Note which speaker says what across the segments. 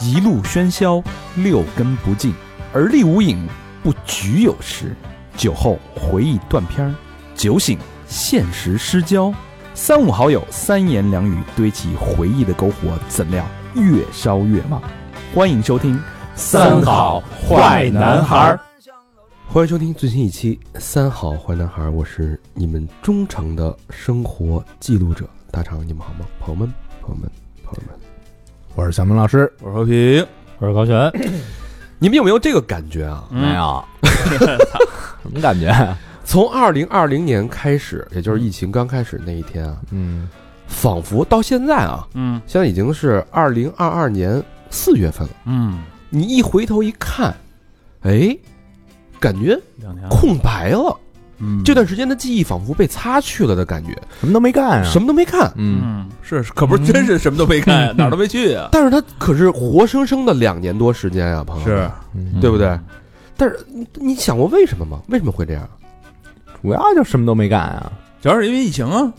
Speaker 1: 一路喧嚣，六根不净，而立无影，不局有时。酒后回忆断片儿，酒醒现实失焦。三五好友，三言两语堆起回忆的篝火，怎料越烧越旺。欢迎收听《
Speaker 2: 三好坏男孩儿》。
Speaker 3: 欢迎收听最新一期《三好坏男孩》，我是你们忠诚的生活记录者大肠，你们好吗？朋友们，朋友们，朋友们，
Speaker 2: 我是小明老师，
Speaker 4: 我是和平，
Speaker 5: 我是高璇，
Speaker 3: 你们有没有这个感觉啊？
Speaker 4: 没有，
Speaker 5: 什么感觉？
Speaker 3: 从二零二零年开始，也就是疫情刚开始那一天啊，
Speaker 2: 嗯，
Speaker 3: 仿佛到现在啊，
Speaker 4: 嗯
Speaker 3: 现在已经是二零二二年四月份了。
Speaker 4: 嗯，
Speaker 3: 你一回头一看，哎，感觉
Speaker 4: 两天
Speaker 3: 空白了。
Speaker 4: 嗯哎
Speaker 3: 这段时间的记忆仿佛被擦去了的感觉，
Speaker 2: 什么都没干啊，
Speaker 3: 什么都没看。
Speaker 2: 嗯，
Speaker 4: 嗯是，可 不是，真是什么都没干，哪儿都没去啊，
Speaker 3: 但是它可是活生生的两年多时间啊，朋友们，
Speaker 2: 嗯
Speaker 3: 对不对？但是你你想过为什么吗？为什么会这样？
Speaker 2: 主要就什么都没干啊，
Speaker 4: 主要是因为疫情啊，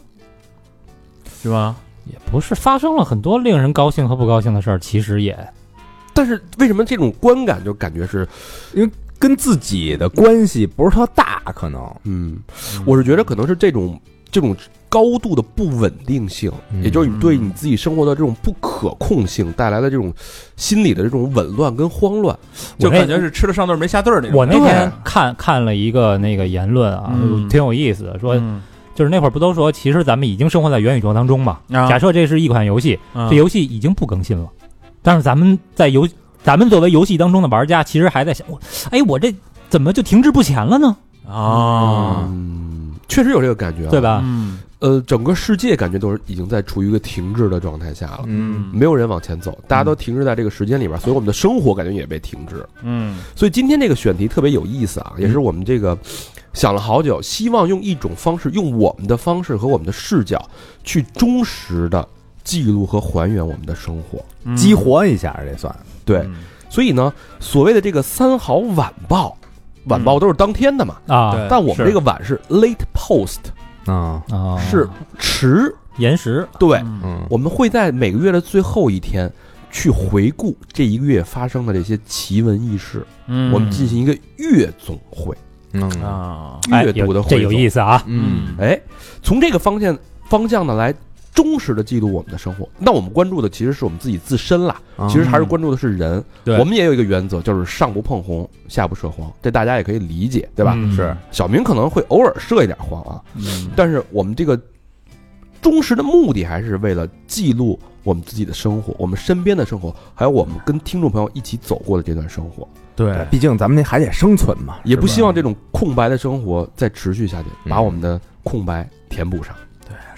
Speaker 4: 是吧？
Speaker 5: 也不是发生了很多令人高兴和不高兴的事儿，其实也
Speaker 3: 但是为什么这种观感就感觉是，
Speaker 2: 跟自己的关系不是特大，可能，
Speaker 3: 嗯，我是觉得可能是这种这种高度的不稳定性，
Speaker 2: 嗯
Speaker 3: 也就是你对你自己生活的这种不可控性带来的这种心理的这种紊乱跟慌乱。
Speaker 4: 就
Speaker 5: 我那
Speaker 4: 感觉是吃了上顿没下顿那种。
Speaker 5: 我那天看看了一个那个言论啊，
Speaker 4: 嗯
Speaker 5: 挺有意思的，说
Speaker 4: 嗯
Speaker 5: 就是那会儿不都说，其实咱们已经生活在元宇宙当中嘛。
Speaker 4: 啊
Speaker 5: 假设这是一款游戏，
Speaker 4: 啊
Speaker 5: 这游戏已经不更新了，但是咱们在游，咱们作为游戏当中的玩家，其实还在想，我哎，我这怎么就停滞不前了呢？
Speaker 4: 啊，
Speaker 3: 嗯，确实有这个感觉、啊，
Speaker 5: 对？吧？
Speaker 4: 嗯
Speaker 3: 呃，整个世界感觉都是已经在处于一个停滞的状态下了。
Speaker 2: 嗯，
Speaker 3: 没有人往前走，大家都停滞在这个时间里边，所以我们的生活感觉也被停滞。
Speaker 4: 嗯
Speaker 3: 所以今天这个选题特别有意思啊，也是我们这个想了好久，希望用一种方式，用我们的方式和我们的视角，去忠实的记录和还原我们的生活。
Speaker 4: 嗯
Speaker 2: 激活一下这算，
Speaker 3: 对，
Speaker 4: 嗯
Speaker 3: 所以呢，所谓的这个三好晚报，晚报都是当天的嘛，
Speaker 5: 啊
Speaker 4: 对，
Speaker 3: 但我们这个晚是 late post，
Speaker 2: 啊，
Speaker 5: 啊，
Speaker 3: 是迟。
Speaker 5: 延时，
Speaker 3: 对，
Speaker 4: 嗯
Speaker 2: 嗯，
Speaker 3: 我们会在每个月的最后一天。去回顾这一个月发生的这些奇闻异事，
Speaker 4: 嗯
Speaker 3: 我们进行一个月总会，
Speaker 2: 嗯啊，
Speaker 4: 啊，
Speaker 5: 哎，
Speaker 3: 阅读
Speaker 5: 有
Speaker 3: 的
Speaker 5: 这
Speaker 3: 汇
Speaker 5: 有
Speaker 3: 总
Speaker 5: 意思啊。
Speaker 2: 嗯，
Speaker 3: 哎，从这个方向方向呢来忠实的记录我们的生活。那我们关注的其实是我们自己自身啦，
Speaker 2: 嗯
Speaker 3: 其实还是关注的是人。
Speaker 4: 啊对
Speaker 3: 我们也有一个原则，就是上不碰红，下不涉黄，这大家也可以理解，对吧？
Speaker 5: 嗯
Speaker 2: 是
Speaker 3: 小明可能会偶尔涉一点黄啊，
Speaker 4: 嗯
Speaker 3: 但是我们这个忠实的目的还是为了记录我们自己的生活，我们身边的生活，还有我们跟听众朋友一起走过的这段生活。
Speaker 4: 对，
Speaker 2: 毕竟咱们那还得生存嘛，
Speaker 3: 也不
Speaker 2: 是吧
Speaker 3: 希望这种空白的生活再持续下去，把
Speaker 4: 嗯
Speaker 3: 我们的空白填补上。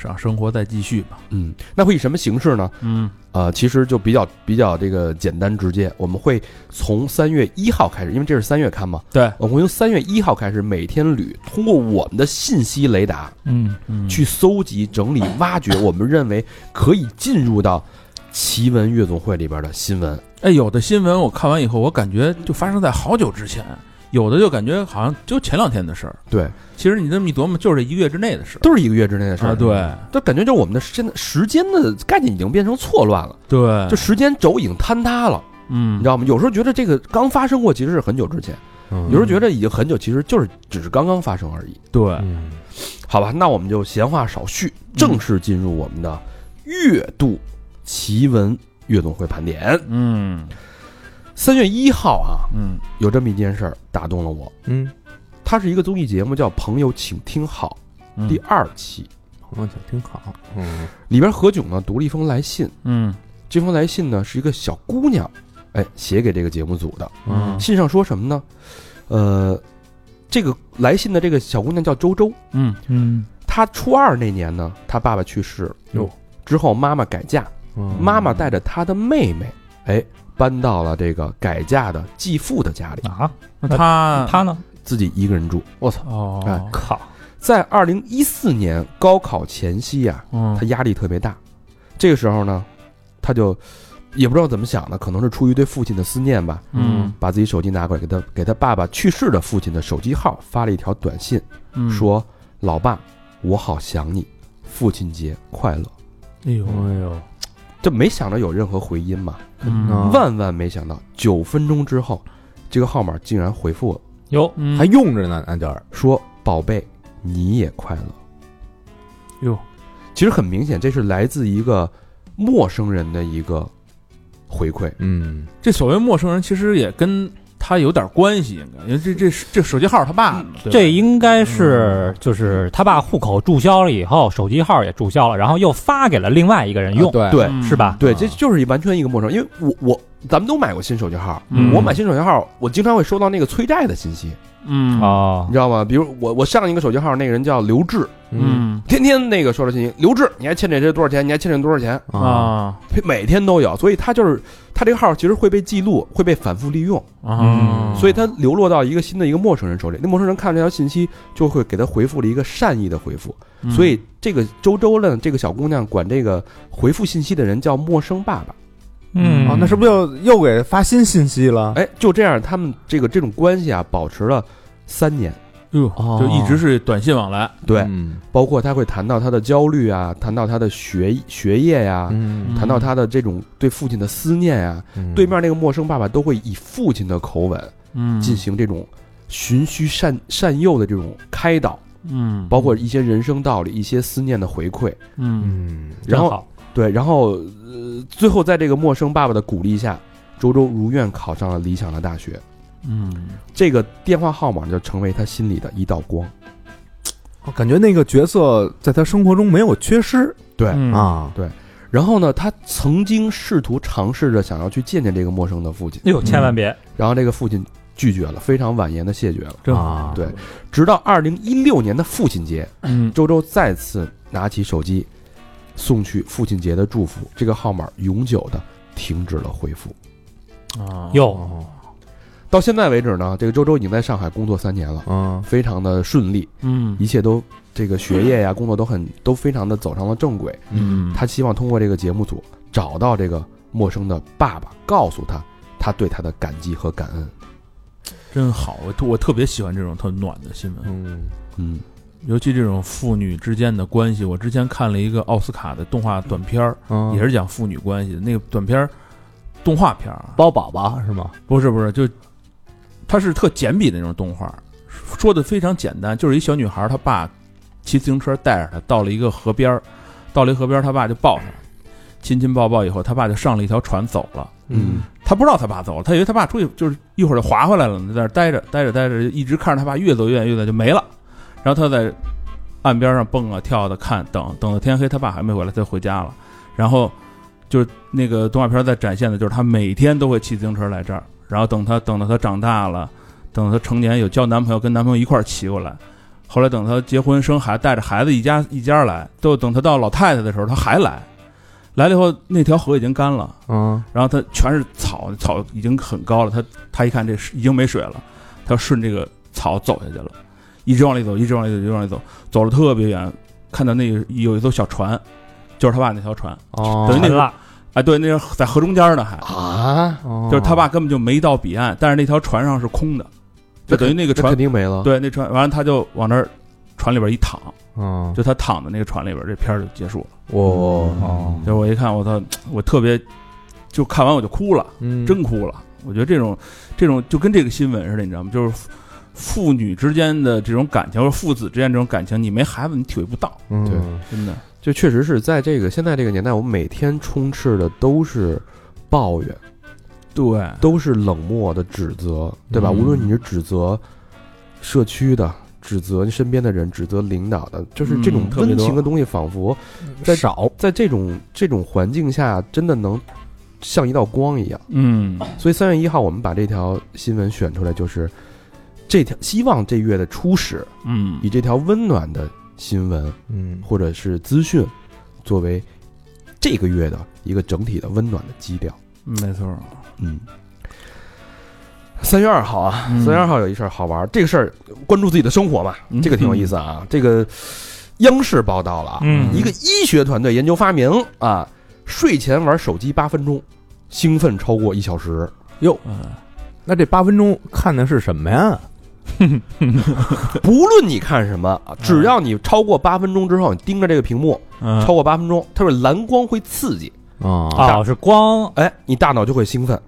Speaker 4: 让生活再继续吧。
Speaker 3: 嗯，那会以什么形式呢？
Speaker 4: 嗯
Speaker 3: 呃，其实就比较比较这个简单直接，我们会从三月一号开始，因为这是三月刊嘛，
Speaker 4: 对，
Speaker 3: 我们会从三月一号开始，每天捋通过我们的信息雷达
Speaker 5: 嗯，
Speaker 4: 嗯
Speaker 3: 去搜集、整理、挖掘我们认为可以进入到奇闻夜总会里边的新闻。
Speaker 4: 哎，有的新闻我看完以后，我感觉就发生在好久之前，有的就感觉好像就前两天的事儿。
Speaker 3: 对，
Speaker 4: 其实你这么一琢磨，就是这一个月之内的事儿
Speaker 3: 都是一个月之内的事儿、
Speaker 4: 啊。，对
Speaker 3: 就感觉就是我们的现在时间的概念已经变成错乱了，
Speaker 4: 对，
Speaker 3: 就时间轴已经坍塌了，
Speaker 4: 嗯，
Speaker 3: 你知道吗？有时候觉得这个刚发生过，其实是很久之前；
Speaker 2: 嗯
Speaker 3: 有时候觉得已经很久，其实就是只是刚刚发生而已。
Speaker 4: 对，
Speaker 2: 嗯
Speaker 3: 好吧，那我们就闲话少叙，正式进入我们的月度奇闻阅读会盘点。
Speaker 4: 嗯
Speaker 3: 三月一号啊，
Speaker 4: 嗯
Speaker 3: 有这么一件事儿打动了我，
Speaker 2: 嗯，
Speaker 3: 它是一个综艺节目，叫《朋友请听好》
Speaker 4: 嗯
Speaker 3: 第二期，
Speaker 2: 朋友圈挺好，嗯
Speaker 3: 里边何炅呢读了一封来信，
Speaker 4: 嗯
Speaker 3: 这封来信呢是一个小姑娘，哎，写给这个节目组的。
Speaker 4: 嗯
Speaker 3: 信上说什么呢？呃，这个来信的这个小姑娘叫周周，
Speaker 4: 嗯
Speaker 5: 嗯，
Speaker 3: 她初二那年呢，她爸爸去世了，
Speaker 2: 哟
Speaker 3: 之后妈妈改嫁，
Speaker 2: 嗯
Speaker 3: 妈妈带着她的妹妹，哎，搬到了这个改嫁的继父的家里，
Speaker 5: 啊，
Speaker 4: 那他
Speaker 5: 他呢？
Speaker 3: 自己一个人住。我操！
Speaker 4: 哦
Speaker 3: 哎，
Speaker 5: 靠，
Speaker 3: 在二零一四年高考前夕啊，
Speaker 4: 嗯
Speaker 3: 她压力特别大。这个时候呢，她就也不知道怎么想的，可能是出于对父亲的思念吧，
Speaker 4: 嗯
Speaker 3: 把自己手机拿过来，给她给她爸爸去世的父亲的手机号发了一条短信，
Speaker 4: 嗯，
Speaker 3: 说：“老爸，我好想你，父亲节快乐。”
Speaker 4: 哎呦
Speaker 2: 哎呦，
Speaker 3: 这没想到有任何回音嘛，
Speaker 4: 嗯
Speaker 3: 万万没想到，九分钟之后，这个号码竟然回复我
Speaker 5: 哟，
Speaker 4: 嗯
Speaker 2: 还用着呢，那就是
Speaker 3: 说：“宝贝，你也快乐。”
Speaker 4: 哟，
Speaker 3: 其实很明显，这是来自一个陌生人的一个回馈。
Speaker 2: 嗯，
Speaker 4: 这所谓陌生人，其实也跟他有点关系，应该，因为这这这手机号是他爸的嘛，对吧
Speaker 5: 这应该
Speaker 3: 嗯
Speaker 5: 是就是他把户口注销了以后，手机号也注销了，然后又发给了另外一个人用，
Speaker 2: 对
Speaker 3: 啊对
Speaker 4: 嗯
Speaker 5: 是吧？
Speaker 3: 对，
Speaker 2: 啊
Speaker 3: 这就是一完全一个陌生人，因为我我咱们都买过新手机号，
Speaker 4: 嗯
Speaker 3: 我买新手机号，我经常会收到那个催债的信息，
Speaker 4: 嗯
Speaker 5: 哦
Speaker 3: 你，知道吗？比如我我上一个手机号那个人叫刘志，
Speaker 2: 嗯
Speaker 4: 嗯
Speaker 3: 天天那个收到信息，刘志你还欠这谁多少钱？你还欠这多少钱？
Speaker 5: 嗯
Speaker 2: 啊，
Speaker 3: 每天都有，所以他就是他这个号其实会被记录，会被反复利用，
Speaker 5: 嗯
Speaker 4: 啊，
Speaker 3: 所以他流落到一个新的一个陌生人手里。那陌生人看这条信息，就会给他回复了一个善意的回复。
Speaker 4: 嗯
Speaker 3: 所以这个周周呢，这个小姑娘管这个回复信息的人叫陌生爸爸。
Speaker 5: 嗯，
Speaker 3: 啊
Speaker 2: 哦，那是不是又又给发新信息了？
Speaker 3: 哎，就这样，他们这个这种关系啊，保持了三年。
Speaker 4: 哟，哎
Speaker 2: 哦
Speaker 4: 就一直是短信往来，
Speaker 3: 对，
Speaker 2: 嗯
Speaker 3: 包括他会谈到他的焦虑啊，谈到他的学学业
Speaker 4: 啊
Speaker 3: 呀、
Speaker 2: 嗯，
Speaker 3: 谈到他的这种对父亲的思念呀、
Speaker 2: 嗯
Speaker 3: 对面那个陌生爸爸都会以父亲的口吻
Speaker 4: 嗯
Speaker 3: 进行这种循序善善诱的这种开导，
Speaker 4: 嗯，
Speaker 3: 包括一些人生道理、一些思念的回馈。
Speaker 4: 嗯
Speaker 2: 嗯
Speaker 3: 然后
Speaker 5: 真好
Speaker 3: 对，然后呃，最后在这个陌生爸爸的鼓励下，周周如愿考上了理想的大学。
Speaker 4: 嗯，
Speaker 3: 这个电话号码就成为他心里的一道光。
Speaker 2: 我嗯感觉那个角色在他生活中没有缺失
Speaker 3: 对
Speaker 4: 嗯，
Speaker 2: 啊，
Speaker 3: 然后呢，他曾经试图尝试着想要去见见这个陌生的父亲，
Speaker 5: 哎呦，千万别，
Speaker 3: 然后这个父亲拒绝了，非常婉言的谢绝了。
Speaker 4: 真好，
Speaker 2: 啊，
Speaker 3: 对，直到二零一六年的父亲节，
Speaker 4: 嗯
Speaker 3: 周周再次拿起手机，送去父亲节的祝福，这个号码永久的停止了回复。
Speaker 4: 啊，
Speaker 5: 哟，
Speaker 2: 哦，
Speaker 3: 到现在为止呢，这个周周已经在上海工作三年了，
Speaker 2: 嗯
Speaker 3: 非常的顺利，
Speaker 4: 嗯
Speaker 3: 一切都这个学业呀、工作都很都非常的走上了正轨。
Speaker 4: 嗯，
Speaker 3: 他希望通过这个节目组找到这个陌生的爸爸，告诉他他对他的感激和感恩。
Speaker 4: 真好，我特我特别喜欢这种特暖的新闻，
Speaker 2: 嗯
Speaker 3: 嗯，
Speaker 4: 尤其这种父女之间的关系。我之前看了一个奥斯卡的动画短片儿，
Speaker 2: 嗯，
Speaker 4: 也是讲父女关系的，那个短片儿动画片儿啊，
Speaker 2: 包宝宝是吗？
Speaker 4: 不是不是，就它是特简笔的那种动画，说的非常简单，就是一小女孩儿，她爸骑自行车带着她到了一个河边儿，到了一河边儿，她爸就抱她，亲亲抱抱以后，她爸就上了一条船走了。
Speaker 3: 嗯，
Speaker 4: 她不知道她爸走了，她以为她爸出去就是一会儿就划回来了，在那儿待着待着待着，一直看着她爸越走越远越走就没了。然后她在岸边上蹦啊跳的看，等等到天黑，她爸还没回来，她就回家了。然后就是那个动画片在展现的，就是她每天都会骑自行车来这儿，然后等她等到她长大了，等她成年有交男朋友，跟男朋友一块儿骑过来。后来等她结婚生孩子，带着孩子一家一家来，最后等她到老太太的时候，她还来。来了以后，那条河已经干了。
Speaker 2: 嗯
Speaker 4: 然后它全是草，草已经很高了。他他一看这水已经没水了，他顺这个草走下去了，一直往里走，一直往里走，一直往里走，走了特别远，看到那个有一艘小船，就是他爸那条船。
Speaker 2: 哦
Speaker 4: 等于那
Speaker 5: 完了，
Speaker 4: 哎，对，那是在河中间呢，还
Speaker 3: 啊，
Speaker 2: 那
Speaker 4: 就是他爸根本就没到彼岸，但是那条船上是空的，就等于那个
Speaker 3: 这
Speaker 4: 船
Speaker 3: 肯定没了。，
Speaker 4: 对那船，完了他就往那儿船里边一躺，
Speaker 2: 嗯，
Speaker 4: 就他躺在那个船里边，这片儿就结束了。
Speaker 3: 哦
Speaker 2: 我
Speaker 4: 就是我一看，我操，我特别就看完我就哭了。
Speaker 2: 嗯
Speaker 4: 真哭了。我觉得这种这种就跟这个新闻似的，你知道吗？就是父父女之间的这种感情，或者父子之间这种感情，你没孩子你体会不到，
Speaker 2: 嗯
Speaker 3: 对
Speaker 4: 真的。
Speaker 3: 这确实是在这个现在这个年代，我们每天充斥的都是抱怨，
Speaker 4: 对，
Speaker 3: 都是冷漠的指责，对吧？
Speaker 2: 嗯
Speaker 3: 无论你是指责社区的。指责身边的人，指责领导的，就是这种
Speaker 4: 嗯特别
Speaker 3: 温
Speaker 4: 多嗯
Speaker 3: 情的东西，仿佛在
Speaker 2: 少
Speaker 3: 在这种这种环境下，真的能像一道光一样。
Speaker 4: 嗯
Speaker 3: 所以三月一号，我们把这条新闻选出来，就是这条希望这月的初始，
Speaker 4: 嗯
Speaker 3: 以这条温暖的新闻
Speaker 2: 嗯
Speaker 3: 或者是资讯，作为这个月的一个整体的温暖的基调。
Speaker 4: 没错。
Speaker 3: 嗯，三月二号啊，
Speaker 4: 嗯
Speaker 3: 三月二号有一事儿好玩儿，这个事儿关注自己的生活嘛，
Speaker 4: 嗯
Speaker 3: 这个挺有意思啊。这个央视报道了啊，
Speaker 5: 嗯
Speaker 3: 一个医学团队研究发明啊，睡前玩手机八分钟，兴奋超过一小 时。
Speaker 4: 嗯
Speaker 2: 那这八分钟看的是什么呀？
Speaker 3: 不论你看什么，啊只要你超过八分钟之后，你盯着这个屏幕
Speaker 4: 嗯
Speaker 3: 超过八分钟，它是蓝光会刺激，
Speaker 2: 啊
Speaker 5: 哦，是光
Speaker 3: 哎，你大脑就会兴奋。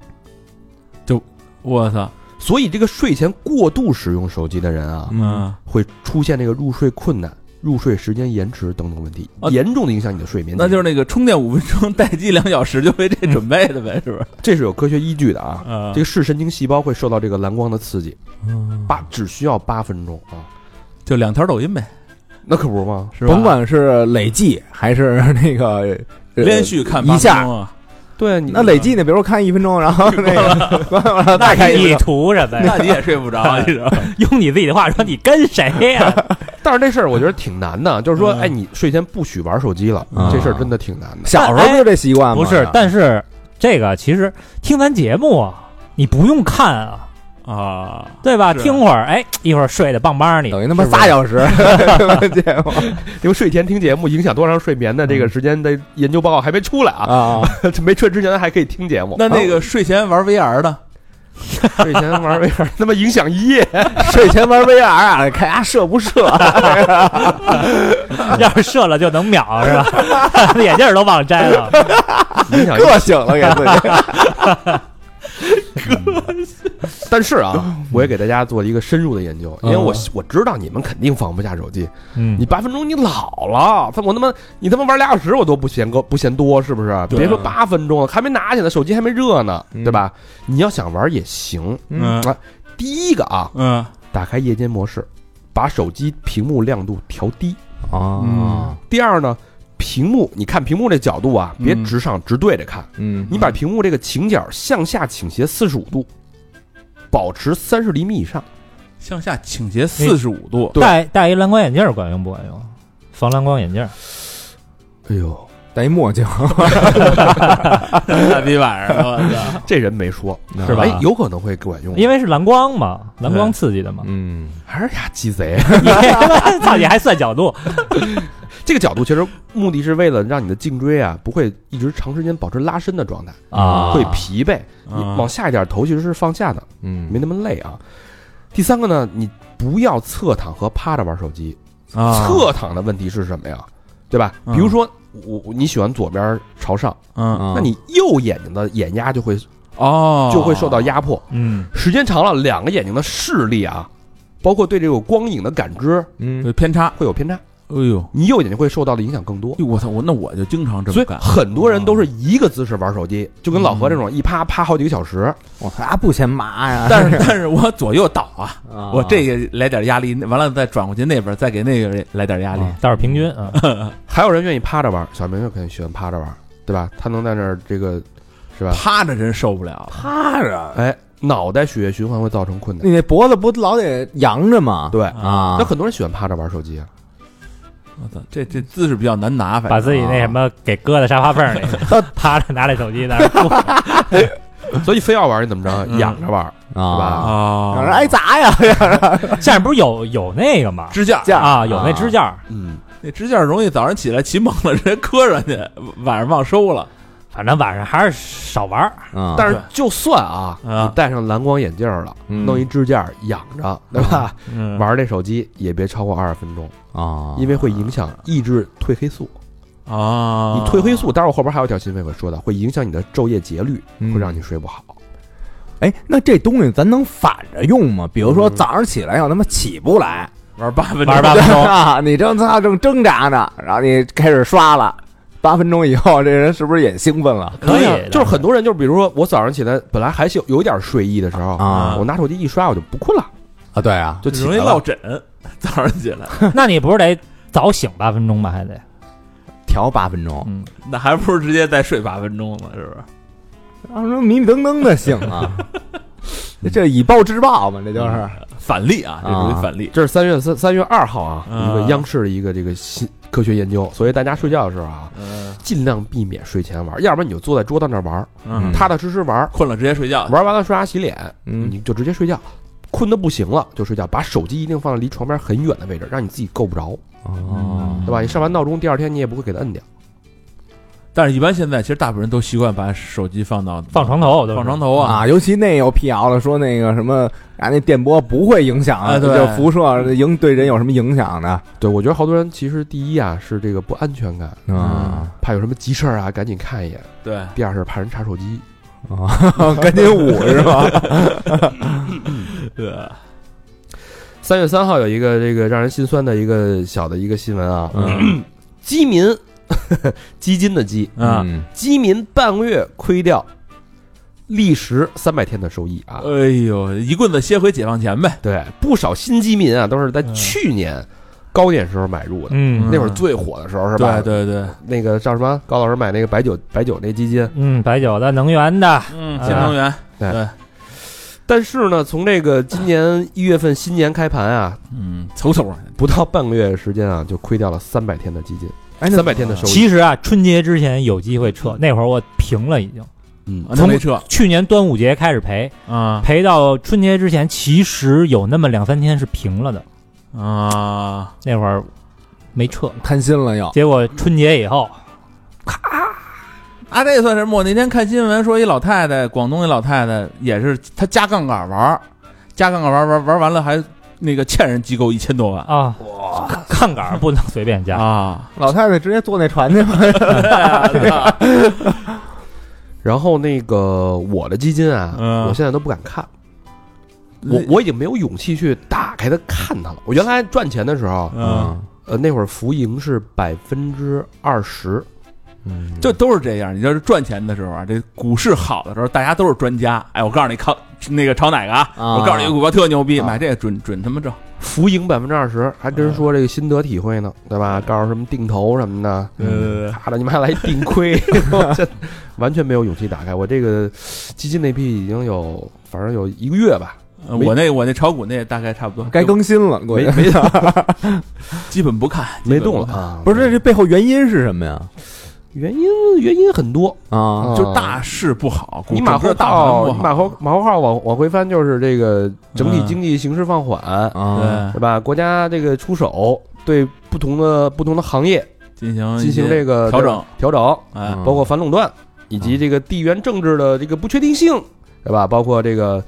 Speaker 4: 我操，
Speaker 3: 所以这个睡前过度使用手机的人啊，
Speaker 4: 嗯，
Speaker 3: 会出现这个入睡困难、入睡时间延迟等等问题，
Speaker 4: 啊
Speaker 3: 严重的影响你的睡眠。
Speaker 4: 那就是那个充电五分钟，待机两小时，就为这准备的呗，是不是？
Speaker 3: 这是有科学依据的啊。
Speaker 4: 嗯啊
Speaker 3: 这个视神经细胞会受到这个蓝光的刺激，
Speaker 5: 嗯
Speaker 3: 八只需要八分钟啊，
Speaker 4: 就两条抖音呗，
Speaker 3: 那可不是吗？
Speaker 4: 是吧？
Speaker 2: 甭管是累计还是 那个呃
Speaker 4: 连续看八
Speaker 2: 一下
Speaker 4: 分钟啊，
Speaker 3: 对，你
Speaker 2: 那累计呢？比如看一分钟，然后那个关完了再
Speaker 5: 那
Speaker 2: 看一分
Speaker 5: 你
Speaker 2: 钟，
Speaker 5: 图什么
Speaker 4: 啊 那
Speaker 5: 呀？
Speaker 4: 你也睡不
Speaker 3: 啊
Speaker 4: 着，你知道吗？
Speaker 5: 用你自己的话说，你跟谁呀？
Speaker 3: 但是这事儿我觉得挺难的，就是说，
Speaker 4: 嗯
Speaker 3: 哎，你睡前不许玩手机了，
Speaker 2: 嗯
Speaker 3: 这事儿真的挺难的。
Speaker 2: 小时候不就这习惯吗？
Speaker 5: 哎
Speaker 2: 啊
Speaker 5: 不是，但是这个其实听咱节目啊，你不用看啊，
Speaker 4: 啊，
Speaker 5: 对吧？
Speaker 4: 是
Speaker 5: 听会儿，哎，一会儿睡得棒棒的。
Speaker 2: 等于他妈
Speaker 5: 是不是
Speaker 2: 仨小时 节目
Speaker 3: 因为睡前听节目影响多长睡眠的这个时间的研究报告还没出来啊，
Speaker 2: 啊，
Speaker 3: 没出来之前还可以听节目。
Speaker 4: 嗯那那个睡前玩 VR 的，
Speaker 3: 睡前玩 VR，他妈影响一夜。
Speaker 2: 睡前玩 VR 啊，看他射不射，
Speaker 5: 要是射了就能秒是吧？ 眼镜儿都忘摘了。
Speaker 3: 影响一夜
Speaker 2: 硌醒了给自己。
Speaker 3: 但是啊，我也给大家做了一个深入的研究，因为我
Speaker 2: 嗯
Speaker 3: 我知道你们肯定放不下手机，
Speaker 5: 嗯
Speaker 3: 你八分钟你老了，他我他妈你他妈玩俩小时我都不嫌够不嫌多，是不是？
Speaker 4: 对
Speaker 3: 别说八分钟了，还没拿起来，手机还没热呢，
Speaker 2: 嗯
Speaker 3: 对吧？你要想玩也行。
Speaker 4: 嗯
Speaker 3: 第一个啊，
Speaker 4: 嗯，
Speaker 3: 打开夜间模式，把手机屏幕亮度调低。
Speaker 2: 啊，
Speaker 3: 第二呢，屏幕你看屏幕这角度啊，别
Speaker 4: 嗯
Speaker 3: 直上直对着看，
Speaker 2: 嗯
Speaker 3: 你把屏幕这个倾角向下倾斜四十五度，保持三十厘米以上。
Speaker 4: 向下倾斜四十五度，
Speaker 5: 戴戴一蓝光眼镜儿管用不管用？防蓝光眼镜儿，
Speaker 3: 哎呦，
Speaker 2: 戴一墨镜
Speaker 4: 大逼晚上，我操！
Speaker 3: 这人没说
Speaker 5: 是吧
Speaker 3: 哎，有可能会管用，
Speaker 5: 因为是蓝光嘛，蓝光刺激的 嘛。
Speaker 2: 嗯，
Speaker 3: 还是呀鸡贼。
Speaker 5: 你操，你还算角度？
Speaker 3: 这个角度其实目的是为了让你的颈椎啊不会一直长时间保持拉伸的状态
Speaker 5: 啊
Speaker 3: 嗯会疲惫。你
Speaker 4: 啊
Speaker 3: 往下一点头其实是放下的，
Speaker 2: 嗯
Speaker 3: 没那么累啊。第三个呢，你不要侧躺和趴着玩手机。
Speaker 4: 啊，
Speaker 3: 侧躺的问题是什么呀？对吧？比如说我我你喜欢左边朝上，
Speaker 4: 嗯，
Speaker 3: 那你右眼睛的眼压就会
Speaker 4: 哦，
Speaker 3: 就会受到压迫，
Speaker 5: 嗯，
Speaker 3: 时间长了，两个眼睛的视力啊，包括对这个光影的感知
Speaker 2: 嗯
Speaker 4: 对偏差。
Speaker 3: 会有偏差，
Speaker 4: 哎呦，
Speaker 3: 你右眼睛会受到的影响更多
Speaker 4: 哎。我操，我那我就经常这
Speaker 3: 所
Speaker 4: 么
Speaker 3: 以
Speaker 4: 干，
Speaker 3: 很多人都是一个姿势玩手机，就跟老何这种一趴趴好几个小时。
Speaker 2: 我他不嫌麻呀，
Speaker 4: 但是 但是我左右倒啊，
Speaker 2: 啊
Speaker 4: 我这个来点压力，那完了再转过去那边，再给那个来点压力。
Speaker 5: 倒是平均啊。
Speaker 3: 还有人愿意趴着玩，小明就肯定喜欢趴着玩，对吧？他能在那儿这个是吧？
Speaker 4: 趴着真受不了，
Speaker 2: 趴着，
Speaker 3: 哎，脑袋血液循环会造成困难。
Speaker 2: 你那脖子不老得扬着吗？
Speaker 3: 对，
Speaker 2: 啊
Speaker 3: 那，很多人喜欢趴着玩手机啊。
Speaker 4: 我操，这这姿势比较难拿，反
Speaker 5: 把
Speaker 4: 正
Speaker 5: 自己那什么给搁在沙发缝里，趴着拿着手机那儿哭。
Speaker 3: 所以非要玩，你怎么着？
Speaker 4: 嗯
Speaker 3: 仰着玩，
Speaker 2: 啊，
Speaker 4: 啊，
Speaker 6: 哦
Speaker 2: 有人挨砸呀，
Speaker 5: 现在不是有有那个吗？
Speaker 4: 支架，
Speaker 2: 架
Speaker 5: 啊，有那支架儿，
Speaker 3: 嗯，
Speaker 4: 那支架容易早上起来骑猛了，直接磕上去， 晚上忘收了。
Speaker 5: 反正晚上还是少玩儿。
Speaker 2: 啊，
Speaker 3: 但是
Speaker 4: 对
Speaker 3: 就算啊，
Speaker 4: 啊
Speaker 3: 你戴上蓝光眼镜了，
Speaker 2: 嗯
Speaker 3: 弄一支架仰着，对吧？
Speaker 4: 嗯
Speaker 3: 玩这手机也别超过二十分钟，
Speaker 2: 啊，
Speaker 3: 因为会影响抑制褪黑素。
Speaker 4: 啊，
Speaker 3: 你褪黑素，待会儿后边还有一条新闻会说到，会影响你的昼夜节律，
Speaker 2: 嗯
Speaker 3: 会让你睡不好。
Speaker 2: 哎，那这东西咱能反着用吗？比如说早上起来要他妈起不来，
Speaker 4: 玩八分钟
Speaker 5: 玩八分 钟
Speaker 2: 啊，你正他正挣扎呢，然后你开始刷了，八分钟以后，这人是不是也兴奋了
Speaker 5: 可以
Speaker 3: 对呀
Speaker 5: 的
Speaker 3: 就是很多人，就是比如说我早上起来本来还是有有点睡意的时候，
Speaker 2: 啊
Speaker 3: 我拿手机一刷我就不困了，
Speaker 2: 啊？对啊，
Speaker 3: 就 起
Speaker 4: 容
Speaker 3: 来
Speaker 4: 易落
Speaker 3: 了。
Speaker 4: 枕，早上起来
Speaker 5: 那你不是得早醒八分钟吧？还得
Speaker 2: 调八分钟，
Speaker 5: 嗯，
Speaker 4: 那还不如直接再睡八分钟呢，是不是？
Speaker 2: 然啊后说迷迷瞪瞪的醒 啊，这以暴制暴嘛，这就是
Speaker 4: 反例啊，这属于反例。
Speaker 3: 这是三月三三月二号啊，
Speaker 4: 啊
Speaker 3: 一个央视的一个这个新科学研究，所以大家睡觉的时候啊，
Speaker 4: 嗯
Speaker 3: 尽量避免睡前玩，要不然你就坐在桌子那儿玩，
Speaker 4: 嗯，
Speaker 3: 踏踏实实玩，
Speaker 4: 困了直接睡
Speaker 6: 啊
Speaker 4: 觉。
Speaker 3: 玩完了刷牙洗脸，
Speaker 2: 嗯
Speaker 3: 你就直接睡觉。困的不行了就睡觉，把手机一定放在离床边很远的位置，让你自己够不着，
Speaker 2: 哦
Speaker 3: 对吧？你上完闹钟，第二天你也不会给它摁掉。
Speaker 6: 但是，一般现在其实大部分人都习惯把手机放到
Speaker 5: 放床头都是
Speaker 6: 放床头啊，
Speaker 2: 啊，尤其那有辟谣了，说那个什么啊，那电波不会影响，啊
Speaker 6: 哎对
Speaker 2: 就辐射影对人有什么影响的
Speaker 3: 对，我觉得好多人其实第一啊是这个不安全感，
Speaker 2: 啊
Speaker 3: 怕有什么急事儿啊，赶紧看一眼；
Speaker 6: 对，
Speaker 3: 第二是怕人查手机。
Speaker 2: 啊，赶紧捂是 吧？
Speaker 3: 三月三号有一个这个让人心酸的一个小的一个新闻啊，
Speaker 2: 嗯
Speaker 3: 基民基金的基
Speaker 6: 啊，
Speaker 2: 嗯
Speaker 3: 基民半个月亏掉历时三百天的收益啊，
Speaker 6: 哎呦，一棍子歇回解放前呗，
Speaker 3: 对，不少新基民啊都是在
Speaker 5: 嗯
Speaker 3: 去年高点时候买入的，
Speaker 5: 嗯
Speaker 3: 那会儿最火的时候是吧？
Speaker 6: 对对对，
Speaker 3: 那个叫什么高老师买那个白酒白酒那基金，
Speaker 5: 嗯，白酒的、能源的，
Speaker 6: 嗯，
Speaker 5: 啊
Speaker 6: 新能源，
Speaker 3: 对
Speaker 6: 对，
Speaker 3: 但是呢，从这个今年一月份新年开盘啊，
Speaker 6: 嗯，瞅瞅啊，
Speaker 3: 不到半个月的时间啊，就亏掉了三百天的基金，
Speaker 2: 哎，那
Speaker 3: 三百天的收益。
Speaker 5: 其实啊，春节之前有机会撤，那会儿我平了已经。
Speaker 3: 嗯，
Speaker 6: 啊那没撤
Speaker 5: 去年端午节开始赔，
Speaker 6: 啊
Speaker 5: 赔到春节之前，其实有那么两三天是平了的，
Speaker 6: 啊，
Speaker 5: 那会儿没撤。
Speaker 2: 贪心了又，
Speaker 5: 结果春节以后，
Speaker 6: 啊，这算什么？我那天看新闻说，一老太太，广东一老太太也是，她加杠杆玩儿，加杠杆玩儿玩儿玩儿完了还那个欠人机构一千多万
Speaker 5: 啊，杠杆儿不能随便
Speaker 3: 哎
Speaker 5: 加，
Speaker 6: 啊，
Speaker 2: 老太太直接坐那船去吧。
Speaker 3: 然后那个我的基金啊，
Speaker 6: 嗯
Speaker 3: 我现在都不敢看，我我已经没有勇气去打开它看它了。我原来赚钱的时候，
Speaker 6: 嗯，
Speaker 3: 呃，那会儿浮盈是百分之二十，
Speaker 2: 嗯，
Speaker 6: 这都是这样。你要是赚钱的时候啊，这股市好的时候，大家都是专家。哎，我告诉你，靠那个炒哪个啊？
Speaker 2: 啊
Speaker 6: 我告诉你，股票特牛逼，
Speaker 2: 啊
Speaker 6: 买这个准准他妈挣。
Speaker 3: 浮盈百分之二十，还真说这个心得体会呢，对吧？告诉什么定投什么的，
Speaker 2: 嗯
Speaker 6: 呃，
Speaker 3: 卡的你们还来定亏，我这完全没有勇气打开。我这个基金那批已经有，反正有一个月吧，没
Speaker 6: 我那我那炒股那大概差不多，
Speaker 2: 该更新了，估
Speaker 3: 没
Speaker 2: 计
Speaker 3: 没
Speaker 6: 基本不看，
Speaker 3: 没
Speaker 6: 基本
Speaker 3: 动
Speaker 6: 不
Speaker 3: 了
Speaker 6: 看。
Speaker 3: 啊。
Speaker 2: 不是这这背后原因是什么呀？
Speaker 3: 原因原因很多，
Speaker 2: 啊，
Speaker 3: 啊
Speaker 6: 就大势不好，股
Speaker 3: 你马后
Speaker 6: 整个大盘
Speaker 3: 炮
Speaker 6: 不，
Speaker 3: 你马
Speaker 6: 好，
Speaker 3: 后马后炮往往回翻，就是这个整体
Speaker 6: 嗯
Speaker 3: 经济形势放缓，
Speaker 2: 啊，
Speaker 6: 对
Speaker 3: 对，吧？国家这个出手对不同的不同的行业
Speaker 6: 进行
Speaker 3: 进行这
Speaker 6: 个
Speaker 3: 个
Speaker 6: 嗯调整，
Speaker 3: 调整，
Speaker 6: 哎，
Speaker 2: 啊
Speaker 3: 包括反垄断以及这个地缘政治的这个不确定性，对吧？包括这个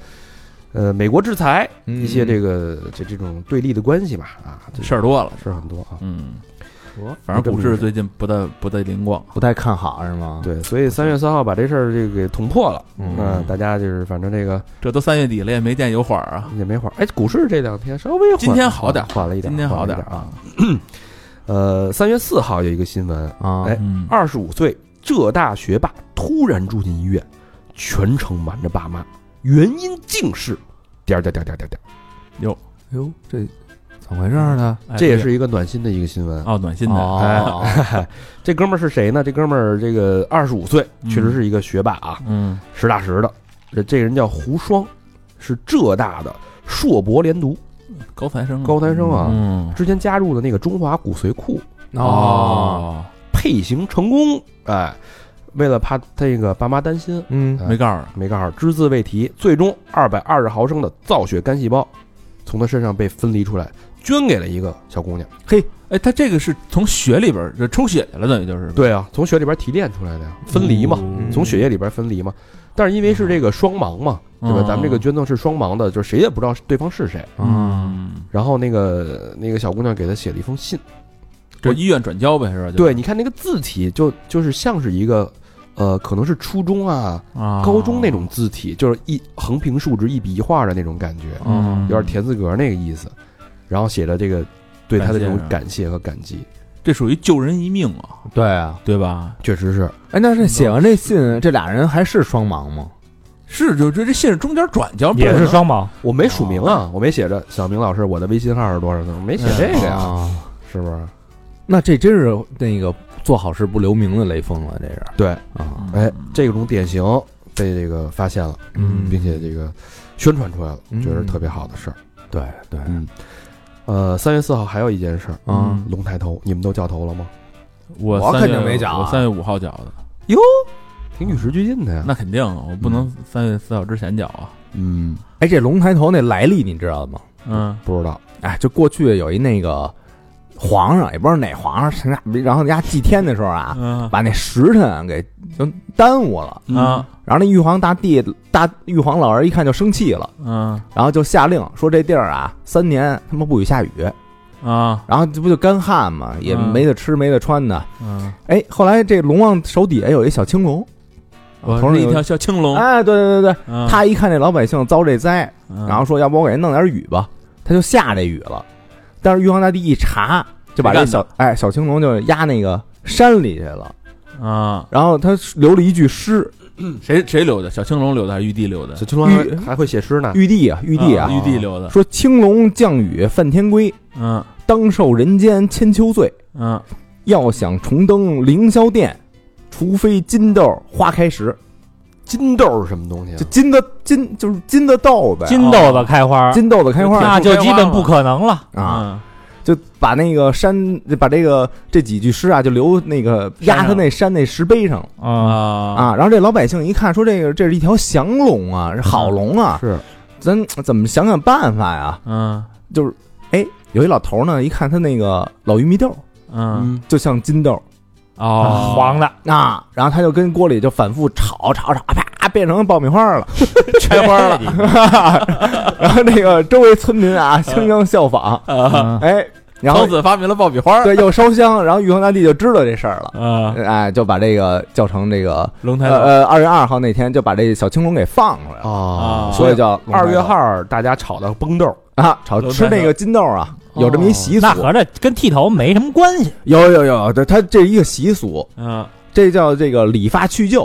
Speaker 3: 呃美国制裁
Speaker 6: 嗯
Speaker 3: 一些这
Speaker 2: 个
Speaker 3: 个这这种对立的关系吧，啊，这
Speaker 6: 事儿多了。
Speaker 3: 事儿很多啊。
Speaker 6: 嗯
Speaker 2: 我，
Speaker 6: 反正股市最近不太不太灵光。
Speaker 2: 不太看好是吗？，
Speaker 3: 对，所以三月三号把这事儿这个给捅破了，
Speaker 2: 嗯
Speaker 3: 那大家就是反正这个
Speaker 6: 这都三月底了，也没见有缓儿啊。
Speaker 3: 也没缓。哎，股市这两天稍微缓
Speaker 6: 今天好点儿
Speaker 3: 缓了一点，
Speaker 6: 今天好
Speaker 3: 缓了
Speaker 6: 点
Speaker 3: 一
Speaker 6: 儿啊
Speaker 3: 点。啊呃，三月四号有一个新闻，
Speaker 2: 啊，
Speaker 3: 哎
Speaker 6: 嗯，
Speaker 3: 二十五岁浙大学霸突然住进医院，全程瞒着爸妈，原因竟是点儿点儿点儿点儿点儿点儿。
Speaker 2: 哟，这怎么回事呢？
Speaker 6: 哎
Speaker 3: 这也是一个暖心的一个新闻。啊
Speaker 6: 哦，暖心的，
Speaker 2: 哦，
Speaker 3: 这哥们儿是谁呢？这哥们儿这个二十五岁，确实是一个学霸啊，
Speaker 6: 嗯
Speaker 3: 实打实的。这这人叫胡双，是浙大的硕博连读
Speaker 6: 高材生啊，
Speaker 3: 高材生啊，
Speaker 6: 嗯
Speaker 3: 之前加入的那个中华骨髓库
Speaker 2: 哦，，
Speaker 3: 配型成功，哎，为了怕这个爸妈担心，
Speaker 2: 嗯
Speaker 6: 没告诉
Speaker 3: 没告诉只字未提，最终二百二十毫升的造血干细胞从他身上被分离出来，捐给了一个小姑娘。
Speaker 6: 哎，他这个是从血里边儿这抽血去了，等于就是
Speaker 3: 对啊，从血里边提炼出来的呀，分离嘛，
Speaker 2: 嗯
Speaker 3: 从血液里边分离嘛。但是因为是这个双盲嘛，对吧？
Speaker 6: 嗯
Speaker 3: 咱们这个捐赠是双盲的，就是谁也不知道对方是谁。
Speaker 2: 嗯，
Speaker 6: 嗯，
Speaker 3: 然后那个那个小姑娘给他写了一封信，
Speaker 6: 这医院转交呗，是吧？
Speaker 3: 对，你看那个字体就就是像是一个，呃，可能是初中啊、高中那种字体，就是一横平竖直、一笔一画的那种感觉，
Speaker 4: 哦
Speaker 6: 嗯
Speaker 3: 有点田字格那个意思。然后写了这个对他的这种
Speaker 6: 感
Speaker 3: 感谢和感激，
Speaker 6: 这属于救人一命啊，
Speaker 2: 对啊，
Speaker 6: 对吧？
Speaker 3: 确实是
Speaker 2: 哎，那这写完这信，这俩人还是双盲吗？
Speaker 6: 是，就这这信是中间转交，
Speaker 5: 也是双盲，
Speaker 3: 我没署名啊，我没写着小明老师，我的微信号是多少呢？我没写这个呀，
Speaker 2: 啊，
Speaker 3: 是不是？
Speaker 2: 那这真是那个做好事不留名的雷锋了，这是
Speaker 3: 对，
Speaker 2: 啊，
Speaker 6: 嗯
Speaker 3: 哎，这种典型被这个发现了，
Speaker 2: 嗯
Speaker 3: 并且这个宣传出来了，
Speaker 2: 嗯
Speaker 3: 觉得是特别好的事儿。
Speaker 2: 对对
Speaker 3: 嗯，呃，三月四号还有一件事儿，
Speaker 2: 啊，
Speaker 3: 龙抬头，你们都叫头了吗？
Speaker 6: 我
Speaker 2: 我
Speaker 6: 三
Speaker 2: 肯
Speaker 6: 月
Speaker 2: 定没缴啊
Speaker 6: 我三月五号缴的，
Speaker 3: 挺与时俱进的呀。
Speaker 6: 那肯定啊，我不能三月四号之前缴啊。
Speaker 3: 嗯，
Speaker 2: 哎，这龙抬头那来历你知道吗？
Speaker 6: 嗯
Speaker 3: 不知道
Speaker 2: 哎，就过去有一那个皇上也不知道哪皇上成啥，然后人家祭天的时候啊，
Speaker 4: 嗯
Speaker 2: 把那时辰给就耽误了。
Speaker 6: 嗯
Speaker 4: 啊
Speaker 2: 然后那玉皇大帝大玉皇老儿一看就生气了，
Speaker 4: 嗯
Speaker 2: 然后就下令说这地儿啊三年他妈不许下雨，
Speaker 4: 啊
Speaker 2: 然后这不就干旱嘛，也
Speaker 4: 嗯
Speaker 2: 没得吃没得穿的。
Speaker 4: 嗯，
Speaker 2: 哎，后来这龙王手底下有一小青龙，
Speaker 4: 我
Speaker 2: 头上
Speaker 4: 是一
Speaker 2: 有
Speaker 4: 条小青龙，
Speaker 2: 哎，对对对对，
Speaker 4: 嗯
Speaker 2: 他一看这老百姓遭这灾，
Speaker 4: 嗯
Speaker 2: 然后说要不我给人弄点雨吧，他就下这雨了。但是玉皇大帝一查，就把这小哎小青龙就压那个山里去了，
Speaker 4: 啊，
Speaker 2: 然后他留了一句诗，
Speaker 4: 谁谁留的？小青龙留的还是玉帝留的
Speaker 3: 小？青龙还还会写诗呢，
Speaker 2: 玉帝啊玉帝啊，
Speaker 4: 玉帝留的。
Speaker 2: 说青龙降雨犯天规，
Speaker 4: 嗯
Speaker 2: 当受人间千秋罪。
Speaker 4: 嗯，
Speaker 2: 要想重登凌霄殿，除非金豆花开时。
Speaker 3: 金豆是什么东西啊
Speaker 2: 就？金的金就是金的豆呗，
Speaker 5: 金豆子开花，
Speaker 2: 金豆子开花
Speaker 5: 那就基本不可能了。
Speaker 6: 嗯
Speaker 2: 啊，就把那个山，就把这个这几句诗啊，就留那个压他那山那石碑上了
Speaker 4: 嗯
Speaker 5: 啊，
Speaker 4: 啊
Speaker 2: 啊。然后这老百姓一看，说这个这是一条降龙啊，是好龙啊，
Speaker 3: 是
Speaker 2: 咱怎么想想办法呀？
Speaker 4: 嗯
Speaker 2: 就是哎，有一老头呢，一看他那个老玉米豆，
Speaker 4: 嗯
Speaker 2: 就像金豆
Speaker 4: 哦，
Speaker 5: 黄的，
Speaker 2: 啊，然后他就跟锅里就反复炒炒炒，啪变成爆米花 了。
Speaker 5: 开花了，
Speaker 3: 哎
Speaker 2: 然后那个周围村民
Speaker 3: 嗯
Speaker 2: 啊，相相效仿，
Speaker 5: 嗯
Speaker 2: 哎，然后
Speaker 4: 孔子发明了爆米花，
Speaker 2: 对，又烧香，然后玉皇大帝就知道这事儿了，
Speaker 3: 嗯
Speaker 4: 啊，
Speaker 2: 哎，就把这个叫成这个
Speaker 4: 龙抬
Speaker 2: 呃
Speaker 4: 头
Speaker 2: 呃二月二号那天就把这小青龙给放出来了，
Speaker 3: 啊
Speaker 4: 啊
Speaker 2: 所以叫龙抬头
Speaker 3: 二月号大家炒的崩豆，
Speaker 2: 啊，炒
Speaker 4: 龙抬
Speaker 2: 吃
Speaker 4: 头
Speaker 2: 那个金豆啊，有这么一习俗
Speaker 5: 哦那，合着跟剃头没什么关系。
Speaker 2: 有有有，对，它这一个习俗，
Speaker 4: 嗯
Speaker 2: 这叫这个理发去旧，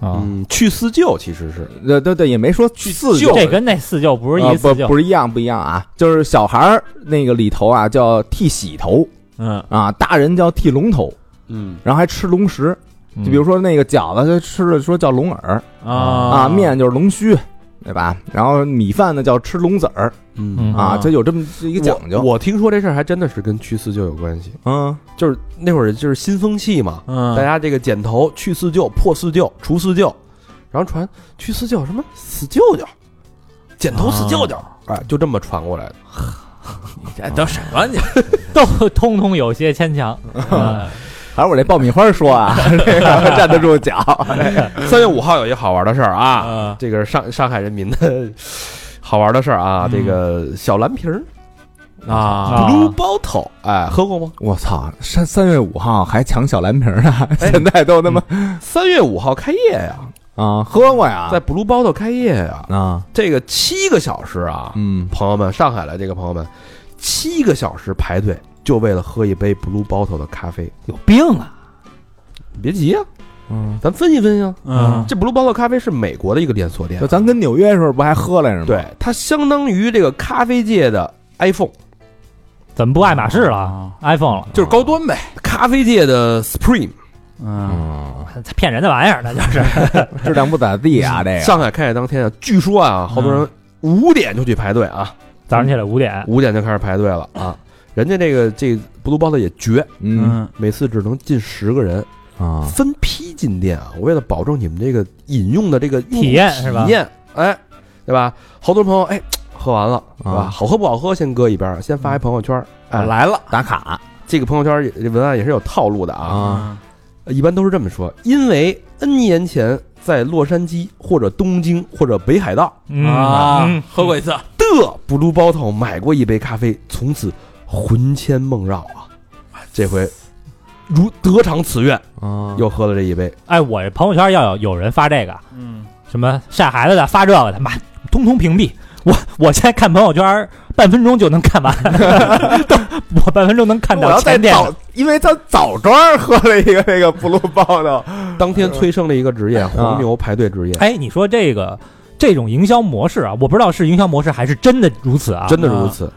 Speaker 2: 呃
Speaker 5: 啊，
Speaker 3: 嗯，去四旧其实是
Speaker 2: 对对对，也没说去四旧。
Speaker 5: 这跟那四舅不是一
Speaker 2: 啊
Speaker 5: 个
Speaker 2: 不
Speaker 5: 四舅，
Speaker 2: 不是一样不一样啊，就是小孩儿那个里头啊叫剃洗头
Speaker 4: 嗯
Speaker 2: 啊，大人叫剃龙头，
Speaker 3: 嗯
Speaker 2: 然后还吃龙食，
Speaker 5: 嗯
Speaker 2: 就比如说那个饺子，他吃的说叫龙耳
Speaker 4: 啊
Speaker 5: 哦
Speaker 2: 啊，面就是龙须，对吧？然后米饭呢叫吃龙子儿
Speaker 3: 嗯
Speaker 5: 嗯
Speaker 2: 啊，这有这么一个讲究。
Speaker 3: 我我听说这事儿还真的是跟去四旧有关系，
Speaker 2: 嗯
Speaker 3: 就是那会儿就是新风气嘛，
Speaker 4: 嗯，
Speaker 3: 大家这个剪头去四旧、破四旧、除四旧，然后传去四旧什么死舅舅，剪头死舅舅，哎，就这么传过来的。
Speaker 4: 这都什么你？
Speaker 5: 都通通有些牵强。嗯
Speaker 2: 还是我这爆米花说啊， 这个站得住脚。
Speaker 3: 三月五号有一好玩的事儿啊，
Speaker 4: 啊
Speaker 3: 这个是上上海人民的好玩的事儿啊，
Speaker 4: 嗯
Speaker 3: 这个小蓝瓶儿
Speaker 4: 啊
Speaker 5: 啊
Speaker 3: Blue Bottle，哎，喝过吗？
Speaker 2: 我操，三三月五号还抢小蓝瓶呢，现在都他妈
Speaker 3: 三月五号开业呀，
Speaker 2: 啊喝过呀
Speaker 3: 在 Blue Bottle 开业呀，
Speaker 2: 啊
Speaker 3: 这个七个小时啊，
Speaker 2: 嗯
Speaker 3: 朋友们，上海来这个朋友们，七个小时排队就为了喝一杯 Blue Bottle 的咖啡，
Speaker 5: 有病啊！
Speaker 3: 别急呀、
Speaker 2: 嗯，
Speaker 3: 咱分析分析啊。
Speaker 4: 嗯
Speaker 3: 这 Blue Bottle 咖啡是美国的一个连锁店
Speaker 2: 就，咱跟纽约时候不还喝来着吗？
Speaker 3: 对，它相当于这个咖啡界的 iPhone，
Speaker 5: 怎么不爱马仕了？iPhone 了，
Speaker 4: 嗯就是高端呗，
Speaker 3: 咖啡界的 Supreme。
Speaker 4: 嗯
Speaker 2: 嗯，
Speaker 5: 骗人的玩意儿，那就是。
Speaker 2: 质量不咋地啊，这个
Speaker 3: 上海开业当天啊，据说啊，好多人五点就去排队啊，
Speaker 5: 早上起来五点，
Speaker 3: 五点就开始排队了啊。人家这个这 Blue Bottle 也绝，
Speaker 2: 嗯
Speaker 3: 每次只能进十个人，
Speaker 2: 啊
Speaker 3: 分批进店啊。我为了保证你们这个饮用的这个用户
Speaker 5: 体验是吧
Speaker 3: 体验，哎，对吧？好多朋友哎，喝完了，对吧？
Speaker 2: 啊嗯
Speaker 3: 好喝不好喝先搁一边儿，先发一朋友圈儿，哎，
Speaker 4: 来了
Speaker 2: 打卡
Speaker 3: 这个朋友圈儿也这文案也是有套路的啊，
Speaker 2: 啊，
Speaker 3: 一般都是这么说，因为 N 年前在洛杉矶或者东京或者北海道
Speaker 5: 嗯
Speaker 4: 啊
Speaker 5: 嗯，
Speaker 4: 喝过一次，
Speaker 3: 的 Blue Bottle 买过一杯咖啡，从此魂牵梦绕啊，这回如得偿此愿，
Speaker 2: 啊
Speaker 3: 又喝了这一杯，
Speaker 5: 哎，我这朋友圈要有有人发这个
Speaker 4: 嗯
Speaker 5: 什么晒孩子的，发这个的，妈，通通屏蔽。我我现在看朋友圈，半分钟就能看完， 都我半分钟能看
Speaker 2: 我
Speaker 5: 到
Speaker 2: 要在
Speaker 5: 前店。
Speaker 2: 枣，因为他枣庄喝了一个那个 blue bottle，
Speaker 3: 当天催生了一个职业——黄牛排队职业，
Speaker 5: 哎，你说这个这种营销模式啊，我不知道是营销模式还是真的如此啊，
Speaker 3: 真的如此。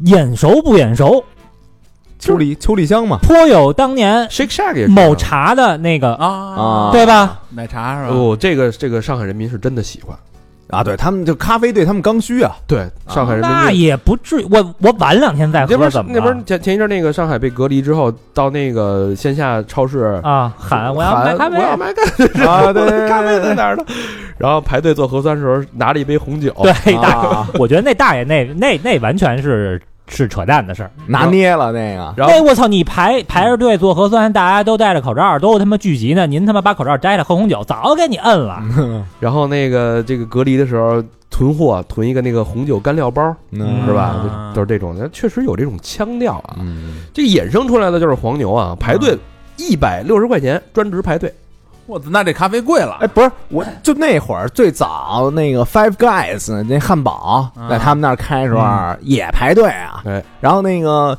Speaker 5: 眼熟不眼熟，
Speaker 2: 秋梨秋梨香嘛，
Speaker 5: 颇有当年
Speaker 3: Shake Shack 也是啊
Speaker 5: 某茶的那个，
Speaker 4: 啊
Speaker 2: 啊
Speaker 5: 对吧？
Speaker 4: 奶茶是吧？
Speaker 3: 哦，这个这个上海人民是真的喜欢，
Speaker 2: 啊，对他们就咖啡对他们刚需啊，
Speaker 3: 对上海人民
Speaker 5: 那
Speaker 3: 对。
Speaker 5: 也不至于，我我晚两天再
Speaker 3: 那
Speaker 5: 喝
Speaker 3: 边
Speaker 5: 怎么
Speaker 3: 那
Speaker 5: 了
Speaker 3: 边前前一阵那个上海被隔离之后，到那个线下超市
Speaker 5: 啊喊我要
Speaker 3: 喊
Speaker 5: 买咖啡啊
Speaker 3: 我，要买咖啡
Speaker 2: 啊，对
Speaker 3: 我
Speaker 2: 对
Speaker 3: 的咖啡
Speaker 2: 对
Speaker 3: 在
Speaker 2: 对
Speaker 3: 哪儿呢？然后排队做核酸时候拿了一杯红酒，
Speaker 5: 对大
Speaker 2: 啊
Speaker 5: 我觉得那大爷那那那完全是是扯淡的事儿。哎
Speaker 2: 拿捏了那个，
Speaker 3: 然后
Speaker 5: 那我操，你排排着队做核酸，大家都戴着口罩，都他妈聚集呢，您他妈把口罩摘了喝红酒，早给你摁了。
Speaker 3: 然后那个这个隔离的时候囤货，囤一个那个红酒干料包，
Speaker 2: 嗯
Speaker 3: 是吧
Speaker 4: 啊？
Speaker 3: 都是这种，的，确实有这种腔调啊。
Speaker 2: 嗯，
Speaker 3: 这个衍生出来的就是黄牛啊，排队
Speaker 5: 嗯
Speaker 3: 一百六十块钱专职排队，
Speaker 4: 我操，那这咖啡贵了
Speaker 2: 哎，，不是，我就那会儿最早那个 Five Guys 那汉堡
Speaker 4: 啊
Speaker 2: 在他们那儿开的时候也排队啊，
Speaker 3: 哎，
Speaker 2: 然后那个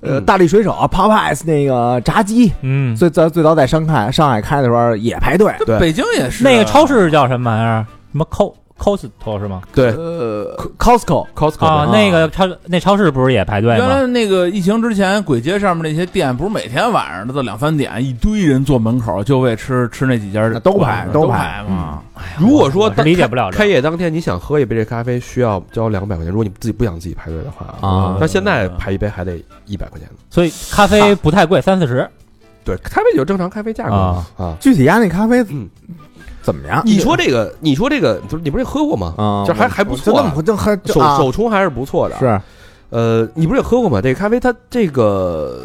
Speaker 2: 呃
Speaker 3: 嗯
Speaker 2: 大力水手 Popeyes 那个炸鸡，
Speaker 5: 嗯，
Speaker 2: 最早最早在上海上海开的时候也排队，
Speaker 3: 对
Speaker 4: 北京也是啊
Speaker 5: 那个超市叫什么玩意儿？什么 Co Costco 是吗？
Speaker 3: 对
Speaker 2: 呃 Costco
Speaker 3: ，Costco
Speaker 5: 啊，
Speaker 3: 的
Speaker 5: 那个超那超市不是也排队
Speaker 4: 原
Speaker 5: 吗？
Speaker 4: 来那个疫情之前，簋街上面那些店，不是每天晚上都到两三点，一堆人坐门口，就为吃吃那几家
Speaker 2: 那都排
Speaker 4: 都
Speaker 2: 都
Speaker 4: 排
Speaker 2: 排
Speaker 4: 嘛。
Speaker 3: 如果说
Speaker 5: 我是
Speaker 3: 当
Speaker 5: 理解不了这
Speaker 3: 开业当天你想喝一杯这咖啡，需要交两百块钱。如果你自己不想自己排队的话
Speaker 2: 啊
Speaker 3: 那现在排一杯还得一百块钱呢。
Speaker 5: 所以咖啡不太贵，三四十。
Speaker 3: 对，咖啡酒正常咖啡价格
Speaker 5: 啊
Speaker 3: 啊。
Speaker 2: 具体家那咖啡
Speaker 3: 嗯
Speaker 2: 怎么样？
Speaker 3: 你说这个，你说这个，就是你不是也喝过吗？
Speaker 2: 啊，
Speaker 3: 这还还不错啊
Speaker 2: 我就那么就还就
Speaker 3: 手
Speaker 2: 啊
Speaker 3: 手冲还是不错的。
Speaker 2: 是
Speaker 3: 呃，你不是也喝过吗？这个咖啡它这个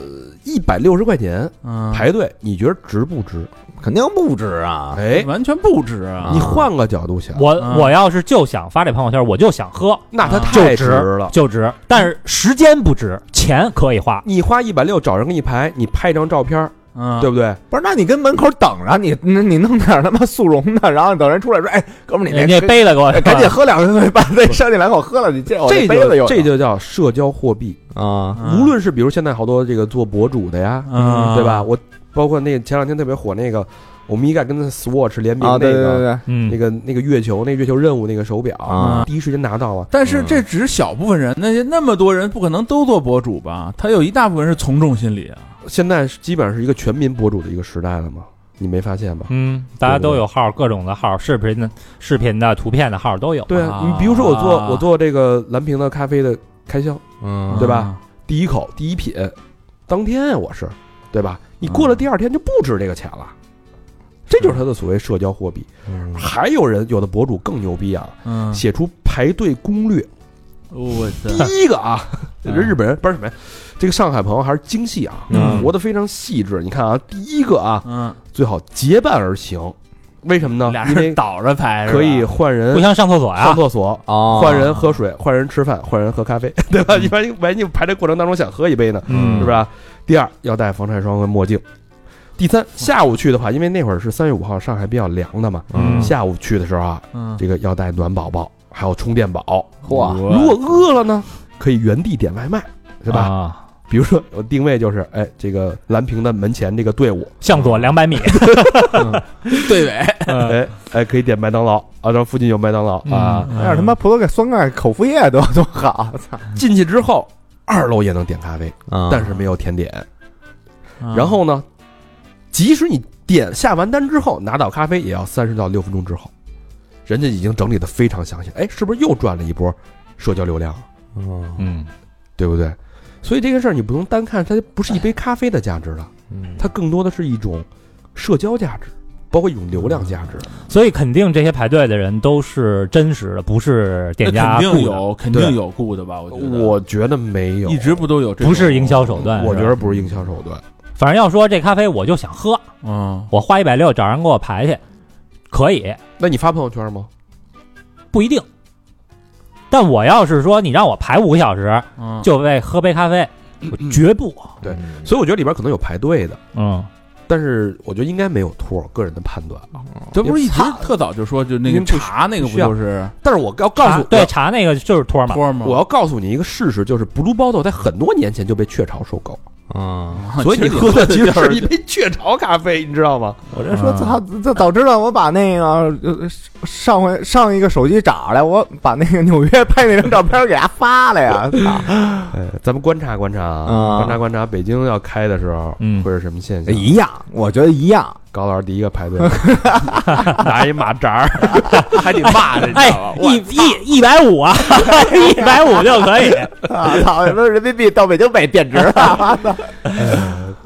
Speaker 3: 一百六十块钱
Speaker 4: 嗯，
Speaker 2: 啊
Speaker 3: 排队，你觉得值不值？
Speaker 2: 肯定不止啊，
Speaker 3: 哎，
Speaker 4: 完全不值啊！
Speaker 3: 你换个角度想，
Speaker 5: 我
Speaker 4: 啊
Speaker 5: 我要是就想发这朋友圈，我就想喝，
Speaker 3: 那它
Speaker 4: 啊
Speaker 3: 太
Speaker 5: 就
Speaker 3: 值
Speaker 5: 值
Speaker 3: 了。
Speaker 5: 就值。但是时间不值，钱可以花。
Speaker 3: 你花一百六找人给你排，你拍一张照片，
Speaker 2: 啊
Speaker 4: 嗯，
Speaker 3: 对不对？
Speaker 2: 不是？那你跟门口等着，你你你弄点他妈速溶的，然后等人出来说，哎，哥们儿，你
Speaker 5: 人
Speaker 2: 那
Speaker 5: 家杯了给我，
Speaker 2: 哎赶紧喝两杯，把那上去两口喝了，你这我
Speaker 3: 这
Speaker 2: 哦杯子
Speaker 3: 就
Speaker 2: 又
Speaker 3: 这就叫社交货币。
Speaker 2: 啊
Speaker 4: 嗯
Speaker 3: 无论是比如现在好多这个做博主的呀，
Speaker 4: 嗯
Speaker 3: 对吧？我包括那前两天特别火那个欧米伽跟 Swatch 联名
Speaker 2: 啊，
Speaker 3: 那
Speaker 2: 对对对
Speaker 3: 个
Speaker 2: 对，
Speaker 5: 嗯
Speaker 3: 那，个那个月球那月球任务那个手表
Speaker 2: 啊
Speaker 3: 第一时间拿到了。
Speaker 4: 但是这只是小部分人，那些那么多人不可能都做博主吧？他有一大部分是从众心理啊。
Speaker 3: 现在是基本上是一个全民博主的一个时代了嘛，你没发现吗？
Speaker 5: 嗯，大家都有号，各种的号，视频的、视频的、图片的号都有。
Speaker 3: 对啊，你比如说我做我做这个蓝瓶的咖啡的开箱，
Speaker 2: 嗯
Speaker 3: 对吧？第一口第一品，当天啊我是，对吧？
Speaker 4: 嗯
Speaker 3: 你过了第二天就不值这个钱了，这就是他的所谓社交货币。还有人有的博主更牛逼啊，
Speaker 4: 嗯，
Speaker 3: 写出排队攻略。
Speaker 4: 我操，
Speaker 3: 第一个啊，
Speaker 4: 嗯
Speaker 3: 人日本人不是什么呀，这个上海朋友还是精细啊，
Speaker 2: 嗯
Speaker 3: 活得非常细致。你看啊，第一个啊，
Speaker 4: 嗯，
Speaker 3: 最好结伴而行，为什么呢？
Speaker 4: 俩
Speaker 3: 因为
Speaker 4: 人倒着排，
Speaker 3: 可以换人
Speaker 5: 互相上厕所
Speaker 3: 上
Speaker 5: 呀，
Speaker 3: 厕所。
Speaker 2: 啊，
Speaker 3: 换人喝水，换人吃饭，换人喝咖啡， 对吧？一般万一你排队过程当中想喝一杯呢，
Speaker 5: 嗯
Speaker 3: 是？吧？第二，要戴防晒霜和墨镜。第
Speaker 5: 嗯
Speaker 3: 三，下午去的话，因为那会儿是三月五号，上海比较凉的嘛，
Speaker 5: 嗯
Speaker 3: 下午去的时候啊，
Speaker 4: 嗯，
Speaker 3: 这个要带暖宝宝，还有充电宝。
Speaker 2: 嚯
Speaker 3: 如果饿了呢，可以原地点外卖，是吧？
Speaker 5: 吧？
Speaker 3: 比如说我定位就是，哎，这个蓝屏的门前这个队伍，
Speaker 5: 向左两百米，
Speaker 4: 对尾，
Speaker 5: 嗯
Speaker 3: 哎哎，可以点麦当劳啊，这附近有麦当劳啊。
Speaker 5: 嗯
Speaker 2: 有点他妈葡萄干酸钙口服液多多好，操！
Speaker 3: 进去之后，二楼也能点咖啡，但
Speaker 5: 啊
Speaker 2: 但
Speaker 3: 是没有甜点。
Speaker 4: 嗯
Speaker 3: 然后呢，即使你点下完单之后拿到咖啡，也要三十到六分钟之后。人家已经整理的非常详细，哎，是不是又赚了一波社交流量，
Speaker 5: 嗯，
Speaker 3: 对不对？所以这个事儿你不能单看它不是一杯咖啡的价值了，它更多的是一种社交价值，包括一种流量价值。
Speaker 5: 所以肯定这些排队的人都是真实的，不是
Speaker 4: 那
Speaker 5: 店家
Speaker 4: 肯
Speaker 5: 雇
Speaker 4: 定
Speaker 5: 的，
Speaker 4: 有，肯
Speaker 3: 对
Speaker 4: 定有雇的吧？我觉得
Speaker 3: 我觉得没有，
Speaker 4: 一直不都有这种，
Speaker 5: 不是营销手段。
Speaker 3: 我觉
Speaker 5: 是吧
Speaker 3: 得，不是营销手段。
Speaker 5: 反正要说这咖啡，我就想喝，
Speaker 4: 嗯，
Speaker 5: 我花一百六找人给我排去，可以
Speaker 3: 那你发朋友圈吗？
Speaker 5: 不一定。但我要是说你让我排五个小时，
Speaker 4: 嗯，
Speaker 5: 就为喝杯咖啡，我绝不。
Speaker 3: 对所以我觉得里边可能有排队的，
Speaker 5: 嗯，
Speaker 3: 但是我觉得应该没有托，个人的判断。
Speaker 4: 这不是一直特早就说就那
Speaker 3: 因
Speaker 4: 个
Speaker 3: 为不需
Speaker 4: 茶那个不
Speaker 3: 不需要
Speaker 4: 就是
Speaker 3: 但是我要告
Speaker 5: 茶
Speaker 3: 诉
Speaker 5: 对茶那个就是托嘛，
Speaker 4: 托吗？
Speaker 3: 我要告诉你一个事实，就是 Blue Bottle 在很多年前就被雀巢收购，
Speaker 2: 啊，
Speaker 3: 所以
Speaker 4: 其
Speaker 3: 你
Speaker 4: 实
Speaker 3: 喝的
Speaker 4: 的
Speaker 3: 其实
Speaker 4: 就是
Speaker 3: 一杯雀巢咖啡，你知道吗？
Speaker 2: 我这说操，这早知道我把那个呃上回上一个手机找来，我把那个纽约拍那张照片给他发了呀，操！
Speaker 3: 哎，咱们观察观察啊，哎
Speaker 2: 啊
Speaker 3: 观察观察，北京要开的时候
Speaker 5: 嗯
Speaker 3: 会是什么现象？
Speaker 2: 一样，我觉得一样，
Speaker 3: 高老师第一个排队，拿一马扎儿， 还得骂人，你
Speaker 5: 哎
Speaker 3: 知道吗，
Speaker 5: 一一一百五啊，一百五就可以。
Speaker 2: 啊操！他妈人民币到北京北贬值了，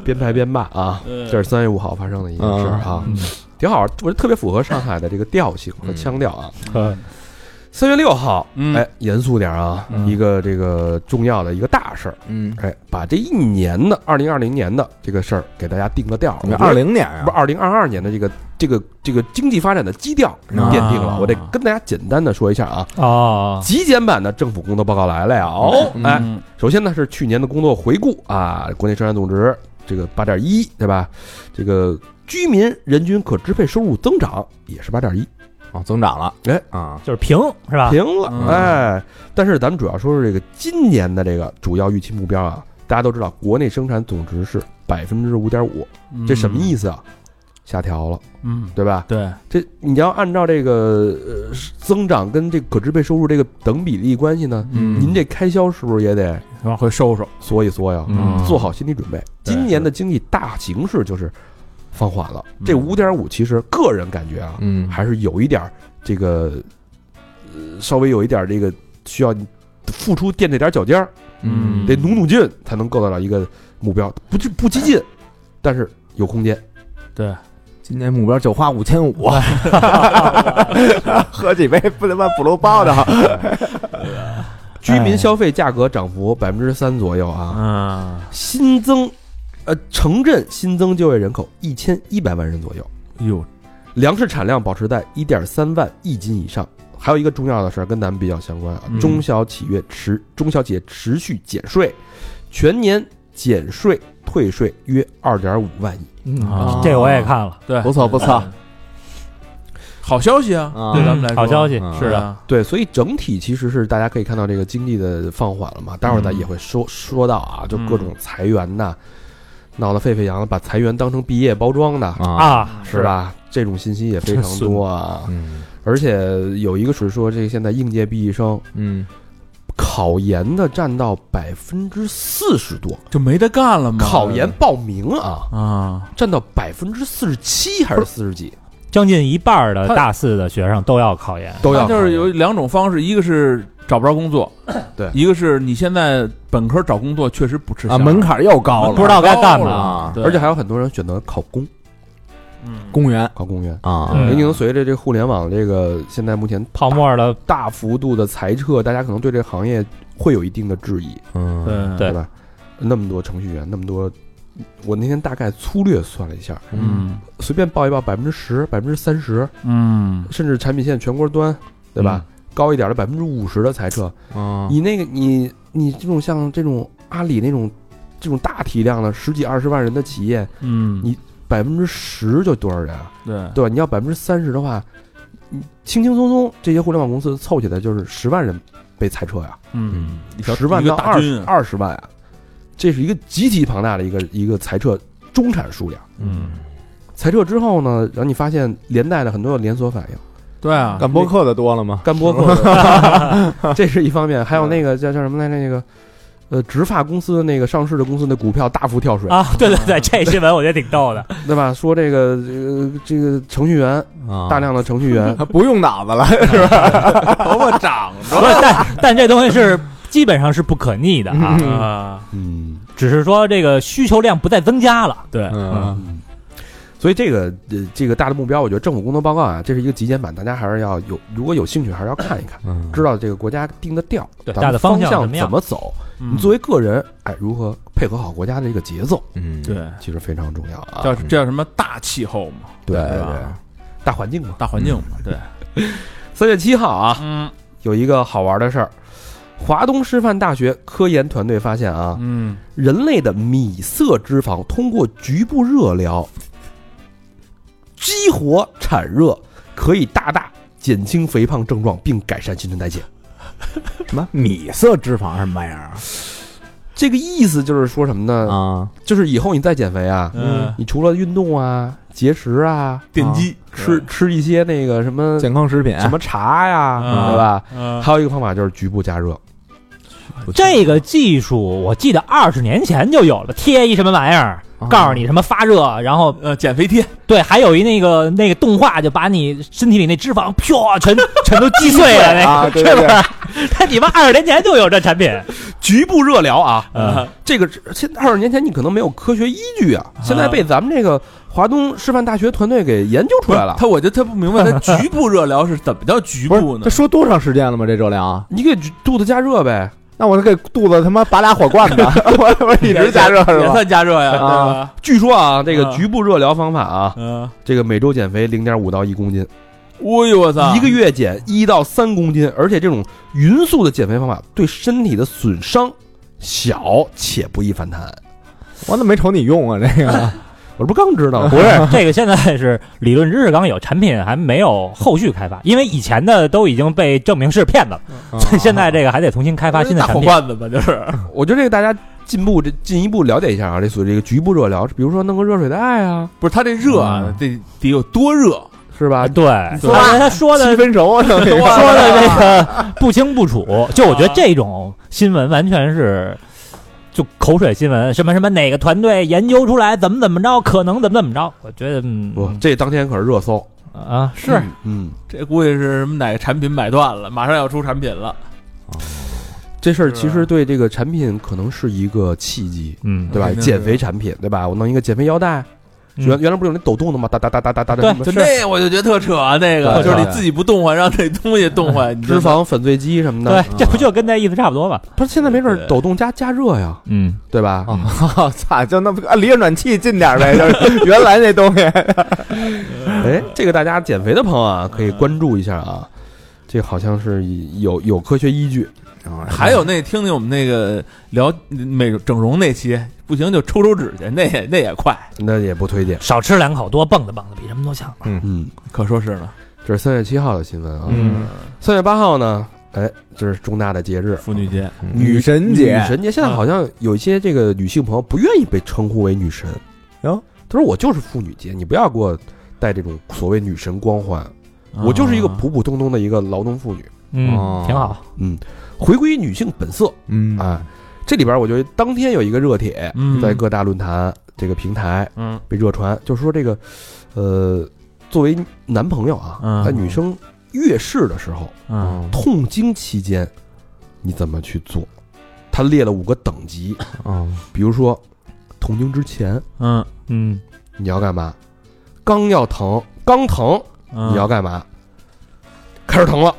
Speaker 3: 边排边骂嗯啊！
Speaker 4: 嗯
Speaker 3: 这是三月五号发生的一件嗯事儿啊，挺好玩，我觉得特别符合上海的这个调性和腔调啊。
Speaker 5: 嗯
Speaker 3: 三月六号，
Speaker 4: 嗯
Speaker 3: 哎，严肃点啊，
Speaker 4: 嗯
Speaker 3: 一个这个重要的一个大事儿，
Speaker 2: 嗯，
Speaker 3: 哎，把这一年的二零二零年的这个事儿给大家定个调儿。
Speaker 2: 你
Speaker 3: 我
Speaker 2: 看
Speaker 3: 觉得
Speaker 2: 二零年
Speaker 3: 不
Speaker 2: 啊，
Speaker 3: 是二零二二年的这个这个这个经济发展的基调奠定了。
Speaker 5: 啊
Speaker 3: 我得跟大家简单的说一下啊，
Speaker 5: 哦，
Speaker 3: 极简版的政府工作报告来了哦，哎，
Speaker 4: 嗯
Speaker 3: 首先呢是去年的工作回顾啊，国内生产总值这个八点一，对吧？这个居民人均可支配收入增长也是八点一，
Speaker 2: 哦，增长了，
Speaker 3: 哎
Speaker 2: 啊，
Speaker 5: 就是平是吧？
Speaker 3: 平了，
Speaker 4: 嗯
Speaker 3: 哎。但是咱们主要说是这个今年的这个主要预期目标啊，大家都知道，国内生产总值是百分之五点五，这什
Speaker 6: 嗯
Speaker 3: 么意思啊？下调了，
Speaker 4: 嗯，
Speaker 3: 对吧？
Speaker 4: 对，
Speaker 3: 这你要按照这个呃增长跟这个可支配收入这个等比例关系呢，
Speaker 4: 嗯
Speaker 3: 您这开销是不是也得
Speaker 4: 往回收收，
Speaker 3: 缩一缩呀？
Speaker 4: 嗯
Speaker 3: 做好心理准备，
Speaker 4: 对
Speaker 3: 今年的经济大形势就是放缓了。这
Speaker 4: 嗯
Speaker 3: 五点五，其实个人感觉啊，
Speaker 2: 嗯
Speaker 3: 还是有一点儿这个，呃，稍微有一点儿这个需要付出垫这点儿脚尖儿，
Speaker 4: 嗯
Speaker 3: 得努努劲才能够得到一个目标，不就不激进，但是有空间。
Speaker 2: 今年目标就花五千五， 喝几杯不他妈补漏包的，
Speaker 3: 居民消费价格涨幅百分之三左右啊，
Speaker 4: 嗯，
Speaker 3: 新增，呃，城镇新增就业人口一千一百万人左右，
Speaker 4: 哟，
Speaker 3: 粮食产量保持在一点三万亿斤以上。还有一个重要的事儿跟咱们比较相关啊，
Speaker 4: 嗯
Speaker 3: 中小企业持中小企业持续减税，全年减税退税约二点五万亿。
Speaker 5: 嗯
Speaker 4: 啊
Speaker 5: 这个我也看了，
Speaker 4: 对，
Speaker 2: 不错不错，
Speaker 4: 好消息啊，
Speaker 2: 啊
Speaker 4: 对咱们来说，
Speaker 5: 好消息，
Speaker 2: 嗯
Speaker 4: 是啊，
Speaker 3: 对，所以整体其实是大家可以看到这个经济的放缓了嘛，待会儿咱也会说、说到啊，就各种裁员呐，闹得沸沸扬扬，把裁员当成毕业包装的，
Speaker 2: 啊，
Speaker 5: 啊，
Speaker 3: 是吧？这种信息也非常多啊，
Speaker 2: 嗯
Speaker 3: 而且有一个是说，这个现在应届毕业生
Speaker 2: 嗯，
Speaker 3: 考研的占到百分之四十多，
Speaker 4: 就没得干了嘛，
Speaker 3: 考研报名啊
Speaker 4: 啊，
Speaker 3: 占到百分之四十七还是四十几
Speaker 5: 将近一半儿的
Speaker 4: 他
Speaker 5: 大四的学生都要考研，
Speaker 3: 都
Speaker 4: 它
Speaker 3: 要
Speaker 6: 啊
Speaker 3: 考研，
Speaker 4: 就是有两种方式，一个是找不着工作，
Speaker 3: 对
Speaker 4: 一个是你现在本科找工作确实不吃
Speaker 2: 啊，
Speaker 4: 香
Speaker 2: 门槛又高了，
Speaker 5: 不知道该干嘛
Speaker 2: 啊，
Speaker 4: 对
Speaker 3: 而且还有很多人选择考公，
Speaker 2: 公务员
Speaker 3: 考公务员。
Speaker 2: 啊，
Speaker 5: 嗯
Speaker 3: 您可能随着这互联网这个现在目前
Speaker 5: 泡沫了，
Speaker 3: 大幅度的裁撤，大家可能对这个行业会有一定的质疑，
Speaker 2: 嗯，
Speaker 4: 对
Speaker 5: 对
Speaker 3: 吧？那么多程序员，那么多，我那天大概粗略算了一下，
Speaker 4: 嗯
Speaker 3: 随便报一报，百分之十、百分之三十，
Speaker 4: 嗯
Speaker 3: 甚至产品线全国端，对吧？高一点的百分之五十的裁撤，
Speaker 4: 哦
Speaker 2: 嗯，
Speaker 3: 你那个你你这种像这种阿里那种这种大体量的十几二十万人的企业，
Speaker 4: 嗯，
Speaker 3: 你百分之十就多少人啊？
Speaker 4: 对
Speaker 3: 对吧？你要百分之三十的话，你轻轻松松这些互联网公司凑起来就是十万人被裁撤呀、
Speaker 4: 嗯
Speaker 2: 嗯
Speaker 4: 一条
Speaker 3: 十万
Speaker 4: 一个
Speaker 3: 到
Speaker 4: 大
Speaker 3: 二
Speaker 4: 军
Speaker 3: 十二十万啊，这是一个极其庞大的一个一个裁撤中产数量。
Speaker 2: 嗯，
Speaker 3: 裁撤之后呢，然后你发现连带的很多有连锁反应，
Speaker 4: 对啊，
Speaker 2: 干播客的多了吗？
Speaker 3: 干播客的这是一方面，还
Speaker 4: 嗯
Speaker 3: 有那个叫叫什么来着？那个呃，植发公司的那个上市的公司的股票大幅跳水，
Speaker 5: 啊，对对对，这新闻我觉得挺 逗的，
Speaker 3: 对吧？说这个呃这个程序员
Speaker 2: 啊，
Speaker 3: 大量的程序 员
Speaker 2: 他不用脑子 了，
Speaker 4: 头发长
Speaker 5: 不是，但但这东西是基本上是不可逆的啊，
Speaker 4: 着啊，
Speaker 3: 嗯，
Speaker 5: 只是说这个需求量不再增加了，
Speaker 4: 对，
Speaker 2: 嗯
Speaker 3: 嗯，所以这个呃这个大的目标，我觉得政府工作报告啊，这是一个极简版，大家还是要有如果有兴趣，还是要看一看，
Speaker 2: 嗯，
Speaker 3: 知道这个国家定的调，
Speaker 5: 对
Speaker 3: 咱
Speaker 5: 大
Speaker 3: 们
Speaker 5: 的
Speaker 3: 方
Speaker 5: 方向怎么样
Speaker 3: 怎么走。
Speaker 4: 嗯
Speaker 3: 你作为个人，哎，如何配合好国家的这个节奏，
Speaker 2: 嗯，
Speaker 4: 对
Speaker 3: 其实非常重要啊。
Speaker 4: 叫这叫什么大气候嘛，
Speaker 3: 对
Speaker 4: 对
Speaker 3: 对
Speaker 4: 吧
Speaker 3: 大环境嘛。
Speaker 4: 大环境
Speaker 3: 嗯
Speaker 4: 嘛，对，
Speaker 3: 三月七号啊，
Speaker 4: 嗯
Speaker 3: 有一个好玩的事儿，华东师范大学科研团队发现啊，
Speaker 4: 嗯，
Speaker 3: 人类的米色脂肪通过局部热疗激活产热，可以大大减轻肥胖症状，并改善新陈代谢。
Speaker 2: 什么米色脂肪什么玩意儿
Speaker 3: 这个意思就是说什么呢？
Speaker 2: 啊？
Speaker 3: 就是以后你再减肥啊，
Speaker 4: 嗯
Speaker 3: 你除了运动啊、节食啊、
Speaker 4: 电击
Speaker 3: 吃吃一些那个什么
Speaker 2: 健康食品
Speaker 3: 什么茶呀，
Speaker 4: 嗯
Speaker 3: 对吧？
Speaker 4: 嗯
Speaker 3: 还有一个方法就是局部加热，
Speaker 5: 啊这个技术我记得二十年前就有了，贴一什么玩意儿，
Speaker 3: 哦
Speaker 5: 告诉你什么发热，然后
Speaker 4: 呃减肥贴，
Speaker 5: 对，还有一那个那个动画，就把你身体里那脂肪啪全全都击碎了， 那
Speaker 2: 啊，
Speaker 5: 哎个
Speaker 2: 对
Speaker 5: 是
Speaker 2: 对
Speaker 5: 不
Speaker 2: 对，
Speaker 5: 是？他你妈二十年前就有这产品，
Speaker 3: 局部热疗啊，
Speaker 5: 嗯
Speaker 3: 这个现二十年前你可能没有科学依据啊，现在被咱们这个华东师范大学团队给研究出来了。
Speaker 4: 他我就特不明白， 他局部热疗是怎么叫局
Speaker 2: 不
Speaker 4: 部
Speaker 2: 是，
Speaker 4: 呢
Speaker 2: 这？说多长时间了吗？这热量？
Speaker 3: 你给肚子加热呗，
Speaker 2: 那我给肚子他妈拔俩火罐 子，我我一直加热是
Speaker 4: 也
Speaker 2: 吧？
Speaker 4: 算加热呀，对
Speaker 2: 啊
Speaker 4: 吧？
Speaker 3: 据说啊，这个
Speaker 4: 啊
Speaker 3: 局部热疗方法啊，
Speaker 4: 嗯，
Speaker 3: 这个每周减肥零点五到一公斤，
Speaker 4: 哎呦我
Speaker 6: 啊
Speaker 4: 操，
Speaker 3: 一个月减一到三公斤，而且这种匀速的减肥方法对身体的损伤小且不易反弹。
Speaker 2: 我怎么没瞅你用啊？这个
Speaker 3: 我这不刚知道吗
Speaker 5: 不是这个，现在是理论知识刚有，产品还没有后续开发，因为以前的都已经被证明是骗子了，所以现在这个还得重新开发新的
Speaker 4: 大
Speaker 5: 产
Speaker 4: 火
Speaker 5: 品。
Speaker 4: 罐子吧，就是
Speaker 3: 我觉得这个大家进步这进一步了解一下啊，这所谓这个局部热疗，比如说弄个热水袋啊，
Speaker 4: 不是他这热啊，得得有多热？
Speaker 3: 是吧？
Speaker 5: 嗯啊对，
Speaker 4: 对
Speaker 5: 而且他说的
Speaker 2: 七分熟啊，等于
Speaker 5: 说的这个不清不楚，就我觉得这种新闻完全是就口水新闻，什么什么哪个团队研究出来怎么怎么着，可能怎么怎么着，我觉得
Speaker 3: 不
Speaker 5: 嗯，
Speaker 3: 这当天可是热搜。
Speaker 5: 啊是
Speaker 3: 嗯，
Speaker 4: 这估计是什么哪个产品买断了，马上要出产品了。
Speaker 3: 这事儿
Speaker 4: 是
Speaker 3: 其实对这个产品可能是一个契机，
Speaker 5: 嗯
Speaker 3: 对吧？
Speaker 4: 肯定是
Speaker 3: 减肥产品，对吧？我弄一个减肥腰带，
Speaker 5: 嗯
Speaker 3: 原原来不是有那抖动的吗？哒哒哒哒哒哒
Speaker 5: 对
Speaker 3: 哒，
Speaker 4: 就是那我就觉得特扯，啊那个
Speaker 2: 对
Speaker 4: 就是你
Speaker 2: 对
Speaker 4: 自己不动换，让那东西动换，你知
Speaker 3: 脂
Speaker 4: 道吗
Speaker 3: 肪粉碎机什么的
Speaker 5: 对。，这不就跟那意思差不多嘛？
Speaker 3: 不是现在没准儿
Speaker 4: 对
Speaker 3: 抖动加加热呀，
Speaker 5: 嗯，
Speaker 3: 对吧？
Speaker 2: 啊， 操，就那么啊离着暖气近点儿呗，就是原来那东西。
Speaker 3: 哎，这个大家减肥的朋友啊，可以
Speaker 4: 嗯
Speaker 3: 关注一下啊。这好像是有有科学依据，
Speaker 4: 还有那听听我们那个聊美整容那期，不行就抽抽脂去，那也那也快，
Speaker 3: 那也不推荐。
Speaker 5: 少吃两口，多蹦跶蹦跶，比什么都强。
Speaker 3: 嗯，
Speaker 4: 可说是呢。
Speaker 3: 这是三月七号的新闻啊。
Speaker 2: 嗯，
Speaker 3: 三月八号呢，哎，这是重大的节日，
Speaker 4: 妇女节，
Speaker 2: 女神节
Speaker 3: 嗯女，神节。现在好像有一些这个女性朋友不愿意被称呼为女神，
Speaker 2: 哟，
Speaker 3: 她说我就是妇女节，你不要给我带这种所谓女神光环，
Speaker 2: 啊
Speaker 3: 嗯我就是一个
Speaker 4: 啊
Speaker 3: 普普通通的一个劳动妇女，
Speaker 5: 嗯
Speaker 2: 哦，
Speaker 5: 挺好。
Speaker 3: 嗯，回归女性本色
Speaker 2: 嗯
Speaker 3: 啊。这里边我觉得当天有一个热帖，
Speaker 4: 嗯
Speaker 3: 在各大论坛这个平台
Speaker 4: 嗯
Speaker 3: 被热传，就是说这个，呃，作为男朋友啊
Speaker 4: 嗯，
Speaker 3: 在女生月事的时候，
Speaker 4: 嗯
Speaker 3: 啊痛经期间，你怎么去做？他列了五个等级，
Speaker 2: 嗯
Speaker 3: 比如说，痛经之前
Speaker 4: 嗯
Speaker 5: 嗯，
Speaker 3: 你要干嘛？刚要疼，刚疼
Speaker 4: 嗯，
Speaker 3: 你要干嘛？开始疼了，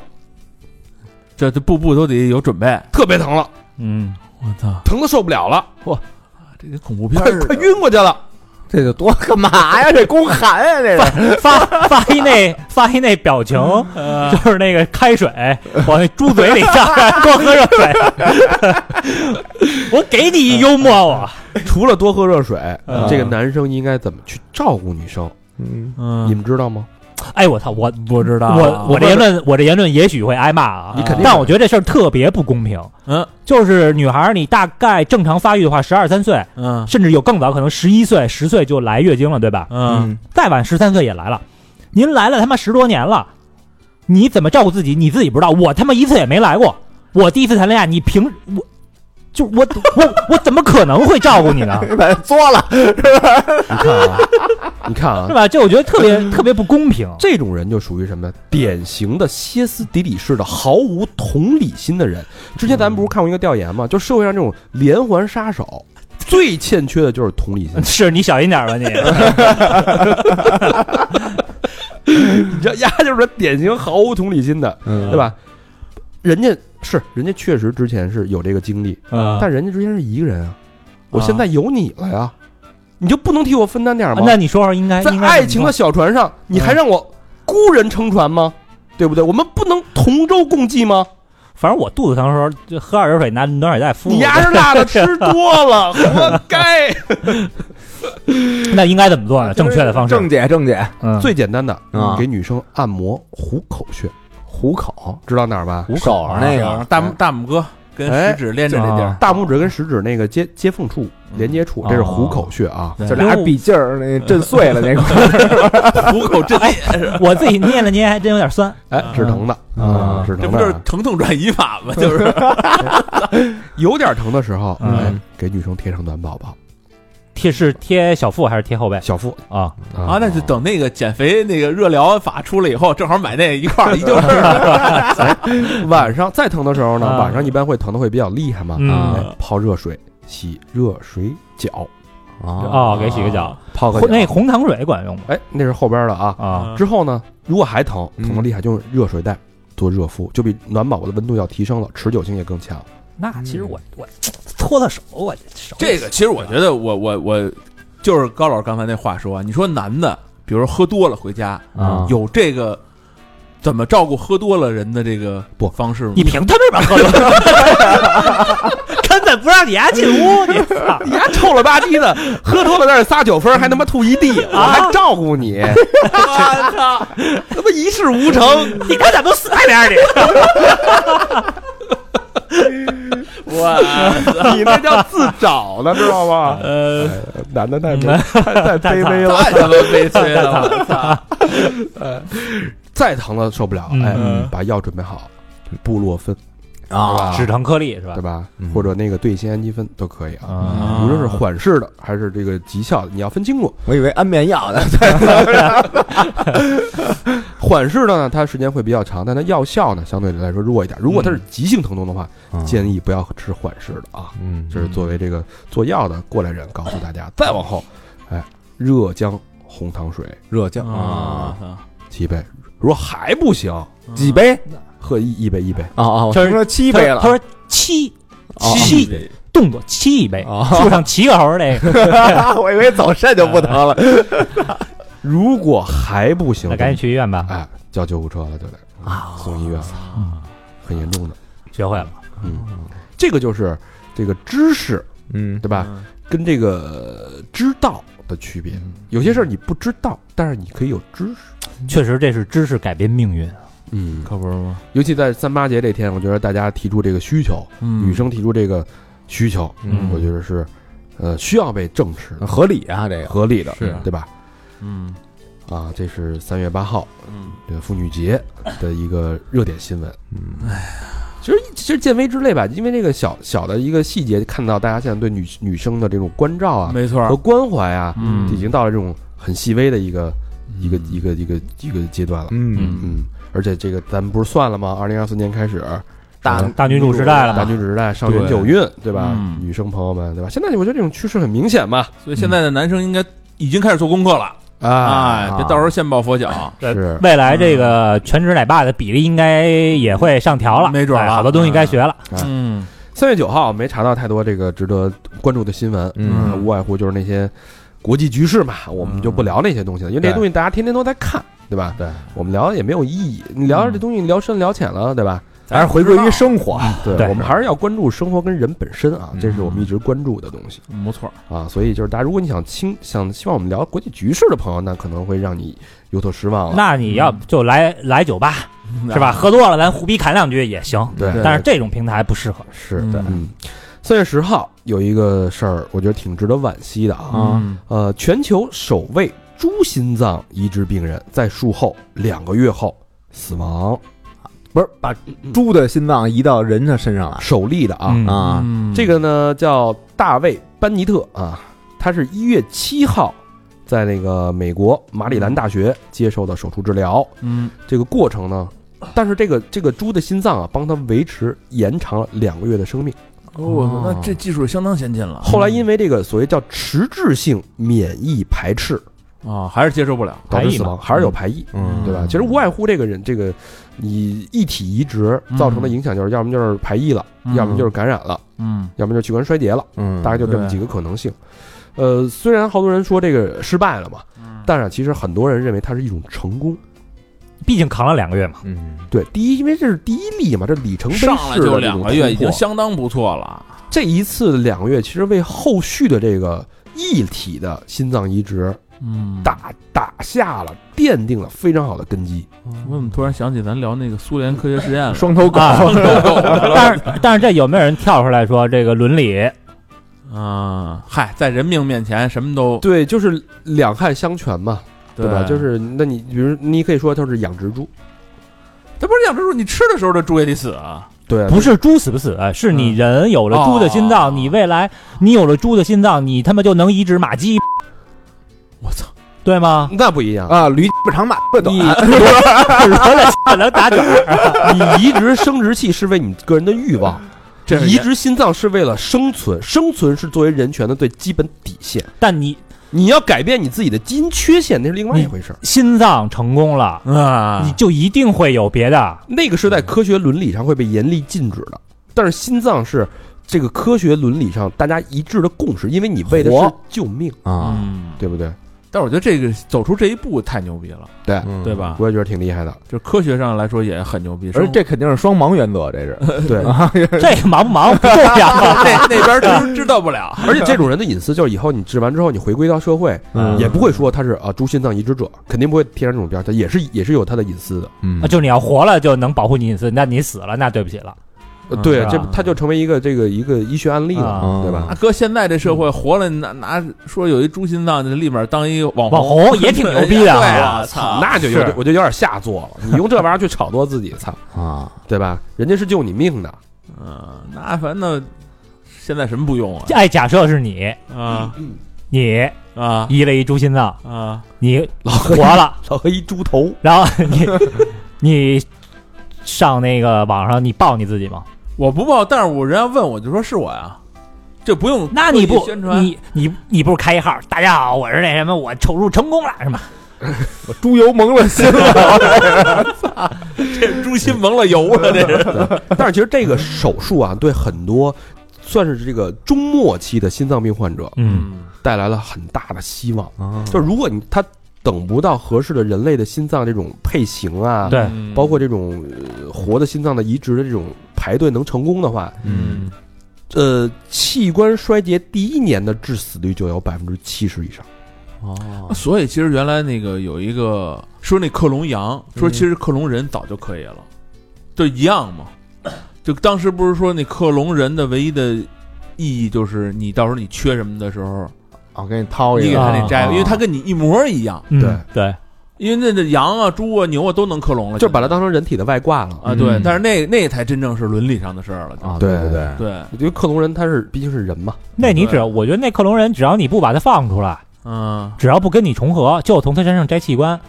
Speaker 4: 这这步步都得有准备。
Speaker 3: 特别疼了，
Speaker 5: 嗯，
Speaker 4: 我操，
Speaker 3: 疼的受不了了，
Speaker 4: 这跟恐怖片
Speaker 3: 快
Speaker 4: 似
Speaker 3: 快
Speaker 4: 的。
Speaker 3: 晕过去了。
Speaker 2: 这就多干 嘛哎呀？这宫寒呀，这是
Speaker 5: 发发一那发一那表情，就是那个开水往那猪嘴里倒，多喝热水。 我给你一幽默，我
Speaker 3: 除了多喝热水，
Speaker 5: 嗯
Speaker 3: 这个男生应该怎么去照顾女生？
Speaker 2: 嗯，
Speaker 3: 你
Speaker 4: 嗯，
Speaker 3: 们知道吗？
Speaker 5: 哎我操我
Speaker 4: 我知
Speaker 6: 啊
Speaker 4: 道，
Speaker 5: 我我这言论我这言论也许会挨骂啊，
Speaker 4: 你肯定
Speaker 5: 但我觉得这事儿特别不公平。
Speaker 4: 嗯
Speaker 5: 就是女孩儿你大概正常发育的话，十二三岁，
Speaker 4: 嗯
Speaker 5: 甚至有更早，可能十一岁、十岁就来月经了，对吧？
Speaker 4: 嗯，
Speaker 5: 再晚十三岁也来了，您来了他妈十多年了，你怎么照顾自己你自己不知道，我他妈一次也没来过，我第一次谈恋爱，你凭我。就我我我怎么可能会照顾你呢？
Speaker 2: 把它作了，
Speaker 3: 你看啊，你看啊
Speaker 5: 是，吧？这我觉得特别特别不公平。。
Speaker 3: 这种人就属于什么？典型的歇斯底里式的毫无同理心的人。之前咱们不是看过一个调研吗？就社会上这种连环杀 手，最欠缺的就是同理心
Speaker 5: 是你小心点吧你。
Speaker 3: 你知道，丫就是典型毫无同理心的，
Speaker 2: 对
Speaker 3: 对？吧？人家是人家确实之前是有这个经历，
Speaker 4: 呃
Speaker 5: 嗯，
Speaker 3: 但人家之前是一个人啊，我现在有你了呀，你就不能替我分担点吗？
Speaker 5: 那你说说应该
Speaker 3: 在
Speaker 5: 应该
Speaker 3: 爱情的小船上，你还让我孤人撑船吗？对不对？我们不能同舟共济吗？
Speaker 5: 反正我肚子疼的时候，就喝点热水，拿暖水袋敷。
Speaker 3: 你丫是辣的吃多 了，活该。
Speaker 5: 那应该怎么做呢？正确的方式，
Speaker 2: 正解正解，
Speaker 5: 嗯
Speaker 3: 最简单的
Speaker 2: 啊，
Speaker 3: 给女生按摩虎口穴，虎口知道哪儿吧？哎
Speaker 2: 手上那个
Speaker 4: 大拇大拇哥跟食指连着这地儿，
Speaker 3: 大拇指跟食指那个接接缝处连接处，这是虎口穴啊。
Speaker 2: 就俩人比劲儿，那震碎了那块儿
Speaker 4: 虎 口震裂，
Speaker 5: 哎我自己捏了捏，还真有点酸。
Speaker 3: 哎，止疼的
Speaker 2: 啊
Speaker 3: 止
Speaker 4: 这
Speaker 3: 疼
Speaker 4: 不就是
Speaker 3: 的。
Speaker 4: 疼痛转移法吗？ 就是
Speaker 3: 有点疼的时候，
Speaker 5: 嗯
Speaker 3: 哎，给女生贴上暖宝宝，
Speaker 5: 贴是贴小腹还是贴后背
Speaker 3: 小腹
Speaker 5: 啊？
Speaker 4: 啊，那就等那个减肥那个热疗法出来以后，正好买那一块儿，一就是
Speaker 3: 晚上再疼的时候呢，
Speaker 5: 啊
Speaker 3: 晚上一般会疼的会比较厉害嘛，
Speaker 5: 嗯
Speaker 3: 哎泡热水，洗热水脚，
Speaker 5: 啊，给洗个脚，
Speaker 3: 泡个
Speaker 5: 红
Speaker 3: 脚
Speaker 5: 那红糖水管用吗？
Speaker 3: 哎，那是后边的啊。
Speaker 5: 啊，
Speaker 3: 之后呢，如果还疼，疼的
Speaker 2: 嗯
Speaker 3: 厉害，就用热水袋做热敷，就比暖宝宝的温度要提升了，持久性也更强。
Speaker 5: 那其实我我搓搓手，我手
Speaker 4: 这个其实我觉得我，我我就是高老师刚才那话说啊，你说男的，比如说喝多了回家，
Speaker 2: 啊
Speaker 4: 有这个怎么照顾喝多了人的这个不方式吗？
Speaker 5: 你凭他为什么喝多？ 根本不让你丫进屋，你操！
Speaker 3: 你还臭了吧唧的，喝多了在这撒酒疯，还他妈吐一 地，我还照顾你，我操，他妈一事无成。
Speaker 5: 你根本都死外边儿去！
Speaker 3: 你那叫自找呢，知道
Speaker 2: 哎
Speaker 3: 吗？呃， 男的太卑太太卑微了，
Speaker 4: 太他妈悲催了！我操！
Speaker 3: 再疼了受不了，
Speaker 5: 嗯
Speaker 3: 哎
Speaker 5: 嗯，
Speaker 3: 把药准备好，布洛芬
Speaker 2: 啊
Speaker 5: 呃止疼颗粒是吧
Speaker 3: 对？吧
Speaker 2: 嗯？
Speaker 3: 或者那个对酰氨基酚都可以啊。
Speaker 5: 啊，
Speaker 3: 无论是缓释的还是这个急效的，你要分清楚。
Speaker 2: 我以为安眠药呢，
Speaker 3: 缓释的呢，它时间会比较长，但它药效呢相对来说弱一点。如果它
Speaker 5: 嗯
Speaker 3: 是急性疼痛的话，
Speaker 5: 啊
Speaker 3: 建议不要吃缓释的啊。
Speaker 2: 啊嗯
Speaker 3: 这是作为这个做药的过来人告诉大家。再往后，哎，热姜红糖水
Speaker 2: 热姜
Speaker 4: 啊，
Speaker 3: 七杯，如果还不行，
Speaker 2: 几杯
Speaker 3: 喝一一杯一杯。
Speaker 2: 啊啊！我
Speaker 5: 这是
Speaker 2: 听说七
Speaker 5: 他
Speaker 2: 杯
Speaker 5: 说
Speaker 2: 了，
Speaker 5: 他说七
Speaker 2: 哦
Speaker 5: 七动作七杯，
Speaker 2: 啊
Speaker 5: 树上骑个猴儿那个，
Speaker 2: 我以为走肾就不疼了。
Speaker 3: 如果还不行，
Speaker 5: 那赶紧去医院吧。
Speaker 3: 哎，叫救护车了就得啊，送医院了，很严重的。
Speaker 5: 学会了，
Speaker 3: 嗯，这个就是这个知识
Speaker 2: 嗯
Speaker 3: 对吧？跟这个呃知道的区别。有些事儿你不知道，但是你可以有知识。
Speaker 5: 确实这是知识改变命运。
Speaker 3: 嗯，
Speaker 4: 可不是吗？
Speaker 3: 尤其在三八节这天，我觉得大家提出这个需求，
Speaker 4: 嗯
Speaker 6: 嗯
Speaker 3: 女生提出这个需求，
Speaker 2: 嗯
Speaker 3: 我觉得是，呃，需要被正视的、
Speaker 2: 合理啊，这个
Speaker 3: 合理的，
Speaker 4: 是
Speaker 3: 对吧？
Speaker 4: 嗯
Speaker 3: 啊，这是三月八号
Speaker 4: 嗯，
Speaker 3: 这个妇女节的一个热点新闻。嗯，其实其实见微知类吧，因为这个小小的一个细节，看到大家现在对女女生的这种关照啊
Speaker 4: 没错
Speaker 3: 和
Speaker 4: 儿，
Speaker 3: 关怀啊，
Speaker 4: 嗯
Speaker 3: 已经到了这种很细微的一个一
Speaker 6: 嗯
Speaker 3: 个一个一个一个阶段了。
Speaker 2: 嗯
Speaker 4: 嗯
Speaker 3: 嗯，而且这个咱们不是算了吗？二零二四年开始，
Speaker 2: 大
Speaker 3: 嗯
Speaker 5: 大女主时代了
Speaker 3: 大
Speaker 5: 嘛，
Speaker 3: 女子时代、少年
Speaker 4: 对
Speaker 3: 九运，对吧？
Speaker 4: 嗯
Speaker 3: 女生朋友们，对吧？现在我觉得这种趋势很明显嘛。
Speaker 4: 所以现在的男生应该已经开始做功课了，
Speaker 2: 啊
Speaker 4: 哎，别到时候先抱佛脚。
Speaker 3: 啊是
Speaker 5: 未来这个全职奶爸的比例应该也会上调了，
Speaker 4: 没准儿
Speaker 5: 哎
Speaker 4: 了
Speaker 5: 好多东西该学了。
Speaker 4: 嗯
Speaker 3: 三月九号没查到太多这个值得关注的新闻，
Speaker 2: 嗯
Speaker 3: 呃无外乎就是那些国际局势嘛，我们就不聊那些东西了，因为那些
Speaker 2: 嗯对
Speaker 3: 东西大家天天都在看，对吧？
Speaker 2: 对，嗯
Speaker 3: 我们聊也没有意义，你聊这东西聊深聊浅了，对吧？
Speaker 2: 还是回归于生活。
Speaker 3: 对
Speaker 5: 对
Speaker 3: 我们还是要关注生活跟人本身啊，这是我
Speaker 2: 嗯
Speaker 3: 们一直关注的东西
Speaker 4: 没嗯错儿，
Speaker 3: 啊。所以就是大家，如果你想清想希望我们聊国际局势的朋友，那可能会让你有所失望了。
Speaker 5: 那你要就来来酒吧是吧？？喝多了咱胡逼侃两句也行，
Speaker 3: 对
Speaker 5: 但是这种平台不适合。
Speaker 3: 是
Speaker 4: 嗯
Speaker 3: 嗯，三月十号有一个事儿，我觉得挺值得惋惜的啊。
Speaker 4: 嗯
Speaker 3: 呃，全球首位猪心脏移植病人在术后两个月后死亡，
Speaker 2: 不是把猪的心脏移到人的身上了
Speaker 3: 首例的啊。
Speaker 5: 嗯
Speaker 2: 啊？
Speaker 4: 嗯
Speaker 3: 这个呢叫大卫·班尼特啊，他是一月七号在那个美国马里兰大学接受的手术治疗。
Speaker 4: 嗯
Speaker 3: 这个过程呢，但是这个这个猪的心脏啊，帮他维持延长了两个月的生命。
Speaker 4: 哦，我那这技术相当先进了
Speaker 3: 后来因为这个所谓叫迟滞性免疫排斥
Speaker 4: 啊，还是接受不了。
Speaker 3: 导致
Speaker 5: 排异
Speaker 3: 死
Speaker 5: 嘛
Speaker 3: 亡，还是有排异。
Speaker 2: 嗯
Speaker 3: 对吧？其实无外乎这个人这个你一体移植
Speaker 4: 嗯
Speaker 3: 造成的影响就是，要么就是排异了，
Speaker 4: 嗯
Speaker 3: 要么就是感染了，
Speaker 4: 嗯
Speaker 3: 要么就是器官衰竭了，
Speaker 2: 嗯
Speaker 3: 大概就这么几个可能性。呃，虽然好多人说这个失败了嘛，
Speaker 4: 嗯
Speaker 3: 但是其实很多人认为它是一种成功。
Speaker 5: 毕竟扛了两个 月嘛，
Speaker 2: 嗯
Speaker 3: 对，第一，因为这是第一例嘛，这里程碑式的
Speaker 4: 上来就两个月，已
Speaker 3: 这种突
Speaker 4: 经
Speaker 3: 破
Speaker 4: 相当不错了。
Speaker 3: 这一次两个月，其实为后续的这个一体的心脏移植
Speaker 4: 嗯
Speaker 3: 打打下了奠定了非常好的根基。
Speaker 4: 我怎么突然想起咱聊那个苏联科学实验了？
Speaker 2: 嗯双头狗
Speaker 5: 啊
Speaker 4: 狗
Speaker 5: 但是但是这有没有人跳出来说这个伦理
Speaker 4: 啊，嗨，在人命面前什么都
Speaker 3: 对，就是两害相权嘛，对吧？就是那你比如你可以说它是养殖猪，
Speaker 4: 它不是养殖猪，你吃的时候这猪也得死啊。
Speaker 3: 对
Speaker 2: 呃
Speaker 5: 不是猪死不死，是你人有了猪的心
Speaker 4: 哦
Speaker 5: 脏，你未来你有了猪的心脏，你他妈就能移植马鸡，
Speaker 4: 我操，
Speaker 5: 对吗？
Speaker 3: 那不一样。
Speaker 2: 啊，驴不长马不短啊
Speaker 3: 你。
Speaker 5: 可能打卷 儿，
Speaker 3: 你移植生殖器是为你个人的欲望，
Speaker 6: 这是
Speaker 3: 移
Speaker 6: 严
Speaker 3: 植心脏是为了生存，生存是作为人权的最基本底线。
Speaker 5: 但你
Speaker 3: 你要改变你自己的基因缺陷，那是另外一回事儿。
Speaker 5: 心脏成功了，
Speaker 6: 啊
Speaker 5: 你，就一定会有别的。
Speaker 3: 那个是在科学伦理上会被严厉禁止的，但是心脏是这个科学伦理上大家一致的共识，因为你为的是
Speaker 2: 活
Speaker 3: 救命，
Speaker 2: 啊，
Speaker 5: 嗯，
Speaker 3: 对不对？
Speaker 6: 但是我觉得这个走出这一步太牛逼了，
Speaker 3: 对，
Speaker 2: 嗯
Speaker 6: 对？ 吧？
Speaker 3: 我也觉得挺厉害的。
Speaker 6: 就科学上来说也很牛逼，
Speaker 2: 而这肯定是双盲原则，这 是
Speaker 3: 对，
Speaker 5: 这个忙不忙不重要。
Speaker 6: 那那边知知道不了，
Speaker 3: 而且这种人的隐私就是以后你治完之后，你回归到社会，
Speaker 2: 嗯
Speaker 3: 也不会说他是啊猪心脏移植者，肯定不会贴上这种标签，也是也是有他的隐私的。
Speaker 2: 嗯
Speaker 5: 啊，就你要活了就能保护你隐私，那你死了那对不起了。
Speaker 3: 呃
Speaker 6: 嗯
Speaker 3: 对
Speaker 5: 是，吧
Speaker 3: 这他就成为一个这个一个医学案例了
Speaker 2: 啊，
Speaker 3: 对吧？
Speaker 6: 啊，哥，现在这社会活了，拿拿说有一猪心脏，就立马当一网
Speaker 5: 网红也挺牛逼的
Speaker 6: 对
Speaker 5: 啊
Speaker 6: 啊，操！
Speaker 3: 那就有
Speaker 5: 是
Speaker 3: 我就有点下作了，你用这玩意儿去炒作自己，操，
Speaker 2: 啊，
Speaker 3: 对吧？人家是救你命的，
Speaker 6: 嗯，那反正现在什么不 用啊？
Speaker 5: 哎，假设是你，
Speaker 6: 啊
Speaker 5: 你
Speaker 6: 啊
Speaker 5: 移了一猪心脏，
Speaker 6: 啊！
Speaker 5: 你
Speaker 3: 老何
Speaker 5: 活了，
Speaker 3: 老何一猪头，
Speaker 5: 然后你 你上那个网上你爆你自己吗？
Speaker 6: 我不报，但是我人家问我就说是我呀，这不用
Speaker 5: 那你
Speaker 6: 特意
Speaker 5: 不
Speaker 6: 宣传
Speaker 5: 你你你不是开一号？大家好，我是那什么，我手术成功了是吗？
Speaker 2: 我猪油蒙了心了，
Speaker 6: 这猪心蒙了油 了，这是
Speaker 3: 但是其实这个手术啊，对很多算是这个中末期的心脏病患者
Speaker 5: 嗯，
Speaker 3: 带来了很大的希望。
Speaker 2: 就
Speaker 3: 就如果你他等不到合适的人类的心脏这种配型啊，
Speaker 5: 对，
Speaker 6: 嗯
Speaker 3: 包括这种、呃活的心脏的移植的这种排队能成功的话，
Speaker 2: 嗯
Speaker 3: 呃，器官衰竭第一年的致死率就有百分之七十以上。
Speaker 2: 哦
Speaker 6: 所以其实原来那个有一个说那克隆羊，说其实克隆人早就可以了，就一样嘛。就当时不是说那克隆人的唯一的意义就是你到时候你缺什么的时候，
Speaker 2: 我给你掏
Speaker 6: 你
Speaker 2: 一
Speaker 6: 给
Speaker 2: 个，
Speaker 6: 他那摘了，
Speaker 2: 啊
Speaker 6: 因为他跟你一模一样，
Speaker 5: 嗯
Speaker 3: 对
Speaker 5: 对，
Speaker 6: 因为那那羊啊、猪啊、牛啊都能克隆了，
Speaker 3: 就把它当成人体的外挂了。
Speaker 6: 啊对
Speaker 5: 嗯，
Speaker 6: 但是那那才真正是伦理上的事儿了，
Speaker 4: 嗯
Speaker 2: 啊，
Speaker 3: 对
Speaker 2: 对
Speaker 3: 对
Speaker 2: 对，
Speaker 6: 对，
Speaker 3: 因为克隆人他是毕竟是人嘛，
Speaker 5: 那你只我觉得那克隆人，只要你不把他放出来，
Speaker 6: 嗯，
Speaker 5: 只要不跟你重合，就从他身上摘器官，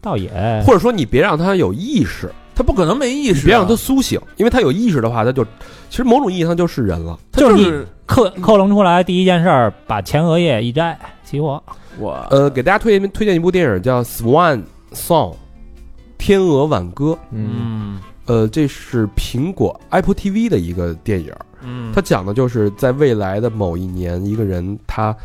Speaker 5: 倒也
Speaker 3: 或者说你别让他有意识，
Speaker 6: 他不可能没嗯意识啊，
Speaker 3: 别让他苏醒，因为他有意识的话，他就其实某种意义上就是人了。
Speaker 6: 他就
Speaker 5: 就是
Speaker 6: 是
Speaker 5: 克克隆出来第一件事儿，把前额叶一摘，齐活。
Speaker 6: 我
Speaker 3: 呃，给大家推荐推荐一部电影叫《Swan Song》，天鹅挽歌。
Speaker 2: 嗯
Speaker 6: 嗯
Speaker 3: 呃，这是苹果 Apple TV 的一个电影，
Speaker 6: 嗯，
Speaker 3: 它讲的就是在未来的某一年，一个人他，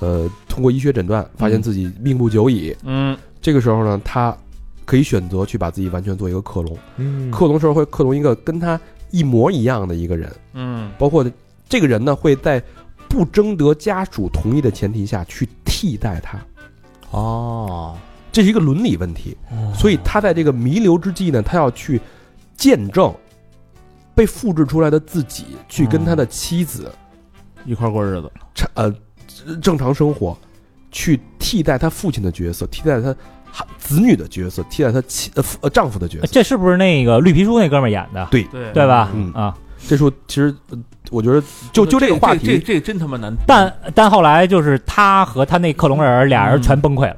Speaker 3: 呃，通过医学诊断发现自己命不久矣。
Speaker 6: 嗯
Speaker 3: 这个时候呢，他可以选择去把自己完全做一个克隆，
Speaker 2: 嗯
Speaker 3: 克隆时候会克隆一个跟他一模一样的一个人，
Speaker 6: 嗯
Speaker 3: 包括这个人呢会在不征得家属同意的前提下去替代他，
Speaker 2: 哦，
Speaker 3: 这是一个伦理问题。
Speaker 5: 哦
Speaker 3: 所以他在这个弥留之际呢，他要去见证被复制出来的自己，去跟他的妻子
Speaker 6: 一块儿过日子，
Speaker 3: 产呃正常生活，去替代他父亲的角色，替代他孩子女的角色，替代他妻呃父呃丈夫的角色。
Speaker 5: 这是不是那个绿皮书那哥们儿演的？
Speaker 6: 对
Speaker 5: 对吧
Speaker 3: 嗯，
Speaker 5: 啊，
Speaker 3: 这时候其实呃我觉得就就这个话
Speaker 6: 这
Speaker 3: 题，
Speaker 6: 这真他妈难。
Speaker 5: 但但后来就是他和他那克隆人儿俩人全崩溃了，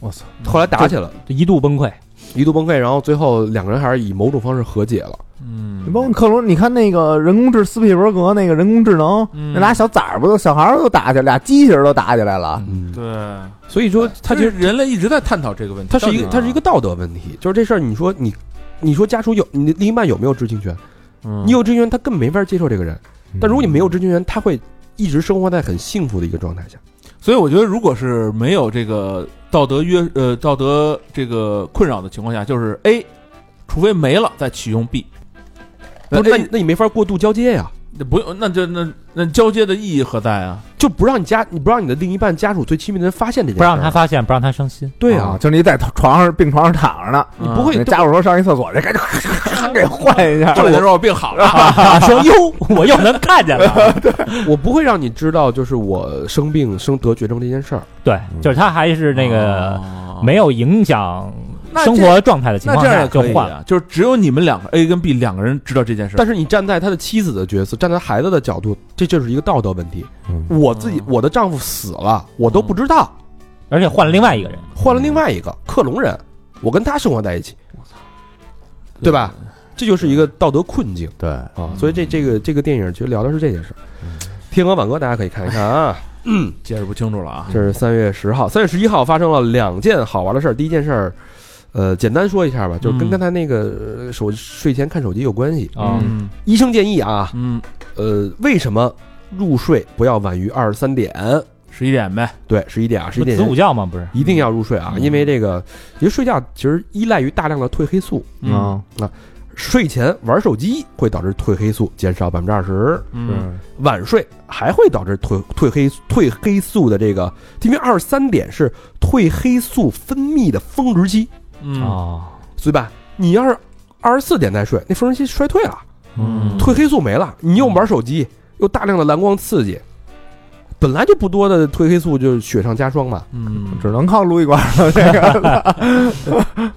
Speaker 2: 我操，
Speaker 3: 后来打起来了，
Speaker 5: 就一度崩溃。
Speaker 3: 一度崩溃，然后最后两个人还是以某种方式和解了。
Speaker 6: 嗯
Speaker 2: 你包括克隆，你看那个人工智斯皮伯格那个人工智能，
Speaker 6: 嗯
Speaker 2: 那俩小崽儿不都小孩儿都打起来，俩机器人都打起来了，
Speaker 3: 嗯，
Speaker 6: 对，
Speaker 3: 所以说他
Speaker 6: 他
Speaker 3: 其
Speaker 6: 其
Speaker 3: 实
Speaker 6: 实人类一直在探讨这个问题，
Speaker 3: 它是一个
Speaker 6: 到底
Speaker 3: 它是一个道德问题，就是这事儿，你说你，你说家属有你的另一半有没有知情权？
Speaker 6: 嗯
Speaker 3: 你有知情权，他根本没法接受这个人。嗯但如果你没有知情权，他会一直生活在很幸福的一个状态下。
Speaker 6: 所以我觉得，如果是没有这个道德约呃道德这个困扰的情况下，就是 A，除非没了再启用 B，
Speaker 3: 不是，那
Speaker 6: A-
Speaker 3: 哎你那你没法过度交接呀，
Speaker 6: 那不用，那就那那交接的意义何在啊？
Speaker 3: 就不让你家，你不让你的另一半家属最亲密的人发现这件
Speaker 5: 不
Speaker 3: 事儿，
Speaker 5: 让他发哦现，不让他伤心。
Speaker 3: 对
Speaker 2: 啊
Speaker 3: 啊，，嗯
Speaker 2: 就你在床上病床上躺着呢，
Speaker 6: 你
Speaker 3: 不会
Speaker 5: 嗯
Speaker 2: 那家属说上一厕所去，赶紧 给换一下，
Speaker 6: 过两天说我病好了，
Speaker 5: 啊，说 哟，我又能看见了。
Speaker 3: 我不会让你知道，就是我生病生得绝症这件事儿。
Speaker 5: 对，就是他还是那个
Speaker 6: 哦
Speaker 5: 没有影响
Speaker 6: 那这
Speaker 5: 生活状态的情
Speaker 6: 那
Speaker 5: 况
Speaker 6: 这样
Speaker 5: 下
Speaker 6: 也
Speaker 5: 就
Speaker 6: 可以
Speaker 5: 换了。
Speaker 6: 啊，就是只有你们两个 A 跟 B 两个人知道这件事，
Speaker 3: 但是你站在他的妻子的角色，站在孩子的角度，这就是一个道德问题。
Speaker 2: 嗯
Speaker 3: 我自
Speaker 5: 哦
Speaker 3: 己
Speaker 6: 嗯
Speaker 3: 我的丈夫死了，我都不知道，
Speaker 5: 嗯而且换了另外一个人，嗯
Speaker 3: 换了另外一个克隆人，我跟他生活在一起，对吧？这就是一个道德困境
Speaker 2: 对，
Speaker 3: 啊。所以这这个这个电影其实聊的是这件事儿
Speaker 2: 嗯。
Speaker 3: 天鹅挽歌大家可以看一看啊，
Speaker 4: 解释不清楚了啊。
Speaker 3: 这是三月十号、三月十一号发生了两件好玩的事儿。第一件事儿，呃，简单说一下吧，就是跟
Speaker 4: 嗯
Speaker 3: 刚才那个呃手睡前看手机有关系。
Speaker 2: 啊
Speaker 4: 嗯
Speaker 3: 医生建议啊，
Speaker 4: 嗯，
Speaker 3: 呃，为什么入睡不要晚于二十三点？
Speaker 4: 十一点呗，
Speaker 3: 对，十一点啊，十
Speaker 5: 不
Speaker 3: 一点
Speaker 5: 子午觉吗？不是，
Speaker 3: 一定要入睡啊，
Speaker 4: 嗯
Speaker 3: 因为这个，因为睡觉其实依赖于大量的褪黑素，
Speaker 4: 嗯
Speaker 2: 啊，
Speaker 3: 睡前玩手机会导致褪黑素减少百分之二十，
Speaker 4: 嗯，
Speaker 3: 晚睡还会导致褪褪黑褪黑素的这个，因为二三点是褪黑素分泌的峰值期，
Speaker 4: 嗯
Speaker 5: 哦，
Speaker 3: 所以吧，你要是二十四点再睡，那峰值期衰退了，
Speaker 4: 嗯
Speaker 3: 褪黑素没了，你又玩手机，又大量的蓝光刺激，本来就不多的褪黑素就雪上加霜嘛，
Speaker 4: 嗯，
Speaker 2: 只能靠撸一管
Speaker 3: 啊
Speaker 2: 了。这个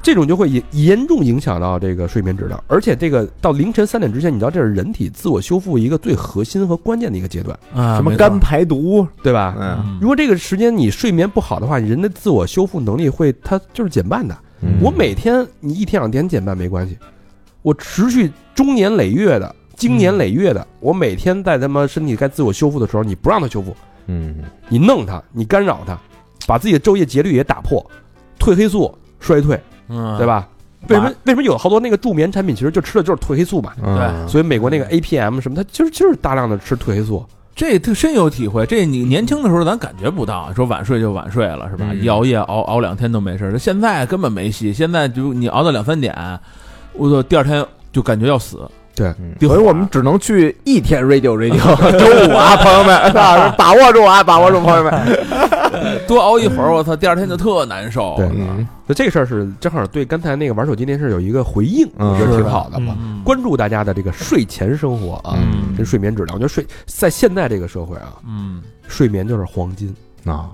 Speaker 3: 这种就会严严重影响到这个睡眠质量，而且这个到凌晨三点之前，你知道这是人体自我修复一个最核心和关键的一个阶段，
Speaker 4: 啊
Speaker 2: 什么
Speaker 4: 没错
Speaker 2: 肝排毒，
Speaker 3: 对吧？
Speaker 2: 嗯，
Speaker 3: 如果这个时间你睡眠不好的话，人的自我修复能力会它就是减半的。我每天你一天两天减半没关系，我持续终年累月的、经年累月的，我每天在他妈身体该自我修复的时候，你不让它修复，
Speaker 2: 嗯
Speaker 3: 你弄它，你干扰它，把自己的昼夜节律也打破，褪黑素衰退，
Speaker 4: 嗯，
Speaker 3: 对
Speaker 4: 吧？
Speaker 3: 吧？为什么为什么有好多那个助眠产品其实就吃的就是褪黑素嘛？
Speaker 2: 嗯
Speaker 3: 所以美国那个 APM 什么，它其实就是大量的吃褪黑素。
Speaker 4: 这特深有体会，这你年轻的时候咱感觉不到，啊说晚睡就晚睡了是吧？
Speaker 2: 嗯
Speaker 4: 一熬夜熬熬两天都没事儿，现在根本没戏。现在就你熬到两三点，我操，第二天就感觉要死。
Speaker 2: 嗯
Speaker 4: 定
Speaker 2: 所以我们只能去一天 radio radio 周五啊，朋友们，啊把握住啊，把握住，朋友们。
Speaker 4: 多熬一会儿，我操，第二天就特难受。
Speaker 3: 对
Speaker 2: 嗯
Speaker 3: 那这个事儿是正好对刚才那个玩手机那事儿有一个回应，
Speaker 2: 嗯
Speaker 3: 我觉得挺好的。
Speaker 5: 嗯
Speaker 4: 嗯
Speaker 3: 关注大家的这个睡前生活啊，
Speaker 2: 嗯
Speaker 3: 跟睡眠质量，我觉得睡在现在这个社会啊，
Speaker 4: 嗯，
Speaker 3: 睡眠就是黄金。
Speaker 2: 啊，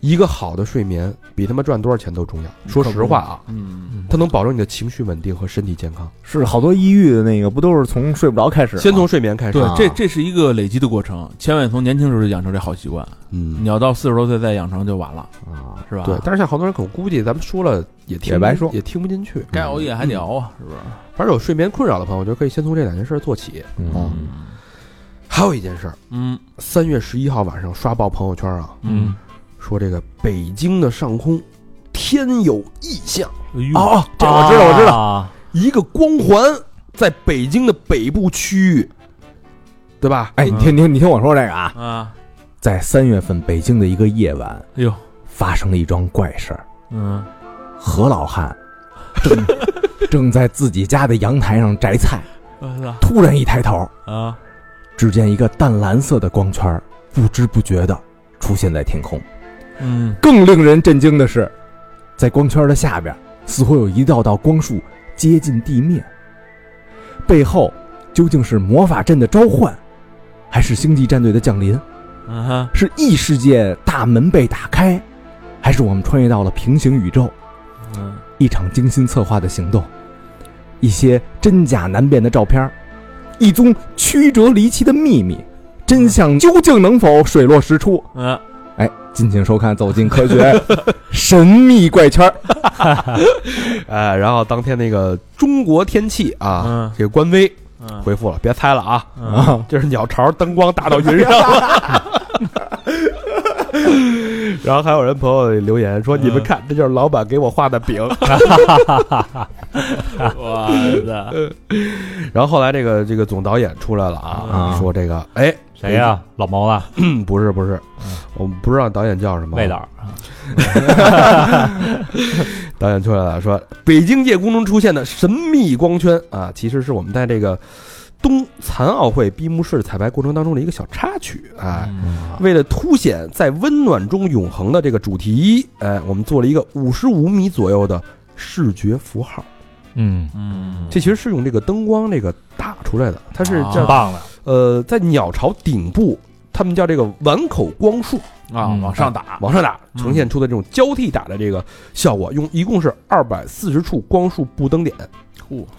Speaker 3: 一个好的睡眠比他妈赚多少钱都重要。说实话啊，
Speaker 4: 嗯，
Speaker 3: 它能保证你的情绪稳定和身体健康。
Speaker 2: 是好多抑郁的那个，不都是从睡不着开始吗？
Speaker 3: 先从睡眠开始
Speaker 4: 对
Speaker 3: 啊，，
Speaker 4: 这这是一个累积的过程，千万从年轻时候就养成这好习惯，
Speaker 3: 嗯
Speaker 4: 你，要到四十多岁再养成就晚了，
Speaker 2: 啊，
Speaker 4: 是吧？
Speaker 3: 对。但是像好多人，我估计咱们说了也听
Speaker 2: 也白说
Speaker 3: 也听不进去。
Speaker 4: 该熬夜还得熬啊，是不是？
Speaker 3: 反正有睡眠困扰的朋友，就可以先从这两件事儿做起。
Speaker 2: 嗯
Speaker 3: 还有一件事儿，
Speaker 4: 嗯
Speaker 3: 三月十一号晚上刷爆朋友圈啊，
Speaker 4: 嗯，
Speaker 3: 说这个北京的上空天有异象，
Speaker 4: 哎呦
Speaker 3: 哦，
Speaker 2: 这我知道我知道
Speaker 5: 道，
Speaker 3: 一个光环在北京的北部区域，对吧？
Speaker 2: 哎，你听听，你听我说这个啊，
Speaker 4: 啊，
Speaker 2: 在三月份北京的一个夜晚，
Speaker 4: 哎呦，
Speaker 2: 发生了一桩怪事儿。
Speaker 4: 嗯
Speaker 2: 何老汉正正在自己家的阳台上摘菜，
Speaker 4: 我
Speaker 2: 突然一抬头，
Speaker 4: 操啊，
Speaker 2: 只见一个淡蓝色的光圈儿不知不觉的出现在天空。
Speaker 4: 嗯
Speaker 2: 更令人震惊的是，在光圈的下边，似乎有一道道光束接近地面。背后究竟是魔法阵的召唤，还是星际战队的降临？
Speaker 4: 嗯哈，
Speaker 2: 是异世界大门被打开，还是我们穿越到了平行宇宙？
Speaker 4: 嗯。
Speaker 2: 一场精心策划的行动，一些真假难辨的照片儿，一宗曲折离奇的秘密，真相究竟能否水落石出？
Speaker 4: 嗯，
Speaker 2: 哎，敬请收看《走进科学》神秘怪圈儿。
Speaker 3: 哎，然后当天那个中国天气啊，
Speaker 4: 嗯
Speaker 3: 这个官微
Speaker 4: 嗯
Speaker 3: 回复了，别猜了啊，
Speaker 4: 嗯
Speaker 3: 这是鸟巢灯光打到云上了。 然后还有人朋友留言说：“你们看，这就是老板给我画的饼。
Speaker 4: 我的，
Speaker 3: 然后后来这个这个总导演出来了啊，
Speaker 2: 啊
Speaker 3: 说这个哎
Speaker 5: 谁呀？老毛啊，
Speaker 3: 嗯不是不是，我们不知道导演叫什么。啊
Speaker 5: 魏导，
Speaker 3: 导演出来了，说北京夜空中出现的神秘光圈啊，其实是我们在这个冬残奥会闭幕式彩排过程当中的一个小插曲啊。
Speaker 5: 嗯
Speaker 3: 为了凸显在温暖中永恒的这个主题，哎，我们做了一个五十五米左右的视觉符号。
Speaker 5: 嗯，
Speaker 4: 嗯，
Speaker 3: 这其实是用这个灯光这个打出来的，它是
Speaker 5: 真
Speaker 3: 叫、
Speaker 5: 棒了，
Speaker 3: 呃，在鸟巢顶部，他们叫这个碗口光束，
Speaker 4: 啊，往上打，
Speaker 3: 哎往上打
Speaker 4: 嗯
Speaker 3: 呈现出的这种交替打的这个效果，用一共是二百四十处光束布灯点。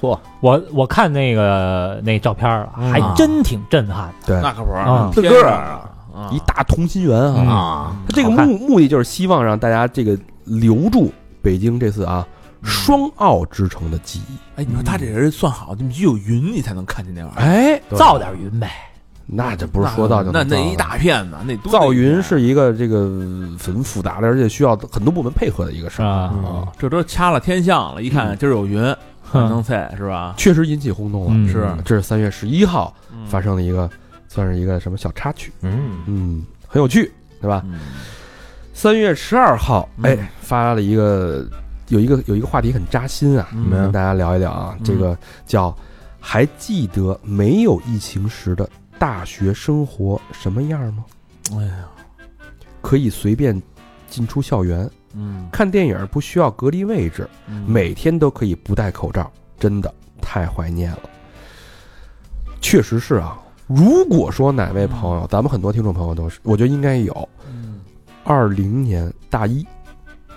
Speaker 5: 我我看那个那照片儿啊，还
Speaker 2: 嗯
Speaker 5: 真挺震撼的，
Speaker 3: 对
Speaker 4: 那可不是
Speaker 5: 啊
Speaker 4: 天
Speaker 2: 自个
Speaker 4: 上
Speaker 2: 儿
Speaker 4: 啊，
Speaker 3: 一大同心圆啊！
Speaker 5: 嗯
Speaker 2: 啊，
Speaker 3: 它这个
Speaker 5: 好看
Speaker 3: 目目的就是希望让大家这个留住北京这次啊双奥之城的记忆。
Speaker 6: 哎，你说他这人算好，你必须有云，你才能看见那玩意儿。
Speaker 3: 哎，
Speaker 5: 造点云呗，
Speaker 3: 那这不是说造就
Speaker 6: 那
Speaker 3: 能造
Speaker 6: 那
Speaker 3: 的
Speaker 6: 一大片呢，那多
Speaker 3: 造云是一个这个很复杂的，而且需要很多部门配合的一个事
Speaker 5: 是
Speaker 3: 儿
Speaker 5: 吧？
Speaker 3: 啊，
Speaker 6: 这都掐了天象了，一看今儿有云，
Speaker 5: 嗯
Speaker 6: 能菜是吧？
Speaker 3: 确实引起轰动了。
Speaker 5: 嗯
Speaker 6: 是
Speaker 3: 这是三月十一号
Speaker 6: 嗯
Speaker 3: 发生的一个，算是一个什么小插曲，
Speaker 2: 嗯，
Speaker 3: 嗯，很有趣，对吧？
Speaker 6: 嗯
Speaker 3: 三月十二号，
Speaker 6: 嗯
Speaker 3: 哎，发了一个有一个有一个话题很扎心啊，
Speaker 6: 嗯
Speaker 3: 跟大家聊一聊啊，
Speaker 6: 嗯
Speaker 3: 这个叫还记得没有疫情时的大学生活什么样吗？
Speaker 6: 哎呀，
Speaker 3: 可以随便进出校园，
Speaker 6: 嗯，
Speaker 3: 看电影不需要隔离位置，
Speaker 6: 嗯
Speaker 3: 每天都可以不戴口罩，真的太怀念了。确实是啊，如果说哪位朋友，咱们很多听众朋友都是，我觉得应该有
Speaker 6: 嗯
Speaker 3: 二零年大一。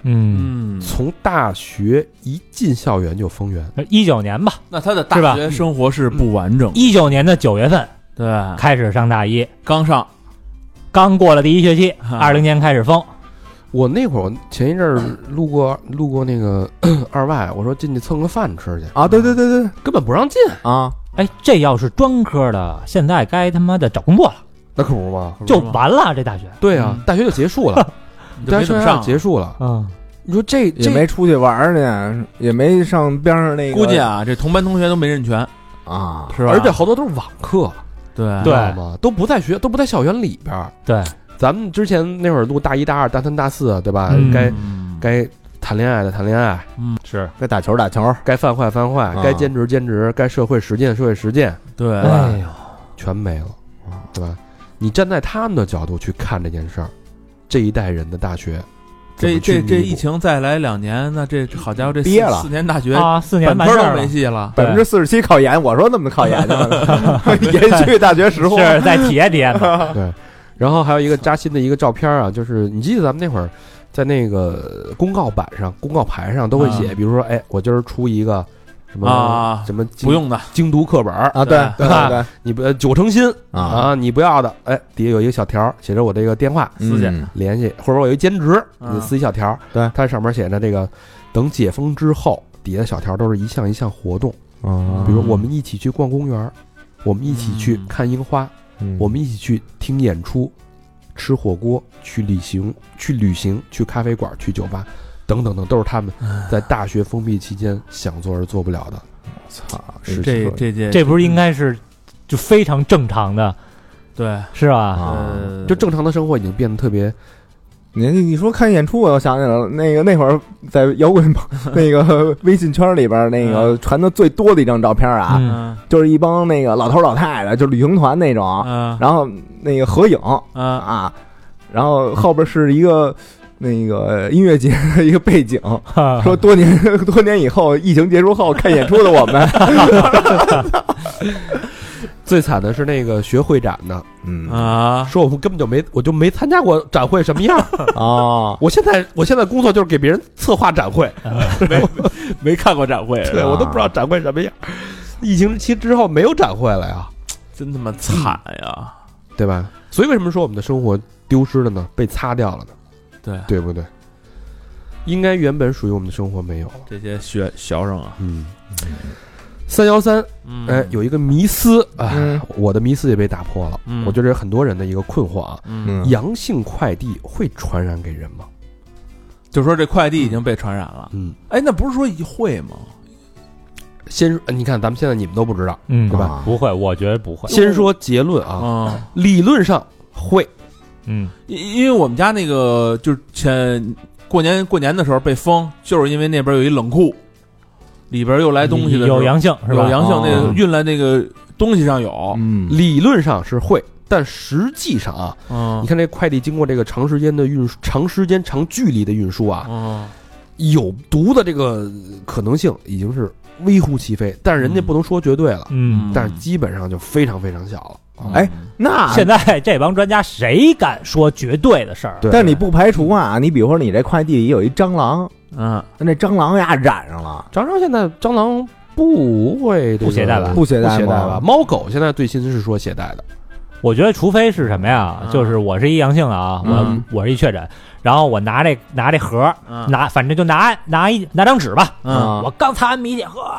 Speaker 5: 嗯，
Speaker 6: 嗯，
Speaker 3: 从大学一进校园就封园，
Speaker 5: 一九年吧，
Speaker 6: 那他的
Speaker 5: 是
Speaker 6: 大
Speaker 5: 吧嗯
Speaker 6: 学生活是不完整的，
Speaker 5: 一九年的九月份
Speaker 6: 对吧，
Speaker 5: 开始上大一，
Speaker 6: 刚上
Speaker 5: 刚过了第一学期，
Speaker 6: 啊
Speaker 5: 二零年开始封，
Speaker 3: 我那会儿，我前一阵儿路过路过那个 二外，我说进去蹭个饭吃去，
Speaker 2: 啊，对对对对
Speaker 3: 根本不让进，
Speaker 2: 啊，
Speaker 5: 哎，这要是专科的，现在该他妈的找工作了，
Speaker 3: 那可不嘛。
Speaker 5: 就完了这大学，
Speaker 3: 对啊，大学就结束了，
Speaker 6: 你就
Speaker 3: 大
Speaker 6: 没
Speaker 3: 学生
Speaker 6: 怎么
Speaker 3: 涯
Speaker 6: 上，啊
Speaker 3: 结束了。
Speaker 5: 嗯，
Speaker 3: 你说这
Speaker 2: 也
Speaker 3: 这
Speaker 2: 没出去玩儿去，也没上边上那个，
Speaker 6: 估计啊，这同班同学都没认全，
Speaker 2: 啊，
Speaker 6: 是吧？
Speaker 3: 而且好多都是网课，
Speaker 6: 对
Speaker 3: 知
Speaker 5: 对
Speaker 3: 道吗？都不在学，都不在校园里边儿。
Speaker 5: 对，
Speaker 3: 咱们之前那会儿录大一、大二、大三、大四，啊对吧？
Speaker 5: 嗯
Speaker 3: 该
Speaker 6: 嗯
Speaker 3: 该谈恋爱的谈恋爱，
Speaker 5: 是，
Speaker 2: 该打球打球，
Speaker 3: 该犯坏犯坏
Speaker 2: 啊，
Speaker 3: 该兼职兼职，该社会实践社会实践，
Speaker 6: 对，
Speaker 5: 哎呦，
Speaker 3: 全没了，对吧？你站在他们的角度去看这件事儿，这一代人的大学，怎
Speaker 6: 这
Speaker 3: 么去
Speaker 6: 这这
Speaker 3: 弥补
Speaker 6: 疫情再来两年，那这好家伙，这四
Speaker 2: 憋了
Speaker 6: 四年大学
Speaker 5: 啊，四年
Speaker 6: 本
Speaker 5: 完
Speaker 6: 科
Speaker 5: 事
Speaker 6: 都
Speaker 5: 儿
Speaker 6: 没
Speaker 5: 了，
Speaker 6: 戏了。
Speaker 2: 百分之四十七考研，我说怎么考研呢？延续大学时候，
Speaker 5: 是 再体验体验
Speaker 6: 嗯
Speaker 5: 吧，
Speaker 3: 对。然后还有一个扎心的一个照片啊，就是你记得咱们那会儿在那个公告板上、公告牌上都会写，比如说，哎，我今儿出一个什么、
Speaker 6: 啊
Speaker 3: 什么
Speaker 6: 不用的，
Speaker 3: 精读课本儿，
Speaker 2: 啊，对对对对
Speaker 3: 你不呃九成新
Speaker 2: 啊，
Speaker 3: 你不要的，哎，底下有一个小条儿写着我这个电话
Speaker 6: 私家
Speaker 2: 嗯
Speaker 3: 联系，或者我有一兼职，
Speaker 6: 嗯
Speaker 3: 你撕一小条儿，
Speaker 2: 对
Speaker 3: 它上面写着这个等解封之后，底下小条儿都是一项一项活动，
Speaker 2: 啊
Speaker 3: 比如我们一起去逛公园儿，我们一起去
Speaker 6: 嗯
Speaker 3: 看樱花，我们一起去听演出、吃火锅、去旅行、去旅行、去咖啡馆、去酒吧，等等等，都是他们在大学封闭期间想做而做不了的。
Speaker 2: 操，
Speaker 3: 是
Speaker 6: 这这这
Speaker 5: 这不是应该是就非常正常的，
Speaker 6: 对，
Speaker 5: 是吧？
Speaker 2: 啊。
Speaker 6: 呃，
Speaker 3: 就正常的生活已经变得特别
Speaker 2: 你你你说看演出，我又想起来了，那个那会儿在摇滚榜那个微信圈里边儿，那个传的最多的一张照片啊，
Speaker 5: 嗯
Speaker 6: 嗯
Speaker 2: 就是一帮那个老头老太太，就旅行团那种，
Speaker 6: 啊
Speaker 2: 然后那个合影
Speaker 6: 啊，
Speaker 2: 啊，然后后边是一个那个音乐节的一个背景，
Speaker 6: 嗯
Speaker 5: 哈
Speaker 2: 说多年 多年以后，疫情结束后看演出的我们，
Speaker 3: 最惨的是那个学会展的，
Speaker 2: 嗯
Speaker 6: 啊，
Speaker 3: 说我们根本就没，我就没参加过展会什么样。
Speaker 2: 哦，
Speaker 3: 我现在我现在工作就是给别人策划展会，
Speaker 6: 没看过展会，
Speaker 3: 对我都不知道展会什么样。疫情期之后没有展会了呀，
Speaker 6: 真他妈惨呀！
Speaker 3: 对吧？所以为什么说我们的生活丢失了呢？被擦掉了呢？
Speaker 6: 对
Speaker 3: 对不对？应该原本属于我们的生活没有了。
Speaker 6: 这些学学生啊，
Speaker 3: 嗯，三幺三，
Speaker 6: 嗯
Speaker 3: 哎，有一个迷思啊，
Speaker 2: 嗯
Speaker 3: 我的迷思也被打破了。
Speaker 6: 嗯
Speaker 3: 我觉得这是很多人的一个困惑啊。
Speaker 6: 嗯，
Speaker 3: 阳性快递会传染给人吗？
Speaker 6: 就说这快递已经被传染了。
Speaker 3: 嗯，
Speaker 6: 哎，那不是说一会吗？
Speaker 3: 先说呃你看，咱们现在你们都不知道，
Speaker 5: 嗯
Speaker 3: 对吧？
Speaker 2: 啊
Speaker 5: 不会，我觉得不会，
Speaker 3: 先说结论啊，
Speaker 6: 啊，
Speaker 3: 理论上会，
Speaker 5: 嗯，
Speaker 6: 因因为我们家那个就是前过年过年的时候被封，就是因为那边有一冷库，里边又来东西的时候
Speaker 5: 有阳性是吧？
Speaker 6: 有阳性，
Speaker 2: 哦
Speaker 6: 那个运来那个东西上有，
Speaker 2: 嗯
Speaker 3: 理论上是会，但实际上啊，
Speaker 6: 嗯
Speaker 3: 你看这快递经过这个长时间的运输、长时间、长距离的运输啊，
Speaker 6: 嗯，
Speaker 3: 有毒的这个可能性已经是微乎其微，但是人家不能说绝对了，
Speaker 5: 嗯，
Speaker 3: 但是基本上就非常非常小了。
Speaker 2: 哎，那
Speaker 5: 现在这帮专家谁敢说绝对的事儿？
Speaker 3: 对，
Speaker 2: 但你不排除啊，你比如说你这快递里有一蟑螂，
Speaker 6: 嗯，
Speaker 2: 那蟑螂呀染上了，
Speaker 3: 蟑螂现在蟑螂不会这个
Speaker 5: 不携带吧
Speaker 2: 不携带
Speaker 3: 不携带
Speaker 2: 吗
Speaker 3: 吧？猫狗现在最新是说携带的，
Speaker 5: 我觉得除非是什么呀，
Speaker 3: 嗯
Speaker 5: 就是我是一阳性的啊，我
Speaker 6: 嗯
Speaker 5: 我是一确诊，然后我拿这拿这盒儿，
Speaker 6: 嗯
Speaker 5: 拿反正就拿拿一拿张纸吧，
Speaker 2: 啊
Speaker 6: 嗯
Speaker 5: 我刚擦完鼻涕，呵，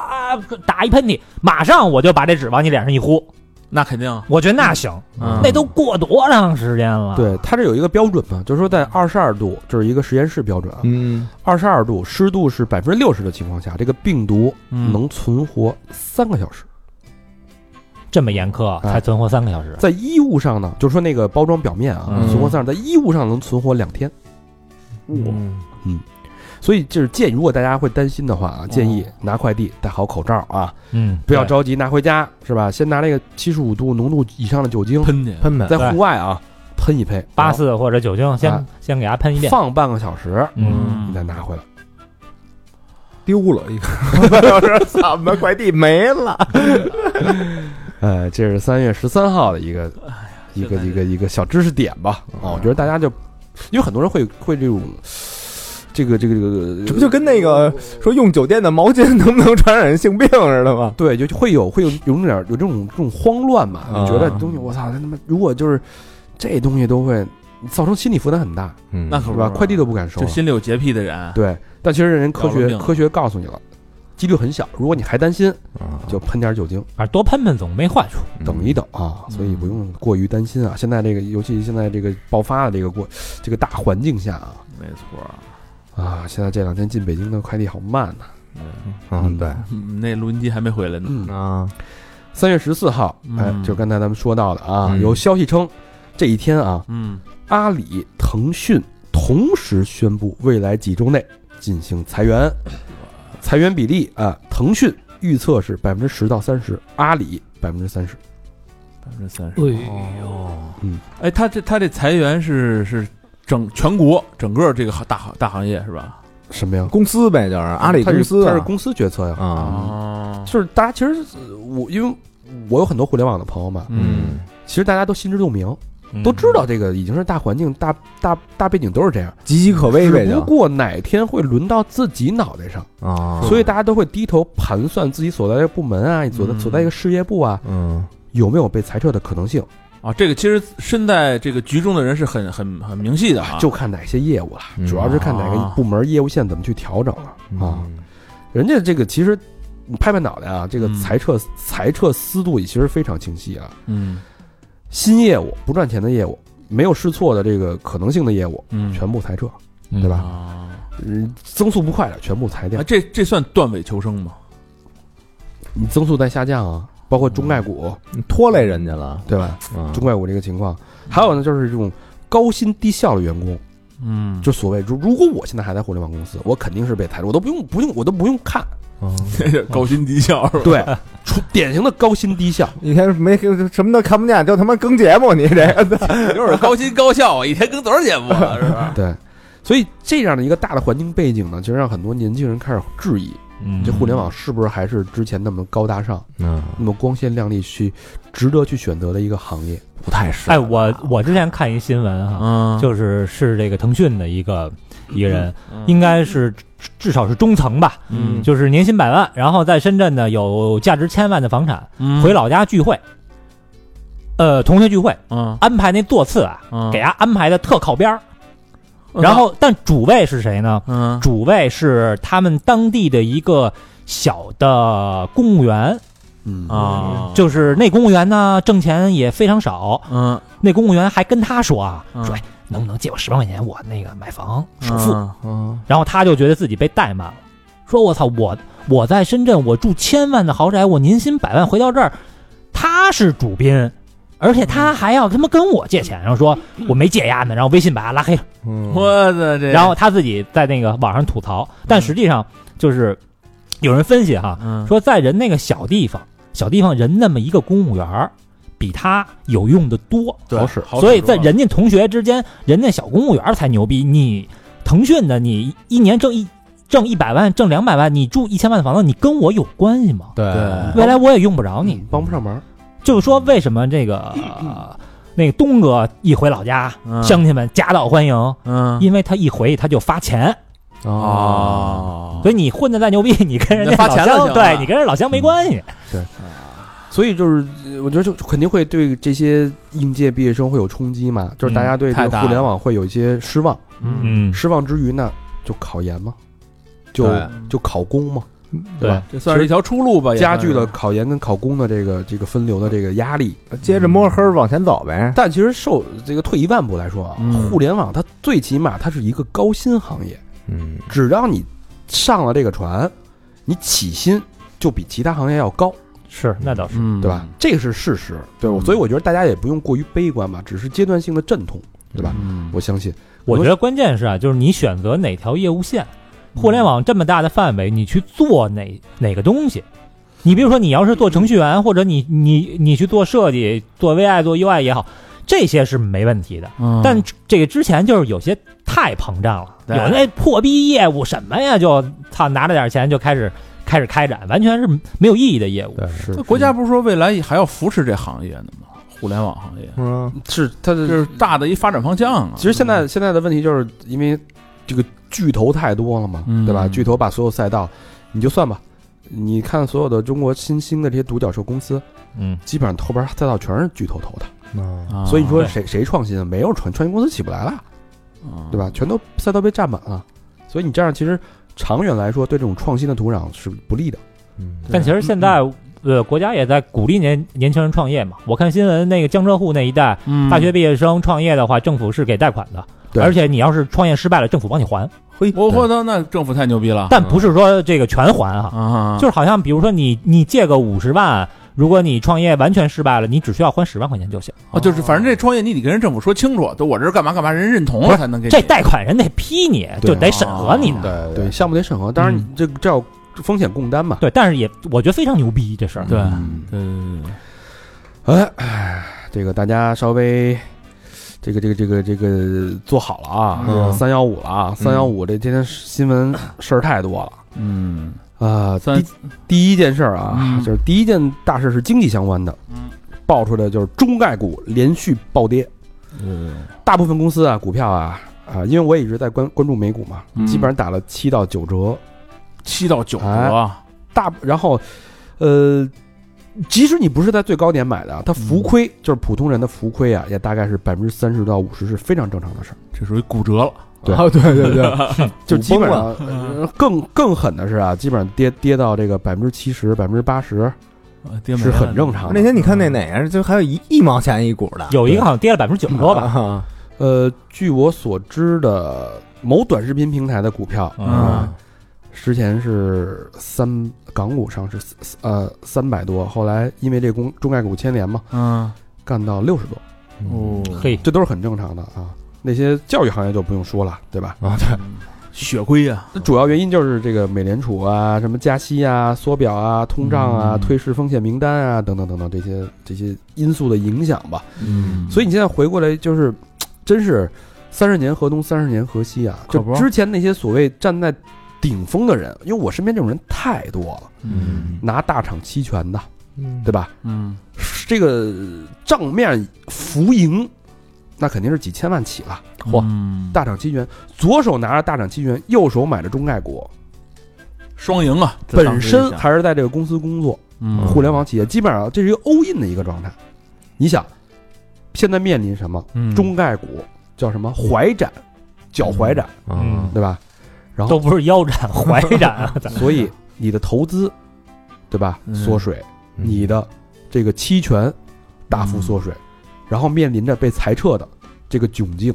Speaker 5: 打一喷嚏，马上我就把这纸往你脸上一呼，
Speaker 6: 那肯定，
Speaker 5: 我觉得那行，
Speaker 6: 嗯
Speaker 5: 那都过多长时间了？
Speaker 3: 对，它这有一个标准嘛，就是说在
Speaker 5: 嗯
Speaker 3: 二十二度，这是一个实验室标准啊，
Speaker 2: 嗯，
Speaker 3: 二十二度湿度是百分之六十的情况下，这个病毒能存活三个小时。
Speaker 5: 这么严苛，
Speaker 3: 哎
Speaker 5: 才存活三个小时。
Speaker 3: 在衣物上呢，就是说那个包装表面啊，
Speaker 5: 嗯
Speaker 3: 存活三十，在衣物上能存活两天。
Speaker 5: 嗯
Speaker 3: 所以就是建议，如果大家会担心的话啊，建议拿快递戴好口罩啊，
Speaker 5: 嗯，
Speaker 3: 不要
Speaker 5: 对
Speaker 3: 着急拿回家，是吧？先拿那个七十五度浓度以上的酒精，
Speaker 6: 喷去，
Speaker 2: 喷喷，
Speaker 3: 在户外啊喷一喷，
Speaker 5: 八四或者酒精，先
Speaker 3: 哎
Speaker 5: 先给它喷一遍。
Speaker 3: 放半个小时，
Speaker 5: 嗯，
Speaker 3: 你再拿回来。
Speaker 2: 丢了 一个，怎么快递没了？
Speaker 3: 呃，这是三月十三号的一个一个一个一个小知识点吧。啊，我觉得大家就，因为很多人会会这种，这个这个这个，
Speaker 2: 这不就跟那个说用酒店的毛巾能不能传染性病似的吗？
Speaker 3: 对，就就会有会有有那点有这种这种慌乱嘛？
Speaker 2: 啊
Speaker 3: 你觉得东西，我操，他他妈如果就是这东西都会造成心理负担很大，
Speaker 2: 嗯
Speaker 6: 那可
Speaker 3: 是
Speaker 6: 不
Speaker 3: 吧？
Speaker 6: 是
Speaker 3: 快递都不敢收
Speaker 6: 就
Speaker 3: 了，
Speaker 6: 心里有洁癖的人，
Speaker 3: 对。但其实人科
Speaker 6: 要了
Speaker 3: 学
Speaker 6: 命了
Speaker 3: 科学告诉你了，几率很小。如果你还担心，
Speaker 2: 啊
Speaker 3: 就喷点酒精。
Speaker 5: 反正多喷喷总没坏处。
Speaker 3: 等一等
Speaker 2: 嗯
Speaker 3: 啊，所以不用过于担心啊。现在这个，尤其现在这个爆发的这个过这个大环境下啊，
Speaker 6: 没错，
Speaker 3: 啊，现在这两天进北京的快递好慢呐、
Speaker 2: 嗯，对
Speaker 6: 嗯那录音机还没回来呢，
Speaker 3: 嗯，
Speaker 2: 啊，
Speaker 3: 三月十四号，哎，
Speaker 6: 嗯
Speaker 3: 就刚才咱们说到的啊，
Speaker 2: 嗯
Speaker 3: 有消息称，这一天啊，
Speaker 6: 嗯，
Speaker 3: 阿里、腾讯同时宣布未来几周内进行裁员，裁员比例啊，腾讯预测是百分之十到三十，阿里百分之三十。
Speaker 6: 百分之三十，
Speaker 4: 嗯
Speaker 5: 哎
Speaker 6: 哎，他这他这裁员是是整全国整个这个行大行大行业是吧？
Speaker 3: 什么呀？
Speaker 2: 公司呗，就是阿里
Speaker 3: 它是
Speaker 2: 公司啊，
Speaker 3: 它是公司决策呀。
Speaker 2: 啊，
Speaker 6: 哦，
Speaker 3: 就是大家其实呃我因为我有很多互联网的朋友嘛，
Speaker 2: 嗯，
Speaker 3: 其实大家都心知肚明，都知道这个已经是大环境、大大大背景都是这样，
Speaker 2: 岌岌可危呗，
Speaker 3: 只不
Speaker 2: 就
Speaker 3: 过哪天会轮到自己脑袋上，
Speaker 2: 啊，
Speaker 3: 所以大家都会低头盘算自己所在的部门啊，所在
Speaker 6: 嗯
Speaker 3: 所在一个事业部啊，
Speaker 2: 嗯，
Speaker 3: 有没有被裁撤的可能性，
Speaker 6: 啊，这个其实身在这个局中的人是很很很明细的啊，
Speaker 3: 就看哪些业务了，
Speaker 2: 嗯
Speaker 3: 主要是看哪个
Speaker 6: 啊
Speaker 3: 部门业务线怎么去调整了啊。
Speaker 2: 嗯
Speaker 3: 人家这个其实你拍拍脑袋啊，这个
Speaker 6: 嗯
Speaker 3: 裁撤裁撤思路也其实非常清晰啊。
Speaker 6: 嗯
Speaker 3: 新业务、不赚钱的业务、没有试错的这个可能性的业务，
Speaker 6: 嗯
Speaker 3: 全部裁撤，对吧？
Speaker 6: 啊，
Speaker 3: 嗯，增速不快的全部裁掉
Speaker 6: 哎，这这算断尾求生 吗？
Speaker 3: 你增速在下降啊，包括中概股，
Speaker 2: 你拖累人家了，
Speaker 3: 对吧？
Speaker 2: 啊
Speaker 3: 中概股这个情况，还有呢，就是这种高薪低效的员工，
Speaker 6: 嗯
Speaker 3: 就所谓如如果我现在还在互联网公司，我肯定是被裁撤，我都不用不用我都不用看，
Speaker 6: 这高薪低效 是吧？
Speaker 3: 对，出典型的高薪低效，
Speaker 2: 一天没什么都看不见，就他妈更节目，你这个
Speaker 6: 就是高薪高效， 一天更多少节目啊？是吧？
Speaker 3: 对。所以这样的一个大的环境背景呢，其实让很多年轻人开始质疑，
Speaker 5: 嗯
Speaker 3: 这互联网是不是还是之前那么高大上、
Speaker 2: 嗯，
Speaker 3: 那么光鲜亮丽去值得去选择的一个行业？
Speaker 2: 不太是
Speaker 5: 哎，我我之前看一新闻哈，
Speaker 6: 嗯
Speaker 5: 就是是这个腾讯的一个一个人，
Speaker 6: 嗯
Speaker 5: 应该是至至少是中层吧，
Speaker 6: 嗯
Speaker 5: 就是年薪百万，然后在深圳呢有价值千万的房产，
Speaker 6: 嗯
Speaker 5: 回老家聚会，呃，同学聚会
Speaker 6: 嗯
Speaker 5: 安排那座次啊，
Speaker 6: 嗯
Speaker 5: 给他安排的特靠边儿，然后但主位是谁呢？
Speaker 6: 嗯
Speaker 5: 主位是他们当地的一个小的公务员，
Speaker 3: 嗯
Speaker 6: 啊
Speaker 5: 就是那公务员呢挣钱也非常少，
Speaker 6: 嗯
Speaker 5: 那公务员还跟他说啊，
Speaker 6: 嗯
Speaker 5: 说哎能不能借我十万块钱，我那个买房首
Speaker 6: 首
Speaker 5: 付。
Speaker 6: 付
Speaker 2: 嗯
Speaker 5: 然后他就觉得自己被怠慢了，说我操我我在深圳我住千万的豪宅，我年薪百万，回到这儿他是主宾。而且他还要他妈跟我借钱，然后说我没借丫呢，然后微信把他拉黑了。
Speaker 2: 嗯
Speaker 6: 我的这，
Speaker 5: 然后他自己在那个网上吐槽，但实际上就是有人分析哈，
Speaker 6: 嗯
Speaker 5: 说在人那个小地方，小地方人那么一个公务员儿，比他有用的多，
Speaker 3: 好使，
Speaker 5: 所以
Speaker 6: 啊
Speaker 5: 在人家同学之间，人家小公务员儿才牛逼。你腾讯的，你一年挣一挣一百万，挣两百万，你住一千万的房子，你跟我有关系吗？
Speaker 2: 对
Speaker 6: 对
Speaker 5: 未来我也用不着你。
Speaker 3: 嗯帮不上忙。
Speaker 5: 就是说，为什么这个、呃那个东哥一回老家，
Speaker 6: 嗯
Speaker 5: 乡亲们夹道欢迎？
Speaker 6: 嗯
Speaker 5: 因为他一回他就发钱。
Speaker 2: 啊，
Speaker 6: 啊，
Speaker 5: 所以你混的再牛逼，你跟人家
Speaker 6: 哦那发钱
Speaker 5: 老
Speaker 6: 了
Speaker 5: 乡
Speaker 6: 行啊
Speaker 5: 对你跟人老乡没关系。
Speaker 3: 所以就是呃我觉得就肯定会对这些应届毕业生会有冲击嘛，就是大家对这
Speaker 4: 太
Speaker 3: 个
Speaker 4: 大
Speaker 3: 互联网会有一些失望，
Speaker 6: 嗯，
Speaker 5: 嗯，
Speaker 3: 失望之余呢，就考研嘛，就
Speaker 6: 对哎
Speaker 3: 就考公嘛，对吧？
Speaker 6: 这算是一条出路吧，也
Speaker 3: 加
Speaker 6: 算
Speaker 3: 剧了
Speaker 6: 是
Speaker 3: 考研跟考公的这个这个分流的这个压力。
Speaker 2: 接着摸黑儿往前走呗。
Speaker 3: 但其实受这个退一万步来说啊，
Speaker 6: 嗯
Speaker 3: 互联网它最起码它是一个高薪行业，
Speaker 2: 嗯，
Speaker 3: 只要你上了这个船，你起薪就比其他行业要高，
Speaker 5: 是那倒是，
Speaker 6: 嗯，
Speaker 3: 对吧？这个是事实，对我，所以我觉得大家也不用过于悲观吧，只是阶段性的阵痛，对吧？
Speaker 6: 嗯？
Speaker 3: 我相信，
Speaker 5: 我觉得关键是啊，就是你选择哪条业务线，互联网这么大的范围，你去做哪哪个东西。你比如说，你要是做程序员，或者你你你去做设计、做 VI、做 UI 也好，这些是没问题的。
Speaker 6: 嗯，
Speaker 5: 但这个之前就是有些太膨胀了，有
Speaker 6: 对
Speaker 5: 那破逼业务什么呀，就操拿着点钱就开始开始开展，完全是没有意义的业务。
Speaker 2: 对，
Speaker 3: 是
Speaker 6: 那国家不是说未来还要扶持这行业呢吗？互联网行业，
Speaker 2: 嗯，
Speaker 3: 是它
Speaker 6: 这
Speaker 3: 的。
Speaker 6: 是大的一发展方向啊。
Speaker 3: 其实现在现在的问题就是因为这个巨头太多了嘛，
Speaker 6: 嗯
Speaker 3: 对吧？巨头把所有赛道，你就算吧，你看所有的中国新兴的这些独角兽公司，
Speaker 5: 嗯，
Speaker 3: 基本上头牌赛道全是巨头投的。
Speaker 2: 啊
Speaker 6: 啊
Speaker 3: 所以你说
Speaker 5: 对
Speaker 3: 谁谁创新啊？没有创创新公司起不来了，
Speaker 6: 啊
Speaker 3: 对吧？？全都赛道被占满了，所以你这样其实长远来说对这种创新的土壤是不利的。
Speaker 2: 嗯
Speaker 5: 但其实现在呃，国家也在鼓励年年轻人创业嘛。我看新闻，那个江浙沪那一带
Speaker 6: 嗯
Speaker 5: 大学毕业生创业的话，政府是给贷款的，
Speaker 3: 对
Speaker 5: 而且你要是创业失败了，政府帮你还，
Speaker 6: 我我操，那政府太牛逼了
Speaker 5: 但不是说这个全还哈，
Speaker 6: 啊！
Speaker 5: 就是好像比如说你你借个五十万，如果你创业完全失败了，你只需要还十万块钱就行。
Speaker 6: 啊，就是反正这创业你得跟人政府说清楚，就我这是干嘛干嘛，人认同
Speaker 5: 不
Speaker 6: 了
Speaker 5: 是
Speaker 6: 才能给你
Speaker 5: 这贷款人得批你，
Speaker 3: 对啊
Speaker 5: 就得审核你的。
Speaker 2: 对
Speaker 3: 对，项目得审核，当然你这这要风险共担嘛。
Speaker 5: 对，但是也我觉得非常牛逼这事儿。
Speaker 6: 对
Speaker 3: 嗯
Speaker 6: 对对对
Speaker 3: 哎，唉这个大家稍微。这个这个这个这个做好了啊，
Speaker 6: 嗯
Speaker 3: 三幺五了啊，三幺五这天天新闻事儿太多了
Speaker 6: 嗯，
Speaker 3: 啊。
Speaker 6: 三
Speaker 3: 第第一件事儿啊，
Speaker 6: 嗯
Speaker 3: 就是第一件大事是经济相关的，爆出来就是中概股连续暴跌，
Speaker 6: 嗯
Speaker 3: 大部分公司啊，股票啊啊，因为我也一直在关关注美股嘛，
Speaker 6: 嗯
Speaker 3: 基本上打了七到九折，
Speaker 6: 七到九折
Speaker 3: 哎
Speaker 6: 啊，
Speaker 3: 大然后，呃，即使你不是在最高点买的，它浮
Speaker 6: 嗯
Speaker 3: 亏、就是普通人的浮亏啊，也大概是百分之三十到五十是非常正常的事儿。
Speaker 6: 这属于骨折了。
Speaker 3: 对
Speaker 2: 啊，对对对，
Speaker 3: 就
Speaker 2: 股
Speaker 3: 基本
Speaker 2: 崩
Speaker 3: 上、呃更更狠的是啊，基本上跌跌到这个百分之七十、百分之八十
Speaker 6: 啊跌没
Speaker 3: 是
Speaker 6: 了
Speaker 3: 很正常
Speaker 2: 那
Speaker 3: 的。
Speaker 2: 天你看那哪个，就还有一一毛钱一股的，啊
Speaker 5: 有一个好像跌了百分之九十多吧，
Speaker 2: 吧？
Speaker 3: 呃，据我所知的某短视频平台的股票，
Speaker 6: 嗯
Speaker 3: 之前是三港股上市四呃三百多，后来因为这公中概股牵连嘛，
Speaker 6: 嗯
Speaker 3: 干到六十多，
Speaker 4: 嗯
Speaker 6: 哦，
Speaker 5: 嘿，
Speaker 3: 这都是很正常的啊。那些教育行业就不用说了，对吧？
Speaker 2: 啊，对，
Speaker 6: 血亏
Speaker 4: 啊
Speaker 6: 呀，
Speaker 3: 那主要原因就是这个美联储啊、什么加息啊、缩表啊、通胀啊、
Speaker 6: 嗯
Speaker 3: 退市风险名单啊等等等等这些这些因素的影响吧。
Speaker 6: 嗯
Speaker 3: 所以你现在回过来就是，真是三十年河东三十年河西啊！
Speaker 6: 可
Speaker 3: 就
Speaker 6: 不
Speaker 3: 之前那些所谓站在顶峰的人，因为我身边这种人太多了，
Speaker 6: 嗯
Speaker 3: 拿大厂期权的，对
Speaker 2: 对吧？
Speaker 3: 吧？
Speaker 6: 嗯
Speaker 3: 这个账面浮盈，那肯定是几千万起了。嚯
Speaker 6: 嗯
Speaker 3: 大厂期权，左手拿着大厂期权，右手买着中概股，
Speaker 6: 双赢啊，这
Speaker 3: 本
Speaker 6: 当时
Speaker 3: 身
Speaker 6: 一想
Speaker 3: 还是在这个公司工作，
Speaker 6: 嗯
Speaker 3: 互联网企业基本上这是一个 all in 的一个状态。你想，现在面临什么？
Speaker 6: 嗯
Speaker 3: 中概股叫什么？怀展，脚怀展，
Speaker 5: 嗯
Speaker 3: 对吧？然
Speaker 5: 都
Speaker 3: 后，
Speaker 5: 不是腰斩、怀斩，啊
Speaker 3: 所以你的投资，对吧？
Speaker 6: 嗯
Speaker 3: 缩水，你的这个期权大幅缩水，
Speaker 6: 嗯
Speaker 3: 然后面临着被裁撤的这个窘境。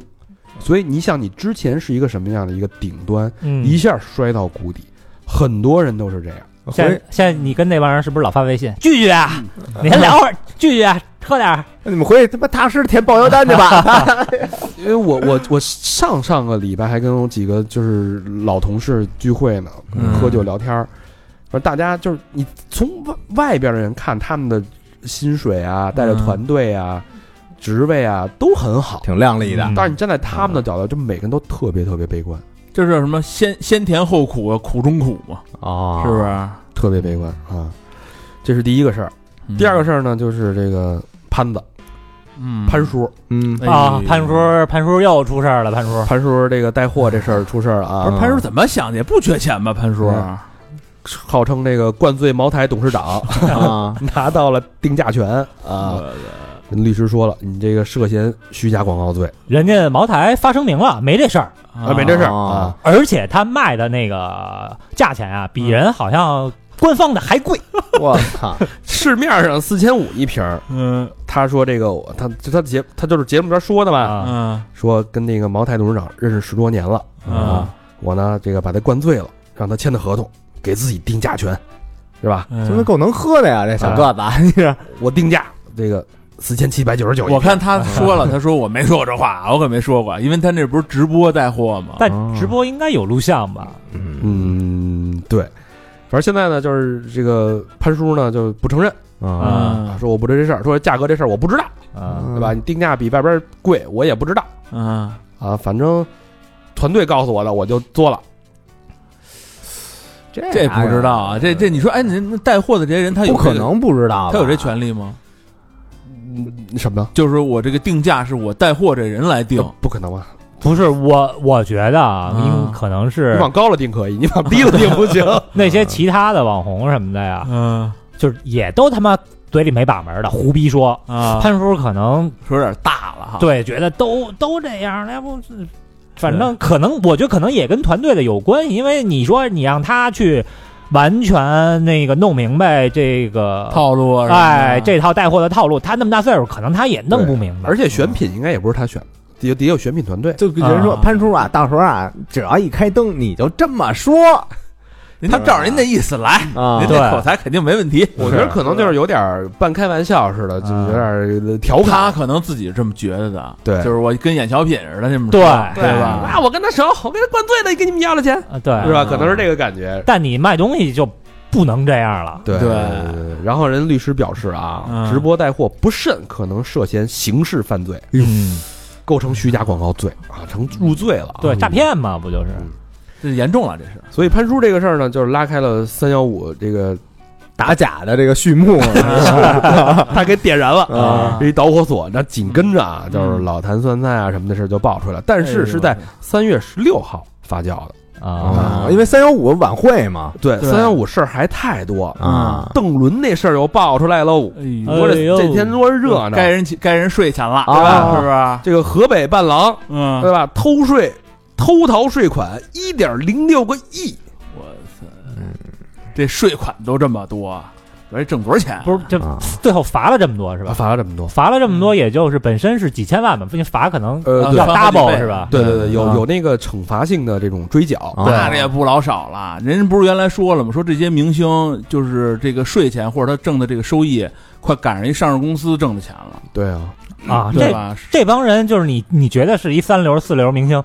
Speaker 3: 所以你想，你之前是一个什么样的一个顶端，
Speaker 5: 嗯，
Speaker 3: 一下摔到谷底，很多人都是这样。
Speaker 5: 嗯现在
Speaker 2: 回
Speaker 5: 现在你跟那帮人是不是老发微信？聚聚啊，你先聊会儿，聚聚啊，喝点儿。
Speaker 2: 那你们回去他妈踏实填报销单去吧。
Speaker 3: 因为我我我上上个礼拜还跟我几个就是老同事聚会呢，
Speaker 6: 嗯
Speaker 3: 喝酒聊天儿，反正大家就是你从外外边的人看他们的薪水啊，带着团队啊、职位啊都很好，
Speaker 2: 挺靓丽的
Speaker 5: 嗯，
Speaker 3: 但是你站在他们的角度，就每个人都特别特别悲观，
Speaker 6: 这是什么先先甜后苦，啊苦中苦嘛，
Speaker 2: 哦
Speaker 6: 是不是？
Speaker 3: 特别悲观啊。这是第一个事儿，
Speaker 6: 嗯
Speaker 3: 第二个事儿呢，就是这个潘子
Speaker 6: 嗯
Speaker 3: 潘叔，
Speaker 2: 嗯，
Speaker 6: 哎
Speaker 5: 啊，潘叔，潘叔又出事儿了，潘叔。
Speaker 3: 潘叔这个带货这事儿出事儿了啊，
Speaker 6: 不是潘叔怎么想的？也不缺钱吧？潘叔
Speaker 3: 嗯号称这个灌醉茅台董事长，
Speaker 2: 啊，
Speaker 3: 拿到了定价权啊。人律师说了，你这个涉嫌虚假广告罪
Speaker 5: 人家茅台发声明了，没这事儿，
Speaker 3: 啊，没这事儿啊
Speaker 2: 哦。
Speaker 5: 而且他卖的那个价钱啊，比人好像官方的还贵。
Speaker 2: 我操，
Speaker 3: 市面上四千五一瓶儿，
Speaker 4: 嗯
Speaker 3: 他说这个我他就他节他就是节目里边说的嘛，
Speaker 5: 啊，
Speaker 4: 嗯
Speaker 3: 说跟那个茅台董事长认识十多年了，
Speaker 2: 嗯
Speaker 6: 嗯
Speaker 4: 啊，
Speaker 3: 我呢这个把他灌醉了，让他签的合同，给自己定价权，是吧？
Speaker 2: 真的够能喝的呀，这小个子，你这
Speaker 3: 我定价这个四千七百九十九，
Speaker 6: 我看他说了，他说我没说过这话，我可没说过，因为他那不是直播带货吗？
Speaker 5: 但直播应该有录像吧？
Speaker 3: 嗯，对，反正现在呢，就是这个潘叔呢就不承认，
Speaker 2: 啊
Speaker 3: 啊
Speaker 4: 嗯
Speaker 3: 说我不知道这事儿，说价格这事儿我不知道，
Speaker 5: 啊，
Speaker 3: 对吧？你定价比外边贵，我也不知道
Speaker 4: 嗯，
Speaker 3: 嗯啊，反正团队告诉我的，我就做了。
Speaker 2: 这
Speaker 6: 这不知道啊，这这你说，哎，你那带货的这些人，他有
Speaker 2: 不可
Speaker 6: 这个，
Speaker 2: 能不知道吧，
Speaker 6: 他有这权利吗？
Speaker 3: 嗯，什么呢？
Speaker 6: 就是我这个定价是我带货这人来定，
Speaker 3: 不可能啊吧？
Speaker 5: 不是我，我觉得啊，
Speaker 6: 啊
Speaker 5: 应可能
Speaker 3: 你
Speaker 5: 是
Speaker 3: 往嗯高了定可以，你往低了定不行。
Speaker 5: 那些其他的网红什么的呀，
Speaker 6: 嗯
Speaker 5: 就是也都他妈嘴里没把门的胡逼说。
Speaker 6: 啊，
Speaker 5: 潘叔可能
Speaker 6: 说有点大了哈。
Speaker 5: 对觉得都都这样，要不是反正可能我觉得可能也跟团队的有关系，因为你说你让他去完全那个弄明白这个
Speaker 6: 套路啊什么的，
Speaker 5: 哎这套带货的套路，他那么大岁数，可能他也弄不明白。
Speaker 3: 而且选品应该也不是他选的，也也有选品团队。
Speaker 2: 就有人说
Speaker 5: 啊
Speaker 2: 潘叔啊，到时候啊，只要一开灯，你就这么说
Speaker 6: 人家照着人的意思来，
Speaker 2: 啊
Speaker 6: 人
Speaker 5: 对
Speaker 6: 家口才肯定没问题。
Speaker 3: 我觉得可能就是啊有点半开玩笑似的，就是有点调
Speaker 6: 他
Speaker 3: 侃。
Speaker 6: 可能自己是这么觉得的，
Speaker 3: 对
Speaker 6: 就是我跟演小品似的那么说
Speaker 5: 对
Speaker 6: 对吧？
Speaker 3: 啊，我跟他熟，我跟他灌醉了，给你们要了钱，
Speaker 5: 啊，对，
Speaker 3: 是吧？可能是这个感觉。
Speaker 5: 但你卖东西就不能这样了。
Speaker 3: 对
Speaker 6: 对
Speaker 3: 然后人律师表示啊，
Speaker 6: 嗯
Speaker 3: 直播带货不慎可能涉嫌刑事犯罪，
Speaker 5: 嗯，
Speaker 3: 构成虚假广告罪啊，成入罪了啊。
Speaker 5: 对，诈骗嘛，不就是？
Speaker 6: 这严重了，这是
Speaker 3: 所以潘叔这个事儿呢，就是拉开了三幺五这个，
Speaker 2: 打假的这个序幕
Speaker 3: 他给点燃了
Speaker 2: 啊
Speaker 3: 这一导火索。那紧跟着啊，就是老坛酸菜啊什么的事儿就爆出来，但是是在三月十六号发酵的。
Speaker 6: 嗯
Speaker 5: 啊，
Speaker 2: 啊，因为三幺五晚会嘛
Speaker 3: 对，
Speaker 6: 对
Speaker 3: 三幺五事儿还太多。
Speaker 2: 啊
Speaker 3: 邓伦那事儿又爆出来喽，
Speaker 6: 哎呦
Speaker 5: 哎
Speaker 3: 我这
Speaker 5: 呦
Speaker 3: 这天多热闹。
Speaker 6: 该人起该人税钱了，对吧？啊是
Speaker 2: 啊，
Speaker 6: 不是？
Speaker 3: 这个河北伴郎
Speaker 4: 嗯
Speaker 3: 对吧？偷税、偷逃税款一点零六个亿，
Speaker 6: 我操，这税款都这么多，我这挣多少钱啊？
Speaker 5: 不是，就
Speaker 2: 啊
Speaker 5: 最后罚了这么多
Speaker 6: 嗯
Speaker 5: 是吧？
Speaker 3: 罚了这么多。
Speaker 5: 罚了这么多，也就是本身是几千万吧，不行，罚可能
Speaker 3: 呃，
Speaker 6: 啊
Speaker 3: 对
Speaker 5: 要
Speaker 6: 翻好几
Speaker 5: double
Speaker 6: 倍
Speaker 5: 是吧？
Speaker 3: 对对对，有
Speaker 5: 啊
Speaker 3: 有那个惩罚性的这种追缴，
Speaker 2: 啊
Speaker 6: 那这也不老少了。人家不是原来说了吗？说这些明星就是这个税钱或者他挣的这个收益，快赶上一上市公司挣的钱了，
Speaker 3: 对啊，
Speaker 5: 啊，
Speaker 6: 嗯对
Speaker 5: 这
Speaker 6: 吧？
Speaker 5: 这帮人就是你，你觉得是一三流四流明星，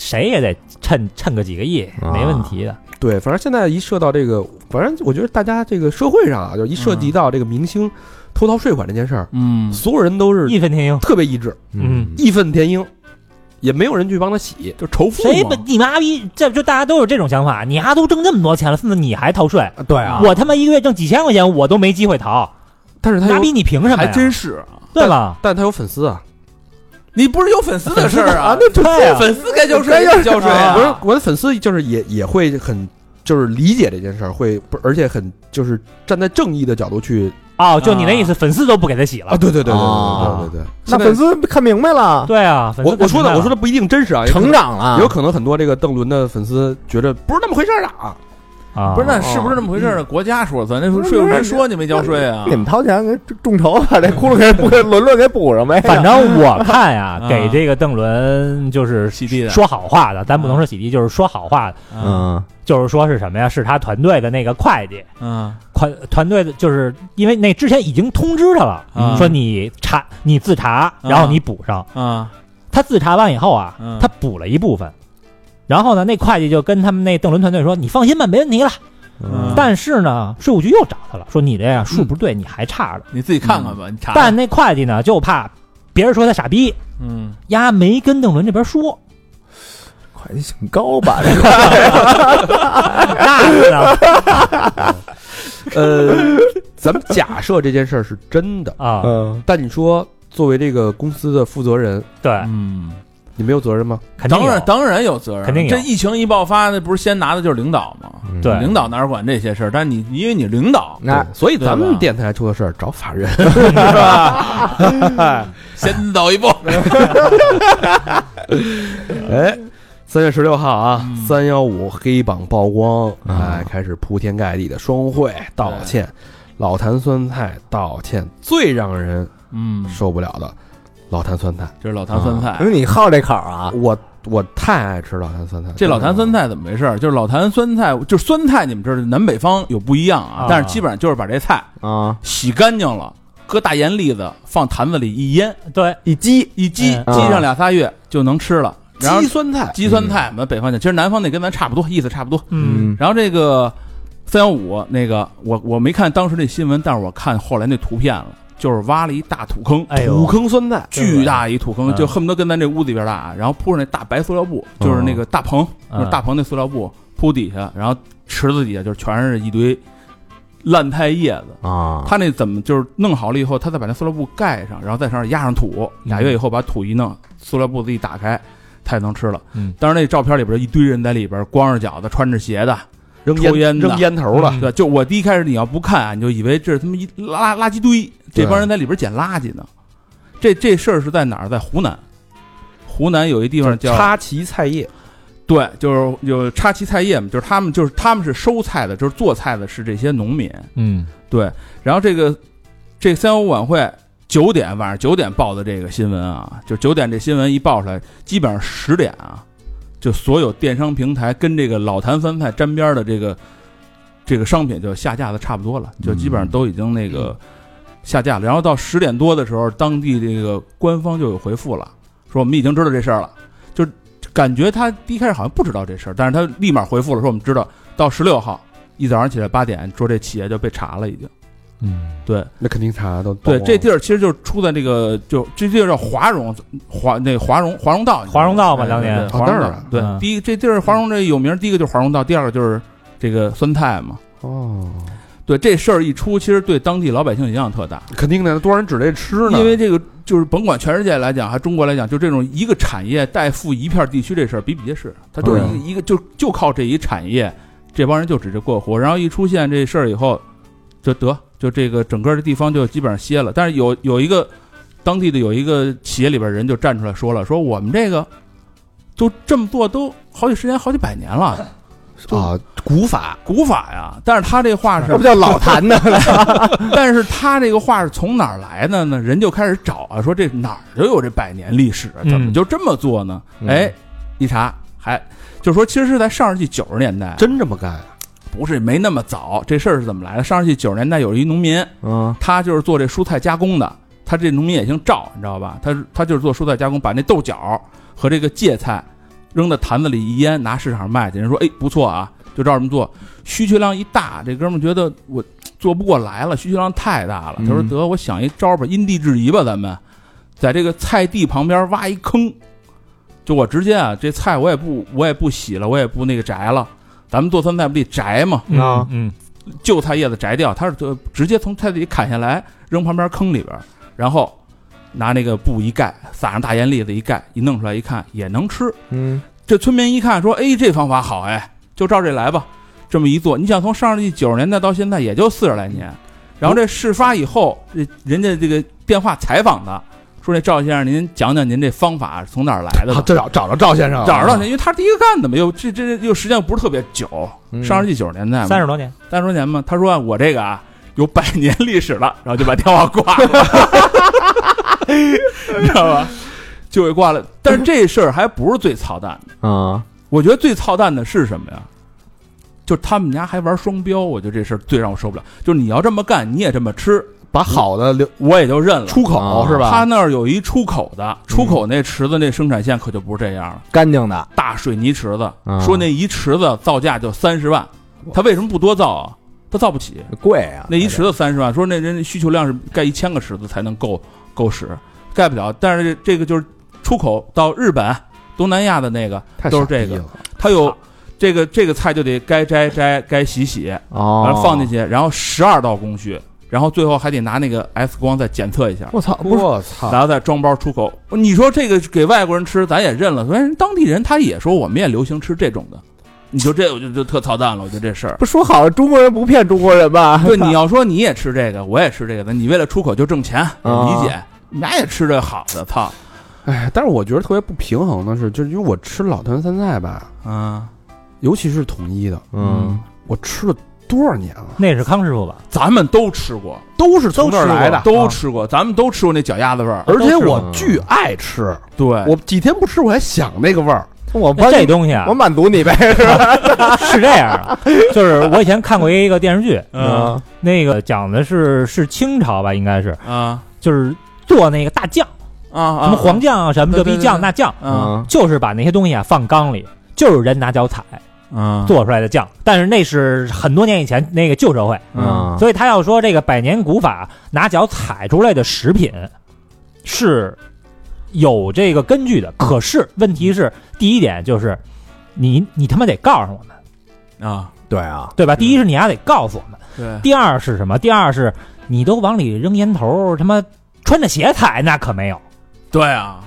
Speaker 5: 谁也得趁趁个几个亿，
Speaker 2: 啊
Speaker 5: 没问题的。
Speaker 3: 对，反正现在一涉到这个，反正我觉得大家这个社会上啊，就是一涉及到这个明星偷逃税款这件事儿，
Speaker 6: 嗯，
Speaker 3: 所有人都是
Speaker 5: 义愤填膺，
Speaker 3: 特别一致，
Speaker 5: 嗯
Speaker 3: 义愤填膺，也没有人去帮他洗
Speaker 6: 就仇富
Speaker 5: 谁
Speaker 6: 嘛
Speaker 5: 不你妈逼，这就大家都有这种想法，你丫都挣那么多钱了，那你还逃税？
Speaker 2: 啊对啊，
Speaker 5: 我他妈一个月挣几千块钱，我都没机会逃，
Speaker 3: 但是他
Speaker 5: 妈
Speaker 3: 有，
Speaker 5: 逼你凭什么
Speaker 6: 还
Speaker 5: 哎呀？
Speaker 6: 真是啊。
Speaker 5: 对吧？
Speaker 3: 但他有粉 丝啊，
Speaker 6: 你不是有粉丝的事儿啊？
Speaker 2: 那就
Speaker 5: 对啊，
Speaker 6: 粉丝该交税交税啊，
Speaker 3: 不是我的粉丝就是也也会很就是理解这件事儿，会不而且很就是站在正义的角度去
Speaker 5: 哦，就你那意思，粉丝都不给他洗了
Speaker 3: 啊，？对对对对
Speaker 2: 啊
Speaker 3: 对对对对，
Speaker 2: 那
Speaker 3: 现在
Speaker 2: 粉丝看明白了，
Speaker 5: 对啊，粉丝
Speaker 3: 我我说的我说
Speaker 5: 的
Speaker 3: 的不一定真实啊，也可能
Speaker 2: 成长了，
Speaker 3: 有可能很多这个邓伦的粉丝觉得不是那么回事儿的啊，
Speaker 5: 啊，
Speaker 6: 不是那是不是这么回事儿？国家说了算，那税务局说你没交税啊
Speaker 2: 你？们掏钱给众筹把这窟窿给补，轮轮给补上呗。
Speaker 5: 反正我看呀
Speaker 6: 啊，
Speaker 5: 给这个邓伦就是
Speaker 6: 洗地的
Speaker 5: 说好话的，咱不能说洗地，就是说好话的，
Speaker 6: 嗯
Speaker 2: 嗯
Speaker 5: 就是说是什么呀？是他团队的那个会计，
Speaker 6: 嗯
Speaker 5: 团团队的，就是因为那之前已经通知他了，
Speaker 6: 啊
Speaker 5: 说你查你自查，然后你补上。
Speaker 6: 啊
Speaker 5: 他自查完以后啊，
Speaker 6: 嗯
Speaker 5: 他补了一部分。然后呢，那会计就跟他们那邓伦团队说：“你放心吧，没问题了。
Speaker 6: 嗯
Speaker 5: 但是呢，税务局又找他了，说你这样数不对，你还差着。
Speaker 6: 你自己看看吧，你查查。
Speaker 5: 但那会计呢，就怕别人说他傻逼，
Speaker 6: 嗯，
Speaker 5: 丫没跟邓伦这边说。
Speaker 2: 会计姓高吧？这
Speaker 5: 那是 呢
Speaker 3: 呃，咱们假设这件事儿是 真的，
Speaker 5: 啊，
Speaker 2: 嗯
Speaker 3: 但你说作为这个公司的负责人，
Speaker 5: 对，
Speaker 6: 嗯，
Speaker 3: 你没有责任吗？
Speaker 5: 肯定
Speaker 6: 当
Speaker 5: 有
Speaker 6: 然当然有责任，
Speaker 5: 肯定有嗯
Speaker 6: 这疫情一爆发，那不是先拿的就是领导吗？
Speaker 5: 对
Speaker 6: 领导哪儿管这些事儿？但你因为你领导，
Speaker 2: 那
Speaker 3: 所以咱
Speaker 6: 对
Speaker 3: 们
Speaker 6: 吧
Speaker 3: 电台出的事儿找法 人，
Speaker 6: 先走一步。
Speaker 3: 哎，三月十六号啊，三幺五黑榜曝光，哎，开始铺天盖地的双汇道歉，老坛酸菜道歉，最让人
Speaker 6: 嗯，
Speaker 3: 受不了的老坛酸菜，
Speaker 6: 这是老坛酸菜。
Speaker 2: 因为你好这口儿啊，
Speaker 3: 我我太爱吃老坛酸菜，
Speaker 6: 这老坛酸菜怎么回事儿？就是老坛酸菜，就是酸菜，你们知道南北方有不一样啊
Speaker 5: 啊，
Speaker 6: 但是基本上就是把这菜
Speaker 2: 啊，
Speaker 6: 洗干净了，搁大盐粒子放坛子里一腌，
Speaker 5: 对，
Speaker 2: 一激
Speaker 6: 一激
Speaker 5: 嗯
Speaker 6: 激上俩仨月就能吃了。然后
Speaker 3: 鸡酸菜，
Speaker 6: 鸡酸菜，我们北方讲，其实南方那跟咱差不多，意思差不多。
Speaker 5: 嗯，
Speaker 6: 然后这个三幺五那个，我我没看当时那新闻，但是我看后来那图片了，就是挖了一大土坑，
Speaker 5: 哎呦
Speaker 3: 土坑酸菜，
Speaker 6: 巨大一土坑，
Speaker 5: 嗯
Speaker 6: 就恨不得跟咱这屋子里边大，然后铺上那大白塑料布，就是那个大棚，
Speaker 5: 嗯
Speaker 6: 就是大棚那塑料布铺底下，然后池子底下就是全是一堆烂菜叶子。
Speaker 2: 啊，
Speaker 6: 他那怎么就是弄好了以后，他再把那塑料布盖上，然后在上面压上土，俩月以后把土一弄，塑料布子一打开，他也能吃了。
Speaker 5: 嗯
Speaker 6: 当时那照片里边一堆人在里边，光着脚的，穿着鞋的，
Speaker 3: 扔烟
Speaker 6: 抽烟的
Speaker 3: 扔烟头了，
Speaker 6: 对，就我第一开始你要不看啊，你就以为这是他妈一垃垃圾堆，
Speaker 3: 对
Speaker 6: 这帮人在里边捡垃圾呢。这这事儿是在哪儿？在湖南，湖南有一地方叫
Speaker 3: 插旗菜叶，
Speaker 6: 对，就是有插旗菜叶嘛，就是他们就是他们是收菜的，就是做菜的是这些农民。
Speaker 5: 嗯，
Speaker 6: 对，然后这个这三幺五晚会九点晚上九点报的这个新闻啊，就九点这新闻一报出来，基本上十点啊，就所有电商平台跟这个老坛酸菜沾边的这个这个商品就下架的差不多了，就基本上都已经那个下架了。然后到十点多的时候，当地这个官方就有回复了，说我们已经知道这事儿了，就感觉他第一开始好像不知道这事儿，但是他立马回复了，说我们知道到十六号。一早上起来八点，说这企业就被查了，已经。
Speaker 5: 嗯，
Speaker 6: 对
Speaker 3: 那肯定查都
Speaker 6: 对，这地
Speaker 3: 儿
Speaker 6: 儿其实就是出在这个，就这地儿叫华容华那华容华容道，
Speaker 5: 华容道嘛
Speaker 6: 哎
Speaker 5: 当
Speaker 6: 对
Speaker 5: 年
Speaker 6: 对华容
Speaker 3: 啊那儿
Speaker 6: 道
Speaker 3: 啊。
Speaker 6: 对
Speaker 5: 嗯，
Speaker 6: 第一这地儿华容这有名，第一个就是华容道，第二个就是这个酸菜嘛。
Speaker 3: 哦，
Speaker 6: 对，这事儿一出，其实对当地老百姓影响特大，
Speaker 3: 肯定的，多少人指这吃呢？
Speaker 6: 因为这个就是甭管全世界来讲，还中国来讲，就这种一个产业带富一片地区这事儿比比皆是，它就是一个一个就就靠这一产业，这帮人就指着过活，然后一出现这事儿以后，就得就这个整个的地方就基本上歇了。但是有有一个当地的有一个企业里边人就站出来说了，说我们这个就这么做都好几十年、好几百年了，
Speaker 3: 啊，古法
Speaker 6: 古法呀。但是他这话是
Speaker 2: 这不叫老坛呢？
Speaker 6: 但是他这个话是从哪儿来的呢？人就开始找啊，说这哪儿就有这百年历史啊，
Speaker 5: 嗯
Speaker 6: 怎么就这么做呢？
Speaker 2: 嗯
Speaker 6: 哎，一查还就是说，其实是在上世纪九十年代，
Speaker 3: 真这么干啊？
Speaker 6: 不是没那么早。这事儿是怎么来的？上世纪九十年代有一农民，
Speaker 2: 嗯
Speaker 6: 他就是做这蔬菜加工的，他这农民也姓赵，你知道吧？他他就是做蔬菜加工，把那豆角和这个芥菜扔到坛子里一腌，拿市场上卖去。人说哎不错啊，就照这么做，需求量一大，这哥们儿觉得我做不过来了，需求量太大了。他说
Speaker 2: 嗯
Speaker 6: 得我想一招儿吧，因地制宜吧，咱们在这个菜地旁边挖一坑，就我直接啊，这菜我也不我也不洗了，我也不那个摘了，咱们做酸菜不得摘吗？
Speaker 2: 啊
Speaker 5: 嗯，
Speaker 6: 旧菜叶子摘掉，他是呃直接从菜地里砍下来，扔旁边坑里边，然后拿那个布一盖，撒上大盐粒子一盖，一弄出来一看也能吃。
Speaker 2: 嗯，
Speaker 6: 这村民一看说：“哎，这方法好哎，就照这来吧。”这么一做，你想从上世纪九十年代到现在也就四十来年，然后这事发以后，这人家这个电话采访他，说：“这赵先生，您讲讲您这方法是从哪儿来的吧？”
Speaker 3: 啊这找找着赵先生了，
Speaker 6: 找着了，因为他是第一个干的嘛，又这这又时间又不是特别久，
Speaker 2: 嗯
Speaker 6: 上世纪九十年代嘛
Speaker 5: 三十多年，
Speaker 6: 三十多年嘛，他说、啊、我这个啊有百年历史了，然后就把电话挂了，你知道吧？就给挂了。但是这事儿还不是最操蛋的，
Speaker 2: 啊，
Speaker 6: 我觉得最操蛋的是什么呀？就他们家还玩双标，我觉得这事儿最让我受不了。就是你要这么干，你也这么吃，
Speaker 3: 把好的留
Speaker 6: 我也就认了。
Speaker 3: 出口
Speaker 2: 啊
Speaker 3: 是吧？
Speaker 6: 他那儿有一出口的，出口那池子那生产线可就不是这样了。
Speaker 2: 干净的，
Speaker 6: 大水泥池子，
Speaker 2: 啊
Speaker 6: 说那一池子造价就三十万，他为什么不多造啊？他造不起，
Speaker 2: 贵啊，
Speaker 6: 那一池子三十万，说那人家需求量是盖一千个池子才能够够使，盖不了。但是这这个就是出口到日本、东南亚的那个，
Speaker 3: 太
Speaker 6: 都是
Speaker 3: 傻逼
Speaker 6: 这个
Speaker 3: 了
Speaker 6: 它有这个这个菜就得该摘摘，该洗洗，
Speaker 2: 哦
Speaker 6: 完了放进去，然后十二道工序，然后最后还得拿那个 X 光再检测一下，
Speaker 2: 我操，不是
Speaker 3: 我操，
Speaker 6: 然后再装包出口。你说这个给外国人吃，咱也认了，所以人当地人他也说我们也流行吃这种的。你就这我就就特操蛋了，我觉得这事儿。
Speaker 2: 不说好了中国人不骗中国人吧？
Speaker 6: 对，你要说你也吃这个，我也吃这个，那你为了出口就挣钱，理解？你俩也吃这好的，操，
Speaker 3: 哎，但是我觉得特别不平衡的是，就是因为我吃老坛酸菜吧，
Speaker 6: 嗯
Speaker 3: 尤其是统一的，
Speaker 2: 嗯，
Speaker 3: 我吃了多少年了，
Speaker 5: 那是康师傅吧？
Speaker 6: 咱们都吃过，
Speaker 3: 都啊是从那儿来的，
Speaker 6: 都吃过，咱们都吃过那脚丫子味儿。
Speaker 3: 而且我巨爱吃，
Speaker 6: 对，
Speaker 3: 我几天不吃我还想那个味儿，
Speaker 2: 我不
Speaker 5: 这东西啊
Speaker 2: 我，满足你呗，是吧？
Speaker 5: 是这样 啊，就是我以前看过一个电视剧，
Speaker 6: 嗯
Speaker 5: 那个讲的是是清朝吧，应该是
Speaker 6: 啊
Speaker 5: 就是做那个大酱，
Speaker 6: 啊啊，
Speaker 5: 什么黄酱啊，什么这
Speaker 6: 对对
Speaker 5: 逼
Speaker 6: 对
Speaker 5: 酱
Speaker 6: 对
Speaker 5: 那酱，
Speaker 6: 啊
Speaker 2: 嗯
Speaker 5: 就是把那些东西啊放缸里，就是人拿脚踩
Speaker 6: 啊
Speaker 5: 做出来的酱。但是那是很多年以前那个旧社会，
Speaker 3: 啊
Speaker 2: 嗯
Speaker 5: 所以他要说这个百年古法拿脚踩出来的食品是有这个根据的。可是问题是，第一点就是你你他妈得告诉我们，
Speaker 6: 啊，
Speaker 2: 对啊，
Speaker 5: 对
Speaker 3: 嗯
Speaker 5: 吧？第一是你还得告诉我们，
Speaker 6: 对，
Speaker 5: 第二是什么？第二是你都往里扔烟头，他妈穿着鞋踩那可没有，
Speaker 6: 对啊，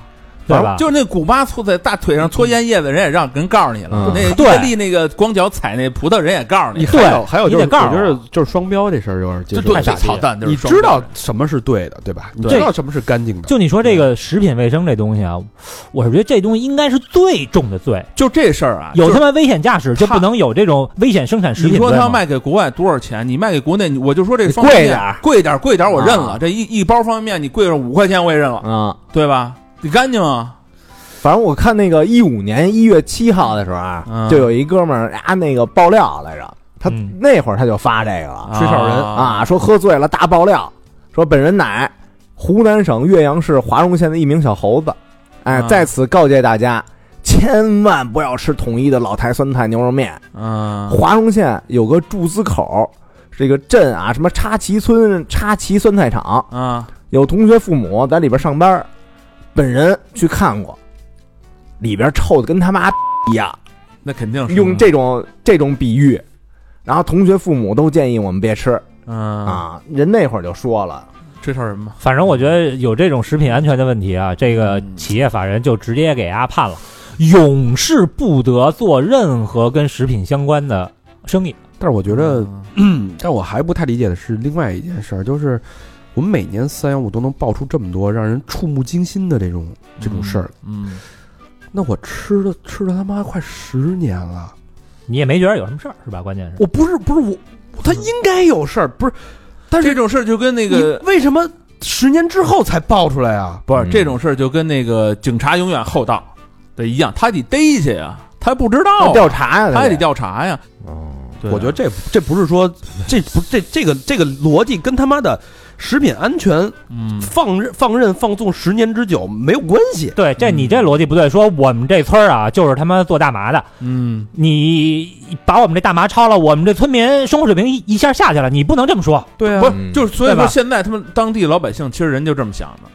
Speaker 5: 对吧？
Speaker 6: 就那古巴搓在大腿上搓烟叶子，人也让人告诉你了
Speaker 2: 嗯。
Speaker 6: 那意大利那个光脚踩那葡萄，人也告诉你。
Speaker 5: 对
Speaker 3: 还有还有
Speaker 5: 你
Speaker 3: 就是，
Speaker 5: 得
Speaker 3: 我
Speaker 5: 告诉
Speaker 3: 觉
Speaker 5: 我
Speaker 3: 得就是双标这事儿有点接受
Speaker 6: 这
Speaker 3: 不
Speaker 5: 太
Speaker 6: 对
Speaker 3: 了
Speaker 5: 傻
Speaker 6: 最
Speaker 5: 逼
Speaker 6: 操蛋，就是
Speaker 3: 你
Speaker 6: 装
Speaker 3: 知道
Speaker 6: 逼
Speaker 3: 什么是对的，对吧？你
Speaker 6: 对
Speaker 3: 知道什么是干净的，
Speaker 5: 就你说这个食品卫生这东西啊，我是觉得这东西应该是最重的罪，
Speaker 6: 就这事儿啊，
Speaker 5: 有
Speaker 6: 就
Speaker 5: 他
Speaker 6: 是
Speaker 5: 妈危险驾驶就
Speaker 6: 他
Speaker 5: 不能有这种危险生产食品
Speaker 6: 你
Speaker 5: 罪吗。
Speaker 6: 说他要卖给国外多少钱？你卖给国内，你我就说这方
Speaker 2: 贵
Speaker 6: 便
Speaker 2: 点
Speaker 6: 面
Speaker 2: 儿
Speaker 6: 贵点儿，贵点儿，我认了
Speaker 2: 啊。
Speaker 6: 这一一包方便面你贵上五块钱我也认了，
Speaker 2: 啊，
Speaker 6: 对吧？你干净啊，
Speaker 2: 反正我看那个一五年一月七号的时候啊
Speaker 6: 嗯，
Speaker 2: 就有一哥们儿啊，那个爆料来着，他
Speaker 5: 嗯
Speaker 2: 那会儿他就发这个了
Speaker 3: 吹哨人
Speaker 2: 啊，说喝醉了大爆料，说本人乃湖南省岳阳市华容县的一名小猴子，哎，
Speaker 6: 啊
Speaker 2: 在此告诫大家，千万不要吃统一的老坛酸菜牛肉面。
Speaker 6: 啊！
Speaker 2: 华容县有个注资口，这个镇啊，什么插旗村插旗酸菜厂，
Speaker 6: 啊
Speaker 2: 有同学父母在里边上班，本人去看过，里边臭的跟他妈一样，
Speaker 6: 那肯定是
Speaker 2: 用这种这种比喻，然后同学父母都建议我们别吃
Speaker 6: 啊，
Speaker 2: 啊。人那会儿就说了，
Speaker 6: 吹哨人嘛，
Speaker 5: 反正我觉得有这种食品安全的问题啊，这个
Speaker 6: 嗯
Speaker 5: 企业法人就直接给丫判了，永世不得做任何跟食品相关的生意。
Speaker 3: 但是我觉得
Speaker 6: 嗯
Speaker 3: 但我还不太理解的是另外一件事儿，就是我们每年三幺五都能爆出这么多让人触目惊心的这种这种事儿，，
Speaker 6: 嗯，
Speaker 3: 那我吃了吃了他妈快十年了，
Speaker 5: 你也没觉得有什么事儿是吧？关键是，
Speaker 3: 我不是不是我，我他应该有事儿，不是
Speaker 6: 但是这种事儿就跟那
Speaker 3: 那
Speaker 6: 个
Speaker 3: 为什么十年之后才爆出来啊？
Speaker 6: 不是
Speaker 2: 嗯
Speaker 6: 这种事儿就跟那个警察永远厚道的一样，他得逮去呀，他不知道啊
Speaker 2: 要哦调查呀，
Speaker 6: 他也得
Speaker 2: 得
Speaker 6: 调查呀。对啊
Speaker 3: 我觉得这这不是说这不这这个这个逻辑跟他妈的食品安全
Speaker 6: 嗯
Speaker 3: 放任放任放纵十年之久没有关系。
Speaker 5: 对，这
Speaker 6: 嗯
Speaker 5: 你这逻辑不对。说我们这村儿啊，就是他妈做大麻的，
Speaker 6: 嗯，
Speaker 5: 你把我们这大麻抄了，我们这村民生活水平一一下下去了，你不能这么说。
Speaker 3: 对
Speaker 6: 不
Speaker 2: 嗯
Speaker 6: 是，就是所以
Speaker 5: 对吧
Speaker 6: 说现在他们当地老百姓其实人就这么想的，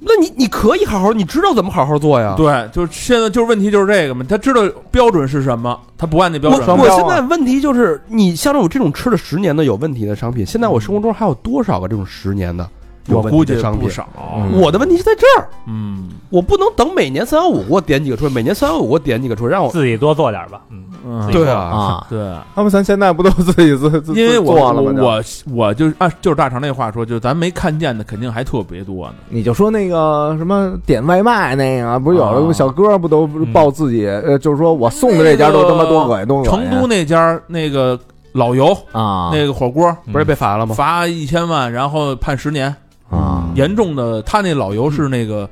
Speaker 3: 那你你可以好好，你知道怎么好好做呀？
Speaker 6: 对，就是现在就是问题就是这个嘛，他知道标准是什么，他不按那标
Speaker 3: 我
Speaker 6: 准。
Speaker 2: 双
Speaker 3: 我
Speaker 2: 标啊
Speaker 3: 现在问题就是，你像我这种吃了十年的有问题的商品，现在我生活中还有多少个这种十年的有
Speaker 6: 我
Speaker 3: 问
Speaker 6: 估
Speaker 3: 题
Speaker 6: 计
Speaker 3: 的商
Speaker 6: 不
Speaker 3: 品？
Speaker 6: 少，
Speaker 2: 嗯
Speaker 3: 我的问题是在这儿，
Speaker 6: 嗯
Speaker 3: 我不能等每年三幺五给我点几个出来，每年三幺五给我点几个出来，让我
Speaker 5: 自己多做点儿吧。嗯，
Speaker 6: 嗯，
Speaker 3: 对啊，
Speaker 2: 啊。
Speaker 6: 对，
Speaker 2: 他们咱现在不都自己自自
Speaker 6: 因为我
Speaker 2: 做了
Speaker 6: 我
Speaker 2: 吗？就
Speaker 6: 我我就是按就是大肠那话说，就是咱没看见的肯定还特别多呢。
Speaker 2: 你就说那个什么点外卖那个，不是有
Speaker 6: 啊
Speaker 2: 的小哥不都报自己呃，就是说我送的这家都他妈多恶心，多恶心。
Speaker 6: 成都那家那个老尤
Speaker 2: 啊，
Speaker 6: 那个火锅
Speaker 5: 嗯
Speaker 3: 不是被罚了吗？
Speaker 6: 罚一千万，然后判十年，
Speaker 4: 嗯
Speaker 2: 啊
Speaker 6: 严重的他那老尤是那个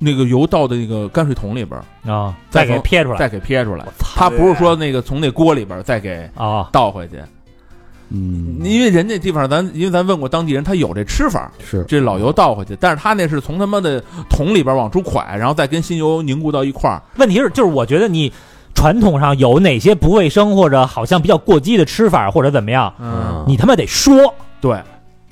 Speaker 6: 那个油倒的那个泔水桶里边儿
Speaker 5: 啊，
Speaker 6: 再
Speaker 5: 再给
Speaker 6: 从
Speaker 5: 撇出来
Speaker 6: 再给撇出来
Speaker 5: 我，
Speaker 6: 他不是说那个从那锅里边儿再给
Speaker 5: 啊，
Speaker 6: 倒回去，
Speaker 3: 嗯
Speaker 6: 因为人家地方咱因为咱问过当地人，他有这吃法，
Speaker 3: 是
Speaker 6: 这老油倒回去，但是他那是从他妈的桶里边往出蒯，然后再跟新油凝固到一块儿。
Speaker 5: 问题是，就是我觉得你传统上有哪些不卫生或者好像比较过激的吃法或者怎么样，
Speaker 6: 嗯，
Speaker 5: 你他妈得说，
Speaker 6: 对，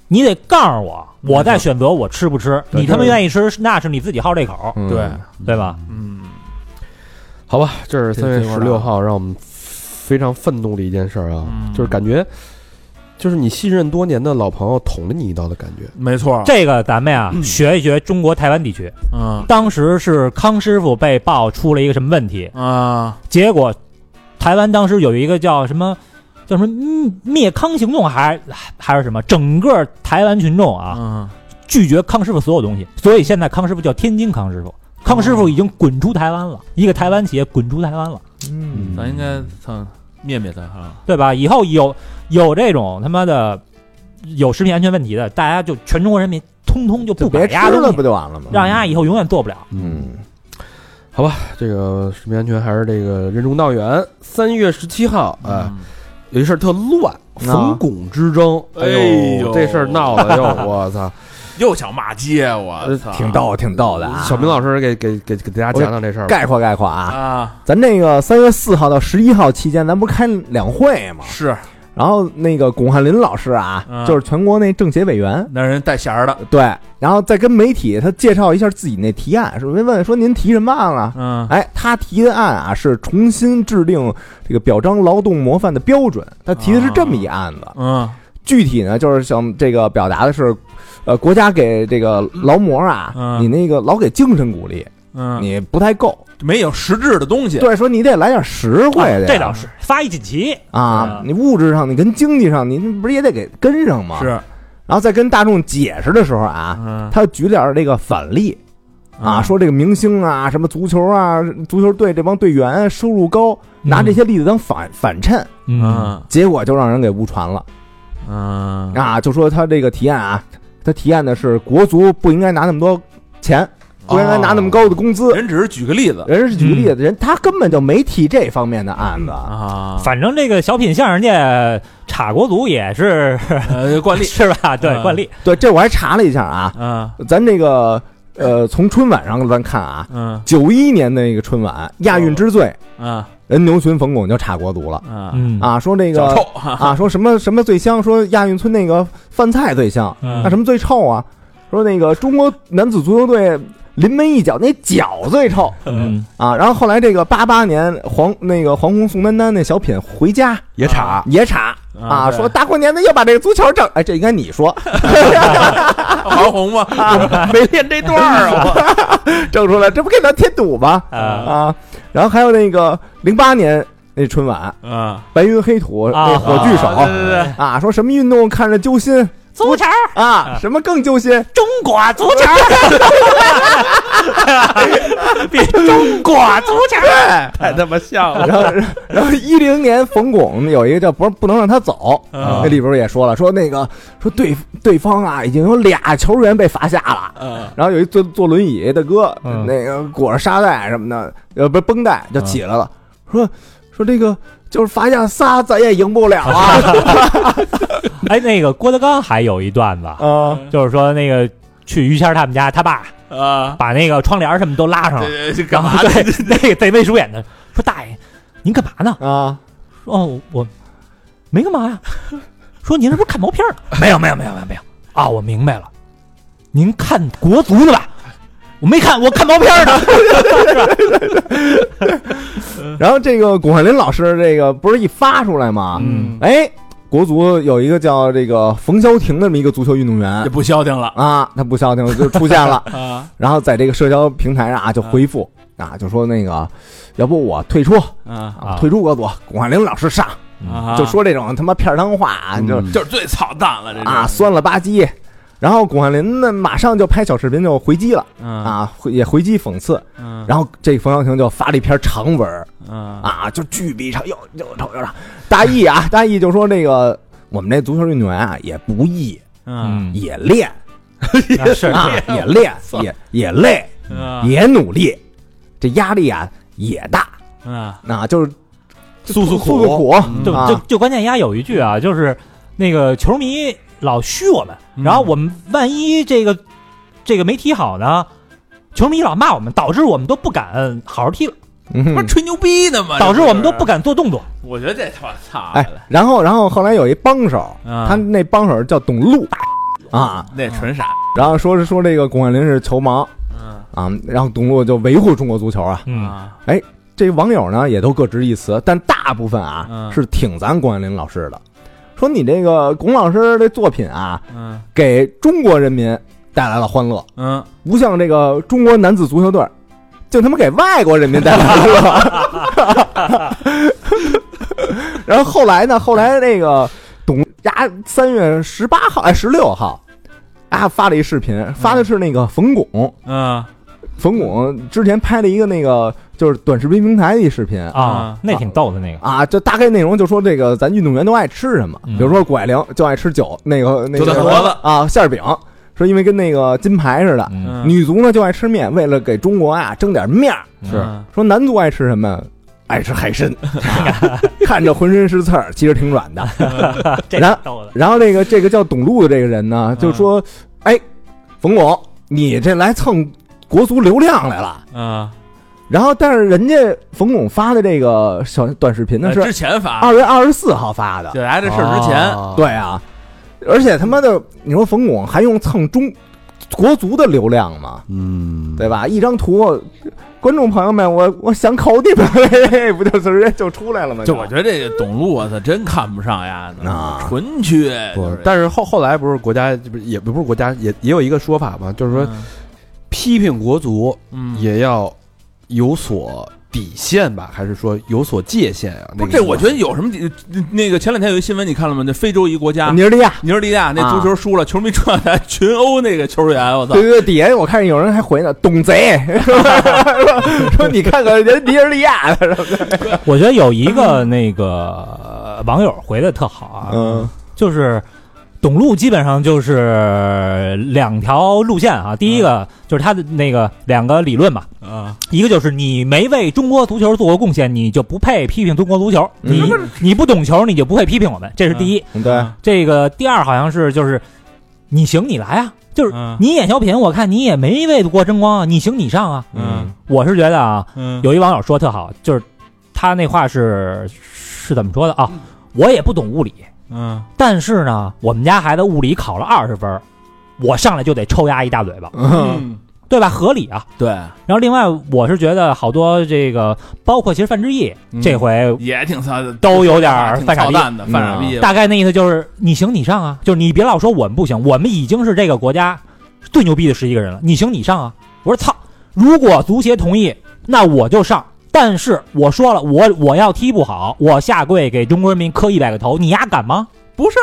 Speaker 5: 你得告诉我，我再选择我吃不吃。
Speaker 2: 对
Speaker 5: 你他妈愿意吃，那是你自己好这口，
Speaker 2: 嗯
Speaker 6: 对，
Speaker 5: 对吧？
Speaker 6: 嗯，
Speaker 3: 好吧，这是
Speaker 6: 这
Speaker 3: 三月
Speaker 6: 这块
Speaker 3: 十
Speaker 6: 儿
Speaker 3: 六
Speaker 6: 啊
Speaker 3: 号让我们非常愤怒的一件事儿啊，
Speaker 6: 嗯
Speaker 3: 就是感觉就是你信任多年的老朋友捅了你一刀的感觉。
Speaker 4: 没错儿，
Speaker 5: 这个咱们呀、学一学中国台湾地区，
Speaker 4: 嗯
Speaker 5: 当时是康师傅被曝出了一个什么问题，
Speaker 4: 啊，
Speaker 5: 结果台湾当时有一个叫什么叫什么嗯灭康行动还，还还是什么，整个台湾群众啊
Speaker 4: 嗯，
Speaker 5: 拒绝康师傅所有东西，所以现在康师傅叫天津康师傅。康师傅已经滚出台湾了，一个台湾企业滚出台湾了，
Speaker 2: 嗯
Speaker 4: 咱应该操灭灭他啊，
Speaker 5: 对吧？以后有有这种他妈的有食品安全问题的，大家就全中国人民通通就
Speaker 2: 就
Speaker 5: 不
Speaker 2: 别
Speaker 5: 买
Speaker 2: 吃
Speaker 5: 鸭东
Speaker 2: 了，
Speaker 5: 西
Speaker 2: 不，就完了吗？
Speaker 5: 让鸭以后永远做不了。
Speaker 2: 嗯，
Speaker 3: 这个食品安全还是这个任重道远。三月十七号，哎、
Speaker 4: 嗯
Speaker 3: 有一事儿特乱，冯巩之争。哎
Speaker 4: 哎
Speaker 3: 呦，
Speaker 4: 呦
Speaker 3: 这事儿闹的哟，我 操！
Speaker 6: 又想骂街，我
Speaker 3: 呃
Speaker 6: 操，
Speaker 2: 挺逗，挺逗的啊。
Speaker 3: 小明老师给给给给大家讲讲这事儿吧。
Speaker 2: 概括概括啊，
Speaker 6: 啊！
Speaker 2: 咱那个三月四号到十一号期间，咱不是开两会吗？
Speaker 6: 是
Speaker 2: 然后那个巩汉林老师啊，
Speaker 6: 嗯
Speaker 2: 就是全国那政协委员，
Speaker 6: 那人带弦儿的，
Speaker 2: 对，然后再跟媒体他介绍一下自己那提案，是问问说您提什么案了？
Speaker 6: 嗯
Speaker 2: 哎，他提的案啊是重新制定这个表彰劳动模范的标准，他提的是这么一案子。
Speaker 6: 嗯
Speaker 2: 具体呢就是想这个表达的是，呃，国家给这个劳模啊，
Speaker 6: 嗯
Speaker 2: 你那个老给精神鼓励，
Speaker 6: 嗯，
Speaker 2: 你不太够。
Speaker 6: 没有实质的东西，
Speaker 2: 对，说你得来点实惠的呀、
Speaker 5: 啊这倒是发一锦旗，
Speaker 2: 啊
Speaker 5: 嗯，
Speaker 2: 你物质上，你跟经济上，你不是也得给跟上吗？
Speaker 6: 是。
Speaker 2: 然后在跟大众解释的时候啊，
Speaker 6: 嗯
Speaker 2: 他举点儿这个反例
Speaker 5: 嗯
Speaker 2: 啊，说这个明星啊，什么足球啊，足球队这帮队员收入高，拿这些例子当反反衬，
Speaker 6: 啊
Speaker 5: 嗯，
Speaker 2: 结果就让人给误传了
Speaker 6: 嗯
Speaker 2: 啊，就说他这个提案啊，他提案的是国足不应该拿那么多钱，不应该拿那么高的工资。
Speaker 6: 人只是举个例子
Speaker 2: 人是举个例子，人他根本就没提这方面的案子，
Speaker 6: 啊，
Speaker 5: 反正这个小品相声界插国足也是
Speaker 6: 呃，惯例
Speaker 5: 是吧？对，
Speaker 6: 嗯
Speaker 5: 惯例。
Speaker 2: 对，这我还查了一下啊，
Speaker 6: 啊，
Speaker 2: 咱这个呃，从春晚上咱看啊，
Speaker 6: 嗯
Speaker 2: 九一年的那个春晚亚运之最，
Speaker 6: 啊
Speaker 2: 人牛群冯巩就差国足了
Speaker 6: 啊，
Speaker 5: 哦嗯，
Speaker 2: 啊，说那
Speaker 6: 脚
Speaker 2: 个
Speaker 6: 臭，
Speaker 2: 啊，说什么什么最香，说亚运村那个饭菜最香，
Speaker 5: 嗯
Speaker 2: 那什么最臭啊？说那个中国男子足球队临门一脚那脚最臭
Speaker 5: 嗯，
Speaker 2: 啊。然后后来这个八八年黄那个黄宏宋丹丹那小品回家
Speaker 3: 也查，
Speaker 2: 也查啊，说大过年的要把这个足球整，哎，这应该你说
Speaker 6: 韩红吗？
Speaker 3: 没练这段儿啊。我
Speaker 2: 整出来，这不给咱添堵吗？
Speaker 5: 啊
Speaker 2: 啊，然后还有那个零八年那春晚，
Speaker 6: 啊，
Speaker 2: 白云黑土那
Speaker 5: 啊
Speaker 2: 呃火炬手
Speaker 6: 啊对对对
Speaker 2: 啊，说什么运动看着揪心
Speaker 5: 足球，
Speaker 2: 啊，什么更揪心，
Speaker 5: 中国足球，比中国足球
Speaker 3: 太他妈像了。
Speaker 2: 然后然后一零年冯巩有一个叫不不能让他走，
Speaker 6: 啊
Speaker 2: 那里边也说了，说那个说对对方啊已经有俩球员被罚下了。
Speaker 6: 啊
Speaker 2: 然后有一坐坐轮椅的哥，
Speaker 5: 嗯
Speaker 2: 那个裹着沙袋什么的，呃，不是绷带就起来了，说说这个就是罚下仨，咱也赢不了啊
Speaker 5: 哎，那个郭德纲还有一段子，
Speaker 2: 啊！
Speaker 6: 嗯
Speaker 5: 就是说那个去于谦他们家，他爸
Speaker 6: 啊，
Speaker 5: 把那个窗帘什么都拉上了，
Speaker 6: 这这
Speaker 5: 然
Speaker 6: 干嘛
Speaker 5: 后
Speaker 6: 呢？
Speaker 5: 对那个贼眉鼠眼的说：“大爷，您干嘛呢
Speaker 2: 啊，？”
Speaker 5: 说：“哦，我没干嘛呀。”说：“您是不是看毛片儿呢？”没有，没有，没有，没有，没有啊！我明白了，您看国足的吧？我没看，我看毛片儿呢。
Speaker 2: 然后这个巩汉林老师这个不是一发出来吗？
Speaker 5: 嗯
Speaker 2: 哎，国足有一个叫这个冯潇霆的这么一个足球运动员
Speaker 6: 也不消停了，
Speaker 2: 啊，他不消停就出现了
Speaker 6: 啊
Speaker 2: 然后在这个社交平台上啊就回复啊，就说那个，要不我退出，
Speaker 6: 嗯啊
Speaker 5: 啊
Speaker 2: 退出国足，巩汉林老师上，
Speaker 5: 嗯
Speaker 6: 啊，嗯
Speaker 2: 就说这种他妈片儿汤话啊，就
Speaker 6: 就是最操蛋了，这是
Speaker 2: 啊酸了吧唧。然后巩汉林呢，马上就拍小视频就回击了
Speaker 6: 啊
Speaker 2: 啊，回也回击讽刺。
Speaker 6: 嗯
Speaker 2: 然后这冯潇霆就发了一篇长文，
Speaker 6: 啊
Speaker 2: 啊，就巨逼长，又又长又长。大意啊，大意就说那个我们这足球运动员啊也不易，
Speaker 6: 嗯
Speaker 2: 也练
Speaker 5: 啊是
Speaker 2: 啊，也练也也累，
Speaker 6: 啊
Speaker 2: 也努力，这压力啊也大，
Speaker 6: 啊
Speaker 2: 啊就是
Speaker 5: 诉诉
Speaker 2: 诉
Speaker 5: 苦
Speaker 2: 诉苦
Speaker 5: 就
Speaker 2: 啊
Speaker 5: 就就关键丫有一句啊，就是那个球迷老虚我们，
Speaker 6: 嗯
Speaker 5: 然后我们万一这个这个没踢好呢，球迷老骂我们，导致我们都不敢好好踢了，
Speaker 2: 嗯
Speaker 6: 不是
Speaker 2: 哼
Speaker 6: 吹牛逼呢吗？
Speaker 5: 导致
Speaker 6: 这
Speaker 5: 我们都不敢做动作。
Speaker 6: 是，我觉得这他妈操
Speaker 2: 哎，然后然后后来有一帮手，
Speaker 6: 啊
Speaker 2: 他那帮手叫董路啊，
Speaker 6: 那纯傻，
Speaker 2: 然后说是说这个巩汉林是球盲
Speaker 6: 嗯
Speaker 2: 啊，然后董路就维护中国足球啊，
Speaker 5: 嗯
Speaker 6: 啊
Speaker 2: 这网友呢也都各执一词，但大部分啊、
Speaker 6: 嗯
Speaker 2: 是挺咱关林老师的，说你这个龚老师的作品啊，
Speaker 4: 嗯
Speaker 2: 给中国人民带来了欢乐，
Speaker 4: 嗯，
Speaker 2: 不像这个中国男子足球队儿，就他妈给外国人民带来欢乐。 然后后来呢？后来那个董呀，三月十八号哎十六号啊发了一视频，发的是那个冯巩，
Speaker 4: 嗯
Speaker 2: 冯巩之前拍了一个那个就是短视频平台的一视频
Speaker 5: 啊
Speaker 4: 啊，
Speaker 5: 那挺逗的那个，
Speaker 2: 啊，就大概内容就说这个咱运动员都爱吃什么，
Speaker 5: 嗯
Speaker 2: 比如说谷爱凌就爱吃酒，那个那
Speaker 3: 韭菜
Speaker 2: 个
Speaker 3: 盒子
Speaker 2: 啊馅儿饼，说因为跟那个金牌似的。
Speaker 5: 嗯，
Speaker 4: 嗯
Speaker 2: 女足呢就爱吃面，为了给中国啊争点面儿。
Speaker 6: 嗯
Speaker 3: 是
Speaker 2: 说男足爱吃什么？爱吃海参，看着浑身是刺儿，其实挺软的。
Speaker 5: 这挺逗的，
Speaker 2: 然 后这个这个叫董路的这个人呢，就说：“哎，冯巩，你这来蹭国足流量来了。”
Speaker 6: 嗯
Speaker 4: 啊，
Speaker 2: 然后，但是人家冯巩发的这个小短视频呢
Speaker 6: 呃之
Speaker 2: 是
Speaker 6: 前发，
Speaker 2: 二月二十四号发的，
Speaker 6: 就来这事儿之
Speaker 3: 哦
Speaker 6: 前，
Speaker 2: 对啊，而且他妈的，你说冯巩还用蹭中国足的流量吗？
Speaker 6: 嗯，
Speaker 2: 对吧？一张图，观众朋友们，我我想考你们，嘿不就直接就出来了吗？
Speaker 6: 就我觉得这个董路，我操，真看不上呀，
Speaker 2: 啊
Speaker 6: 纯缺。
Speaker 3: 不
Speaker 6: 就是
Speaker 3: 是，但是后后来不是国家不是也不是国家也也有一个说法嘛，就是说批评国足
Speaker 4: 嗯
Speaker 3: 也要有所底线吧，还是说有所界限啊？
Speaker 6: 不
Speaker 3: 那
Speaker 6: 是，
Speaker 3: 个
Speaker 6: 这
Speaker 3: 意思
Speaker 6: 我觉得有什么？那个前两天有一新闻，你看了吗？那非洲一国家，
Speaker 2: 尼日利亚，
Speaker 6: 尼日利亚那足球输了，球迷转来群殴那个球员，我操
Speaker 2: 对！对对，底下我看有人还回呢，董 贼，说说你看看人尼日利亚的，
Speaker 5: 我觉得有一个那个网友回的特好啊，
Speaker 2: 嗯
Speaker 5: 就是董路基本上就是两条路线啊，第一个就是他的那个两个理论嘛，
Speaker 6: 啊，
Speaker 5: 一个就是你没为中国足球做过贡献，你就不配批评中国足球，
Speaker 2: 嗯
Speaker 5: 你你不懂球，你就不配批评我们，这是第一。
Speaker 2: 对，
Speaker 5: 这个第二好像是就是你行你来啊，就是
Speaker 4: 嗯
Speaker 5: 你演小品，我看你也没为国争光啊，你行你上啊。
Speaker 4: 嗯
Speaker 5: 我是觉得啊，
Speaker 4: 嗯
Speaker 5: 有一网友说特好，就是他那话是是怎么说的啊？我也不懂物理，
Speaker 4: 嗯
Speaker 5: 但是呢，我们家孩子物理考了二十分儿，我上来就得抽丫一大嘴巴，
Speaker 2: 嗯
Speaker 5: 对吧？合理啊。
Speaker 6: 对，
Speaker 5: 然后另外，我是觉得好多这个，包括其实范志毅、这回，
Speaker 6: 也挺操的，
Speaker 5: 都有点儿
Speaker 6: 挺操蛋的，
Speaker 2: 犯
Speaker 6: 犯
Speaker 2: 傻
Speaker 6: 傻
Speaker 2: 逼
Speaker 6: 逼。
Speaker 5: 大概那意思就是你行你上啊，就是你别老说我们不行，我们已经是这个国家最牛逼的十一个人了，你行你上啊。我说操，如果足协同意，那我就上。但是我说了，我我要踢不好，我下跪给中国人民磕一百个头，你丫敢吗？
Speaker 6: 不是，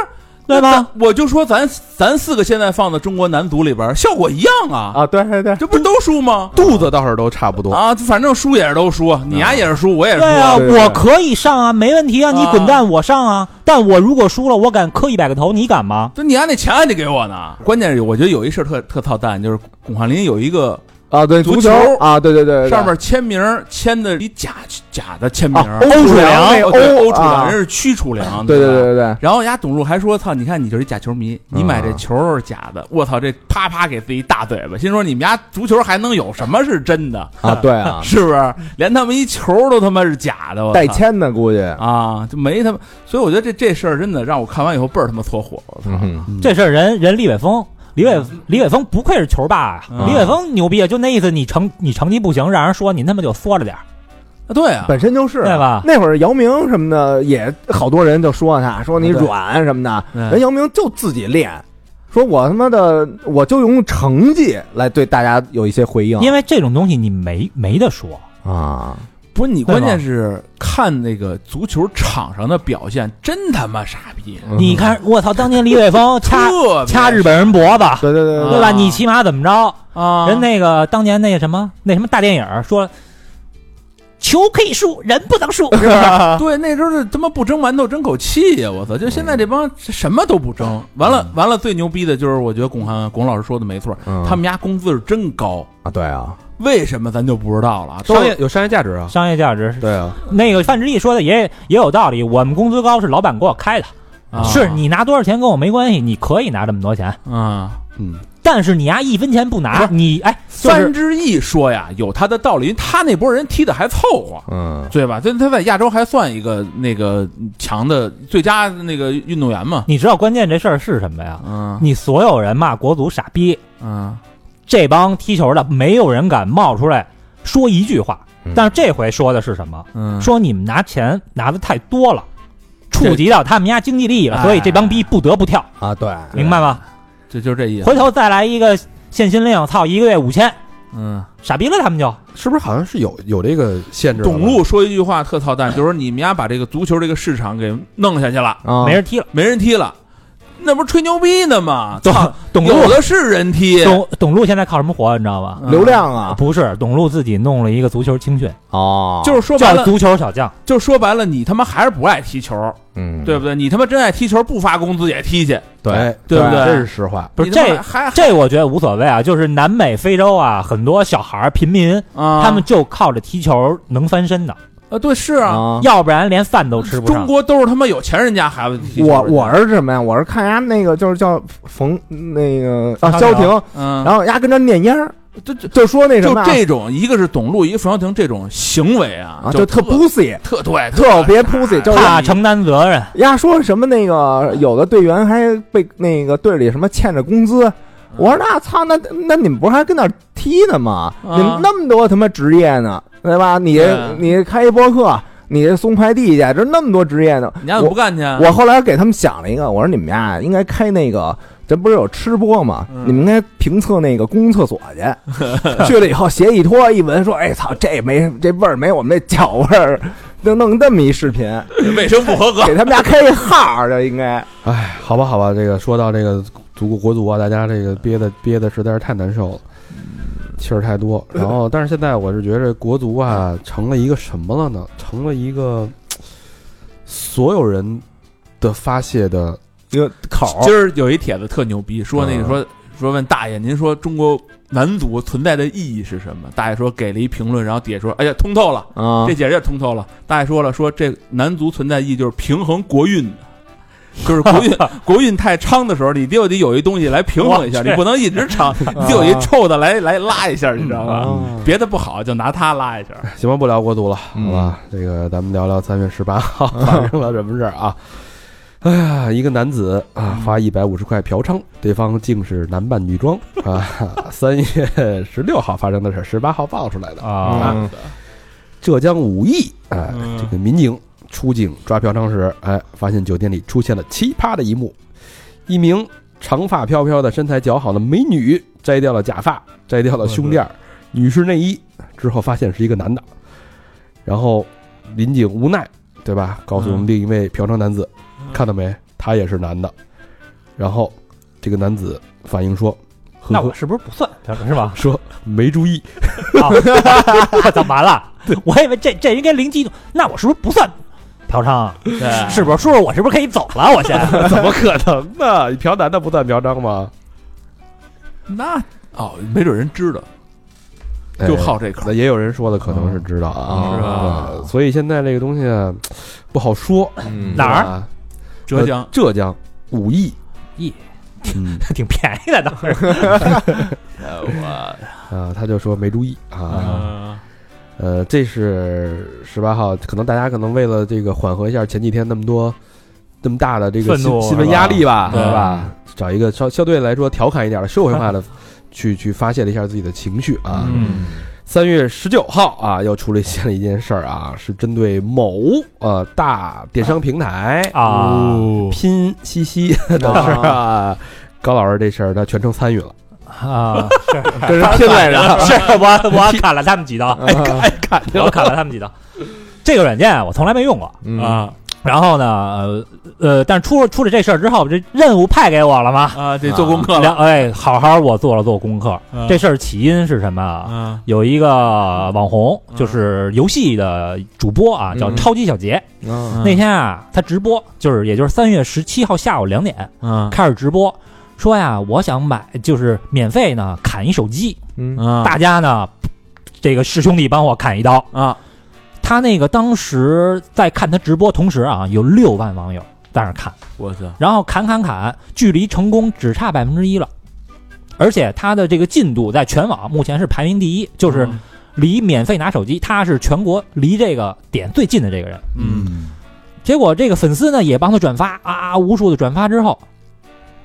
Speaker 5: 对吧？
Speaker 6: 我就说咱咱四个现在放在中国男足里边，效果一样啊，
Speaker 2: 啊，对对对，
Speaker 6: 这不是都输吗？
Speaker 3: 肚子倒是都差不多，
Speaker 6: 啊，反正输也是都输，啊你丫也是输，我也是输。
Speaker 5: 对啊，
Speaker 2: 对对对
Speaker 5: 我可以上啊，没问题啊，你滚蛋，我上啊。但我如果输了，我敢磕一百个头，你敢吗？
Speaker 6: 这你丫那钱还得给我呢。关键是我觉得有一事儿特特操蛋，就是巩汉林有一个
Speaker 2: 啊对
Speaker 6: 足
Speaker 2: 足球
Speaker 6: 球
Speaker 2: 啊，对对对，对
Speaker 6: 上面签名儿签的一假假的签名
Speaker 2: 啊
Speaker 6: 儿，
Speaker 2: 欧楚良那个
Speaker 6: 哦对欧
Speaker 2: 欧
Speaker 6: 楚良
Speaker 2: 啊
Speaker 6: 人是屈楚良，
Speaker 2: 对对
Speaker 6: 吧
Speaker 2: 对 对对，
Speaker 6: 然后人家董路还说：“操，你看你就是一假球迷，你买这
Speaker 3: 嗯
Speaker 6: 球是假的。我操，这啪啪给自己一大嘴巴，心说你们家足球还能有什么是真的？
Speaker 2: 啊对 啊，
Speaker 6: 是不是？连他们一球都他妈是假的，我操
Speaker 2: 带签的估计，
Speaker 6: 啊，就没他妈。所以我觉得这这事儿真的让我看完以后倍儿他妈搓火。我操
Speaker 2: 嗯哼
Speaker 5: 这事儿人人李伟峰，李伟李伟峰不愧是球霸呀、
Speaker 6: 嗯
Speaker 5: 李伟峰牛逼啊，就那意思，你成你成绩不行，让人说您他妈就缩着点儿，
Speaker 6: 啊，对啊，
Speaker 2: 本身就是
Speaker 5: 对吧
Speaker 2: 那会儿姚明什么的也好多人就说他，说你软什么的，人姚明就自己练，说我他妈的我就用成绩来对大家有一些回应，
Speaker 5: 因为这种东西你没没得说。
Speaker 2: 啊，
Speaker 6: 不是你
Speaker 5: 对吧
Speaker 6: 关键是看那个足球场上的表现，真他妈傻逼，
Speaker 2: 嗯
Speaker 5: 你看，我操，当年李伟峰掐
Speaker 6: 特别
Speaker 5: 掐日本人脖子，
Speaker 2: 对对对
Speaker 6: 啊
Speaker 5: 对吧？你起码怎么着？
Speaker 6: 啊，
Speaker 5: 人那个当年那个什么那什么大电影儿说，球可以输，人不能输，是不是？
Speaker 6: 对，那时候是他妈不争馒头争口气呀！我操，就现在这帮什么都不争，完了完了，最牛逼的就是我觉得巩汉巩老师说的没错，
Speaker 2: 嗯
Speaker 6: 他们家工资是真高，
Speaker 2: 啊，对啊，
Speaker 6: 为什么咱就不知道了啊？都
Speaker 3: 商业有商业价值啊。
Speaker 5: 商业价值。
Speaker 3: 对啊，
Speaker 5: 那个范志毅说的也也有道理，我们工资高是老板给我开的，
Speaker 6: 啊
Speaker 5: 是你拿多少钱跟我没关系，你可以拿这么多钱，
Speaker 6: 啊。
Speaker 3: 嗯，
Speaker 5: 但是你丫一分钱不拿，你哎，就
Speaker 6: 三
Speaker 5: 是
Speaker 6: 之一说呀，有他的道理，因为他那波人踢的还凑合，
Speaker 2: 嗯，
Speaker 6: 对吧？他他在亚洲还算一个那个强的最佳那个运动员嘛。
Speaker 5: 你知道关键这事儿是什么呀？
Speaker 6: 嗯
Speaker 5: 你所有人骂国足傻逼，
Speaker 6: 嗯，
Speaker 5: 这帮踢球的没有人敢冒出来说一句话，但是这回说的是什么？
Speaker 6: 嗯
Speaker 5: 说你们拿钱拿的太多了，触及到他们家经济利益了，所以这帮逼不得不跳，
Speaker 2: 啊，对，
Speaker 5: 明白吗？
Speaker 6: 这就是这意思。
Speaker 5: 回头再来一个限薪令，操，一个月五千，
Speaker 6: 嗯，
Speaker 5: 傻逼了他们就是
Speaker 3: 不是好像是有有这个限制的吧？
Speaker 6: 董路说一句话特操蛋，就是说你们家把这个足球这个市场给弄下去了，
Speaker 2: 啊，
Speaker 5: 没人踢了。
Speaker 6: 没人踢了，那不是吹牛逼呢吗？
Speaker 5: 董
Speaker 6: 操，
Speaker 5: 董
Speaker 6: 有
Speaker 5: 路
Speaker 6: 的是人踢，
Speaker 5: 董董路现在靠什么活？你知道吗？
Speaker 6: 嗯
Speaker 2: 流量啊，
Speaker 5: 不是，董路自己弄了一个足球青训，
Speaker 2: 哦，
Speaker 6: 就是说白
Speaker 5: 叫
Speaker 6: 了，
Speaker 5: 足球小将。
Speaker 6: 就说白了，你他妈还是不爱踢球，
Speaker 2: 嗯，
Speaker 6: 对不对？你他妈真爱踢球，不发工资也踢去，
Speaker 3: 哎对
Speaker 6: 对不对
Speaker 3: 这是实话。
Speaker 5: 不是
Speaker 6: 你他妈
Speaker 5: 这
Speaker 6: 还还
Speaker 5: 这我觉得无所谓啊，就是南美、非洲啊，很多小孩儿贫民，
Speaker 6: 啊
Speaker 5: 他们就靠着踢球能翻身的，
Speaker 6: 啊，对，是啊，
Speaker 2: 啊，
Speaker 5: 要不然连饭都吃不
Speaker 6: 中
Speaker 5: 上。
Speaker 6: 国都是他妈有钱人家孩子踢球
Speaker 2: 我我儿子什么呀？我是看人家那个就是叫冯那个啊
Speaker 5: 冯
Speaker 2: 萧
Speaker 5: 小
Speaker 2: 婷，
Speaker 6: 嗯，
Speaker 2: 然后人家跟着念烟儿，
Speaker 6: 这这
Speaker 2: 就说那什
Speaker 6: 就
Speaker 2: 么啊
Speaker 6: 这种，一个是董路，一个冯潇霆这种行为啊，
Speaker 2: 啊，
Speaker 6: 就
Speaker 2: 就特 pussy，
Speaker 6: 特对，
Speaker 2: 特别 pussy，就是
Speaker 5: 怕
Speaker 6: 你
Speaker 5: 承担责任，
Speaker 2: 丫说什么那个有的队员还被那个队里什么欠着工
Speaker 6: 嗯
Speaker 2: 资，我说那操那那你们不是还跟那儿踢呢吗？你
Speaker 6: 啊
Speaker 2: 们那么多他妈职业呢，对吧？你
Speaker 6: 对
Speaker 2: 你开一播客，你送快递去，这那么多职业呢。
Speaker 6: 你家怎么不干去啊？
Speaker 2: 我后来给他们想了一个，我说你们呀应该开那个。这不是有吃播吗？
Speaker 6: 嗯
Speaker 2: 你们应该评测那个公共厕所去，去 了以后鞋一脱一闻，说：“哎操，这没这味儿没我们这脚味儿。”就弄这么一视频，
Speaker 6: 卫生不 合格，
Speaker 2: 给他们家开一号儿，这应该。
Speaker 3: 哎，好吧，好吧，这个说到这个祖国国足啊，大家这个憋的憋的实在是太难受了，气儿太多。然后，但是现在我是觉着国足啊，成了一个什么了呢？成了一个所有人的发泄的
Speaker 2: 一个口
Speaker 6: 今儿有一帖子特牛逼，说那个
Speaker 3: 嗯
Speaker 6: 说说问大爷，您说中国男足存在的意义是什么？大爷说给了一评论，然后底下说，哎呀，通透了，
Speaker 2: 啊
Speaker 6: 这解释也通透了。大爷说了，说这男足存在意义就是平衡国运。就是国运，国运太昌的时候，你就得有一东西来平衡一下，
Speaker 5: 哇
Speaker 6: 你不能一直昌，你得有一臭的来来拉一下，你知道吧？
Speaker 3: 啊，
Speaker 6: 别的不好就拿它拉一下。
Speaker 3: 行吧，不聊国足了，
Speaker 2: 嗯
Speaker 3: 好吧？这个咱们聊聊三月十八号发生了什么事儿啊？哎呀，一个男子啊，花一百五十块嫖娼，对方竟是男扮女装啊！ 三月十六号发生的事儿，十八号爆出来的
Speaker 5: 啊，
Speaker 3: 浙江武义，哎，
Speaker 5: 嗯
Speaker 3: 这个民警出警抓嫖娼时，哎，发现酒店里出现了奇葩的一幕：一名长发飘飘的、身材姣好的美女摘掉了假发，摘掉了胸垫儿、女士内衣，之后发现是一个男的，然后民警无奈，对吧？告诉我们另一位嫖娼男子，看到没，他也是男的。然后这个男子反映说：“呵
Speaker 5: 那
Speaker 3: 呵
Speaker 5: 我是不是不算是吧？
Speaker 3: 说没注意，
Speaker 5: 啊， 我操，完了！我以为这这应该零激动，那我是不是不算嫖娼啊？
Speaker 6: 对
Speaker 5: 是不是？叔叔，我是不是可以走了？我现 在
Speaker 3: 怎么可能呢？你嫖男的不算嫖娼吗？
Speaker 6: 那哦，没准人知道，就
Speaker 3: 哎
Speaker 6: 好这口
Speaker 3: 那。也有人说的可能是知道
Speaker 2: 啊
Speaker 6: 是吧
Speaker 3: 对所以现在这个东西啊不好说。
Speaker 2: 嗯
Speaker 5: 哪儿
Speaker 3: 对吧？
Speaker 6: 浙江
Speaker 3: 呃，浙江武义。
Speaker 5: 义
Speaker 3: 嗯
Speaker 5: 挺便宜的，当时
Speaker 6: 我
Speaker 3: 啊，他就说没注意
Speaker 5: 嗯
Speaker 3: 啊。呃，这是十八号，可能大家可能为了这个缓和一下前几天那么多那么大的这个
Speaker 5: 愤怒
Speaker 3: 新
Speaker 5: 是
Speaker 3: 新
Speaker 5: 吧
Speaker 3: 闻压力吧，
Speaker 6: 对
Speaker 3: 是吧？找一个稍相对来说调侃一点的社会化的，去去发泄了一下自己的情绪啊。
Speaker 6: 嗯
Speaker 3: 三月十九号啊，又出了现了一件事儿啊，是针对某呃大电商平台哦
Speaker 5: 啊
Speaker 3: 拼夕夕的事 儿啊。高老师这事儿他全程参与了，
Speaker 5: 啊！
Speaker 2: 跟人拼来 着，
Speaker 5: 是我我砍了他们几刀，
Speaker 3: 哎，感觉
Speaker 5: 我砍了他们几 刀。这个软件啊我从来没用过，
Speaker 6: 啊
Speaker 5: 然后呢，呃呃，但是出了出了这事儿之后，这任务派给我了吗？
Speaker 6: 啊，得做功课了
Speaker 5: 然后哎，好好我做了做功课。这事儿起因是什么啊？
Speaker 6: 啊
Speaker 5: 有一个网红，
Speaker 6: 嗯
Speaker 5: 就是游戏的主播啊，叫
Speaker 3: 嗯
Speaker 5: 超级小杰。
Speaker 2: 嗯
Speaker 5: 那天啊，他直播，就是也就是三月十七号下午两点
Speaker 2: 嗯
Speaker 6: 啊
Speaker 5: 开始直播，说呀，我想买，就是免费呢砍一手机，
Speaker 2: 嗯
Speaker 6: 啊
Speaker 5: 大家呢，这个师兄弟帮我砍一刀。
Speaker 2: 嗯
Speaker 6: 啊
Speaker 5: 他那个当时在看他直播，同时啊，有六万网友在那儿看，
Speaker 6: 我操！
Speaker 5: 然后砍砍砍，距离成功只差百分之一了。而且他的这个进度在全网目前是排名第一，就是
Speaker 2: 嗯
Speaker 5: 离免费拿手机，他是全国离这个点最近的这个人。
Speaker 6: 嗯，
Speaker 5: 结果这个粉丝呢也帮他转发啊，无数的转发之后，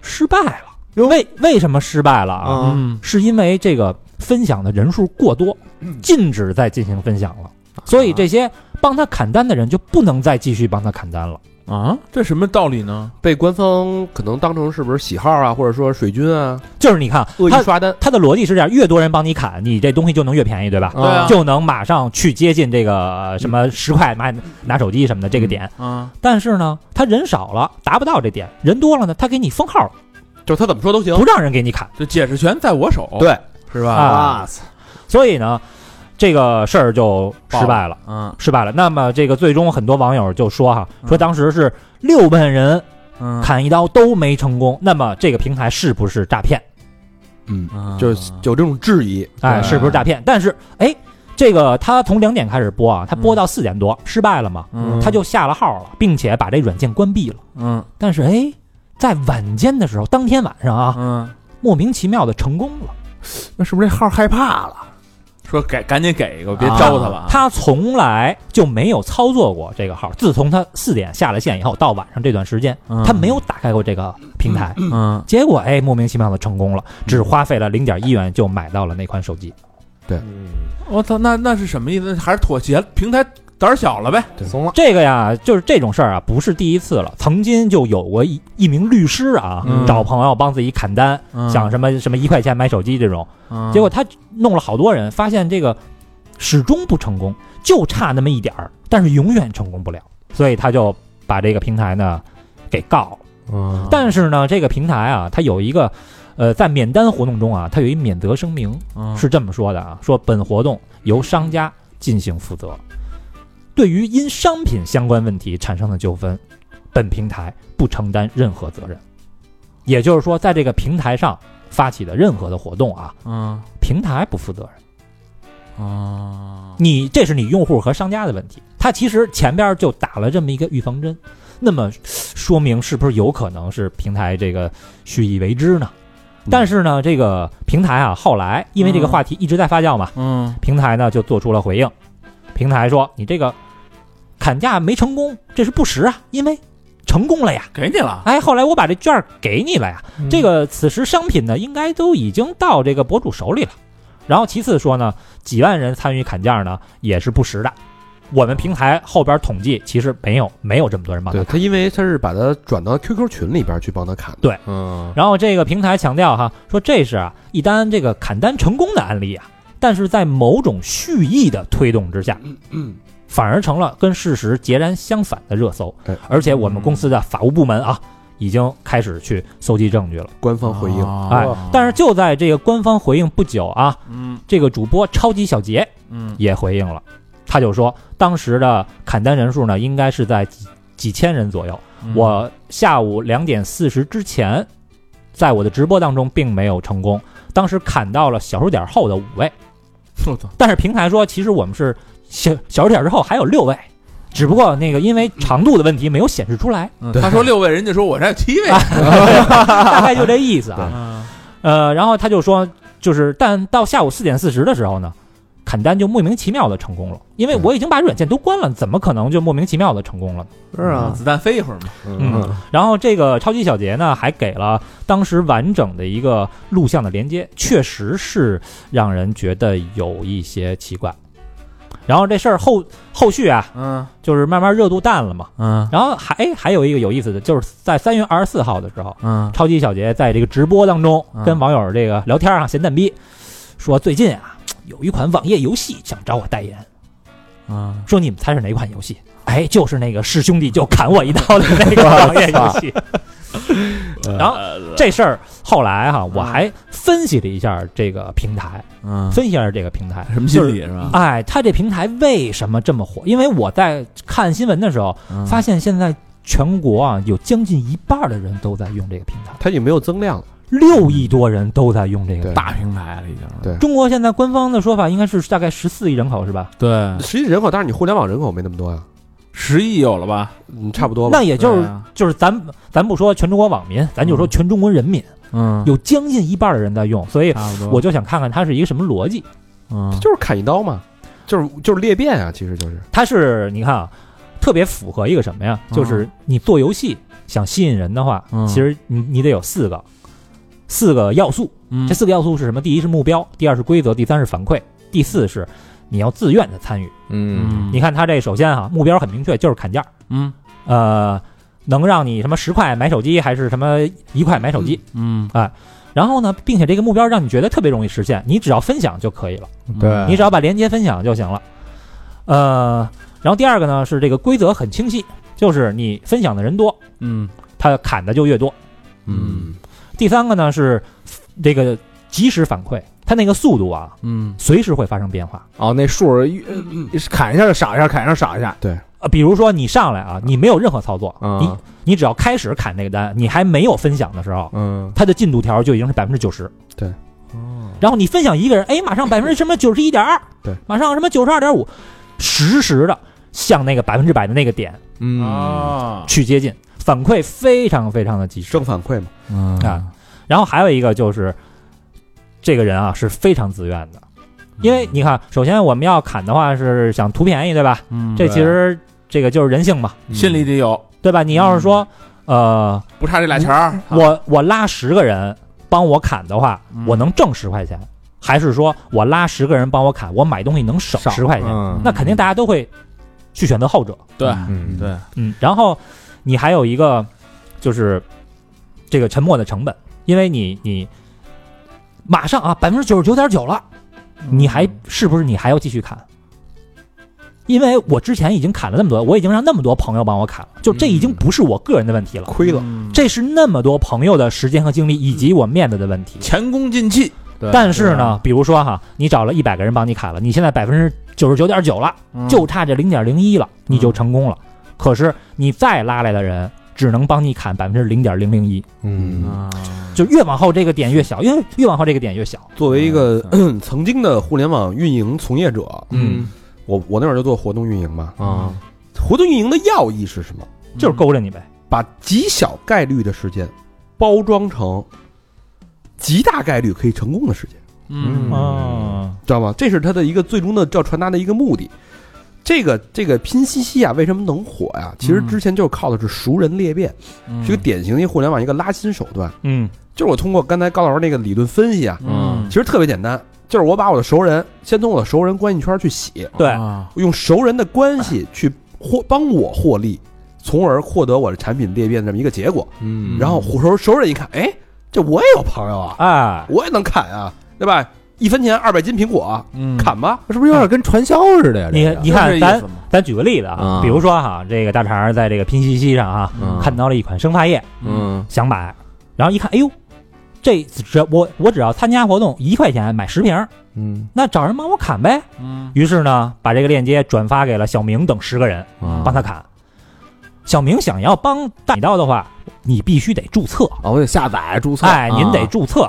Speaker 5: 失败了。为为什么失败了啊？
Speaker 2: 啊
Speaker 6: 嗯
Speaker 5: 是因为这个分享的人数过多，禁止再进行分享了，所以这些帮他砍单的人就不能再继续帮他砍单了。
Speaker 4: 啊，这什么道理呢？
Speaker 3: 被官方可能当成是不是喜好啊，或者说水军啊
Speaker 5: 就是你看
Speaker 3: 恶
Speaker 5: 他
Speaker 3: 意刷单，
Speaker 5: 他的逻辑是这样：越多人帮你砍，你这东西就能越便宜，对吧？
Speaker 3: 对啊
Speaker 5: 就能马上去接近这个呃什么十块买拿手机什么的这个点。
Speaker 4: 啊，
Speaker 5: 但是呢，他人少了达不到这点，人多了呢，他给你封号了，
Speaker 3: 就是他怎么说都行
Speaker 5: 不。让人给你砍
Speaker 4: 这解释权在我手，
Speaker 3: 对，
Speaker 4: 是吧？
Speaker 5: 啊。
Speaker 2: 操！
Speaker 5: 所以呢，这个事儿就失败了，
Speaker 4: 嗯
Speaker 5: 失败了。那么这个最终很多网友就说哈，
Speaker 4: 嗯
Speaker 5: 说当时是六万人
Speaker 4: 嗯，
Speaker 5: 砍一刀都没成功，那么这个平台是不是诈骗？
Speaker 3: 嗯，
Speaker 4: 啊
Speaker 3: 就是有这种质疑，
Speaker 5: 哎，
Speaker 4: 对
Speaker 5: 是不是诈骗？但是哎，这个他从两点开始播啊，他播到四点多、失败了嘛，
Speaker 4: 嗯
Speaker 5: 他就下了号了，并且把这软件关闭了。
Speaker 4: 嗯
Speaker 5: 但是哎，在晚间的时候，当天晚上啊，
Speaker 4: 嗯，
Speaker 5: 莫名其妙的成功了，
Speaker 2: 那是不是这号害怕了？
Speaker 4: 说给赶紧给一个，别招他了啊。
Speaker 5: 他从来就没有操作过这个号，自从他四点下了线以后，到晚上这段时间，
Speaker 4: 嗯
Speaker 5: 他没有打开过这个平台。
Speaker 4: 嗯
Speaker 5: 结果哎，莫名其妙的成功了，只花费了零点一元就买到了那款手机。
Speaker 4: 我操，那那是什么意思？还是妥协？平台胆儿小了呗？
Speaker 2: 怂了，
Speaker 5: 这个呀，就是这种事儿啊，不是第一次了。曾经就有过一一名律师啊，
Speaker 4: 嗯
Speaker 5: 找朋友帮自己砍单，
Speaker 4: 嗯
Speaker 5: 想什么什么一块钱买手机这种，
Speaker 6: 啊
Speaker 4: 嗯
Speaker 5: 结果他弄了好多人，发现这个始终不成功，就差那么一点儿，但是永远成功不了，所以他就把这个平台呢给告了。
Speaker 3: 嗯
Speaker 5: 但是呢，这个平台啊，它有一个，呃，在免单活动中啊，它有一免责声明，
Speaker 4: 嗯
Speaker 5: 是这么说的啊，说本活动由商家进行负责，对于因商品相关问题产生的纠纷，本平台不承担任何责任。也就是说，在这个平台上发起的任何的活动啊，
Speaker 4: 嗯
Speaker 5: 平台不负责任。
Speaker 4: 啊
Speaker 5: 你这是你用户和商家的问题。他其实前边就打了这么一个预防针，那么说明是不是有可能是平台这个蓄意为之呢？
Speaker 4: 嗯
Speaker 5: 但是呢，这个平台啊，后来因为这个话题一直在发酵嘛，
Speaker 4: 嗯
Speaker 5: 平台呢就做出了回应。平台说：“你这个砍价没成功，这是不实啊，因为成功了呀。
Speaker 4: 给你了，嗯
Speaker 5: 哎，后来我把这券儿给你了呀。这个此时商品呢，应该都已经到这个博主手里了。然后其次说呢，几万人参与砍价呢，也是不实的。我们平台后边统计，其实没有没有这么多人帮他
Speaker 3: 啊对他，因为他是把他转到 QQ 群里边去帮他砍的。
Speaker 5: 对，
Speaker 3: 嗯，
Speaker 5: 然后这个平台强调哈，说这是啊一单这个砍单成功的案例啊，但是在某种蓄意的推动之下，反而成了跟事实截然相反的热搜
Speaker 3: 哎。
Speaker 5: 而且我们公司的法务部门啊，已经开始去搜集证据了。
Speaker 3: 官方回应，
Speaker 4: 哦
Speaker 5: 哎，但是就在这个官方回应不久啊，
Speaker 4: 嗯
Speaker 5: 这个主播超级小杰
Speaker 4: 嗯
Speaker 5: 也回应了，他就说当时的砍单人数呢，应该是在几几千人左右。
Speaker 4: 嗯
Speaker 5: 我下午两点四十之前，在我的直播当中并没有成功，当时砍到了小数点后的五位，
Speaker 4: 我操，
Speaker 5: 但是平台说其实我们是小小数点之后还有六位，只不过那个因为长度的问题没有显示出来，
Speaker 4: 嗯他说六位，人家说我这儿有七位，
Speaker 5: 大概就这意思啊。
Speaker 4: 嗯
Speaker 5: 呃，然后他就说，就是但到下午四点四十的时候呢，砍单就莫名其妙的成功了，因为我已经把软件都关了，怎么可能就莫名其妙的成功了呢？
Speaker 2: 是啊，
Speaker 4: 子弹飞一会儿嘛，
Speaker 5: 嗯，然后这个超级小杰呢，还给了当时完整的一个录像的连接，确实是让人觉得有一些奇怪。然后这事儿后后续啊，
Speaker 4: 嗯
Speaker 5: 就是慢慢热度淡了嘛。
Speaker 4: 嗯
Speaker 5: 然后还哎还有一个有意思的，就是在三月二十四号的时候，
Speaker 4: 嗯
Speaker 5: 超级小杰在这个直播当中
Speaker 4: 嗯
Speaker 5: 跟网友这个聊天啊，闲蛋逼，说最近啊有一款网页游戏想找我代言，
Speaker 4: 嗯，
Speaker 5: 说你们猜是哪款游戏？哎，就是那个师兄弟就砍我一刀的那个网页游戏。 然后这事儿后来哈、我还分析了一下这个平台，
Speaker 4: 嗯
Speaker 5: 分析一下这个平台，
Speaker 4: 什么心理是吧？
Speaker 5: 哎，它这平台为什么这么火？因为我在看新闻的时候
Speaker 4: 嗯
Speaker 5: 发现，现在全国啊有将近一半的人都在用这个平台，
Speaker 3: 他也没有增量了。
Speaker 5: 六亿多人都在用这个。
Speaker 3: 对，
Speaker 4: 大平台了已经，
Speaker 3: 对
Speaker 5: 中国现在官方的说法应该是大概十四亿人口是吧？
Speaker 4: 对，
Speaker 3: 实际人口，但是你互联网人口没那么多呀，啊
Speaker 4: 十亿有了吧？
Speaker 3: 嗯，差不多吧
Speaker 5: 那。也就是
Speaker 4: 对嗯啊
Speaker 5: 就是咱咱不说全中国网民，咱就说全中国人民，
Speaker 4: 嗯，
Speaker 5: 有将近一半的人在用，所以
Speaker 4: 差不多，
Speaker 5: 我就想看看它是一个什么逻辑。
Speaker 4: 嗯
Speaker 3: 就是砍一刀嘛，就是就是裂变啊，其实就是
Speaker 5: 它是你看啊，特别符合一个什么呀？就是你做游戏想吸引人的话，
Speaker 4: 啊嗯
Speaker 5: 其实你你得有四个四个要素。
Speaker 4: 嗯
Speaker 5: 这四个要素是什么？第一是目标，第二是规则，第三是反馈，第四是你要自愿的参与。
Speaker 2: 嗯
Speaker 4: 嗯
Speaker 5: 你看它这首先哈、目标很明确，就是砍价。
Speaker 4: 嗯
Speaker 5: 呃，能让你什么十块买手机，还是什么一块买手机。
Speaker 4: 嗯，
Speaker 5: 然后呢，并且这个目标让你觉得特别容易实现，你只要分享就可以了，
Speaker 4: 嗯
Speaker 2: 对，
Speaker 5: 你只要把链接分享就行了。呃，然后第二个呢是这个规则很清晰，就是你分享的人多，
Speaker 4: 嗯，
Speaker 5: 他砍的就越多。
Speaker 3: 嗯，
Speaker 5: 第三个呢是这个及时反馈，它那个速度啊，
Speaker 4: 嗯，
Speaker 5: 随时会发生变化。
Speaker 2: 哦，那数儿一呃砍一下就傻一下，砍一下傻一下，
Speaker 5: 呃，比如说你上来啊，你没有任何操作，
Speaker 2: 啊
Speaker 5: 你你只要开始砍那个单，你还没有分享的时候，
Speaker 2: 嗯，
Speaker 5: 它的进度条就已经是百分之九十。
Speaker 3: 对。
Speaker 5: 然后你分享一个人，哎，马上百分之什么九十一点二，
Speaker 3: 对，
Speaker 5: 马上什么九十二点五，实时的向那个百分之百的那个点
Speaker 2: 嗯，
Speaker 4: 啊，
Speaker 5: 去接近，反馈非常非常的及时
Speaker 3: 正反馈嘛，
Speaker 5: 啊。然后还有一个就是，这个人啊是非常自愿的，
Speaker 4: 嗯
Speaker 5: 因为你看，首先我们要砍的话是想图便宜，对吧？
Speaker 4: 嗯，
Speaker 5: 这其实这个就是人性嘛，
Speaker 6: 心里得有，
Speaker 5: 对吧？你要是说，呃，
Speaker 6: 不差这俩钱儿。
Speaker 5: 我我拉十个人帮我砍的话，我能挣十块钱，还是说我拉十个人帮我砍，我买东西能省十块钱？
Speaker 2: 嗯
Speaker 5: 那肯定大家都会去选择后者。
Speaker 6: 对，
Speaker 2: 嗯，
Speaker 4: 对，
Speaker 5: 嗯，然后你还有一个就是这个沉默的成本，因为你你马上啊百分之九十九点九了，你还是不是你还要继续砍？因为我之前已经砍了那么多，我已经让那么多朋友帮我砍了，就这已经不是我个人的问题了，
Speaker 3: 亏了，
Speaker 4: 嗯
Speaker 5: 这是那么多朋友的时间和精力
Speaker 2: 嗯
Speaker 5: 以及我面子的问题。
Speaker 6: 前功尽弃，
Speaker 5: 但是呢，比如说哈，你找了一百个人帮你砍了，你现在百分之九十九点九了，
Speaker 4: 嗯
Speaker 3: 啊
Speaker 5: 就差这零点零一了，你就成功了。可是你再拉来的人，只能帮你砍百分之零点零零一，
Speaker 3: 嗯，
Speaker 4: 啊
Speaker 5: 就越往后这个点越小，越越往后这个点越小。
Speaker 3: 作为一个
Speaker 4: 嗯
Speaker 3: 曾经的互联网运营从业者，
Speaker 2: 嗯
Speaker 3: 我我那会儿就做活动运营嘛，
Speaker 2: 啊，
Speaker 3: 活动运营的要义是什么？
Speaker 5: 就是勾着你呗，
Speaker 3: 把极小概率的事件包装成极大概率可以成功的事件，
Speaker 2: 嗯
Speaker 5: 嗯，
Speaker 3: 知道吗？这是他的一个最终的要传达的一个目的。这个这个拼夕夕啊，为什么能火呀、其实之前就是靠的是熟人裂变，
Speaker 4: 嗯
Speaker 3: 是一个典型的一个互联网一个拉新手段。
Speaker 5: 嗯
Speaker 3: 就是我通过刚才高老师那个理论分析啊，
Speaker 4: 嗯
Speaker 3: 其实特别简单，就是我把我的熟人先从我的熟人关系圈去洗，
Speaker 5: 对
Speaker 4: 啊
Speaker 3: 用熟人的关系去获帮我获利，从而获得我的产品裂变的这么一个结果。
Speaker 2: 嗯
Speaker 3: 然后虎熟熟人一看，哎，这我也有朋友啊，
Speaker 5: 哎，
Speaker 3: 我也能砍啊，对吧？一分钱二百斤苹果啊，
Speaker 4: 嗯
Speaker 3: 砍吧。
Speaker 2: 是不是有点跟传销似的呀？
Speaker 5: 你
Speaker 2: 这个
Speaker 5: 你看，咱咱举个例子啊
Speaker 2: 啊，
Speaker 5: 比如说哈，这个大肠在这个拼夕夕上哈，
Speaker 2: 嗯
Speaker 5: 看到了一款生发液，
Speaker 2: 嗯
Speaker 5: 想买，然后一看，哎呦，这只我我只要参加活动一块钱买十瓶，
Speaker 2: 嗯
Speaker 5: 那找人帮我砍呗。
Speaker 4: 嗯
Speaker 5: 于是呢，把这个链接转发给了小明等十个人，
Speaker 2: 啊
Speaker 5: 帮他砍。小明想要帮大米道的话，你必须得注册，
Speaker 2: 啊，我得下载注册，
Speaker 5: 哎，您
Speaker 2: 啊
Speaker 5: 得注册。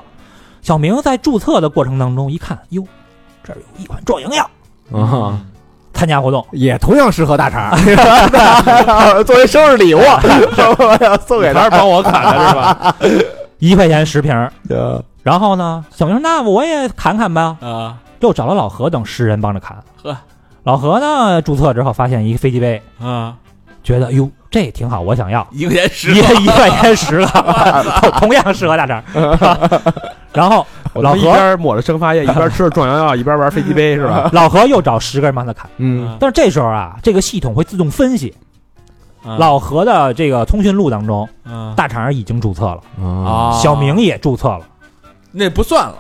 Speaker 5: 小明在注册的过程当中一看，哟，这儿有一款壮阳药，
Speaker 3: 嗯
Speaker 2: 啊，
Speaker 4: 嗯
Speaker 5: 参加活动，
Speaker 2: 也同样适合大肠，作为生日礼物，我要送给
Speaker 4: 还
Speaker 2: 他
Speaker 4: 是。帮我砍的是吧？
Speaker 5: 一块钱十瓶儿。然后呢，小明说：“那我也砍砍吧。”
Speaker 6: 啊，
Speaker 5: 又找了老何等十人帮着砍。
Speaker 6: 呵，
Speaker 5: 老何呢注册之后发现一个飞机杯，
Speaker 6: 啊，
Speaker 5: 觉得哟这挺好，我想要，
Speaker 6: 一块钱十
Speaker 5: 一一块钱十 个，同同样适合大肠。然后
Speaker 3: 我
Speaker 5: 老
Speaker 3: 他妈
Speaker 5: 何
Speaker 3: 一边抹着生发液，一边吃着壮阳药，一边玩飞机杯，是吧？
Speaker 5: 老何又找十个人帮他砍，
Speaker 2: 嗯
Speaker 5: 但是这时候啊，这个系统会自动分析
Speaker 6: 啊
Speaker 5: 老何的这个通讯录当中，
Speaker 4: 嗯
Speaker 6: 啊
Speaker 5: 大肠已经注册了，
Speaker 2: 啊
Speaker 6: 啊，
Speaker 5: 小明也注册了，
Speaker 6: 那不算了，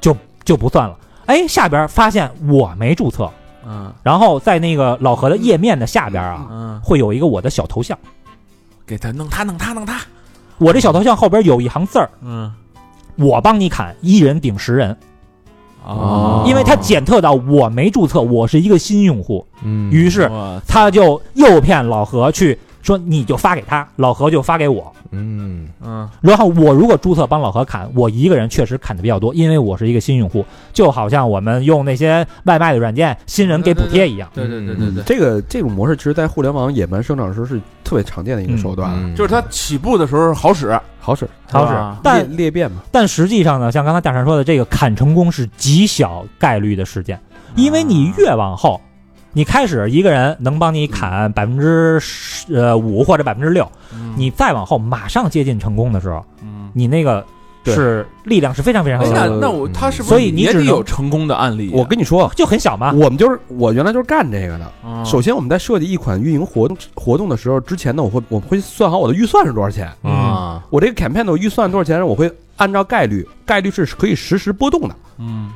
Speaker 5: 就不算了。哎，下边发现我没注册，
Speaker 6: 嗯
Speaker 5: 然后在那个老何的页面的下边啊，
Speaker 6: 嗯，
Speaker 5: 会有一个我的小头像。
Speaker 6: 给他弄他弄他弄他，
Speaker 5: 我这小头像后边有一行字儿，
Speaker 6: 嗯
Speaker 5: 我帮你砍，一人顶十人，
Speaker 2: 哦
Speaker 5: 因为他检测到我没注册，我是一个新用户，
Speaker 2: 嗯
Speaker 5: 于是
Speaker 6: 我
Speaker 5: 他就诱骗老何去说你就发给他，老何就发给我。
Speaker 2: 嗯
Speaker 6: 嗯
Speaker 5: 然后我如果注册帮老何砍，我一个人确实砍的比较多，因为我是一个新用户，就好像我们用那些外卖的软件新人给补贴一样。
Speaker 6: 对对对对对，
Speaker 3: 这个这种模式，其实，在互联网野蛮生长时是特别常见的一个手段，啊
Speaker 4: 嗯
Speaker 5: 嗯
Speaker 6: 就是他起步的时候好使，
Speaker 3: 好使，
Speaker 5: 好
Speaker 6: 啊
Speaker 5: 使，
Speaker 3: 裂
Speaker 5: 但
Speaker 3: 裂变嘛。
Speaker 5: 但实际上呢，像刚才大闪说的，这个砍成功是极小概率的事件，因为你越往后，你开始一个人能帮你砍百分之十呃五或者百分之六，
Speaker 6: 嗯
Speaker 5: 你再往后马上接近成功的时候，
Speaker 6: 嗯
Speaker 5: 你那个
Speaker 3: 对
Speaker 5: 是力量是非常非常
Speaker 6: 哎
Speaker 5: 小
Speaker 6: 那
Speaker 5: 的，
Speaker 3: 呃
Speaker 6: 那我他是不
Speaker 5: 所
Speaker 6: 是
Speaker 5: 以你
Speaker 6: 也
Speaker 5: 只
Speaker 6: 得
Speaker 5: 能
Speaker 6: 有成功的案例啊？
Speaker 3: 我跟你说，
Speaker 5: 就很小嘛。
Speaker 3: 我们就是我原来就是干这个的。
Speaker 6: 啊
Speaker 3: 首先，我们在设计一款运营活动活动的时候，之前呢，我会我会算好我的预算是多少钱。
Speaker 5: 嗯
Speaker 6: 啊，
Speaker 3: 我这个 campaign 的预算多少钱，我会按照概率，概率是可以实时波动的，
Speaker 6: 嗯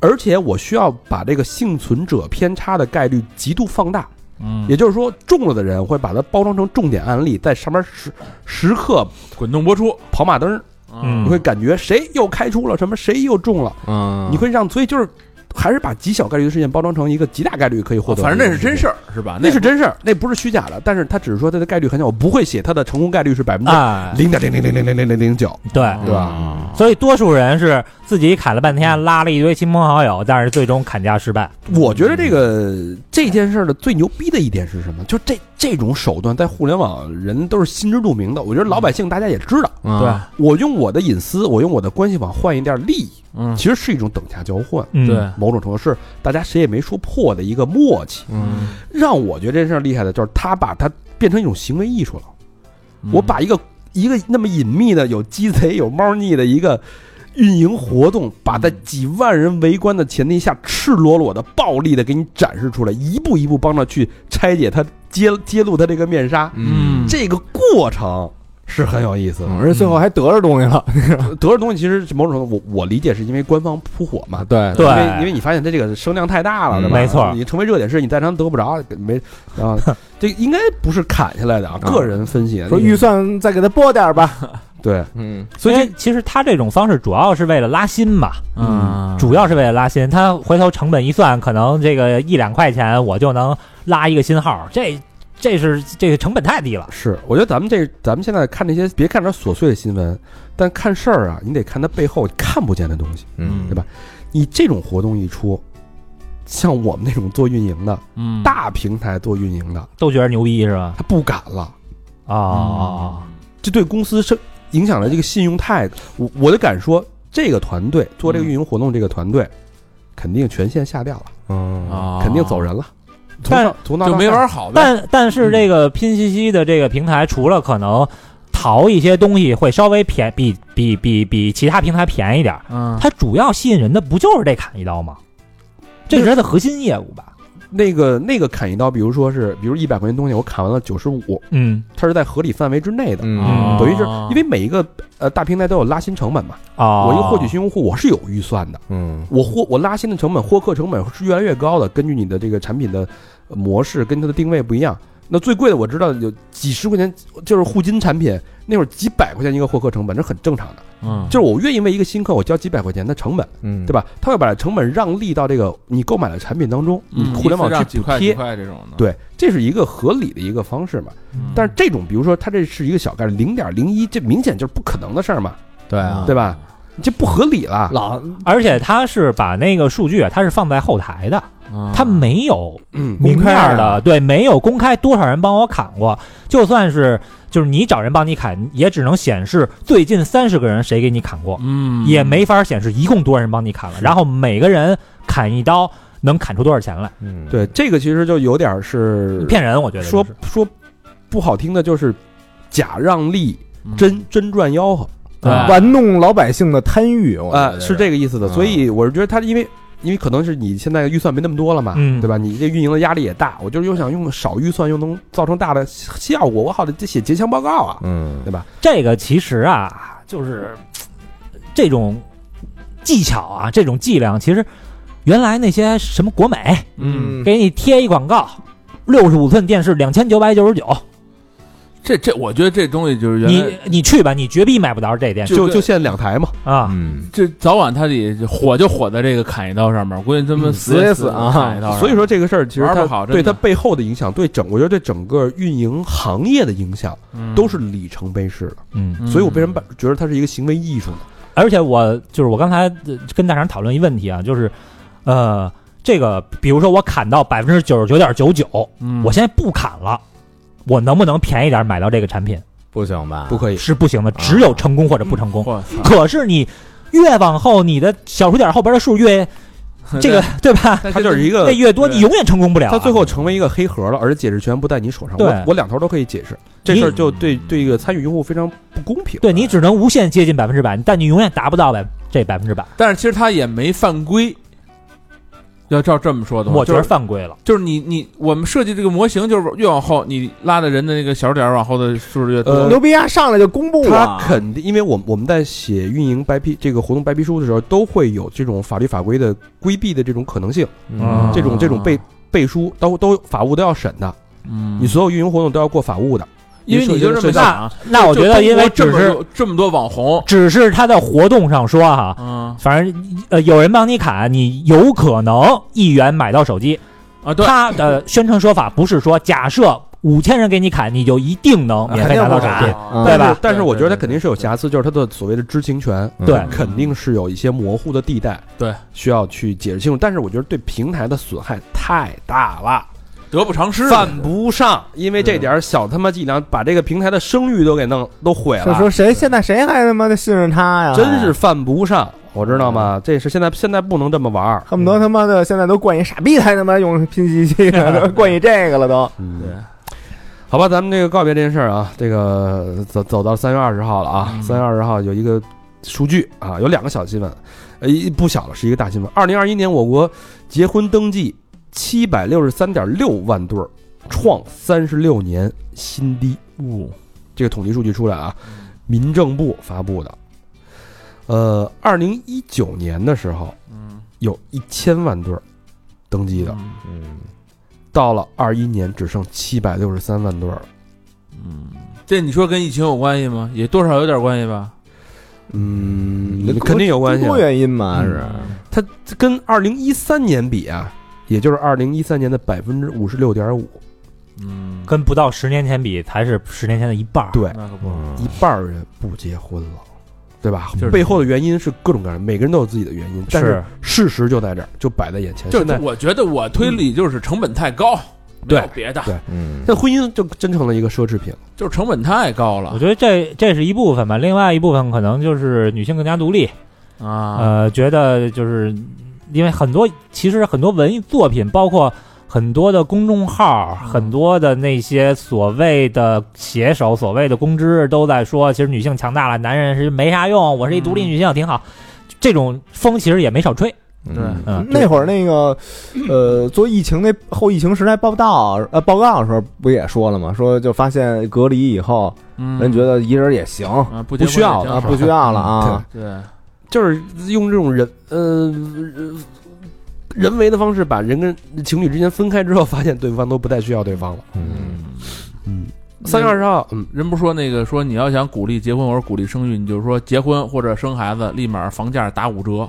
Speaker 3: 而且我需要把这个幸存者偏差的概率极度放大，
Speaker 6: 嗯，
Speaker 3: 也就是说，中了的人会把它包装成重点案例，在上面时时刻
Speaker 6: 滚动播出，
Speaker 3: 跑马灯儿，
Speaker 5: 嗯
Speaker 3: 你会感觉谁又开出了什么，谁又中了，
Speaker 6: 嗯
Speaker 3: 你会让所以就是还是把极小概率的事件包装成一个极大概率可以获得的
Speaker 6: 哦反
Speaker 3: 一
Speaker 6: 正
Speaker 3: 个
Speaker 6: 这
Speaker 3: 事
Speaker 6: 是
Speaker 3: 件，
Speaker 6: 真事儿是吧？
Speaker 3: 那是真事儿，那不是虚假的，但是他只是说他的概率很小，我不会写他的成功概率是百分之
Speaker 5: 啊，
Speaker 3: 零点零零零零零零零零九，
Speaker 5: 对，
Speaker 3: 对吧？
Speaker 5: 所以多数人是自己砍了半天，拉了一堆亲朋好友，但是最终砍价失败。
Speaker 3: 我觉得这个这件事儿的最牛逼的一点是什么？就这这种手段在互联网人都是心知肚明的，我觉得老百姓大家也知道。
Speaker 4: 啊
Speaker 6: 对，
Speaker 3: 我用我的隐私，我用我的关系网换一点利益，
Speaker 6: 嗯
Speaker 3: 其实是一种等价交换。
Speaker 5: 嗯
Speaker 6: 对，
Speaker 3: 某种程度是大家谁也没说破的一个默契，
Speaker 6: 嗯，
Speaker 3: 让我觉得这事儿厉害的就是他把它变成一种行为艺术了。我把一个一个那么隐秘的、有鸡贼、有猫腻的一个运营活动，把在几万人围观的前提下，赤裸裸的、暴力的给你展示出来，一步一步帮着去拆解它、揭揭露它这个面纱，
Speaker 6: 嗯
Speaker 3: 这个过程。是很有意思的，
Speaker 2: 嗯而且最后还得着东西了。
Speaker 3: 得了东西其实某种程度，我我理解是因为官方扑火嘛，
Speaker 2: 对
Speaker 5: 对
Speaker 3: 因为因为你发现它这个声量太大
Speaker 2: 嗯
Speaker 3: 了，对吧？
Speaker 5: 没错
Speaker 3: 你成为热点是你再长得不着，没 啊，这应该不是砍下来的啊，
Speaker 2: 啊
Speaker 3: 个人分析，
Speaker 2: 说预算再给他拨点儿吧。
Speaker 3: 对，
Speaker 2: 嗯，
Speaker 5: 所以其实他这种方式主要是为了拉新嘛，
Speaker 6: 嗯
Speaker 5: 主要是为了拉新。他回头成本一算，可能这个一两块钱我就能拉一个新号，这这是这个成本太低了。
Speaker 3: 是，我觉得咱们这咱们现在看这些，别看这琐碎的新闻，但看事儿啊，你得看它背后看不见的东西。
Speaker 2: 嗯
Speaker 3: 对吧？你这种活动一出，像我们那种做运营的
Speaker 6: 嗯
Speaker 3: 大平台做运营的，
Speaker 5: 都觉得牛逼是吧？
Speaker 3: 他不敢了，
Speaker 5: 啊、
Speaker 6: 嗯
Speaker 5: 哦，
Speaker 4: 嗯
Speaker 3: 这对公司是影响了这个信用态度。我我就敢说，这个团队做
Speaker 6: 嗯
Speaker 3: 这个运营活动，这个团队肯定权限下掉了，
Speaker 2: 嗯
Speaker 6: 啊，
Speaker 3: 肯定走人了。从
Speaker 5: 但
Speaker 3: 上从那
Speaker 6: 就
Speaker 3: 到
Speaker 6: 没
Speaker 3: 下
Speaker 6: 玩好呗。
Speaker 5: 但但是这个拼夕夕的这个平台，除了可能淘一些东西会稍微便比比比比其他平台便宜点儿，
Speaker 6: 嗯
Speaker 5: 它主要吸引人的不就是这砍一刀吗？这是它的核心业务吧？
Speaker 3: 那个那个砍一刀，比如说是，比如一百块钱东西，我砍完了九十五，
Speaker 5: 嗯
Speaker 3: 它是在合理范围之内的。
Speaker 2: 嗯
Speaker 5: 哦
Speaker 3: 等于是因为每一个呃大平台都有拉新成本嘛，
Speaker 5: 哦，
Speaker 3: 我一个获取新用户我是有预算的，
Speaker 2: 嗯
Speaker 3: 我获我拉新的成本、获客成本是越来越高的，根据你的这个产品的呃模式跟它的定位不一样。那最贵的我知道有几十块钱，就是互金产品那会儿几百块钱一个获客成本，这很正常的。
Speaker 6: 嗯
Speaker 3: 就是我愿意为一个新客我交几百块钱的成本，
Speaker 2: 嗯
Speaker 3: 对？吧？他会把成本让利到这个你购买的产品当中，你
Speaker 2: 嗯
Speaker 3: 互联网去
Speaker 6: 几
Speaker 3: 补
Speaker 6: 块
Speaker 3: 贴
Speaker 6: 几，块这种的，
Speaker 3: 对，这是一个合理的一个方式嘛。
Speaker 6: 嗯，
Speaker 3: 但是这种，比如说它这是一个小概率零点零一，这明显就是不可能的事儿嘛，
Speaker 2: 对
Speaker 6: 嗯
Speaker 2: 啊，
Speaker 3: 对吧？这不合理了。
Speaker 2: 老
Speaker 5: 而且它是把那个数据啊，它是放在后台
Speaker 3: 啊
Speaker 5: 的，它没有
Speaker 3: 嗯
Speaker 5: 明面
Speaker 2: 公
Speaker 5: 儿
Speaker 2: 开
Speaker 5: 的，
Speaker 2: 的
Speaker 5: 对，没有公开多少人帮我砍过，就算是就是你找人帮你砍，也只能显示最近三十个人谁给你砍过，
Speaker 6: 嗯
Speaker 5: 也没法显示一共多少人帮你砍了，然后每个人砍一刀能砍出多少钱来，
Speaker 2: 嗯
Speaker 3: 对，这个其实就有点儿是
Speaker 5: 骗人，我觉得
Speaker 3: 说
Speaker 5: 就是
Speaker 3: 说不好听的就是假让利，真真赚吆喝，
Speaker 5: 对
Speaker 2: 玩弄老百姓的贪欲，我觉
Speaker 3: 啊，
Speaker 2: 得
Speaker 3: 是这个意思的。
Speaker 2: 啊
Speaker 3: 所以我是觉得他因为。因为可能是你现在预算没那么多了嘛，
Speaker 5: 嗯
Speaker 3: 对吧？你这运营的压力也大，我就是又想用少预算又能造成大的效果，我好得写结项报告啊。
Speaker 2: 嗯
Speaker 5: 这个其实啊，就是嘖这种技巧啊，这种伎俩，其实原来那些什么国美
Speaker 6: 嗯，
Speaker 5: 给你贴一广告，六十五寸电视两千九百九十九，
Speaker 6: 这这我觉得这东西就是原
Speaker 5: 你
Speaker 6: 来
Speaker 5: 你去吧，你绝逼买不着这电视
Speaker 3: 就
Speaker 6: 对
Speaker 3: 就限两台嘛，
Speaker 5: 啊！
Speaker 2: 嗯
Speaker 6: 这早晚他得火就火在这个砍一刀上面，我估计他们
Speaker 2: 嗯
Speaker 6: 死
Speaker 2: 死也
Speaker 6: 死
Speaker 2: 死啊
Speaker 6: 砍一刀上面
Speaker 3: 所以说这个事儿其实
Speaker 6: 玩
Speaker 3: 它
Speaker 6: 不好真
Speaker 3: 对它
Speaker 6: 的
Speaker 3: 背后的影响，对整我觉得对整个运营行业的影响
Speaker 4: 嗯
Speaker 3: 都是里程碑式的。
Speaker 5: 嗯，
Speaker 6: 嗯
Speaker 3: 所以我为什么把觉得它是一个行为艺术呢？
Speaker 5: 而且我就是我刚才呃跟大厂讨论一问题啊，就是呃，这个比如说我砍到百分之九十九点九九，
Speaker 6: 嗯
Speaker 5: 我现在不砍了，我能不能便宜点买到这个产品？
Speaker 2: 不行吧？
Speaker 6: 哎
Speaker 3: 不可以，
Speaker 5: 是不行的，只有成
Speaker 6: 嗯
Speaker 5: 功或者不成功。
Speaker 6: 我操
Speaker 5: 可是你越往后，你的小数点后边的数越这个对吧？
Speaker 3: 他就是一个
Speaker 6: 呃
Speaker 5: 那，越多，你永远成功不了啊。
Speaker 3: 他最后成为一个黑盒了，而且解释权不在你手上。
Speaker 5: 对
Speaker 3: 我我两头都可以解释，这事儿就对对一个参与用户非常不公平。
Speaker 5: 对你只能无限接近百分之百，但你永远达不到百这百分之百。
Speaker 6: 但是其实他也没犯规。要照这么说的话，
Speaker 5: 我觉
Speaker 6: 哦就是
Speaker 5: 得犯规了。
Speaker 6: 就是你你我们设计这个模型，就是越往后你拉的人的那个小点儿往后的数字越多。
Speaker 3: 呃
Speaker 2: 牛逼啊！上来就公布
Speaker 3: 他
Speaker 2: 了，
Speaker 3: 肯定，因为我们我们在写运营白皮这个活动白皮书的时候，都会有这种法律法规的规避的这种可能性，
Speaker 2: 嗯
Speaker 3: 这种这种背背书都都法务都要审的，
Speaker 6: 嗯
Speaker 3: 你所有运营活动都要过法务的，
Speaker 6: 因为你就这么
Speaker 3: 是的
Speaker 6: 想啊，
Speaker 5: 那
Speaker 4: 哦
Speaker 5: 我觉得，因为只
Speaker 6: 就中国这么
Speaker 5: 是
Speaker 6: 多这么多网红，
Speaker 5: 只是他在活动上说哈、
Speaker 6: 嗯
Speaker 5: 反正呃有人帮你砍，你有可能一元买到手机。
Speaker 6: 啊，对，
Speaker 5: 他的宣传说法不是说假设五千人给你砍，你就一定能免费拿到手
Speaker 2: 肯定
Speaker 5: 机
Speaker 2: 不。
Speaker 6: 啊
Speaker 5: 对吧
Speaker 3: 但是但是我觉得它
Speaker 6: 对对对
Speaker 3: 肯定是有瑕疵，就是它的所谓的知情权，
Speaker 5: 对
Speaker 2: 嗯
Speaker 3: 肯定是有一些模糊的地带，
Speaker 6: 对，
Speaker 3: 需要去解释清楚。但是我觉得对平台的损害太大了，
Speaker 6: 得不偿失。嗯
Speaker 3: 犯不上，因为这点儿小他妈伎俩，把这个平台的声誉都给弄都毁
Speaker 2: 就
Speaker 3: 了。
Speaker 2: 说谁现在谁还他妈的信任他呀？
Speaker 3: 真是犯不上，我知道
Speaker 6: 嗯
Speaker 3: 吗？这是现在现在不能这么玩儿。
Speaker 2: 恨不得他妈的现在都冠以傻逼才他妈用拼夕 夕了，都冠以这个了都。
Speaker 3: 对，好吧，咱们这个告别这件事儿啊，这个走走到三月二十号了啊，三月二十号有一个数据啊，有两个小新闻，呃，一不小了，是一个大新闻。二零二一年我国结婚登记七百六十三点六万对儿，创三十六年新低。
Speaker 5: 哦
Speaker 3: 这个统计数据出来啊，民政部发布的。呃，二零一九年的时候，
Speaker 6: 嗯，
Speaker 3: 有一千万对儿登记的，
Speaker 2: 嗯，
Speaker 3: 到了二一年只剩七百六十三万对儿了。
Speaker 6: 这你说跟疫情有关系吗？也多少有点关系吧。
Speaker 3: 嗯肯定有关系嗯
Speaker 2: 多。原因
Speaker 6: 嗯
Speaker 2: 嘛是，
Speaker 3: 它跟二零一三年比啊，也就是二零一三年的百分之五十六点五，
Speaker 6: 嗯，
Speaker 5: 跟不到十年前比，才是十年前的一半儿。
Speaker 3: 对，
Speaker 6: 那可不，
Speaker 2: 嗯
Speaker 3: 一半儿人不结婚了，对吧
Speaker 6: 就是？
Speaker 3: 背后的原因是各种各样的，每个人都有自己的原因，但是事
Speaker 5: 是
Speaker 3: 实就在这儿，就摆在眼前。
Speaker 6: 就
Speaker 3: 现在
Speaker 6: 是我觉得我推理就是成本太高，没
Speaker 3: 对
Speaker 6: 有别的，
Speaker 3: 对
Speaker 2: 嗯，
Speaker 3: 这婚姻就真成了一个奢侈品。
Speaker 6: 就是成本太高
Speaker 5: 我
Speaker 6: 了
Speaker 5: 觉得这这是一部分吧，另外一部分可能就是女性更加独立，
Speaker 6: 啊。
Speaker 5: 呃，觉得就是因为很多其实很多文艺作品，包括很多的公众号，
Speaker 6: 嗯
Speaker 5: 很多的那些所谓的写手、所谓的公知都在说，其实女性强大了，男人是没啥用，我是一独
Speaker 6: 嗯
Speaker 5: 立女性，挺好。这种风其实也没少吹，嗯
Speaker 2: 那会儿那个，呃，做疫情那后疫情时代报道呃报告的时候不也说了吗？说就发现隔离以后，
Speaker 6: 嗯
Speaker 2: 人觉得一人也行
Speaker 6: 啊，
Speaker 3: 不
Speaker 6: 不结婚
Speaker 3: 需
Speaker 2: 啊，
Speaker 3: 要
Speaker 6: 也挺好
Speaker 2: 不需要了啊。
Speaker 6: 对，
Speaker 3: 就是用这种人呃呃人为的方式把人跟情侣之间分开之后，发现对方都不再需要对方了。
Speaker 2: 嗯，
Speaker 3: 嗯，三月二十号，嗯，
Speaker 6: 人不说那个说你要想鼓励结婚或者鼓励生育，你就是说结婚或者生孩子，立马房价打五折，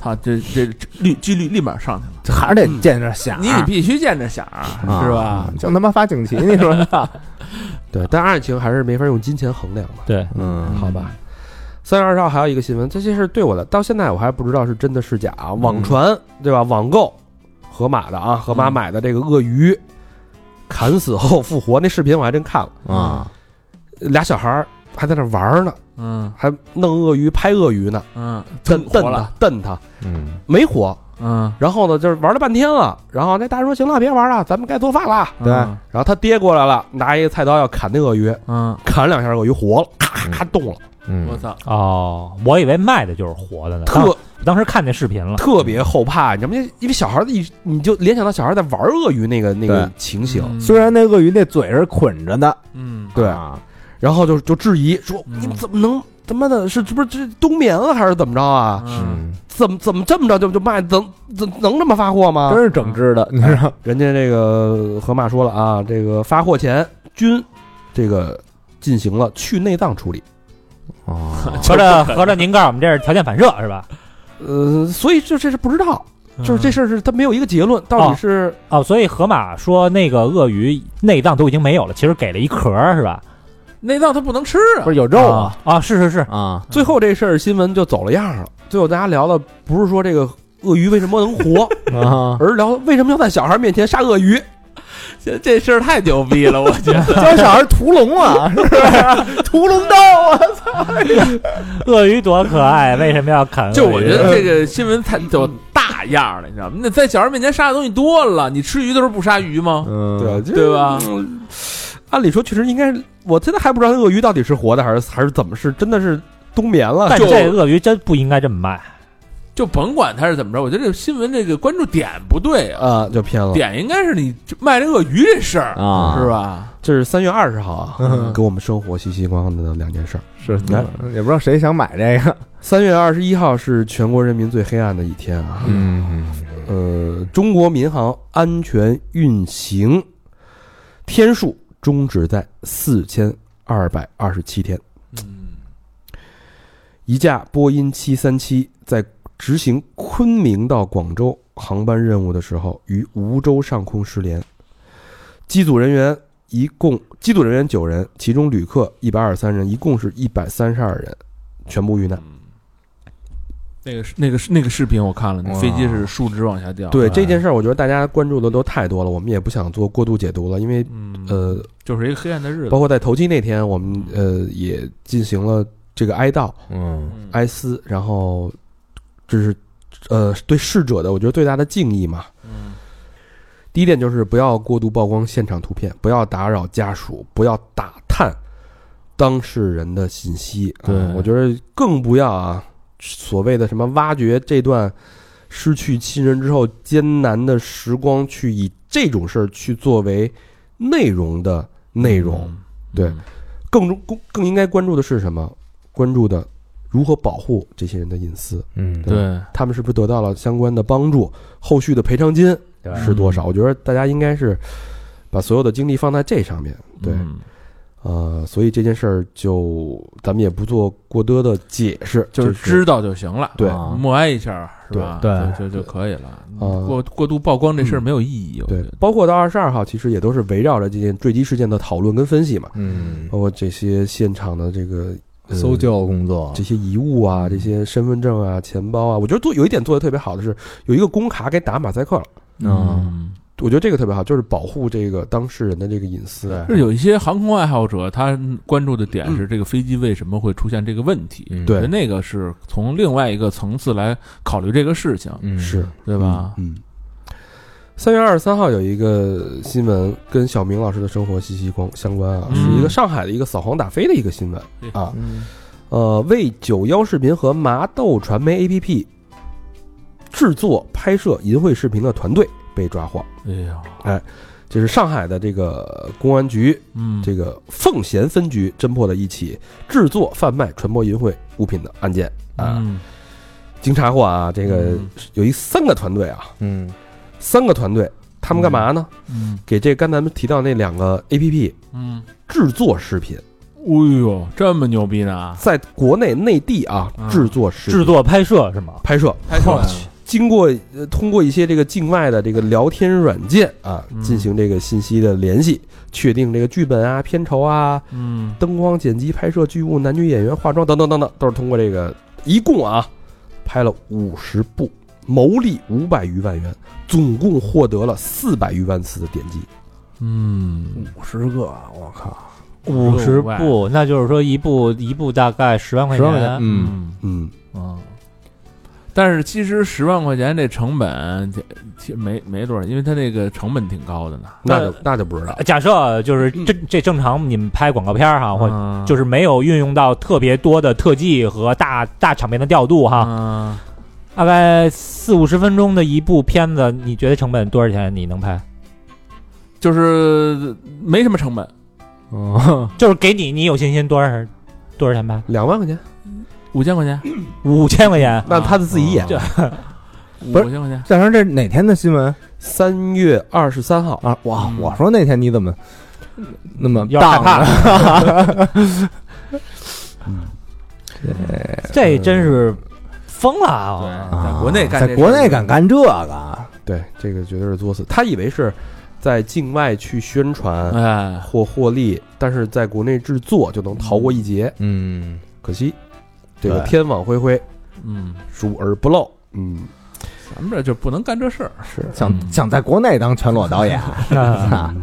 Speaker 6: 他这这这率几率立马上去了。
Speaker 2: 这还是得见啊着想，
Speaker 6: 你得必须见着响儿，
Speaker 2: 啊
Speaker 6: 是吧？？
Speaker 2: 就他妈发锦旗，你 说？
Speaker 3: 对，但爱情还是没法用金钱衡量的，
Speaker 5: 对，
Speaker 2: 嗯，
Speaker 3: 好吧？三月二十号还有一个新闻，这些事儿对我来到现在我还不知道是真的是假啊。网传对吧？网购河马的啊，河马
Speaker 6: 嗯嗯
Speaker 3: 买的这个鳄鱼，砍死后复活那视频我还真看了，
Speaker 2: 啊，
Speaker 3: 俩小孩儿还在那玩儿呢，
Speaker 6: 嗯
Speaker 3: 还弄鳄鱼拍鳄鱼呢，
Speaker 6: 嗯，
Speaker 3: 瞪
Speaker 6: 活
Speaker 3: 瞪
Speaker 6: 了
Speaker 3: 它，瞪它
Speaker 2: 嗯
Speaker 3: 没活。
Speaker 6: 嗯，
Speaker 3: 然后呢，就是玩了半天了，然后那大人说行了，别玩了，咱们该做饭了。
Speaker 2: 对
Speaker 6: 嗯
Speaker 3: 然后他爹过来了，拿一个菜刀要砍那鳄鱼，
Speaker 6: 嗯，
Speaker 3: 砍两下，鳄鱼活了，咔咔动了，
Speaker 6: 我
Speaker 2: 嗯，
Speaker 6: 操，
Speaker 5: 哦，我以为卖的就是活的呢，
Speaker 6: 嗯
Speaker 3: 特
Speaker 5: 当当时看那视频了，
Speaker 3: 特别后怕，你知道吗？因为小孩子一你就联想到小孩在玩鳄鱼那个那个
Speaker 2: 对
Speaker 3: 情形，
Speaker 6: 嗯
Speaker 2: 虽然那鳄鱼那嘴是捆着的，
Speaker 6: 嗯
Speaker 3: 对
Speaker 2: 啊
Speaker 3: 然后就就质疑说
Speaker 6: 嗯
Speaker 3: 你们怎么能他妈的是这不是这冬眠了还是怎么着啊？
Speaker 6: 嗯，
Speaker 3: 怎么怎么这么着就就卖能怎能这么发货吗
Speaker 2: 真？是整只的，你知道？
Speaker 3: 人家这个河马说了啊，这个发货前均这个进行了去内脏处理。
Speaker 2: 哦
Speaker 5: 合着合着您告诉我们这是条件反射是吧？
Speaker 3: 呃，所以就这是不知道，就是这事儿是他没有一个结论，到底是
Speaker 5: 哦，所以河马说那个鳄鱼内脏都已经没有了，其实给了一壳儿是吧？
Speaker 6: 内脏它不能吃 啊，
Speaker 2: 不是有肉啊
Speaker 5: 啊啊，是 是是，
Speaker 2: 啊，
Speaker 3: 最后这事儿新闻就走了样了。最后大家聊的不是说这个鳄鱼为什么能活，
Speaker 2: 啊
Speaker 3: 而是聊为什么要在小孩面前杀鳄鱼，
Speaker 6: 这这事儿太牛逼了，我觉得。
Speaker 2: 教小孩屠龙啊， 是不是？屠龙刀啊！
Speaker 5: 鳄鱼多可爱，为什么要啃鳄鱼？ 哎
Speaker 6: 就我觉得这个新闻太就大样了，你知道吗？那在小孩面前杀的东西多了，你吃鱼的时候不杀鱼吗？
Speaker 2: 嗯，
Speaker 3: 对
Speaker 6: 对吧？
Speaker 3: 嗯按理说，确实应该，我现在还不知道鳄鱼到底是活的还是还是怎么是，真的是冬眠了
Speaker 5: 但。
Speaker 6: 就
Speaker 5: 这鳄鱼真不应该这么卖。
Speaker 6: 就甭管它是怎么着，我觉得这新闻这个关注点不对啊，
Speaker 3: 啊、就偏了。
Speaker 6: 点应该是你卖这鳄鱼这事儿
Speaker 2: 啊
Speaker 6: 是吧？
Speaker 3: 这是三月二十号啊，
Speaker 2: 嗯
Speaker 3: 给我们生活息息相关的两件事儿。
Speaker 2: 是
Speaker 3: 来
Speaker 2: 也不知道谁想买这个。
Speaker 3: 三月二十一号是全国人民最黑暗的一天啊。
Speaker 2: 嗯，
Speaker 3: 呃，中国民航安全运行天数终止在四千二百二十七天。
Speaker 6: 嗯，
Speaker 3: 一架波音七三七在执行昆明到广州航班任务的时候，于梧州上空失联。机组人员一共机组人员九人，其中旅客一百二十三人，一共是一百三十二人，全部遇难。
Speaker 6: 那个是那个是那个视频我看了，那
Speaker 2: 哇
Speaker 6: 飞机是竖直往下
Speaker 3: 嗯
Speaker 6: 掉。
Speaker 3: 对这件事儿，我觉得大家关注的都太多了，我们也不想做过度解读了，因为
Speaker 6: 嗯，
Speaker 3: 呃，
Speaker 6: 就是一个黑暗的日子
Speaker 3: 包。括在头七那天，我们呃也进行了这个哀悼、
Speaker 2: 嗯
Speaker 6: 嗯
Speaker 3: 哀思，然后这是呃对逝者的我觉得最大的敬意嘛。
Speaker 6: 嗯
Speaker 3: 第一点就是不要过度曝光现场图片，不要打扰家属，不要打探当事人的信息。啊
Speaker 6: 对
Speaker 3: 我觉得更不要啊，所谓的什么挖掘这段失去亲人之后艰难的时光，去以这种事儿去作为内容的内容。对，更重更更应该关注的是什么？关注的如何保护这些人的隐私，
Speaker 2: 嗯，
Speaker 6: 对，
Speaker 3: 他们是不是得到了相关的帮助？后续的赔偿金
Speaker 5: 对
Speaker 3: 是多少？我觉得大家应该是把所有的精力放在这上面。对，
Speaker 6: 嗯
Speaker 3: 呃，所以这件事儿就咱们也不做过多的解释，
Speaker 6: 就是
Speaker 3: 是
Speaker 6: 知道就行了，
Speaker 3: 对
Speaker 2: 啊
Speaker 6: 默哀一下是吧？
Speaker 5: 对
Speaker 6: 就就就可以了。
Speaker 3: 呃
Speaker 6: 过过度曝光这事儿没有意义，我
Speaker 3: 嗯
Speaker 6: 觉
Speaker 3: 对
Speaker 6: 得。，
Speaker 3: 包括到二十二号，其实也都是围绕着这件坠机事件的讨论跟分析嘛，
Speaker 2: 嗯
Speaker 3: 包，括这些现场的这个、呃
Speaker 2: 搜救工作
Speaker 3: 这些遗物啊，这些身份证啊、钱包啊，我觉得做有一点做的特别好的是，有一个工卡给打马赛克了。
Speaker 2: 啊，
Speaker 6: 嗯
Speaker 3: 我觉得这个特别好，就是保护这个当事人的这个隐私。
Speaker 6: 就是有一些航空爱好者，他关注的点是这个飞机为什么会出现这个问题。
Speaker 2: 嗯
Speaker 3: 对
Speaker 6: 我觉得那个是从另外一个层次来考虑这个事情，
Speaker 2: 嗯
Speaker 3: 是，
Speaker 6: 对吧？
Speaker 3: 嗯。三月二十三号有一个新闻跟小明老师的生活息息关相关啊，
Speaker 6: 嗯
Speaker 3: 是一个上海的一个扫黄打非的一个新闻
Speaker 6: 对
Speaker 3: 啊。呃，为九幺视频和麻豆传媒 APP 制作拍摄淫秽视频的团队被抓获，
Speaker 6: 哎呀，
Speaker 3: 这是上海的这个公安局
Speaker 6: 嗯，
Speaker 3: 这个奉贤分局侦破的一起制作、贩卖、传播淫秽物品的案件啊。
Speaker 6: 嗯
Speaker 3: 经查获啊，这个
Speaker 6: 嗯
Speaker 3: 有一三个团队啊，
Speaker 2: 嗯
Speaker 3: 三个团队，他们干嘛呢？
Speaker 6: 嗯
Speaker 3: 给这刚才咱们提到那两个 A P P
Speaker 6: 嗯，
Speaker 3: 制作视频，
Speaker 6: 哎呦，这么牛逼呢？
Speaker 3: 在国内内地啊
Speaker 6: 嗯
Speaker 3: 制作视频
Speaker 5: 制作拍摄是吗？
Speaker 3: 拍摄，
Speaker 6: 太出来了，
Speaker 3: 经过呃通过一些这个境外的这个聊天软件啊
Speaker 6: 嗯，
Speaker 3: 进行这个信息的联系，确定这个剧本啊、片酬啊、
Speaker 6: 嗯
Speaker 3: 灯光、剪辑、拍摄、剧务、男女演员、化妆等等等等，都是通过这个，一共啊拍了五十部，牟利五百余万元，总共获得了四百余万次的点击。
Speaker 6: 嗯，
Speaker 2: 五十个，啊我靠，
Speaker 5: 五十
Speaker 6: 十万
Speaker 5: 部，那就是说一部一部大概十万块
Speaker 2: 十
Speaker 5: 钱。
Speaker 2: 万块钱，嗯，
Speaker 6: 嗯。
Speaker 3: 嗯，
Speaker 5: 嗯，
Speaker 6: 但是其实十万块钱这成本，这其没没多少，因为它这个成本挺高的呢。
Speaker 3: 那就那就不知道了。
Speaker 5: 呃假设就是这这正常你们拍广告片儿哈，或
Speaker 6: 嗯
Speaker 5: 就是没有运用到特别多的特技和大大场面的调度
Speaker 3: 啊
Speaker 5: 哈，
Speaker 6: 嗯
Speaker 5: 大概四五十分钟的一部片子，你觉得成本多少钱？你能拍？
Speaker 6: 就是没什么成本，
Speaker 2: 哦，
Speaker 5: 就是给你，你有信心多少多少钱拍？
Speaker 3: 两万块钱，
Speaker 6: 五千块钱，
Speaker 5: 五千块钱，
Speaker 3: 那他自己演。
Speaker 6: 五
Speaker 2: 不是
Speaker 6: 千块钱。
Speaker 2: 但是这哪天的新闻
Speaker 3: 三月二十三号，
Speaker 2: 啊？哇，
Speaker 6: 嗯
Speaker 2: 我说那天你怎么那么
Speaker 5: 要害
Speaker 2: 荡啊
Speaker 5: 怕
Speaker 2: 呢？
Speaker 6: 嗯
Speaker 5: 这真是疯了啊！
Speaker 6: 在国内干
Speaker 2: 在
Speaker 6: 这
Speaker 2: 国内
Speaker 6: 事儿
Speaker 2: 敢干这个，
Speaker 3: 对，这个绝对是作死。他以为是在境外去宣
Speaker 2: 嗯
Speaker 3: 传
Speaker 6: 哎，
Speaker 3: 或获利，但是在国内制作就能逃过一劫。
Speaker 2: 嗯，
Speaker 3: 可惜，这个
Speaker 2: 对
Speaker 3: 天网恢恢，
Speaker 6: 嗯，
Speaker 3: 疏而不漏。嗯，
Speaker 6: 咱们这就不能干这事儿。
Speaker 2: 想想在国内当全裸导演，
Speaker 5: 那
Speaker 2: 啊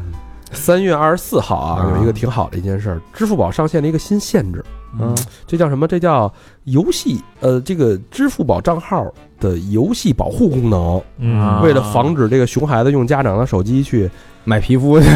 Speaker 3: 三月二十四号啊，有一个挺好的一件事儿，支付宝上线了一个新限制，
Speaker 2: 嗯，
Speaker 3: 这叫什么？这叫游戏呃，这个支付宝账号的游戏保护功能，
Speaker 2: 啊
Speaker 5: 嗯
Speaker 3: 为了防止这个熊孩子用家长的手机去
Speaker 2: 买皮肤去，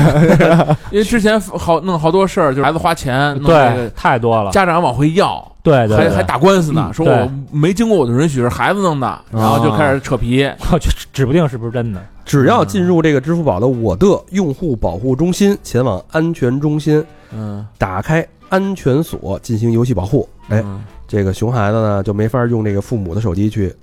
Speaker 6: 因为之前好弄好多事儿，就是孩子花钱，弄那
Speaker 5: 对
Speaker 6: 个
Speaker 5: 太多了，
Speaker 6: 家长往回要，
Speaker 5: 对对
Speaker 6: 还
Speaker 5: 对，
Speaker 6: 还打官司呢，说
Speaker 5: 对
Speaker 6: 我没经过我的允许是孩子弄的，然后就开始扯皮。
Speaker 5: 我觉得指不定是不是真的。
Speaker 3: 只要进入这个支付宝的我的用户保护中心，前往安全中心，
Speaker 6: 嗯，
Speaker 3: 打开安全锁进行游戏保护。哎，
Speaker 6: 嗯，
Speaker 3: 这个熊孩子呢就没法用这个父母的手机去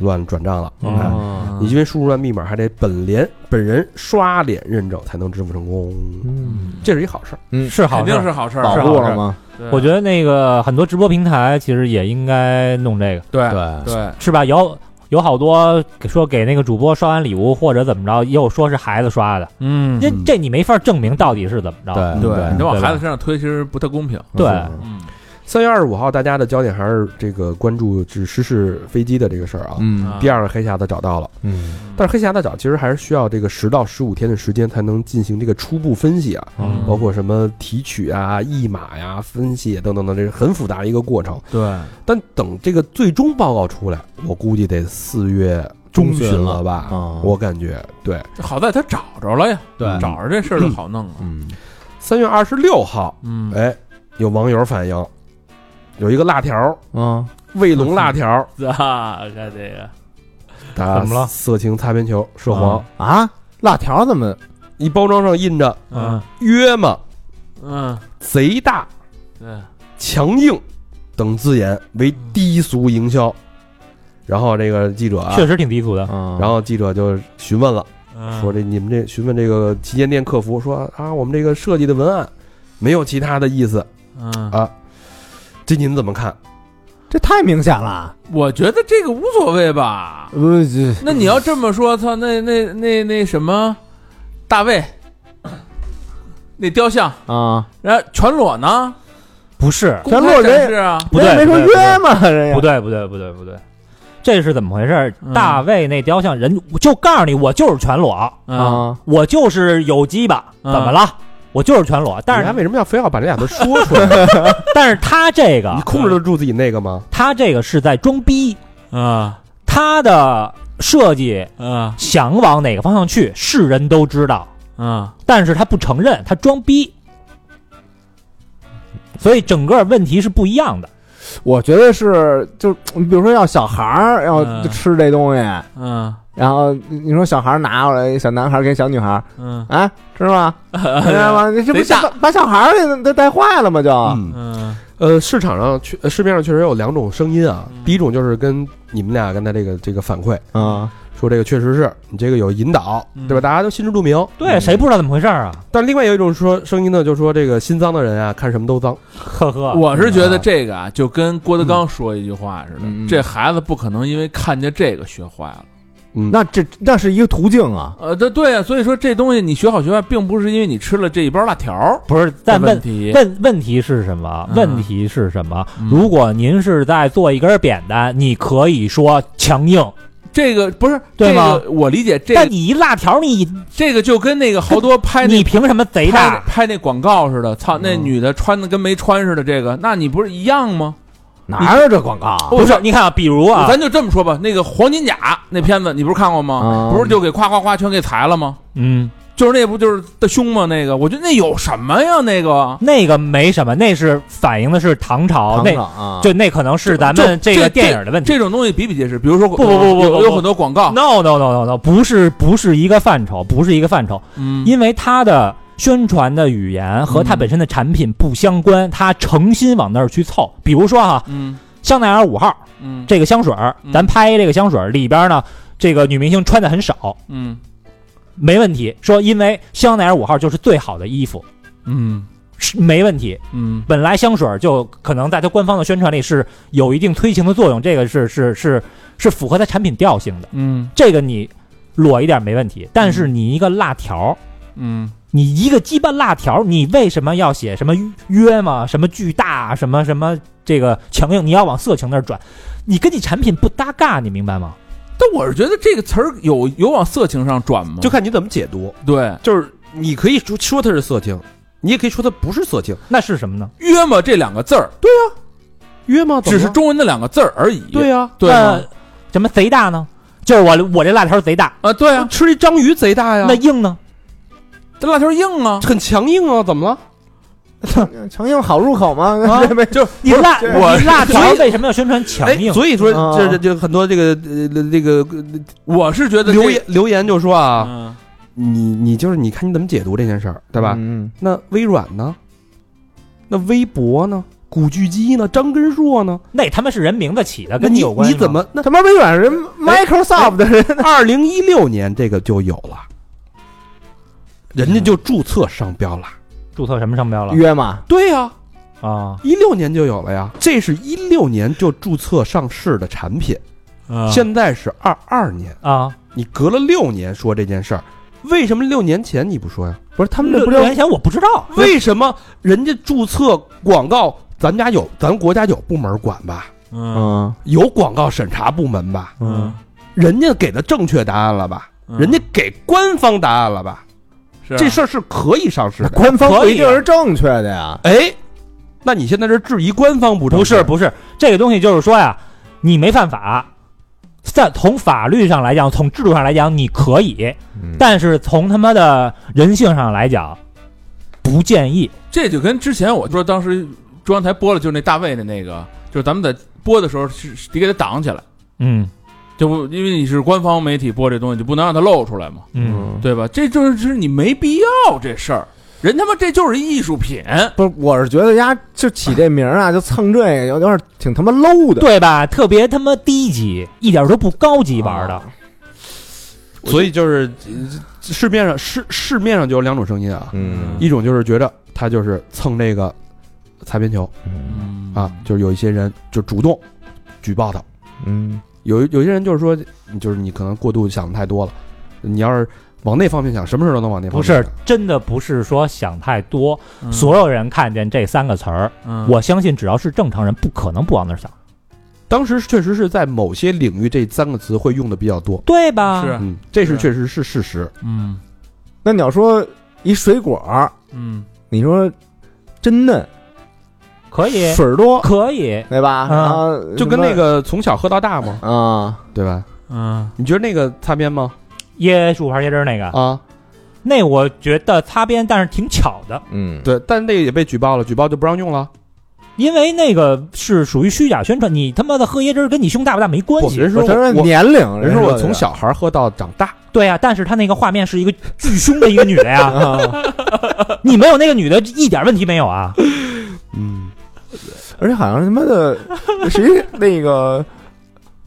Speaker 3: 乱转账了。哎
Speaker 5: 嗯
Speaker 6: 哦
Speaker 3: 你因为输入乱密码，还得本连本人刷脸认证才能支付成功，
Speaker 2: 嗯，
Speaker 3: 这是一好事儿。
Speaker 5: 哎是好
Speaker 6: 肯
Speaker 5: 事
Speaker 6: 定
Speaker 5: 儿，
Speaker 6: 是好事儿，
Speaker 2: 保护了吗？
Speaker 6: 对
Speaker 5: 我觉得那个很多直播平台其实也应该弄这个，
Speaker 6: 对
Speaker 3: 哎
Speaker 2: 对，
Speaker 6: 对，
Speaker 5: 是吧？有有好多说给那个主播刷完礼物或者怎么着，也有说是孩子刷的，
Speaker 6: 嗯
Speaker 5: 这这你没法证明到底是怎么着。
Speaker 2: 对
Speaker 6: 对，你往
Speaker 5: 对吧
Speaker 6: 孩子身上推其实不太公平。
Speaker 5: 对
Speaker 6: 嗯
Speaker 3: 三月二十五号，大家的焦点还是这个关注是失事飞机的这个事儿啊。
Speaker 2: 嗯
Speaker 3: 第二个黑匣子找到了，
Speaker 2: 嗯
Speaker 3: 但是黑匣子找其实还是需要这个十到十五天的时间才能进行这个初步分析啊，
Speaker 5: 嗯
Speaker 3: 包括什么提取啊、译码呀、分析啊等等等，这是很复杂的一个过程。
Speaker 6: 对，
Speaker 3: 但等这个最终报告出来，我估计得四月中旬了
Speaker 2: 啊，
Speaker 3: 吧？嗯我感觉对。
Speaker 6: 嗯好在他找着了呀，
Speaker 2: 对
Speaker 6: 找着这事儿就好弄了。
Speaker 2: 嗯
Speaker 3: 三月二十六号，
Speaker 6: 嗯，
Speaker 3: 哎，有网友反映，有一个辣条
Speaker 2: 啊，
Speaker 3: 卫龙辣条
Speaker 4: 啊，看这个，
Speaker 3: 打
Speaker 5: 怎么了
Speaker 3: 色情擦边球涉黄，
Speaker 2: 啊，辣条怎么？
Speaker 3: 一包装上印着
Speaker 5: 嗯，
Speaker 3: 约么
Speaker 6: 嗯，
Speaker 3: 贼大、
Speaker 6: 对，
Speaker 3: 嗯强硬等字眼为低俗营销。然后这个记者啊，
Speaker 5: 确实挺低俗的。
Speaker 2: 然
Speaker 3: 然后记者就询问了，
Speaker 6: 嗯
Speaker 3: 说
Speaker 4: 这
Speaker 3: 这你们这询问这个旗舰店客服说啊，我们这个设计的文案没有其他的意思，
Speaker 6: 嗯，
Speaker 3: 这您怎么看？
Speaker 2: 这太明显了，
Speaker 6: 我觉得这个无所谓吧。
Speaker 2: 呃，这
Speaker 6: 那你要这么说，操，那那那那什么，大卫，那雕像，
Speaker 2: 啊，
Speaker 6: 然后全哎裸呢，
Speaker 5: 不是，
Speaker 6: 公开展示啊，
Speaker 5: 不对
Speaker 2: 人家没说
Speaker 5: 不对
Speaker 2: 约吗？人家
Speaker 5: 不对，不对，不对，不对，这是怎么回事儿
Speaker 6: 嗯？
Speaker 5: 大卫那雕像人，我就告诉你，我就是全裸，
Speaker 6: 啊，
Speaker 2: 啊，
Speaker 5: 我就是有鸡巴，怎
Speaker 6: 嗯
Speaker 5: 么了？我就是全裸，但
Speaker 3: 你还
Speaker 5: 是
Speaker 3: 为什么要非要把这俩字说出 来？
Speaker 5: 但是他这个
Speaker 3: 你控制得住自己那个吗？
Speaker 5: 他这个是在装逼，
Speaker 6: 啊
Speaker 5: 他的设计
Speaker 6: 啊
Speaker 5: 想往哪个方向去，是人都知道，
Speaker 6: 啊，
Speaker 5: 但是他不承认，他装逼，所以整个问题是不一样的。
Speaker 2: 我觉得是，就你比如说要小孩儿要
Speaker 6: 嗯
Speaker 2: 吃这东西，
Speaker 6: 嗯
Speaker 2: 然后你你说小孩儿拿过来，小男孩儿给小女孩儿，
Speaker 6: 嗯
Speaker 2: 啊，吃吗？
Speaker 7: 哎
Speaker 2: 明白吗？这不
Speaker 6: 贼大
Speaker 2: 把把小孩儿给都带坏了吗？就
Speaker 3: 嗯，
Speaker 6: 嗯
Speaker 3: 呃，市场上确呃市面上确实有两种声音啊
Speaker 6: 嗯，
Speaker 3: 第一种就是跟你们俩刚才这个这个反馈，
Speaker 2: 啊，
Speaker 3: 说这个确实是你这个有引导，
Speaker 6: 嗯
Speaker 3: 对吧？大家都心知肚明。
Speaker 5: 对，谁不知道怎么回事儿啊？
Speaker 3: 但另外有一种说声音呢，就说这个心脏的人啊，看什么都脏。
Speaker 5: 呵呵，
Speaker 6: 我是觉得这个啊，就跟郭德纲说一句话似的，
Speaker 2: 嗯嗯
Speaker 6: 这孩子不可能因为看见这个学坏了。
Speaker 3: 嗯，
Speaker 2: 那这那是一个途径啊，
Speaker 6: 呃，对对啊，所以说这东西你学好学坏，并不是因为你吃了这一包辣条儿
Speaker 5: 不是，
Speaker 6: 的
Speaker 5: 但
Speaker 6: 问
Speaker 5: 问
Speaker 6: 题。
Speaker 5: 问问题是什么？
Speaker 6: 嗯
Speaker 5: 问题是什么？
Speaker 6: 嗯
Speaker 5: 如果您是在做一根扁担，你可以说强硬，
Speaker 6: 这个不是
Speaker 5: 对吗
Speaker 6: 这个、我理解这
Speaker 5: 但
Speaker 6: 个
Speaker 5: 你一辣条，你
Speaker 6: 这个就跟那个好多拍哎那
Speaker 5: 你凭什么贼
Speaker 6: 拍
Speaker 5: 大？
Speaker 6: 拍那广告似的，操，那女的穿的跟没穿似的，这个，那你不是一样吗？
Speaker 2: 哪有这广告啊？
Speaker 5: 不是，你看啊，比如啊，
Speaker 6: 咱就这么说吧，那个黄金甲那片子你不是看过吗？
Speaker 2: 啊
Speaker 6: 不是就给夸夸夸全给裁了吗？
Speaker 5: 嗯，
Speaker 6: 就是那不就是的胸吗？那个，我觉得那有什么呀？那个
Speaker 5: 那个没什么，那是反映的是唐朝，
Speaker 2: 尝
Speaker 5: 哦那
Speaker 2: 尝啊，
Speaker 5: 就那可能是咱们
Speaker 6: 这
Speaker 5: 个电影的问题。
Speaker 6: 这种东西比比皆是。比如说，不
Speaker 5: 不不不不
Speaker 6: 有
Speaker 5: 不
Speaker 6: 很多广告，
Speaker 5: No no no no no，不是不是一个范畴，不是一个范畴，
Speaker 6: 嗯，
Speaker 5: 因为它的宣传的语言和它本身的产品不相关，它诚心往那儿去凑。比如说哈，
Speaker 6: 嗯
Speaker 5: 香奈儿五号
Speaker 6: 嗯
Speaker 5: 这个香水儿，
Speaker 6: 嗯
Speaker 5: 咱拍这个香水儿里边呢，这个女明星穿的很少，
Speaker 6: 嗯
Speaker 5: 没问题。说因为香奈儿五号就是最好的衣服，
Speaker 6: 嗯
Speaker 5: 是没问题。
Speaker 6: 嗯
Speaker 5: 本来香水儿就可能在它官方的宣传里是有一定推情的作用，这个是是是是符合它产品调性的，
Speaker 6: 嗯
Speaker 5: 这个你裸一点没问题。但是你一个辣条，
Speaker 6: 嗯
Speaker 5: 你一个鸡巴辣条，你为什么要写什么约吗？什么巨大？啊什么什么这个强硬？你要往色情那儿转，你跟你产品不搭嘎，你明白吗？
Speaker 6: 但我是觉得这个词儿有有往色情上转吗？
Speaker 3: 就看你怎么解读。
Speaker 6: 对，
Speaker 3: 就是你可以说说它是色情，你也可以说它不是色情，
Speaker 5: 那是什么呢？
Speaker 6: 约么这两个字儿，
Speaker 3: 约吗？怎么了
Speaker 6: 只是中文的两个字儿而已。
Speaker 4: 啊
Speaker 3: 对呀、
Speaker 6: 对啊吗
Speaker 5: 那呃什么贼大呢？就是我我这辣条贼大，
Speaker 6: 啊，对啊，
Speaker 3: 吃一章鱼贼大呀
Speaker 5: 那，硬呢？
Speaker 6: 这辣条硬啊，
Speaker 3: 很强硬啊，怎么了？
Speaker 7: 强硬好入口吗？
Speaker 5: 啊
Speaker 7: 没
Speaker 6: 就是
Speaker 5: 你辣
Speaker 3: 我
Speaker 5: 你辣条为什么要宣传强
Speaker 3: 哎，
Speaker 5: 硬？
Speaker 3: 所以说
Speaker 7: 啊
Speaker 3: 这这这很多这个呃这个呃
Speaker 6: 我是觉得这
Speaker 3: 留言留言就说啊，
Speaker 6: 嗯
Speaker 3: 你你就是你看你怎么解读这件事儿，对吧？
Speaker 7: 嗯，
Speaker 3: 那微软呢？那微博呢？古巨基呢？张根硕呢？
Speaker 5: 那他妈是人名字起的，
Speaker 3: 那
Speaker 5: 啊跟
Speaker 3: 你
Speaker 5: 有关系
Speaker 3: 你
Speaker 5: 吗
Speaker 3: 怎？么？那
Speaker 7: 他妈微软人 Microsoft 的人，
Speaker 3: 二零一六年这个就有了，人家就注册商标了。
Speaker 5: 注册什么商标了
Speaker 7: 约嘛，
Speaker 3: 对呀、
Speaker 5: 啊？
Speaker 3: 一六年就有了呀，这是一六年就注册上市的产品，现在是二二年，
Speaker 5: 啊，
Speaker 3: 你隔了六年说这件事儿，为什么六年前你不说呀？
Speaker 7: 不是他们这
Speaker 5: 六
Speaker 7: 不
Speaker 5: 六
Speaker 7: 就
Speaker 5: 年前我不知道，
Speaker 3: 为什么人家注册广告，咱家有，咱国家有部门管吧？
Speaker 6: 嗯
Speaker 7: 嗯
Speaker 3: 有广告审查部门吧？
Speaker 6: 嗯，
Speaker 3: 人家给的正确答案了吧？人家给官方答案了吧？
Speaker 6: 是啊
Speaker 3: 这事嗯儿是啊可以上市的。
Speaker 7: 官方不
Speaker 5: 可以
Speaker 7: 一定是正确的呀，
Speaker 3: 哎，那你现在这质疑官方不正
Speaker 5: 不
Speaker 3: 确
Speaker 5: 是不是，这个东西就是说呀，你没犯法，在从法律上来讲，从制度上来讲，你可以，
Speaker 7: 嗯
Speaker 5: 但是从他妈的人性上来讲，不建议。
Speaker 6: 这就跟之前我说当时中央台播了，就是那大卫的那个，就是咱们在播的时候是是得给它挡起来，
Speaker 5: 嗯
Speaker 6: 就不因为你是官方媒体播这东西，就不能让它露出来嘛，
Speaker 5: 嗯，
Speaker 6: 对吧？这就是你没必要这事儿，人他妈这就是艺术品，
Speaker 7: 不是，我是觉得呀，就起这名儿啊，就蹭这个，有有点挺他妈 low 的。
Speaker 5: 对吧？特别他妈低级，一点都不高级玩的。
Speaker 3: 所以就是呃市面上市市面上就有两种声音啊，
Speaker 7: 嗯
Speaker 3: 一种就是觉得他就是蹭这个擦边球
Speaker 6: 嗯
Speaker 3: 啊，就是有一些人就主动举报他，
Speaker 7: 嗯
Speaker 3: 有有些人就是说，就是你可能过度想的太多了，你要是往那方面想，什么事儿都能往那方面
Speaker 5: 不是
Speaker 3: 想，
Speaker 5: 真的不是说想太多。
Speaker 6: 嗯
Speaker 5: 所有人看见这三个词儿，我相信只要是正常人，不可能不往那儿想，
Speaker 3: 当时确实是在某些领域这三个词会用的比较多，
Speaker 5: 对吧？
Speaker 6: 是
Speaker 3: 嗯，这是
Speaker 6: 是
Speaker 3: 确实是事实。
Speaker 6: 嗯
Speaker 7: 那你要说一水果儿，
Speaker 6: 嗯
Speaker 7: 你说真嫩，
Speaker 5: 可以，
Speaker 7: 水儿多，
Speaker 5: 可以，
Speaker 7: 对吧？
Speaker 5: 嗯
Speaker 7: 然后
Speaker 3: 啊
Speaker 2: 呃
Speaker 3: 就跟那个从小喝到大嘛，
Speaker 7: 什么啊，
Speaker 3: 对吧？
Speaker 6: 嗯
Speaker 3: 你觉得那个擦边吗？
Speaker 5: 椰树牌椰汁儿那个，
Speaker 3: 啊，
Speaker 5: 那我觉得擦边，但是挺巧的，
Speaker 7: 嗯，
Speaker 3: 对，但是那个也被举报了，举报就不让用了。
Speaker 5: 因为那个是属于虚假宣传，你他妈的喝椰汁儿跟你胸大不大没关
Speaker 3: 我
Speaker 5: 系。
Speaker 3: 人说
Speaker 7: 我承认
Speaker 3: 我，
Speaker 7: 年龄，
Speaker 3: 人说
Speaker 7: 说
Speaker 3: 我
Speaker 7: 的
Speaker 3: 从小孩喝到长大，
Speaker 5: 对呀、但是他那个画面是一个巨胸的一个女的 呀，
Speaker 7: 啊，
Speaker 5: 你没有那个女的一点问题没有啊。
Speaker 3: 嗯，
Speaker 7: 而且好像他妈的谁那个。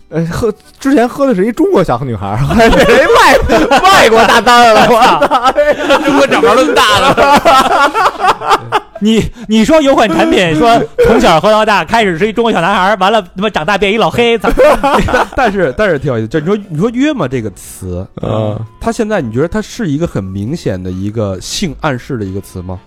Speaker 7: 呃，喝之前喝的是一中国小女孩儿，后来 变成一外外国大单了，我
Speaker 5: 你你说有款产品说从小喝到大，开始是一中国小男孩，完了他妈长大变一老黑，操
Speaker 3: 但 但是但是挺有意思。就你说你说约吗这个词，
Speaker 7: 嗯，
Speaker 3: 它现在你觉得它是一个很明显的一个性暗示的一个词吗？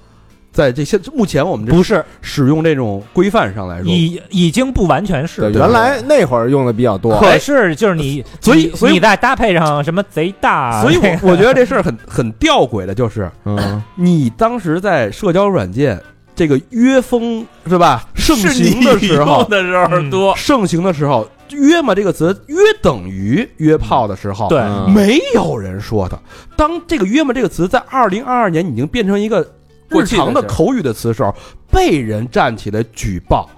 Speaker 3: 在这些目前我们这
Speaker 5: 不是，
Speaker 3: 使用这种规范上来说，
Speaker 5: 已已经不完全是
Speaker 7: 对，。原来那会儿用的比较 多，
Speaker 5: 可是就是你，
Speaker 3: 所以
Speaker 5: 你
Speaker 3: 所以
Speaker 5: 你再搭配上什么贼大，
Speaker 3: 所以 我我觉得这事儿很很吊诡的，就是
Speaker 7: 嗯，
Speaker 3: 你当时在社交软件这个约风是吧盛行的时候，
Speaker 6: 啊的时候嗯多，
Speaker 3: 盛行的时候，约嘛这个词约等于约炮的时候，
Speaker 5: 对
Speaker 7: 嗯
Speaker 3: 没有人说它。当这个“约嘛”这个词在二零二二年已经变成一个日常的口语的词的时候，被人站起来举报。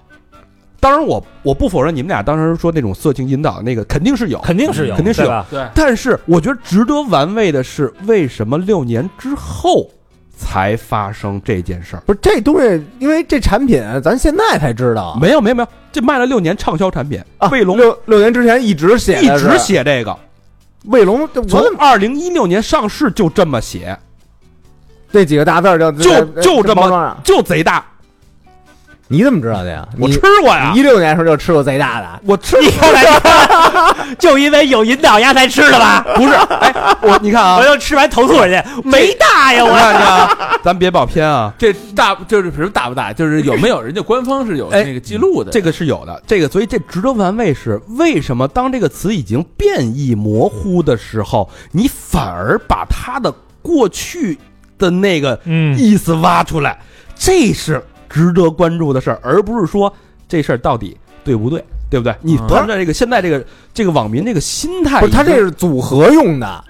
Speaker 3: 当然我，我不否认你们俩当时说那种色情引导那个肯定是有，
Speaker 5: 肯定是有，
Speaker 3: 肯定是有
Speaker 5: 对吧？
Speaker 6: 对，
Speaker 3: 但是我觉得值得玩味的是，为什么六年之后才发生这件事儿？
Speaker 7: 不是这东西，因为这产品咱现在才知道，
Speaker 3: 没有，没有，没有，这卖了六年畅销产品，
Speaker 7: 啊
Speaker 3: 卫龙
Speaker 7: 六六年之前一直写
Speaker 3: 一
Speaker 7: 的是，
Speaker 3: 直写这个，
Speaker 7: 卫龙，我
Speaker 3: 从
Speaker 7: 怎么
Speaker 3: 二零一六年上市就这么写，
Speaker 7: 这几个大字儿就
Speaker 3: 就就这么
Speaker 7: 包装上
Speaker 3: 就贼大，
Speaker 7: 你怎么知道的呀？
Speaker 3: 我
Speaker 7: 你
Speaker 3: 吃过呀啊
Speaker 7: 你，一六年时候就吃过贼大的，
Speaker 3: 我吃，
Speaker 5: 你看来就因为有引导鸭才吃的吧？
Speaker 3: 不是，哎，我你看啊
Speaker 5: 我，又吃完投诉人家，没大呀
Speaker 3: 我
Speaker 5: 我。
Speaker 3: 看着啊，咱别跑偏啊，
Speaker 6: 这大就是什么大不大？就是有没有人家官方是有
Speaker 3: 哎
Speaker 6: 那个记录的？
Speaker 3: 这个是有的，这个所以这值得玩味是为什么当这个词已经变异模糊的时候，你反而把它的过去的那个
Speaker 5: 嗯，
Speaker 3: 意思挖出来，这是值得关注的事儿，而不是说这事儿到底对不对，对不对？你
Speaker 6: 嗯
Speaker 3: 咱们这个现在这个这个网民这个心态
Speaker 2: 不
Speaker 3: 已经，
Speaker 2: 是，他这是组合用的，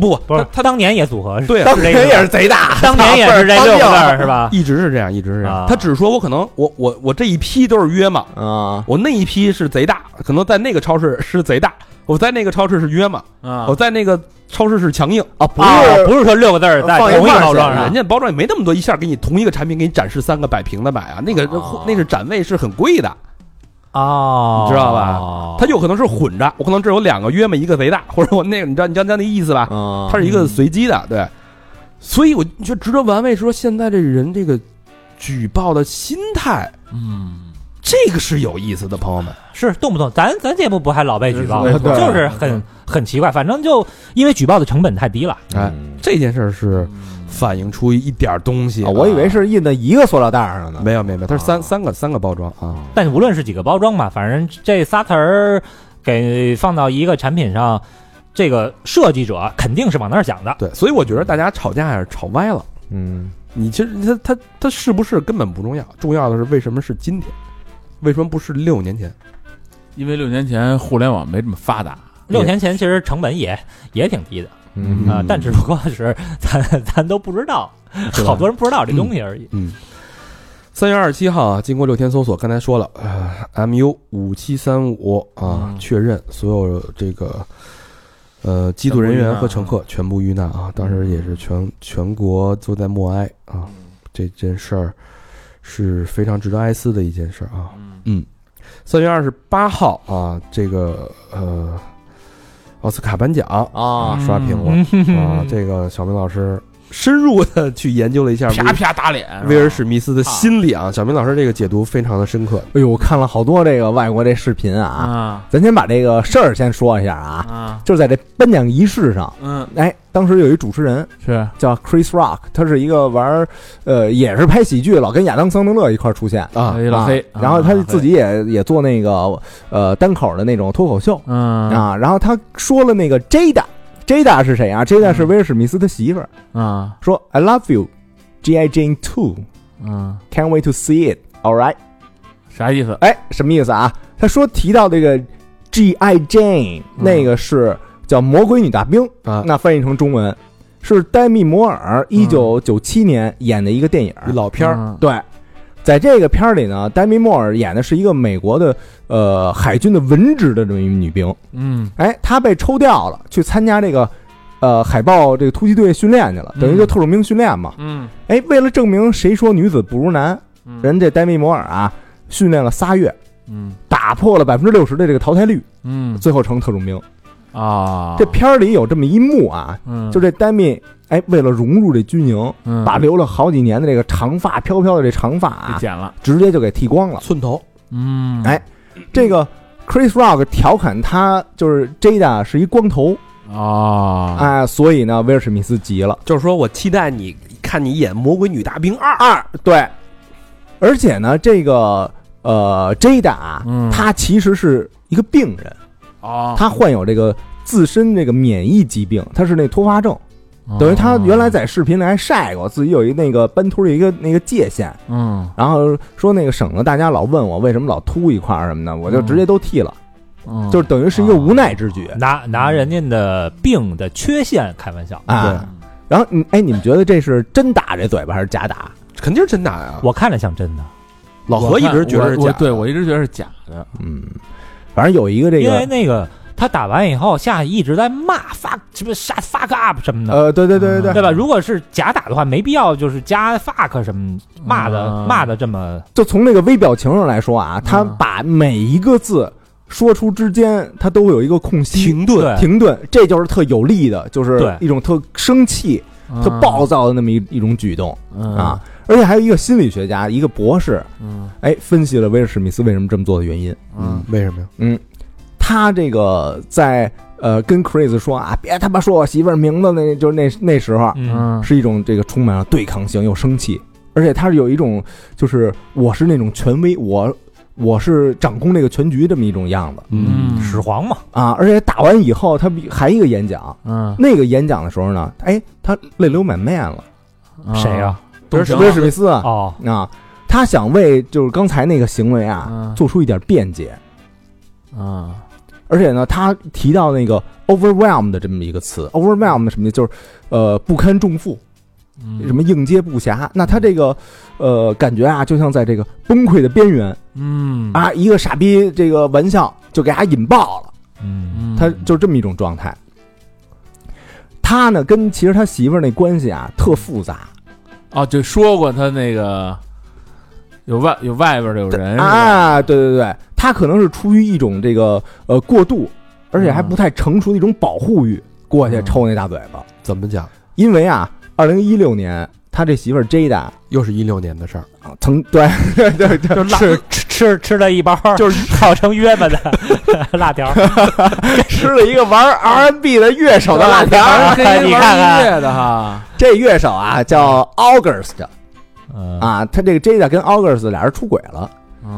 Speaker 3: 不
Speaker 5: 不是，
Speaker 3: 他
Speaker 5: 他当年也组合是，
Speaker 3: 对啊
Speaker 2: 当
Speaker 5: 是这
Speaker 2: 年
Speaker 5: 意思
Speaker 2: 也是贼大，
Speaker 5: 当年也是这六个字儿是吧？
Speaker 3: 一直是这样，一直是这样
Speaker 5: 啊。
Speaker 3: 他只是说我可能我我我这一批都是约嘛，
Speaker 2: 啊，
Speaker 3: 我那一批是贼大，可能在那个超市是贼大，我在那个超市是约嘛，
Speaker 6: 啊
Speaker 3: 我，在那个超市是强硬啊，不
Speaker 5: 啊，不是说六个字儿在
Speaker 2: 放一
Speaker 5: 同一
Speaker 2: 块
Speaker 5: 个
Speaker 2: 儿
Speaker 5: 包装
Speaker 2: 写
Speaker 5: 上
Speaker 3: 人，家包装也没那么多，一下给你同一个产品给你展示三个摆平的摆啊，那个
Speaker 2: 哦
Speaker 3: 那是展位是很贵的，
Speaker 5: 哦，
Speaker 3: 你知道
Speaker 5: 吧
Speaker 3: 它有可能是混着，我可能这有两个约嘛，一个贼大，或者我那个你知道你知道那意思吧？
Speaker 2: 啊
Speaker 3: 它是一个随机的，对，所以我就值得玩味，说现在这人这个举报的心态，
Speaker 6: 嗯，
Speaker 3: 这个是有意思的，朋友们。
Speaker 5: 是动不动咱咱节目不还老被举报吗，
Speaker 2: 对
Speaker 5: 就是很很奇怪，反正就因为举报的成本太低了，
Speaker 3: 哎
Speaker 2: 嗯
Speaker 3: 这件事儿是反映出一点儿东西、
Speaker 2: 啊我以为是印在一个塑料袋上呢，
Speaker 3: 没有没有没有，它是
Speaker 2: 啊
Speaker 3: 三三个三个包装
Speaker 2: 嗯
Speaker 3: 啊，
Speaker 5: 但无论是几个包装吧，反正这仨词儿给放到一个产品上，这个设计者肯定是往那儿想的。
Speaker 3: 对，所以我觉得大家吵架也是吵歪了。
Speaker 2: 嗯，
Speaker 3: 你其实他他他是不是根本不重要，重要的是为什么是今天，为什么不是六年前？
Speaker 6: 因为六年前互联网没这么发达，
Speaker 5: 六年前其实成本也也挺低的
Speaker 2: 嗯
Speaker 5: 啊、但只不过是 咱咱都不知道，
Speaker 3: 吧
Speaker 5: 好多人不知道这东西而已。
Speaker 3: 三月二十七号啊，经过六天搜索，刚才说了，呃，MU 五七三五啊
Speaker 6: 嗯，
Speaker 3: 确认所有这个呃机组人员和乘客全部遇难啊，当时也是全全国都在默哀啊，这件事儿是非常值得哀思的一件事儿啊。嗯，三月二十八号啊，这个呃奥斯卡颁奖
Speaker 2: 啊，
Speaker 3: 刷屏了啊，这个小明老师深入的去研究 了一下威
Speaker 6: 啪啪打脸，
Speaker 3: 威尔史密斯的心理啊，小明老师这个解读非常的深刻。
Speaker 2: 哎呦，我看了好多这个外国这视频啊，
Speaker 6: 啊
Speaker 2: 咱先把这个事儿先说一下啊，
Speaker 6: 啊，
Speaker 2: 就是在这颁奖仪式上，
Speaker 6: 嗯，
Speaker 2: 哎，当时有一主持人
Speaker 6: 是
Speaker 2: 叫 Chris Rock，他是一个玩儿，呃，也是拍喜剧，老跟亚当桑德勒一块儿出现。
Speaker 3: 啊
Speaker 6: 哎老
Speaker 2: 啊
Speaker 6: 黑，
Speaker 2: 然后他
Speaker 6: 啊
Speaker 2: 自己也也做那个呃单口的那种脱口秀
Speaker 6: 嗯
Speaker 2: 啊，然后他说了那个 Jada，Jada 是谁啊？Jada
Speaker 3: 嗯
Speaker 2: 是威尔史密斯的媳妇儿，
Speaker 6: 啊
Speaker 2: 说 I love you，G.I. Jane Two，Can't
Speaker 3: 啊
Speaker 6: 嗯，
Speaker 2: wait to see it，All right，
Speaker 6: 啥意思？
Speaker 2: 哎，什么意思啊？他说提到这个 G.I. Jane，
Speaker 6: 嗯
Speaker 2: 那个是叫魔鬼女大兵，
Speaker 3: 啊！嗯
Speaker 2: 那翻译成中文是戴米·摩尔一九九七年演的一个电影。
Speaker 3: 一老片儿，
Speaker 6: 嗯
Speaker 2: 对，在这个片儿里呢，戴米·摩尔演的是一个美国的呃海军的文职的这么一女兵。
Speaker 6: 嗯
Speaker 2: 哎，她被抽调了，去参加这个呃海豹这个突击队训练去了，等于就特种兵训练嘛。
Speaker 6: 嗯
Speaker 2: 哎，为了证明谁说女子不如男，
Speaker 6: 嗯
Speaker 2: 人这戴米·摩尔啊训练了仨月，
Speaker 6: 嗯
Speaker 2: 打破了百分之六十的这个淘汰率，
Speaker 6: 嗯
Speaker 2: 最后成特种兵。
Speaker 6: 啊，
Speaker 2: 这片儿里有这么一幕啊，
Speaker 6: 嗯
Speaker 2: 就这戴米。哎，为了融入这军营，
Speaker 6: 嗯
Speaker 2: 把留了好几年的这个长发飘飘的这长发
Speaker 6: 给
Speaker 2: 啊，
Speaker 6: 剪了，
Speaker 2: 直接就给剃光了。
Speaker 3: 寸头
Speaker 6: 嗯
Speaker 2: 哎这个 Chris Rock 调侃他就是 Jada 是一光头
Speaker 6: 啊
Speaker 2: 啊、所以呢，威尔史密斯急了。
Speaker 3: 就是说我期待你看你演《魔鬼女大兵二》
Speaker 2: 二对，而且呢，这个呃 Jada 啊，
Speaker 6: 嗯
Speaker 2: 他其实是一个病人，
Speaker 6: 啊，
Speaker 2: 他患有这个自身这个免疫疾病，他是那突发症，
Speaker 6: 啊
Speaker 2: 等于他原来在视频里还晒过自己有一那个斑秃的一个那个界限，
Speaker 6: 嗯
Speaker 2: 然后说那个省得大家老问我为什么老秃一块儿什么的，我就直接都剃了，
Speaker 6: 嗯啊
Speaker 2: 就是等于是一个无奈之举
Speaker 5: 拿拿人家的病的缺陷开玩笑，
Speaker 2: 啊。然后你哎，你们觉得这是真打这嘴巴还是假打？
Speaker 3: 肯定是真打呀。
Speaker 5: 我看着像真的，
Speaker 3: 老何一直觉得是
Speaker 6: 我
Speaker 3: 假
Speaker 6: 我
Speaker 3: 的，
Speaker 6: 对我一直觉得是假的，
Speaker 2: 嗯，反正有一个这
Speaker 5: 因为
Speaker 2: 个
Speaker 5: 那个他打完以后，下去一直在骂 fuck 什么杀 fuck up 什么的，
Speaker 2: 呃，对对对对
Speaker 5: 对
Speaker 2: 对，
Speaker 5: 吧？如果是假打的话，没必要就是加 fuck 什么骂的、
Speaker 6: 嗯
Speaker 5: 骂的这么
Speaker 2: 就从这个微表情上来说啊，他
Speaker 6: 嗯
Speaker 2: 把每一个字说出之间，他都会有一个空隙。
Speaker 3: 停顿，
Speaker 2: 停顿，这就是特有力的，就是
Speaker 5: 对
Speaker 2: 一种特生气、
Speaker 4: 嗯
Speaker 2: 特暴躁的那么一一种举动
Speaker 6: 嗯
Speaker 2: 啊！而且还有一个心理学家，一个博士，
Speaker 6: 嗯
Speaker 2: 哎，分析了威尔史密斯为什么这么做的原因。
Speaker 6: 嗯
Speaker 3: 为什么呀？
Speaker 2: 嗯，他这个在呃跟 Chris 说啊，别他妈说我媳妇儿名字那，就是那那时候
Speaker 5: 嗯，
Speaker 2: 是一种这个充满了对抗性又生气，而且他是有一种就是我是那种权威，我我是掌控这个全局这么一种样子
Speaker 5: 嗯，始皇嘛，
Speaker 2: 啊。而且打完以后，他比还一个演讲，
Speaker 5: 嗯，
Speaker 2: 那个演讲的时候呢，哎，他泪流满面了，
Speaker 6: 嗯
Speaker 4: 嗯
Speaker 5: 谁啊呀？
Speaker 2: 威尔史密斯啊，
Speaker 5: 哦，
Speaker 2: 啊，他想为就是刚才那个行为啊
Speaker 5: 嗯
Speaker 2: 做出一点辩解，
Speaker 5: 嗯
Speaker 2: 而且呢，他提到那个 overwhelm 的这么一个词，overwhelm 什么意思？就是呃不堪重负，什么应接不暇。那他这个呃感觉啊，就像在这个崩溃的边缘
Speaker 5: 嗯
Speaker 2: 啊，一个傻逼这个玩笑就给他引爆了，
Speaker 7: 嗯
Speaker 2: 他就是这么一种状态。他呢，跟其实他媳妇儿那关系啊特复杂
Speaker 6: 哦，就说过他那个有外有外边儿的有人是吧？
Speaker 2: 啊，对对对，他可能是出于一种这个呃过度，而且还不太成熟的一种保护欲，过去抽那大嘴巴。
Speaker 3: 怎么讲？
Speaker 2: 因为啊，二零一六年他这媳妇儿 Jada 啊
Speaker 3: 又是一六年的事儿，
Speaker 2: 曾对 对对，
Speaker 5: 就吃吃吃吃了一包，就是烤成约巴的辣条，
Speaker 2: 吃了一个玩 R&B 的乐手的辣条。
Speaker 6: 儿
Speaker 5: 你看
Speaker 3: 哎
Speaker 5: 看
Speaker 6: 音乐的哈，
Speaker 2: 这乐手啊叫 August
Speaker 5: 嗯
Speaker 2: 啊，他这个 Jada 跟 August 俩人出轨了。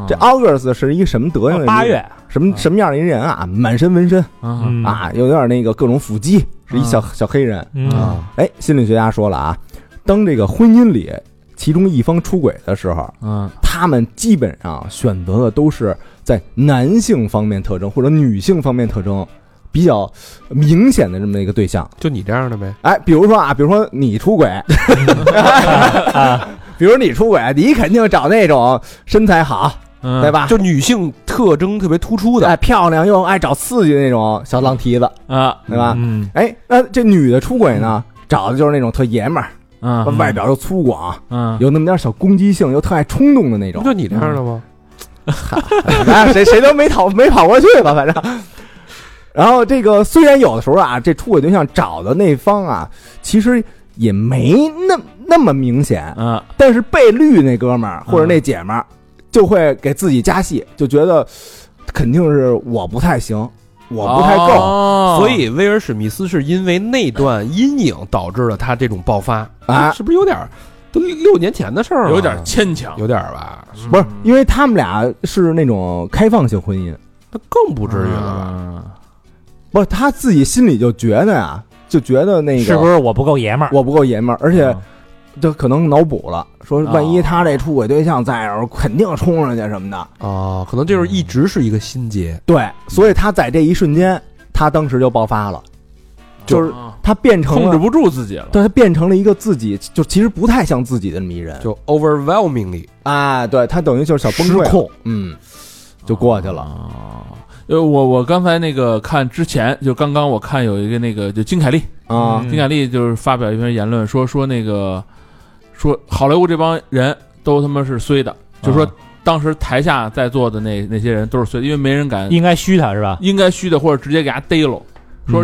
Speaker 2: 这 August 是一个什么德行的一个？
Speaker 5: 八月，
Speaker 2: 什么什么样的一人啊？满身纹身
Speaker 5: 嗯
Speaker 2: 啊，有点那个各种腹肌，是一小小黑人。
Speaker 5: 嗯
Speaker 2: 哎，心理学家说了啊，当这个婚姻里其中一方出轨的时候，
Speaker 6: 嗯，
Speaker 2: 他们基本上选择的都是在男性方面特征或者女性方面特征比较明显的这么一个对象。
Speaker 3: 就你这样的呗。
Speaker 2: 哎，比如说啊，比如说你出轨，比如你出轨，你肯定找那种身材好，
Speaker 4: 嗯
Speaker 6: 嗯
Speaker 2: 对吧？
Speaker 3: 就女性特征特别突出的，
Speaker 2: 哎，漂亮又爱找刺激的那种小浪蹄子，
Speaker 6: 啊，
Speaker 2: 对吧？
Speaker 5: 嗯
Speaker 2: 哎，那这女的出轨呢，找的就是那种特爷们儿，
Speaker 6: 嗯
Speaker 2: 外表又粗犷，
Speaker 6: 嗯，
Speaker 2: 有那么点小攻击性，又特爱冲动的那种
Speaker 3: 不。就你这样的吗？
Speaker 2: 啊，谁谁都没逃没跑过去吧，反正。然后这个虽然有的时候啊，这出轨对象找的那方啊，其实也没那那么明显，
Speaker 6: 嗯
Speaker 2: 但是被绿那哥们儿或者那姐们儿就会给自己加戏，就觉得肯定是我不太行，我不太够
Speaker 6: 哦
Speaker 3: 所以威尔史密斯是因为那段阴影导致了他这种爆发
Speaker 2: 啊
Speaker 3: 是不是有点儿都六六年前的事儿了？
Speaker 6: 有点牵强，
Speaker 3: 哎有点儿吧，
Speaker 2: 不是，因为他们俩是那种开放性婚姻，
Speaker 3: 那更不至于了吧？
Speaker 2: 不是他自己心里就觉得呀、就觉得那个
Speaker 5: 是不是我不够爷们儿？
Speaker 2: 我不够爷们儿，啊而且就可能脑补了，说
Speaker 6: 哦
Speaker 2: 万一他这出轨对象在那儿，肯定冲上去什么的。
Speaker 3: 哦，可能就是一直是一个心结，
Speaker 2: 对，所以他在这一瞬间，他当时就爆发了，就是
Speaker 6: 啊
Speaker 2: 他变成
Speaker 6: 控制
Speaker 2: 了，
Speaker 6: 不住自己了。
Speaker 2: 对他变成了一个自己就其实不太像自己的那么一人
Speaker 3: 就 overwhelmingly
Speaker 2: 啊，对他等于就是小崩溃了，
Speaker 3: 失控。
Speaker 2: 嗯，就过去了。
Speaker 6: 哦，呃，我我刚才那个看之前，就刚刚我看有一个那个就金凯利，
Speaker 2: 啊
Speaker 6: 金凯利就是发表一篇言论，说说那个说好莱坞这帮人都他妈是衰的，就
Speaker 2: 啊
Speaker 6: 说当时台下在座的那那些人都是衰的，因为没人敢
Speaker 5: 应该虚他是吧？
Speaker 6: 应该虚的，或者直接给他逮了，说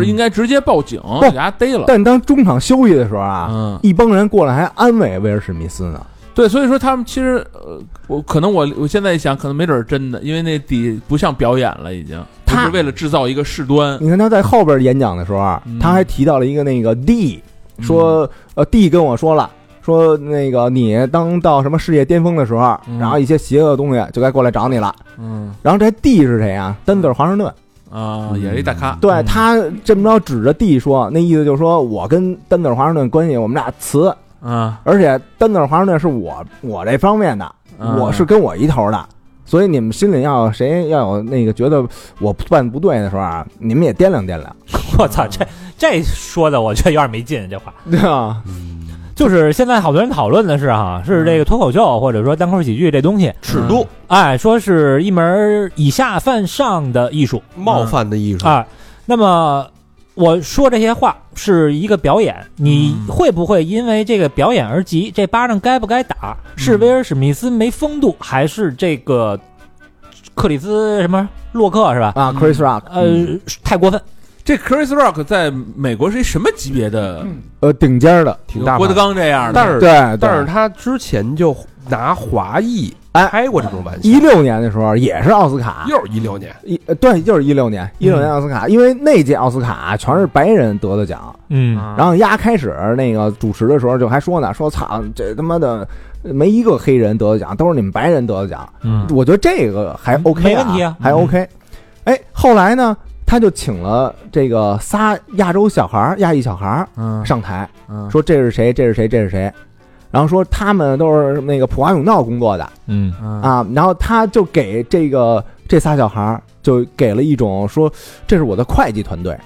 Speaker 2: 嗯
Speaker 6: 是应该直接报警给他逮了。
Speaker 2: 但当中场休息的时候啊，
Speaker 6: 嗯，
Speaker 2: 一帮人过来还安慰威尔史密斯呢。
Speaker 6: 对，所以说他们其实，呃，我可能我我现在一想，可能没准是真的，因为那底不像表演了，已经，不
Speaker 2: 他嗯
Speaker 6: 是为了制造一个事 端，
Speaker 2: 你看他在后边演讲的时候啊，
Speaker 6: 嗯
Speaker 2: 他还提到了一个那个 D，说呃 D 跟我说了，说那个你当到什么事业巅峰的时候，
Speaker 6: 嗯
Speaker 2: 然后一些邪恶的东西就该过来找你了。
Speaker 6: 嗯
Speaker 2: 然后这 D 是谁啊？丹泽尔华盛顿，
Speaker 6: 啊，
Speaker 3: 嗯
Speaker 2: 嗯
Speaker 6: 也是一大咖，
Speaker 2: 对他这么着指着 D 说，那意思就是说我跟丹泽尔华盛顿关系我们俩瓷，
Speaker 6: 啊，
Speaker 2: 而且丹泽尔华盛顿是我我这方面的，
Speaker 6: 嗯
Speaker 2: 我是跟我一头的。所以你们心里要有谁要有那个觉得我办不对的时候啊，你们也掂量掂量，
Speaker 5: 我操，这这说的我觉得有点没劲，这话。
Speaker 2: 对
Speaker 6: 啊
Speaker 2: 吧？
Speaker 5: 就是现在好多人讨论的是哈，是这个脱口秀或者说单口喜剧这东西，
Speaker 3: 尺度、
Speaker 5: 哎，说是一门儿以下犯上的艺术
Speaker 3: 冒犯的艺术，
Speaker 5: 啊。那么我说这些话是一个表演，你会不会因为这个表演而急？这巴掌该不该打？是威尔史密斯没风度，还是这个克里斯什么洛克是吧？
Speaker 3: 嗯
Speaker 2: 啊，Chris Rock，
Speaker 5: 呃，太过分。
Speaker 6: 这 Chris Rock 在美国是一什么级别的？
Speaker 2: 呃，顶尖儿的，
Speaker 3: 挺大
Speaker 6: 郭
Speaker 3: 牌
Speaker 6: 德纲这样的，
Speaker 3: 但是
Speaker 2: 对，
Speaker 3: 但是他之前就拿华裔
Speaker 2: 哎
Speaker 3: 开过这种玩笑，
Speaker 2: 一六年的时候也是奥斯卡，
Speaker 3: 又是一六年，
Speaker 2: 一呃对，就是一六年，一
Speaker 3: 嗯
Speaker 2: 六年奥斯卡，因为那届奥斯卡全是白人得的奖，
Speaker 5: 嗯，
Speaker 7: 然
Speaker 6: 啊
Speaker 2: 然
Speaker 7: 后
Speaker 2: 后丫开始那个主持的时候就还说呢，说操，这他妈的没一个黑人得的奖，都是你们白人得的奖。
Speaker 5: 嗯
Speaker 2: 我觉得这个还 OK，、啊、
Speaker 5: 没问题啊
Speaker 2: 还 OK。哎，后来呢，他就请了这个仨亚洲小孩儿、亚裔小孩儿
Speaker 7: 嗯
Speaker 2: 上台，
Speaker 7: 嗯
Speaker 2: 说这是谁，这是谁，这是谁，然后说他们都是那个普华永道工作的
Speaker 5: 嗯，
Speaker 7: 啊
Speaker 2: 啊，然后他就给这个这仨小孩儿就给了一种说这是我的会计团队，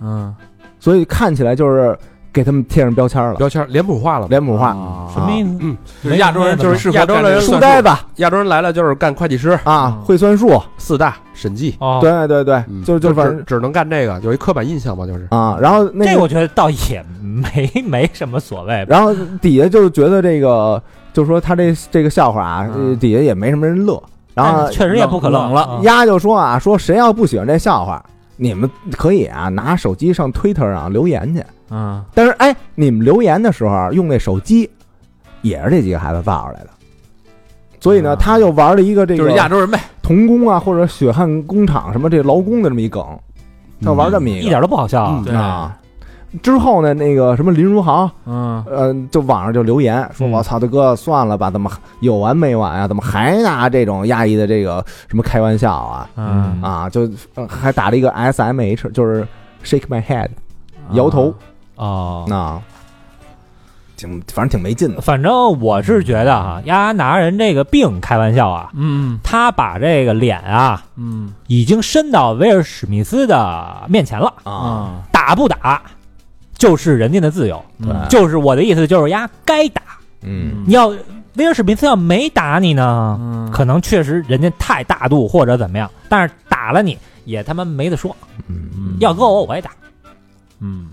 Speaker 7: 嗯，
Speaker 2: 所以看起来就是给他们贴上标签了，
Speaker 3: 标签脸谱化了嘛，
Speaker 2: 脸谱化。
Speaker 7: 啊
Speaker 5: 什么意思？
Speaker 3: 嗯，
Speaker 5: 没
Speaker 3: 亚洲人就是适合亚洲人干这个
Speaker 2: 书
Speaker 3: 算
Speaker 2: 呆子
Speaker 3: 亚洲人来了就是干会计师、
Speaker 2: 啊
Speaker 7: 嗯，
Speaker 2: 会算数，
Speaker 3: 四大审计，
Speaker 5: 哦，
Speaker 2: 对对对
Speaker 3: 嗯，
Speaker 2: 就就
Speaker 3: 就
Speaker 2: 反
Speaker 3: 只
Speaker 2: 正
Speaker 3: 只能干这个，有一刻板印象吧，就是
Speaker 2: 啊，然后那
Speaker 5: 这
Speaker 2: 个
Speaker 5: 我觉得倒也没 没什么所谓吧。
Speaker 2: 然后底下就觉得这个，就说他这这个笑话啊，
Speaker 7: 嗯
Speaker 2: 呃底下也没什么人乐。然后
Speaker 5: 但确实也不可能
Speaker 3: 嗯
Speaker 5: 了。
Speaker 2: 丫就说啊，说谁要不喜欢这笑话，你们可以啊拿手机上 Twitter 上留言去。
Speaker 7: 嗯
Speaker 2: 但是哎，你们留言的时候啊用那手机，也是这几个孩子造出来的。所以呢，
Speaker 7: 啊
Speaker 2: 他又玩了一个这
Speaker 6: 就是亚
Speaker 2: 个
Speaker 6: 洲人呗，
Speaker 2: 童工啊，或者血汗工厂什么这劳工的这么一梗，他玩这么一
Speaker 5: 一
Speaker 2: 个
Speaker 5: 点都不好笑啊。
Speaker 3: 嗯
Speaker 6: 对
Speaker 2: 啊。之后呢，那个什么林如航，
Speaker 7: 嗯
Speaker 2: 呃，就网上就留言说：“
Speaker 5: 嗯
Speaker 2: 我操，大哥，算了吧，怎么有完没完啊？怎么还拿这种亚裔的这个什么开玩笑啊？
Speaker 5: 嗯
Speaker 2: 啊，就、呃还打了一个 S M H，就是 shake my head，摇头
Speaker 5: 哦，
Speaker 2: 啊，挺反正挺没劲的。
Speaker 5: 反正我是觉得哈，丫拿人这个病开玩笑啊，
Speaker 7: 嗯
Speaker 5: 他把这个脸啊
Speaker 7: 嗯
Speaker 5: 已经伸到威尔史密斯的面前了，
Speaker 2: 啊，
Speaker 7: 啊
Speaker 5: 打不打就是人家的自由，
Speaker 2: 对，
Speaker 5: 就是我的意思就是丫该打。
Speaker 2: 嗯
Speaker 5: 你要威尔史密斯要没打你呢，
Speaker 7: 嗯
Speaker 5: 可能确实人家太大度或者怎么样，但是打了你也他妈没得说，
Speaker 2: 嗯，
Speaker 5: 要搁我我也打。
Speaker 7: 嗯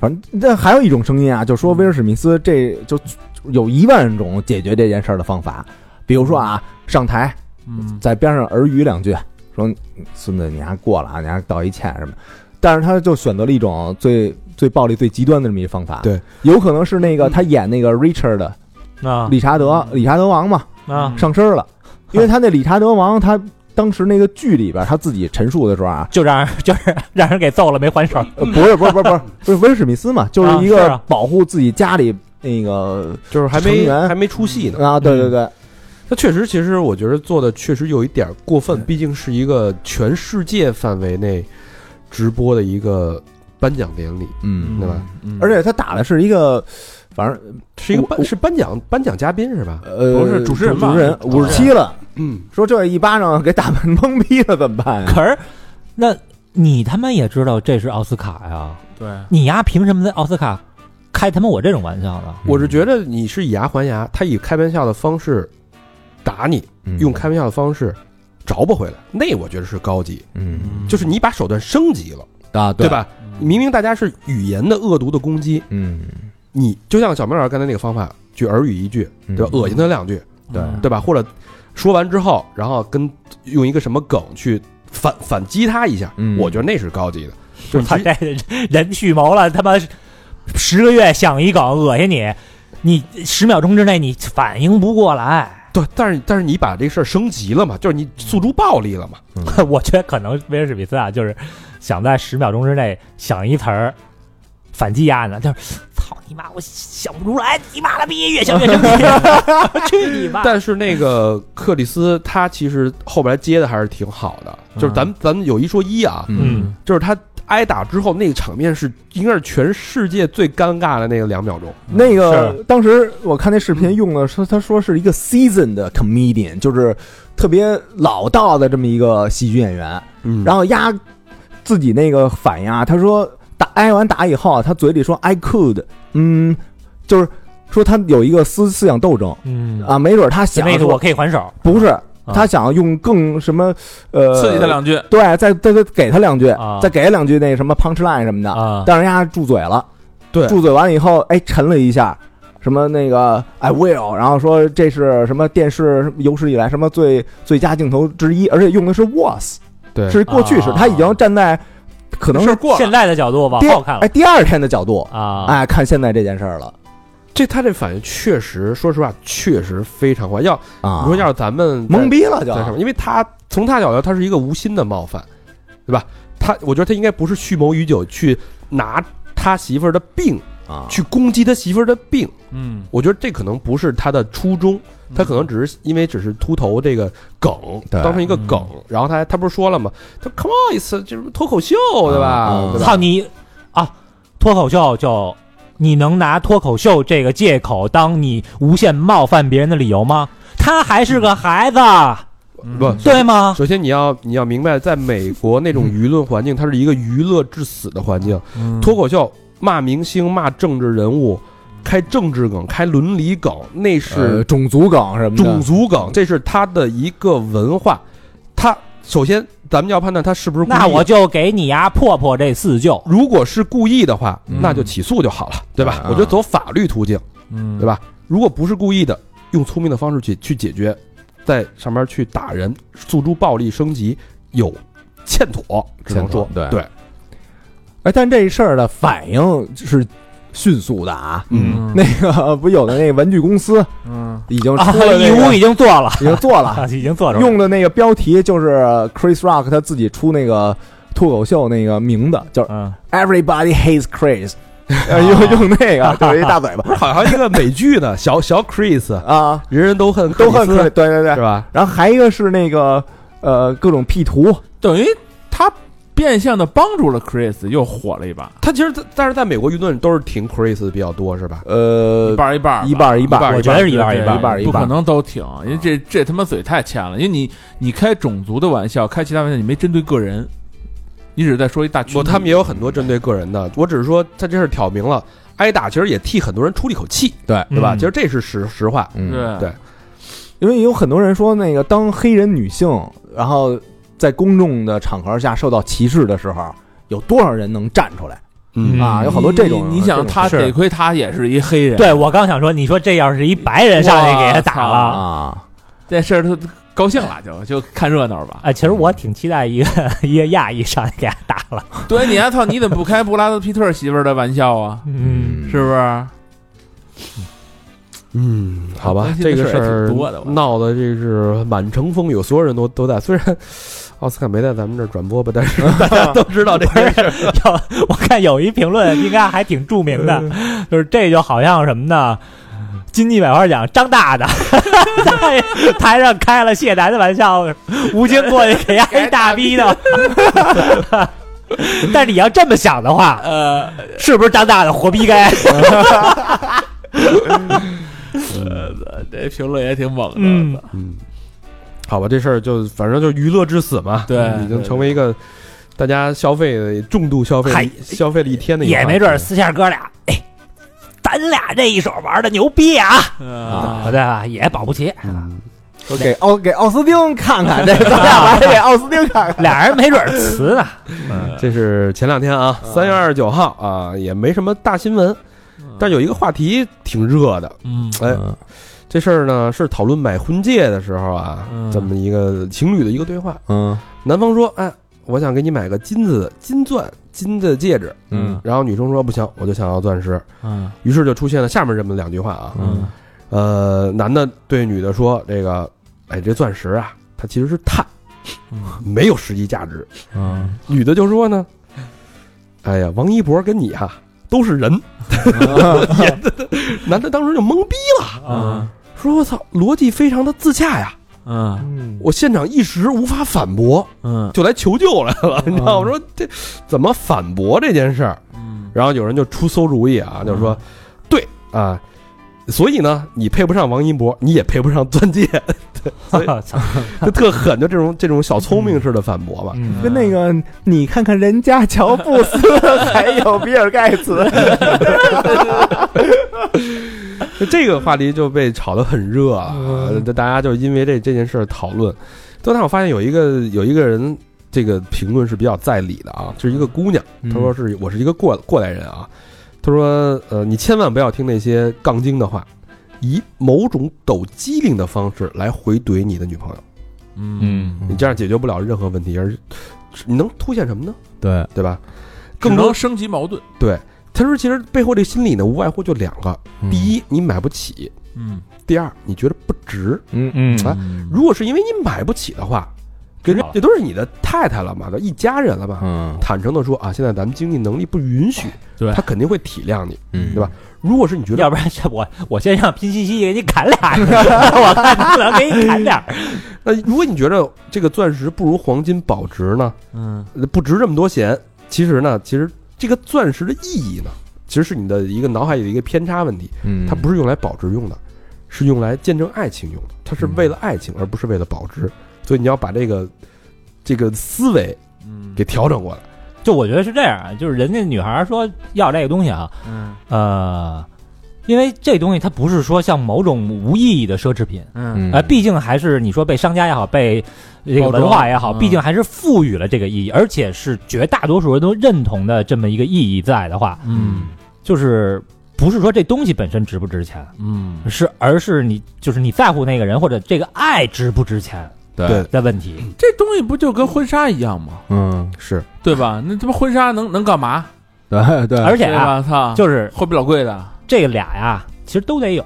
Speaker 2: 反正这还有一种声音啊，就说威尔史密斯这就有一万种解决这件事儿的方法，比如说啊，上台
Speaker 7: 嗯
Speaker 2: 在边上耳语两句，说孙子你还过了啊，你还道一歉什么。但是他就选择了一种最最暴力、最极端的这么一方法。
Speaker 3: 对，
Speaker 2: 有可能是那个他演那个 Richard 的
Speaker 5: 啊
Speaker 2: 理查德，理查德王嘛，
Speaker 5: 啊，
Speaker 2: 上身了，因为他那理查德王他。当时那个剧里边，他自己陈述的时候啊，
Speaker 5: 就让人 就是让人给揍了没还手。
Speaker 2: 呃不是不是不是不是不是威尔史密斯嘛，就是一
Speaker 5: 啊是
Speaker 2: 个
Speaker 5: 啊
Speaker 2: 保护自己家里那个
Speaker 3: 就是还
Speaker 2: 成
Speaker 3: 没
Speaker 2: 员
Speaker 3: 还没出戏呢。
Speaker 2: 啊，对对对，
Speaker 3: 他确实，其实我觉得做的确实有一点过分，毕竟是一个全世界范围内直播的一个颁奖典礼，
Speaker 2: 嗯，
Speaker 3: 对吧？
Speaker 2: 而且他打的是一个，反正
Speaker 3: 是一个
Speaker 2: 我
Speaker 3: 颁是颁奖颁奖嘉宾是吧？
Speaker 2: 呃
Speaker 6: 不是主持人吧
Speaker 2: 主持人五十七了，
Speaker 3: 嗯，
Speaker 2: 说这一巴掌给打懵懵逼了怎么办呀？
Speaker 5: 可是，那你他妈也知道这是奥斯卡呀？
Speaker 6: 对，
Speaker 5: 你丫凭什么在奥斯卡开他妈我这种玩笑呢？
Speaker 3: 我是觉得你是以牙还牙，他以开玩笑的方式打你，用开玩笑的方式找不回来，那我觉得是高级，
Speaker 2: 嗯
Speaker 3: 就是你把手段升级了，
Speaker 2: 啊，
Speaker 3: 对？嗯吧？明明大家是语言的恶毒的攻击，
Speaker 2: 嗯，
Speaker 3: 你就像小明老师刚才那个方法，去耳语一句，
Speaker 2: 嗯
Speaker 3: 对吧？恶心他两句，
Speaker 2: 对
Speaker 3: 嗯对吧？或者说完之后，然后跟用一个什么梗去反反击他一下，
Speaker 2: 嗯
Speaker 3: 我觉得那是高级的，就是
Speaker 5: 他
Speaker 3: 直
Speaker 5: 这人蓄谋了，他妈十个月想一梗恶心你，你十秒钟之内你反应不过来，
Speaker 3: 对，但是但是你把这事儿升级了嘛，就是你诉诸暴力了嘛，
Speaker 5: 我觉得可能威尔史密斯啊，就是想在十秒钟之内想一词儿反击丫呢，就是操你妈，我想不出来，你妈了逼，越想越生气，去你妈！
Speaker 3: 但是那个克里斯他其实后来接的还是挺好的，就是咱们咱们有一说一啊，
Speaker 5: 嗯
Speaker 3: 就是他挨打之后那个场面是应该是全世界最尴尬的那个两秒钟，
Speaker 2: 那个当时我看那视频用的说，他说是一个 season 的 comedian，就是特别老道的这么一个喜剧演员。
Speaker 3: 嗯
Speaker 2: 然后丫自己那个反应啊，他说打挨完打以后啊，他嘴里说 I could，嗯，就是说他有一个思思想斗争
Speaker 5: 嗯，
Speaker 2: 啊，没准他想
Speaker 5: 那意思
Speaker 2: 说
Speaker 5: 我可以还手，
Speaker 2: 不是，他想用更什么呃
Speaker 6: 刺激他两句，
Speaker 2: 对，再再再给他两句，
Speaker 5: 啊
Speaker 2: 再给他两句那什么 punch line 什么的，
Speaker 5: 啊
Speaker 2: 但是人家住嘴了，
Speaker 3: 对
Speaker 2: 住嘴完以后，哎，沉了一下，什么那个 I will，然后说这是什么电视有史以来什么最最佳镜头之一，而且用的是 was，
Speaker 3: 对
Speaker 2: 是过去式，
Speaker 5: 啊
Speaker 2: 他已经站在可能
Speaker 6: 事
Speaker 2: 是
Speaker 6: 儿过了
Speaker 5: 现在的角度往
Speaker 2: 第
Speaker 5: 后看了
Speaker 2: 哎哎第二天的角度，
Speaker 5: 啊，
Speaker 2: 哎看现在这件事儿了，
Speaker 3: 这他这反应确实，说实话，确实非常快。要
Speaker 2: 啊
Speaker 3: 你说要是咱们在
Speaker 7: 懵逼了就
Speaker 3: 在上面，因为他从他角度，他是一个无心的冒犯，对吧？他我觉得他应该不是蓄谋已久去拿他媳妇儿的病
Speaker 2: 啊
Speaker 3: 去攻击他媳妇儿的病，
Speaker 1: 嗯，
Speaker 3: 我觉得这可能不是他的初衷，他可能只是因为只是秃头这个梗
Speaker 2: 对
Speaker 3: 当成一个梗，然后他还他不是说了吗？他 come on，it's a- 就是脱口秀，对吧
Speaker 2: 嗯？
Speaker 3: 对吧
Speaker 5: 操你啊！脱口秀就你能拿脱口秀这个借口当你无限冒犯别人的理由吗？他还是个孩子，
Speaker 2: 嗯
Speaker 3: 不，
Speaker 5: 对吗？
Speaker 3: 嗯首先你要你要明白，在美国那种舆论环境，它是一个娱乐至死的环境。脱口秀骂明星、骂政治人物、开政治梗、开伦理梗，那
Speaker 2: 呃
Speaker 3: 是
Speaker 2: 种族梗什么的，
Speaker 3: 种族梗，这是他的一个文化。他首先咱们要判断他是不是故意
Speaker 5: 那我就给你呀、破破这四舅。
Speaker 3: 如果是故意的话，
Speaker 2: 嗯
Speaker 3: 那就起诉就好了，对吧？
Speaker 2: 啊
Speaker 3: 我觉得走法律途径，
Speaker 1: 嗯
Speaker 3: 对吧？如果不是故意的，用聪明的方式去去解决，在上面去打人、诉诸暴力升级，有欠妥，只能说
Speaker 2: 欠妥对
Speaker 3: 对，
Speaker 2: 哎，但这事儿的反应是迅速的啊。
Speaker 3: 嗯，
Speaker 2: 那个不有的那个玩具公司
Speaker 1: 嗯
Speaker 2: 已经
Speaker 5: 啊
Speaker 2: 出了，
Speaker 5: 义
Speaker 2: 那
Speaker 5: 乌
Speaker 2: 个，
Speaker 5: 已经做了，
Speaker 2: 已经做 了，
Speaker 5: 已经做了。
Speaker 2: 用的那个标题就是 Chris Rock 他自己出那个脱口秀那个名字，叫
Speaker 5: 嗯，
Speaker 2: Everybody Hates Chris，呃用用那个就是一大嘴巴
Speaker 3: 好像一个美剧呢，小小 Chris，
Speaker 2: 啊，
Speaker 3: 人人都恨
Speaker 2: 都恨
Speaker 3: 克里
Speaker 2: Chris，
Speaker 3: 斯
Speaker 2: 对对
Speaker 3: 是
Speaker 2: 对。
Speaker 3: 吧？
Speaker 2: 然后还一个是那个呃各种 P 图，
Speaker 6: 等于他变相的帮助了 Chris，又火了一把，
Speaker 3: 他其实在，但是在美国舆论都是挺 Chris 的比较多，是吧？
Speaker 2: 呃
Speaker 6: 一半儿一半儿
Speaker 2: 一
Speaker 6: 吧
Speaker 2: 半儿一半儿，
Speaker 5: 我觉得是一半儿
Speaker 6: 对
Speaker 5: 半
Speaker 2: 一
Speaker 5: 儿
Speaker 2: 半儿一啊
Speaker 6: 不
Speaker 2: 半
Speaker 6: 可
Speaker 2: 儿，
Speaker 6: 能都挺，因为这这他妈嘴太欠了。因为你你开种族的玩笑，开其他玩笑，你没针对个人，你只是在说一大群
Speaker 3: 不，
Speaker 6: 体。
Speaker 3: 他们也有很多针对个人的，我只是说他这事儿挑明了，挨打其实也替很多人出了一口气，
Speaker 2: 对
Speaker 3: 对吧？
Speaker 5: 嗯
Speaker 3: 其实这是实实话，
Speaker 2: 嗯
Speaker 6: 对
Speaker 3: 对
Speaker 2: 因为有很多人说，那个当黑人女性然后在公众的场合下受到歧视的时候，有多少人能站出来
Speaker 3: 嗯
Speaker 2: 啊？有很多这种，
Speaker 6: 你你想他
Speaker 2: 这种
Speaker 6: 得
Speaker 2: 事
Speaker 6: 亏他也是一黑人，
Speaker 5: 对我刚想说，你说这要是一白人上去给他打
Speaker 2: 儿
Speaker 5: 了，
Speaker 2: 啊，
Speaker 6: 这事儿他高兴了就就看热闹吧。
Speaker 5: 啊，其实我挺期待一个 一个亚裔上去给他打了。
Speaker 6: 对你啊，操，你怎么不开布拉德皮特媳妇儿的玩笑啊？
Speaker 5: 嗯，
Speaker 6: 是不是？
Speaker 3: 嗯，好吧
Speaker 6: 关，心的
Speaker 3: 这个
Speaker 6: 事
Speaker 3: 事
Speaker 6: 儿也
Speaker 3: 儿
Speaker 6: 挺多的吧
Speaker 3: 闹的这是满城风雨，所有人都都在。虽然奥斯卡没在咱们这儿转播吧，但 是大家都知道这
Speaker 5: 不是有，我看有一评论应该还挺著名的，
Speaker 3: 嗯
Speaker 5: 就是这就好像什么呢？金鸡百花奖张大大 在台上开了谢楠的玩笑，吴京过去给挨大逼 的。但是你要这么想的话，呃，是不是张大大活逼该？
Speaker 3: 呃
Speaker 6: 这评论也挺猛的。
Speaker 5: 嗯
Speaker 3: 嗯，好吧，这事儿就反正就娱乐至死嘛，嗯
Speaker 6: 对
Speaker 3: 已经成为一个大家消费的重度消费
Speaker 5: 嗨
Speaker 3: 消费了一天的一个话
Speaker 5: 也
Speaker 3: 题，
Speaker 5: 没准儿私下哥俩，哎，咱俩这一手玩的牛逼啊，
Speaker 3: 嗯
Speaker 6: 啊，
Speaker 5: 对吧？也保不齐，
Speaker 2: 说给奥给奥斯汀看看， 这咱俩玩儿给奥斯汀看看。
Speaker 5: 俩人没准儿辞呢。
Speaker 3: 这是前两天啊，三月二十九号啊，也没什么大新闻，但有一个话题挺热的，
Speaker 6: 嗯，
Speaker 3: 哎，这事儿呢是讨论买婚戒的时候啊，
Speaker 6: 嗯
Speaker 3: 这么一个情侣的一个对话。
Speaker 2: 嗯
Speaker 3: 男方说：“哎，我想给你买个金子的金钻金的戒指。”
Speaker 2: 嗯，
Speaker 3: 然后女生说：“不行，我就想要钻石。
Speaker 6: 嗯”
Speaker 3: 于是就出现了下面这么两句话啊，
Speaker 6: 嗯
Speaker 3: 呃，男的对女的说：“这个，哎，这钻石啊，它其实是碳，没有实际价值。”
Speaker 6: 嗯，
Speaker 3: 女的就说呢：“哎呀，王一博跟你啊哈、都是人。也”男的当时就懵逼，
Speaker 6: 嗯
Speaker 3: 说：“我操，逻辑非常的自洽呀！
Speaker 6: 嗯
Speaker 2: 嗯
Speaker 3: 我现场一时无法反驳，
Speaker 6: 嗯
Speaker 3: 就来求救来了，你知道吗？说这怎么反驳这件事儿？
Speaker 6: 嗯
Speaker 3: 然后有人就出馊主意啊，就说：“对啊，所以呢，你配不上王一博，你也配不上钻戒。对”所
Speaker 5: 操
Speaker 3: 以就特狠，就这种这种小聪明式的反驳
Speaker 6: 嗯
Speaker 3: 吧。
Speaker 2: 跟那个你看看人家乔布斯还有比尔盖茨，
Speaker 3: 就这个话题就被炒得很热啊，
Speaker 6: 嗯
Speaker 3: 就大家就因为这这件事儿讨论。但我发现有一个有一个人这个评论是比较在理的啊，就是一个姑娘，
Speaker 6: 嗯
Speaker 3: 她说是我是一个过过来人啊，她说呃你千万不要听那些杠精的话，以某种抖机灵的方式来回怼你的女朋友，
Speaker 6: 嗯，
Speaker 3: 你这样解决不了任何问题，而你能凸显什么呢？
Speaker 2: 对，
Speaker 3: 对吧？
Speaker 6: 只
Speaker 3: 更多
Speaker 6: 能升级矛盾。
Speaker 3: 对，他说其实背后这心理呢，无外乎就两个：第一，你买不起；
Speaker 1: 嗯
Speaker 3: 第二，你觉得不值。
Speaker 1: 嗯
Speaker 3: 啊如果是因为你买不起的话，跟人
Speaker 1: 好了
Speaker 3: 这都是你的太太了嘛，都一家人了嘛。
Speaker 7: 嗯
Speaker 3: 坦诚的说啊，现在咱们经济能力不允许，
Speaker 4: 对
Speaker 3: 他肯定会体谅你。
Speaker 7: 嗯
Speaker 3: 对吧？如果是你觉得
Speaker 5: 要不然这我我先让拼夕夕给你砍俩， 我看能不能给你砍点儿。
Speaker 3: 那呃如果你觉得这个钻石不如黄金保值呢，
Speaker 5: 嗯，
Speaker 3: 呃不值这么多钱，其实呢，其实这个钻石的意义呢，其实是你的一个脑海里的一个偏差问题，
Speaker 7: 嗯
Speaker 3: 它不是用来保值用的，是用来见证爱情用的，它是为了爱情，而不是为了保值。所以你要把这个这个思维
Speaker 1: 嗯
Speaker 3: 给调整过来。
Speaker 5: 就我觉得是这样啊，就是人家女孩说要这个东西啊，
Speaker 1: 嗯
Speaker 5: 呃，因为这东西它不是说像某种无意义的奢侈品，
Speaker 1: 嗯
Speaker 6: 哎
Speaker 5: 呃，毕竟还是你说被商家也好，被这个
Speaker 4: 包装
Speaker 5: 文化也好，
Speaker 1: 嗯
Speaker 5: 毕竟还是赋予了这个意义，而且是绝大多数人都认同的这么一个意义在的话，
Speaker 1: 嗯
Speaker 5: 就是不是说这东西本身值不值钱，
Speaker 1: 嗯
Speaker 5: 是而是你就是你在乎那个人或者这个爱值不值钱
Speaker 3: 对
Speaker 5: 的问题。
Speaker 4: 这东西不就跟婚纱一样吗？
Speaker 7: 嗯，
Speaker 3: 是，
Speaker 4: 对吧？那他妈婚纱能能干嘛？
Speaker 7: 对
Speaker 3: 嗯
Speaker 7: 对，
Speaker 5: 而且
Speaker 4: 对
Speaker 5: 啊，
Speaker 4: 吧？操，
Speaker 5: 就是
Speaker 4: 会不老贵的
Speaker 5: 这俩呀，其实都得有。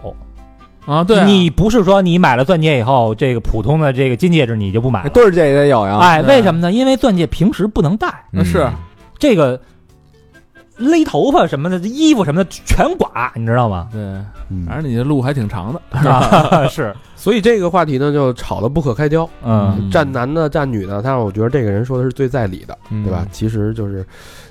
Speaker 4: 啊！对啊，
Speaker 5: 你不是说你买了钻戒以后，这个普通的这个金戒指你就不买了？
Speaker 7: 对儿这也得有
Speaker 2: 啊
Speaker 7: 呀，
Speaker 5: 哎，
Speaker 4: 啊对
Speaker 5: 为什么呢？因为钻戒平时不能戴，
Speaker 7: 嗯
Speaker 4: 是
Speaker 5: 这个勒头发什么的、衣服什么的全剐，你知道吗？
Speaker 4: 对，
Speaker 3: 嗯
Speaker 4: 反正你这路还挺 长的。
Speaker 5: 啊，是，
Speaker 3: 所以这个话题呢就吵得不可开交，
Speaker 5: 嗯，
Speaker 3: 站男的站女的，但是我觉得这个人说的是最在理的，
Speaker 7: 嗯
Speaker 3: 对吧？？其实就是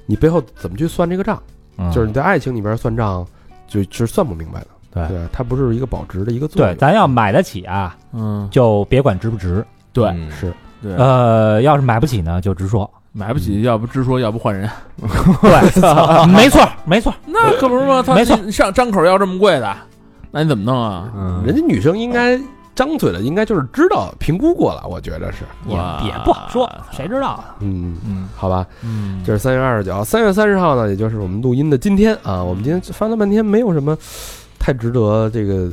Speaker 3: 你背后怎么去算这个账，
Speaker 5: 啊嗯
Speaker 3: 就是你在爱情里边算账，就是算不明白的。
Speaker 5: 对
Speaker 3: 对，它不是一个保值的一个作
Speaker 5: 对，
Speaker 3: 用。
Speaker 5: 咱要买得起啊，
Speaker 4: 嗯，
Speaker 5: 就别管值不值。
Speaker 4: 对，
Speaker 7: 嗯
Speaker 3: 是
Speaker 4: 对，
Speaker 5: 呃，要是买不起呢，就 直说。
Speaker 4: 买不起，要不直说，要不换人。
Speaker 5: 对，没错，没错。
Speaker 4: 那可不是 吗？他
Speaker 5: 没错
Speaker 4: 你上张口要这么贵的，那你怎么弄啊？
Speaker 7: 嗯，
Speaker 3: 人家女生应该张嘴了，应该就是知道评估过了，我觉得是，
Speaker 5: 也
Speaker 4: 哇
Speaker 5: 也不好说，谁知道啊？
Speaker 3: 嗯，
Speaker 1: 嗯
Speaker 3: 好吧，
Speaker 4: 嗯
Speaker 3: 这是三月二十九，三月三十号呢，也就是我们录音的今天啊，我们今天翻了半天，没有什么太值得这个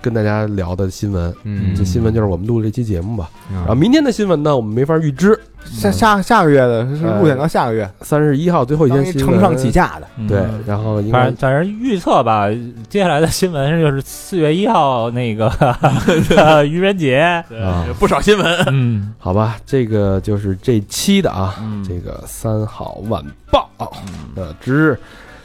Speaker 3: 跟大家聊的新闻，
Speaker 7: 嗯
Speaker 3: 这新闻就是我们录这期节目吧。
Speaker 7: 嗯
Speaker 3: 然
Speaker 4: 啊
Speaker 3: 后明天的新闻呢，我们没法预知，
Speaker 7: 下下下个月的是
Speaker 3: 呃
Speaker 7: 路演到下个月，
Speaker 3: 三十一号最后一
Speaker 7: 当
Speaker 3: 天
Speaker 7: 一
Speaker 3: 新
Speaker 7: 承
Speaker 3: 闻
Speaker 7: 上启，下的，
Speaker 3: 对，然后应
Speaker 5: 嗯反
Speaker 3: 该
Speaker 5: 正反正预测吧，接下来的新闻就是四月一号那个 呃愚人节，
Speaker 3: 啊，
Speaker 4: 不少新闻。
Speaker 5: 嗯，
Speaker 3: 好吧，这个就是这期的啊，
Speaker 4: 嗯
Speaker 3: 这个三好晚报呃的之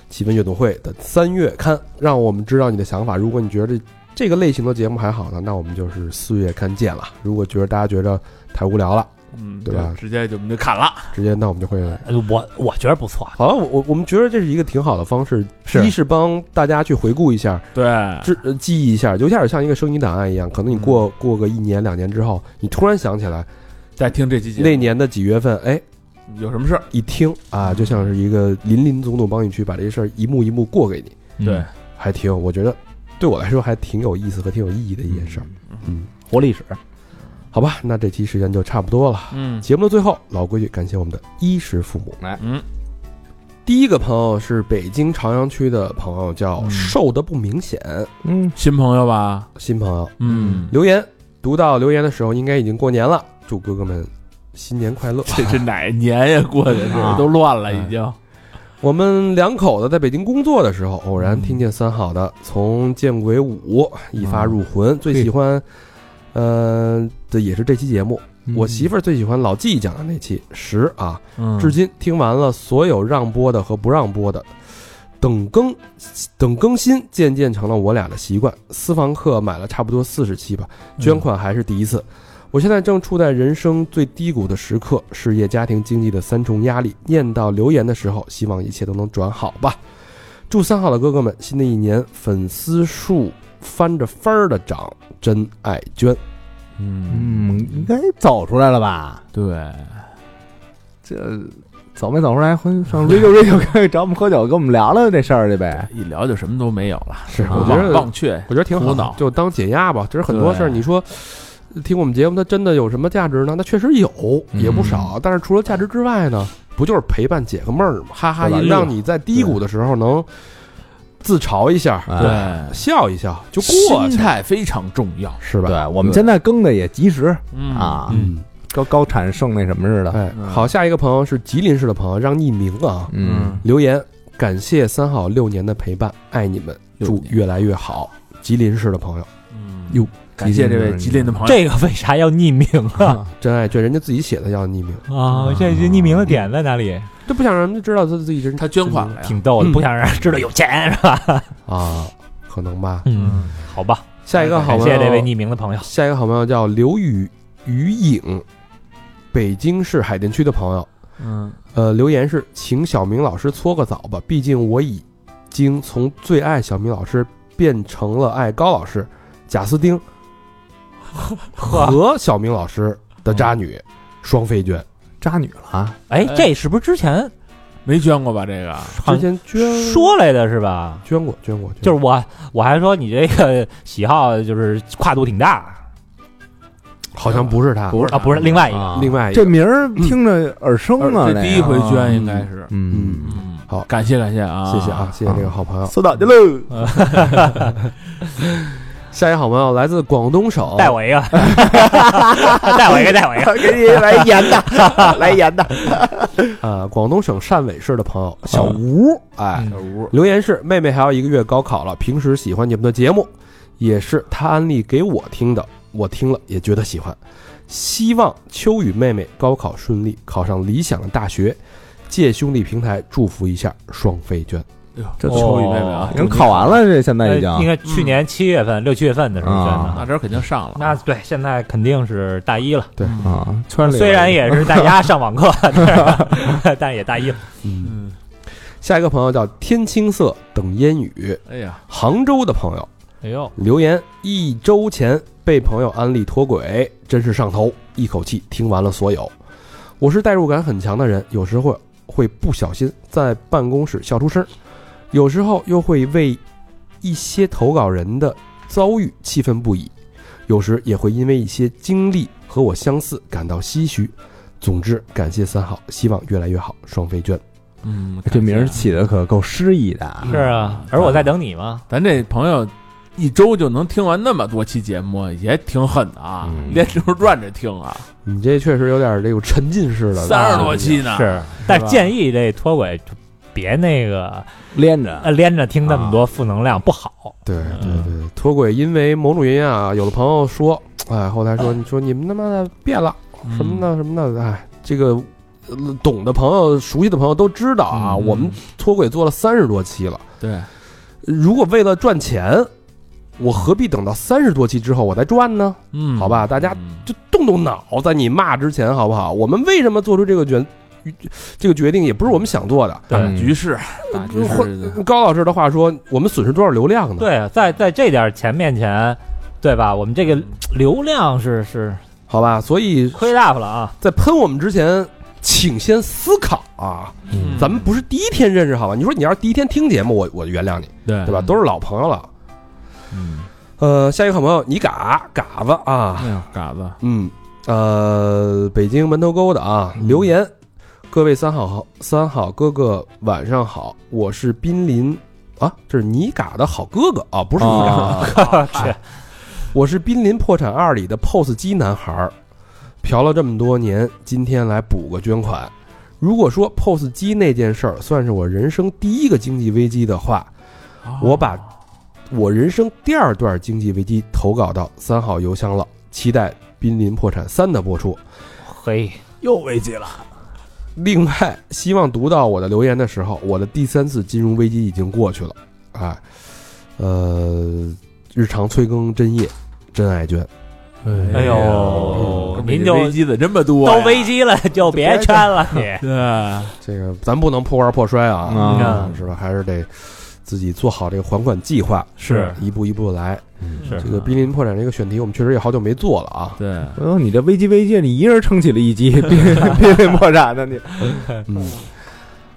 Speaker 3: 气氛阅读会的三月刊，让我们知道你的想法。如果你觉得这个类型的节目还好呢，那我们就是四月刊见了。如果觉得大家觉得太无聊了，
Speaker 4: 嗯，
Speaker 3: 对吧
Speaker 4: 就直接就我们就砍了。
Speaker 3: 直接那我们就会
Speaker 4: 嗯
Speaker 5: 呃我我觉得不错，
Speaker 3: 好了。我我我们觉得这是一个挺好的方式，
Speaker 5: 是
Speaker 3: 一是帮大家去回顾一下，
Speaker 4: 对，
Speaker 3: 知呃记忆一下，有点像一个声音档案一样。可能你过过个一年两年之后，你突然想起来
Speaker 4: 再听这期节
Speaker 3: 那
Speaker 4: 目
Speaker 3: 年的几月份，哎，
Speaker 4: 有什么事儿？
Speaker 3: 一听啊，就像是一个林林总总帮你去把这事儿一幕一幕过给你，
Speaker 5: 嗯
Speaker 4: 对，
Speaker 3: 还挺，我觉得对我来说还挺有意思和挺有意义的一件事儿。嗯，
Speaker 5: 活历史，
Speaker 3: 好吧，那这期时间就差不多了。
Speaker 4: 嗯
Speaker 3: 节目的最后，老规矩，感谢我们的衣食父母。
Speaker 4: 嗯，
Speaker 3: 第一个朋友是北京朝阳区的朋友，叫瘦的不明显，
Speaker 7: 嗯，
Speaker 4: 新朋友吧，
Speaker 3: 新朋友
Speaker 4: 嗯，
Speaker 3: 留言，读到留言的时候应该已经过年了，祝哥哥们新年快乐。
Speaker 4: 这这哪年呀？过
Speaker 5: 嗯
Speaker 4: 的
Speaker 7: 啊
Speaker 4: 这都乱了，已经。
Speaker 3: 我们两口子在北京工作的时候，偶然听见三好的从《见鬼五》一发入魂，最喜欢，呃，这也是这期节目。我媳妇儿最喜欢老纪讲的那期十啊，
Speaker 4: 嗯
Speaker 3: 至今听完了所有让播的和不让播的，等更等更新渐渐成了我俩的习惯。私房课买了差不多四十期吧，捐款还是第一次。我现在正处在人生最低谷的时刻，事业、家庭、经济的三重压力。念到留言的时候，希望一切都能转好吧。祝三好的哥哥们新的一年粉丝数翻着番儿的涨，真爱娟。
Speaker 4: 嗯，
Speaker 7: 嗯，应该走出来了吧？
Speaker 4: 对，
Speaker 7: 这走没走出来，回上 radio radio 看找我们喝酒，跟我们聊聊这事儿去呗。
Speaker 4: 一聊就什么都没有了，
Speaker 3: 是
Speaker 4: 啊
Speaker 3: 我觉得
Speaker 4: 忘却。
Speaker 3: 我觉得挺好
Speaker 4: 苦
Speaker 3: 的
Speaker 4: 恼，
Speaker 3: 就当解压吧。其实很多
Speaker 4: 对
Speaker 3: 事儿，你说呃听我们节目，它真的有什么价值呢？它确实有，
Speaker 4: 嗯
Speaker 3: 也不少。但是除了价值之外呢，不就是陪伴解个闷儿吗？哈哈
Speaker 4: 对吧
Speaker 3: 一乐，让你在低谷的时候能自嘲一下，
Speaker 7: 啊
Speaker 4: 对，
Speaker 3: 笑一笑就过去
Speaker 4: 哎心
Speaker 3: 了，
Speaker 4: 态非常重要。
Speaker 3: 是吧？
Speaker 7: 对，我们现在更的也及时
Speaker 4: 嗯
Speaker 7: 啊，
Speaker 3: 嗯，
Speaker 7: 高高产剩那什么似的。
Speaker 3: 哎，好，下一个朋友是吉林市的朋友，让匿名啊
Speaker 7: 嗯
Speaker 3: 留言。感谢三好六年的陪伴，爱你们，祝越来越好。吉林市的朋友，
Speaker 5: 嗯，
Speaker 2: 哟，
Speaker 6: 感谢这位吉林的朋友。
Speaker 5: 这个为啥要匿名啊？
Speaker 3: 真爱券，人家自己写的要匿名，
Speaker 5: 啊，嗯这这匿名的点在哪里？
Speaker 3: 就不想让人家知道他自己人
Speaker 6: 他捐款
Speaker 4: 哎
Speaker 6: 了呀，
Speaker 5: 挺逗的，
Speaker 3: 嗯
Speaker 5: 不想让人知道有钱是吧？
Speaker 3: 啊，可能吧。
Speaker 5: 嗯，好吧，
Speaker 3: 下一个好
Speaker 5: 感
Speaker 3: 朋
Speaker 5: 谢
Speaker 3: 友，
Speaker 5: 这位匿名的朋友。
Speaker 3: 下一个好朋友叫刘宇余影，北京市海淀区的朋友，
Speaker 5: 嗯，
Speaker 3: 呃，留言是请小明老师搓个澡吧，毕竟我已经从最爱小明老师变成了爱高老师、贾斯 汀和小明老师的渣女，双飞娟。
Speaker 2: 渣
Speaker 4: 嗯
Speaker 2: 女了啊！
Speaker 5: 哎，这是不是之前
Speaker 6: 没捐过吧？这个
Speaker 5: 好
Speaker 3: 之前捐
Speaker 5: 说来的是吧？
Speaker 3: 捐过，捐过，
Speaker 5: 就是是我，我还说你这个喜好就是跨度挺大
Speaker 3: 好像不是他，
Speaker 6: 不是
Speaker 5: 啊，不是另外一个，
Speaker 2: 啊
Speaker 3: 另外一
Speaker 2: 这
Speaker 3: 个。
Speaker 2: 名儿听着耳生啊，
Speaker 6: 嗯这第一回捐应该是，
Speaker 2: 嗯，
Speaker 5: 嗯，
Speaker 6: 感谢感谢啊，
Speaker 3: 谢谢啊，谢谢这个好朋友。
Speaker 7: 收到去喽。
Speaker 6: 嗯
Speaker 3: 下一个好朋友来自广东省，
Speaker 5: 带 我一个，带我一个，带我一个，
Speaker 7: 给你来盐的， 来盐的。
Speaker 3: 啊，广东省汕尾市的朋友小吴，哎，小吴留言是：妹妹还有一个月高考了，平时喜欢你们的节目，也是她安利给我听的，我听了也觉得喜欢。希望秋雨妹妹高考顺利，考上理想的大学。借兄弟平台祝福一下双飞娟，
Speaker 2: 这
Speaker 6: 秋雨妹妹啊
Speaker 5: 哦，
Speaker 2: 人考完了，这现在已
Speaker 5: 呃应
Speaker 2: 经嗯
Speaker 5: 该去年七月份、六七月份的时候捐
Speaker 2: 啊
Speaker 5: 的。
Speaker 6: 那这肯定上了。
Speaker 5: 那对，现在肯定是大一了。
Speaker 3: 对
Speaker 2: 啊，圈里
Speaker 5: 虽然也是大家上网课，但是但也大一了。
Speaker 6: 嗯，
Speaker 3: 下一个朋友叫天青色等烟雨，
Speaker 6: 哎呀，
Speaker 3: 杭州的朋友
Speaker 5: 哎呦，
Speaker 3: 留言：一周前被朋友安利脱轨，真是上头，一口气听完了所有。我是代入感很强的人，有时候会不小心在办公室笑出声儿，有时候又会为一些投稿人的遭遇气愤不已，有时也会因为一些经历和我相似感到唏嘘。总之，感谢三好，希望越来越好。双飞娟，
Speaker 6: 嗯，
Speaker 2: 这名儿起的可够诗意的啊！
Speaker 5: 是啊，而我在等你嘛。
Speaker 6: 咱这朋友一周就能听完那么多期节目，也挺狠的啊，
Speaker 3: 嗯
Speaker 6: 连轴转着听啊，
Speaker 3: 你嗯这确实有点这种沉浸式的，啊
Speaker 6: 三十多期呢，
Speaker 5: 啊是，但建议这脱轨就别那个
Speaker 2: 连着
Speaker 7: 哎
Speaker 5: 呃连着听那么多负能量，不好。
Speaker 3: 对对
Speaker 6: 嗯
Speaker 3: 对，脱轨因为某种原因啊，有的朋友说，哎，后台说
Speaker 6: 嗯
Speaker 3: 你说你们他妈的变了什么的什么的，哎，这个呃懂的朋友、熟悉的朋友都知道啊，
Speaker 6: 嗯
Speaker 3: 我们脱轨做了三十多期了，
Speaker 6: 对，
Speaker 3: 如果为了赚钱，我何必等到三十多期之后我再赚呢？
Speaker 6: 嗯，
Speaker 3: 好吧大家
Speaker 6: 嗯
Speaker 3: 就动动脑，在你骂之前好不好？我们为什么做出这个决这个决定，也不是我们想做的。
Speaker 6: 大
Speaker 2: 嗯
Speaker 6: 局势，大局势的，
Speaker 3: 高老师的话说，我们损失多少流量呢？
Speaker 5: 对，在在这点钱面前，对吧？我们这个流量是是
Speaker 3: 好吧，所以
Speaker 5: 亏大发了啊。
Speaker 3: 在喷我们之前，请先思考啊！
Speaker 6: 嗯
Speaker 3: 咱们不是第一天认识，好吧？你说你要是第一天听节目，我我原谅你，
Speaker 6: 对
Speaker 3: 对吧？都是老朋友了。嗯，呃，下一个好朋友，你嘎嘎子啊，
Speaker 6: 哎呀，嘎子，
Speaker 3: 嗯，呃，北京门头沟的啊，留言，各位三好三好哥哥晚上好，我是濒临啊，这是你嘎的好哥哥啊，不是你嘎， 我是濒临破产二里的 POS 机男孩儿，嫖了这么多年，今天来补个捐款。如果说 POS 机那件事儿算是我人生第一个经济危机的话，我把我人生第二段经济危机投稿到三号邮箱了，期待《濒临破产三》的播出。
Speaker 5: 嘿，
Speaker 2: 又危机了，
Speaker 3: 另外，希望读到我的留言的时候，我的第三次金融危机已经过去了。哎，呃，日常催更真夜，真爱捐。
Speaker 5: 哎呦
Speaker 6: 嗯
Speaker 5: 您就
Speaker 6: 危机的这么多呀，
Speaker 5: 都危机了就别圈了你。
Speaker 6: 对，
Speaker 3: 这个咱不能破罐破摔啊，
Speaker 2: 啊
Speaker 3: 是吧？还是得自己做好这个还款计划，
Speaker 5: 是
Speaker 3: 一步一步来。
Speaker 5: 是
Speaker 3: 这个濒临破产这个选题，我们确实也好久没做了啊。
Speaker 6: 对，
Speaker 2: 回头你这危机危机，你一人撑起了一击，濒 濒临破产的你。
Speaker 3: 嗯，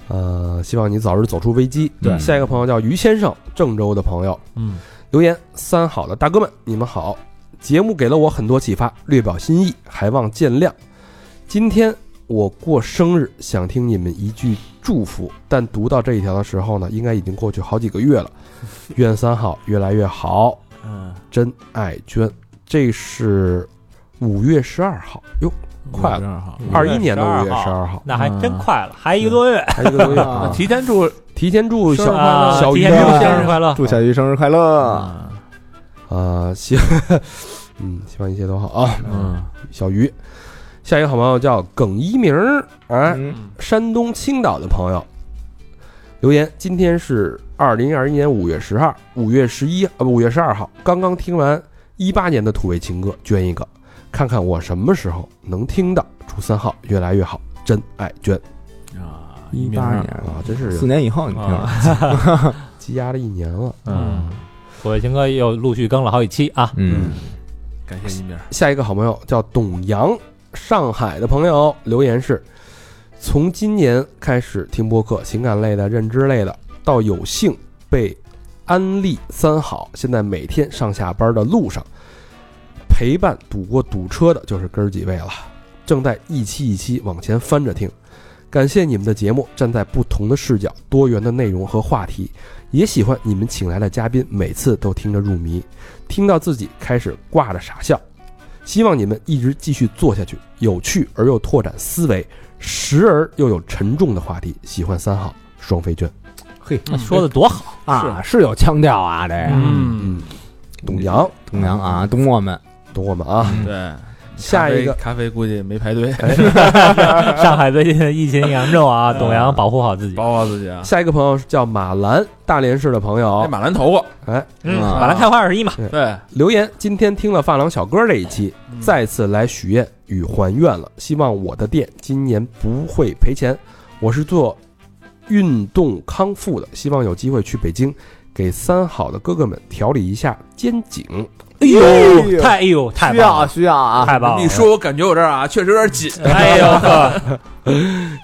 Speaker 3: 呃，希望你早日走出危机。嗯
Speaker 2: 对
Speaker 3: 下一个朋友叫于先生，郑州的朋友，
Speaker 6: 嗯，
Speaker 3: 留言：三好的大哥们，你们好，节目给了我很多启发，略表心意，还望见谅。今天我过生日，想听你们一句祝福，但读到这一条的时候呢，应该已经过去好几个 月了。愿三好越来越好，
Speaker 6: 嗯，
Speaker 3: 真爱娟，这是五月十二号，哟，快了，
Speaker 6: 了
Speaker 3: 二一年的五月十
Speaker 5: 12
Speaker 3: 二号，
Speaker 5: 那还真快了，还一个多月。
Speaker 3: 还一个多月啊
Speaker 6: 那！提前祝
Speaker 3: 提前祝小
Speaker 5: 啊
Speaker 3: 小
Speaker 5: 提
Speaker 3: 鱼
Speaker 5: 前
Speaker 3: 啊
Speaker 5: 祝生日快 乐，
Speaker 2: 祝小鱼生日快乐！
Speaker 3: 啊，希，嗯，希望一切都好啊。
Speaker 8: 嗯，
Speaker 3: 小鱼，下一个好朋友叫耿一鸣儿，哎，
Speaker 2: 嗯
Speaker 3: 山东青岛的朋友留言，今天是二零二一年五月十号，五月十一啊不，五月十二号，刚刚听完一八年的土味情歌，捐一个，看看我什么时候能听到。初三号越来越好，真爱捐
Speaker 8: 啊，
Speaker 2: 一
Speaker 8: 鸣
Speaker 2: 八
Speaker 8: 儿
Speaker 2: 年
Speaker 3: 啊，真是
Speaker 2: 四年以后你听了，
Speaker 3: 积压了一年了。
Speaker 5: 啊嗯，我的情歌又陆续更了好几期啊，
Speaker 2: 嗯，
Speaker 6: 感谢一鸣。
Speaker 3: 下一个好朋友叫董阳，上海的朋友留言是：从今年开始听播客，情感类的、认知类的，到有幸被安利三好，现在每天上下班的路上，陪伴堵过堵车的就是哥儿几位了，正在一期一期往前翻着听。感谢你们的节目，站在不同的视角、多元的内容和话题，也喜欢你们请来的嘉宾，每次都听着入迷，听到自己开始挂着傻笑。希望你们一直继续做下去，有趣而又拓展思维，时而又有沉重的话题。喜欢三好双飞娟，
Speaker 8: 嘿
Speaker 5: 说的多好，
Speaker 8: 啊，是有腔调啊，这个
Speaker 5: 嗯，
Speaker 3: 董阳
Speaker 2: 东阳啊，懂我们，
Speaker 3: 懂我们啊。
Speaker 6: 对，
Speaker 3: 下一个
Speaker 6: 嗯咖啡咖啡估计没排队，
Speaker 5: 上海最近疫情严重啊，董阳保护好自己，
Speaker 6: 包包自己啊。
Speaker 3: 下一个朋友是叫马兰，大连市的朋
Speaker 6: 哎，
Speaker 3: 友，
Speaker 6: 马兰头发，
Speaker 3: 哎，
Speaker 5: 嗯，
Speaker 2: 啊
Speaker 5: 马兰开花二十一嘛，
Speaker 6: 对，
Speaker 3: 留言今天听了发廊小哥这一期，
Speaker 6: 哎嗯
Speaker 3: 再次来许愿与还愿了。希望我的店今年不会赔钱。我是做运动康复的，希望有机会去北京给三好的哥哥们调理一下肩颈。
Speaker 2: 哎
Speaker 5: 哎呦，
Speaker 2: 呦
Speaker 5: 太哎呦太
Speaker 2: 需
Speaker 5: 棒
Speaker 2: 要
Speaker 5: 了，
Speaker 2: 需要啊，
Speaker 5: 太棒了，
Speaker 6: 你说我感觉我这儿啊，确实有点紧
Speaker 5: 哎呦呵，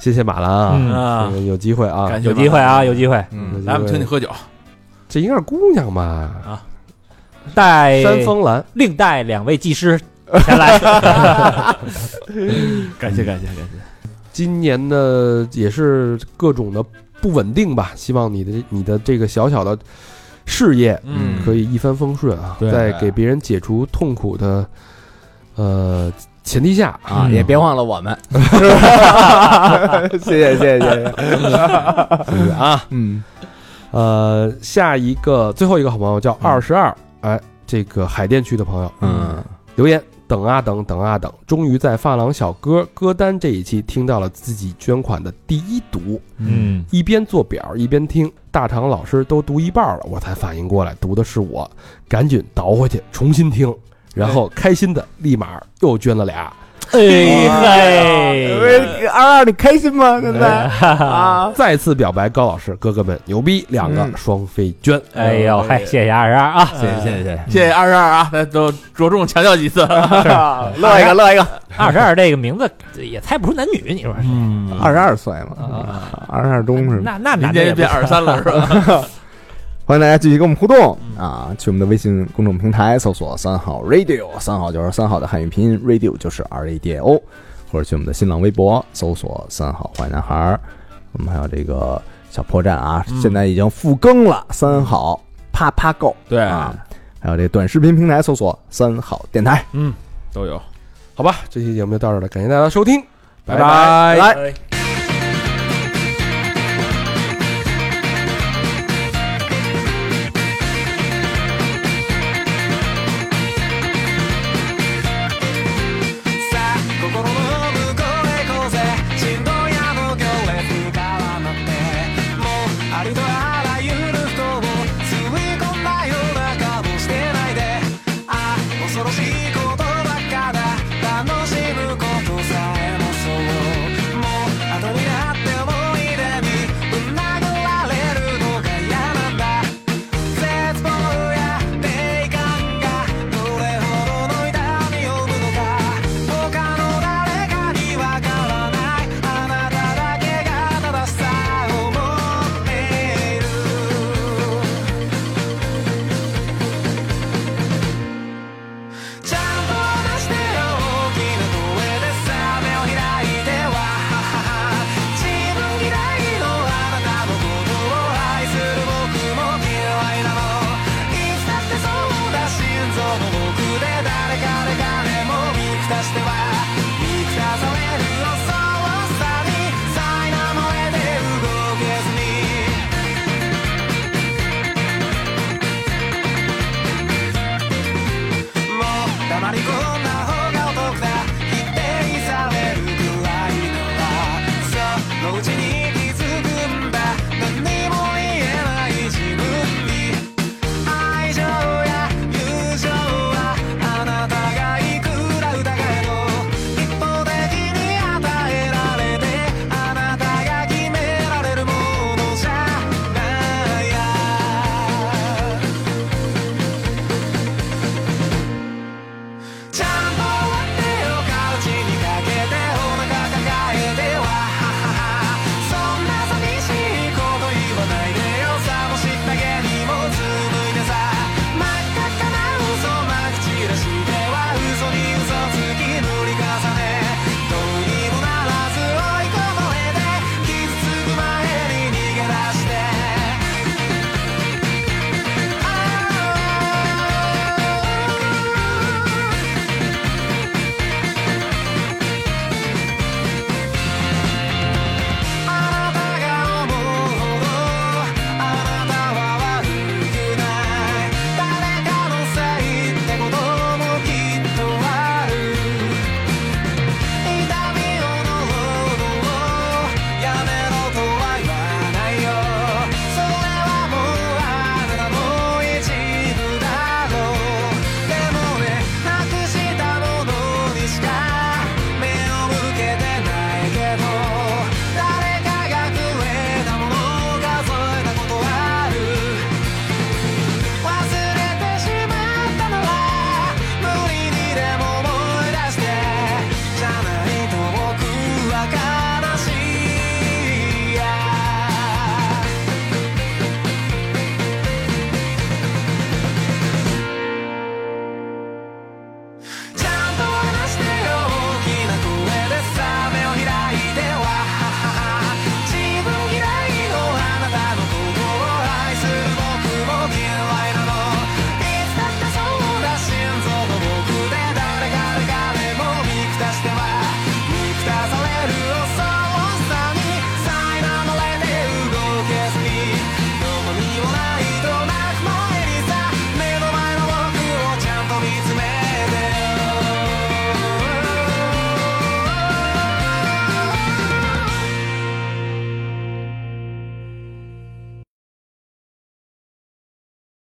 Speaker 3: 谢谢马兰啊，
Speaker 5: 嗯
Speaker 6: 啊。
Speaker 3: 嗯有机会啊，
Speaker 6: 感谢
Speaker 5: 有
Speaker 6: 马兰
Speaker 5: 机会啊，有机会
Speaker 3: 有
Speaker 2: 嗯
Speaker 3: 机
Speaker 6: 来，我们
Speaker 3: 会
Speaker 6: 请你喝酒。
Speaker 3: 这应该是姑娘吧？
Speaker 6: 啊
Speaker 5: 带
Speaker 3: 山峰兰，
Speaker 5: 另带两位技师前来，
Speaker 6: 感谢感谢感谢。
Speaker 3: 今年的也是各种的不稳定吧，希望你的你的这个小小的事业
Speaker 6: 嗯
Speaker 3: 可以一帆风顺啊，
Speaker 6: 对
Speaker 3: 在给别人解除痛苦的呃前提下，
Speaker 2: 啊，
Speaker 5: 嗯
Speaker 2: 也别忘了我 们， 谢谢谢谢谢谢，
Speaker 3: 是啊，
Speaker 2: 嗯
Speaker 3: 呃，下一个最后一个好朋友叫二十二，哎，这个海淀区的朋友，
Speaker 2: 嗯，
Speaker 3: 留言等啊等等啊等，终于在发廊小哥歌单这一期听到了自己捐款的第一读，
Speaker 5: 嗯，
Speaker 3: 一边做表一边听，大肠老师都读一半了，我才反应过来读的是我，赶紧倒回去重新听，然后开心的立马又捐了俩。
Speaker 6: 嗯
Speaker 5: 哎嘿，
Speaker 2: 喂，二二你开心吗？现在
Speaker 5: 哎
Speaker 2: 啊，
Speaker 3: 再次表白高老师，哥哥们牛逼，两个
Speaker 2: 嗯
Speaker 3: 双飞捐，
Speaker 5: 哎呦嗨，谢谢二十二啊，
Speaker 2: 谢谢谢谢
Speaker 6: 谢谢二十二啊，咱都着重强调几次。
Speaker 2: 谢谢，乐一个乐一个，
Speaker 5: 二十二这个名字也猜不出男女，你说是？
Speaker 6: 嗯
Speaker 2: 二十二岁嘛，
Speaker 5: 啊，
Speaker 2: 二十二中是吧？
Speaker 5: 那那
Speaker 6: 明
Speaker 5: 男的
Speaker 6: 天
Speaker 5: 也不
Speaker 6: 就变二十三了是吧？
Speaker 2: 欢迎大家继续跟我们互动啊！去我们的微信公众平台搜索“三好 radio”，三好就是三好的汉语拼音，radio 就是 R A D I O，或者去我们的新浪微博搜索“三好坏男孩儿”。我们还有这个小破站啊，现在已经复更了，三好啪啪 go
Speaker 6: 对
Speaker 2: 啊，还有这短视频平台搜索“三好电台
Speaker 6: 都有。
Speaker 3: 好吧，这期节目就到这儿了，感谢大家的收听，拜
Speaker 2: 拜拜
Speaker 5: 哎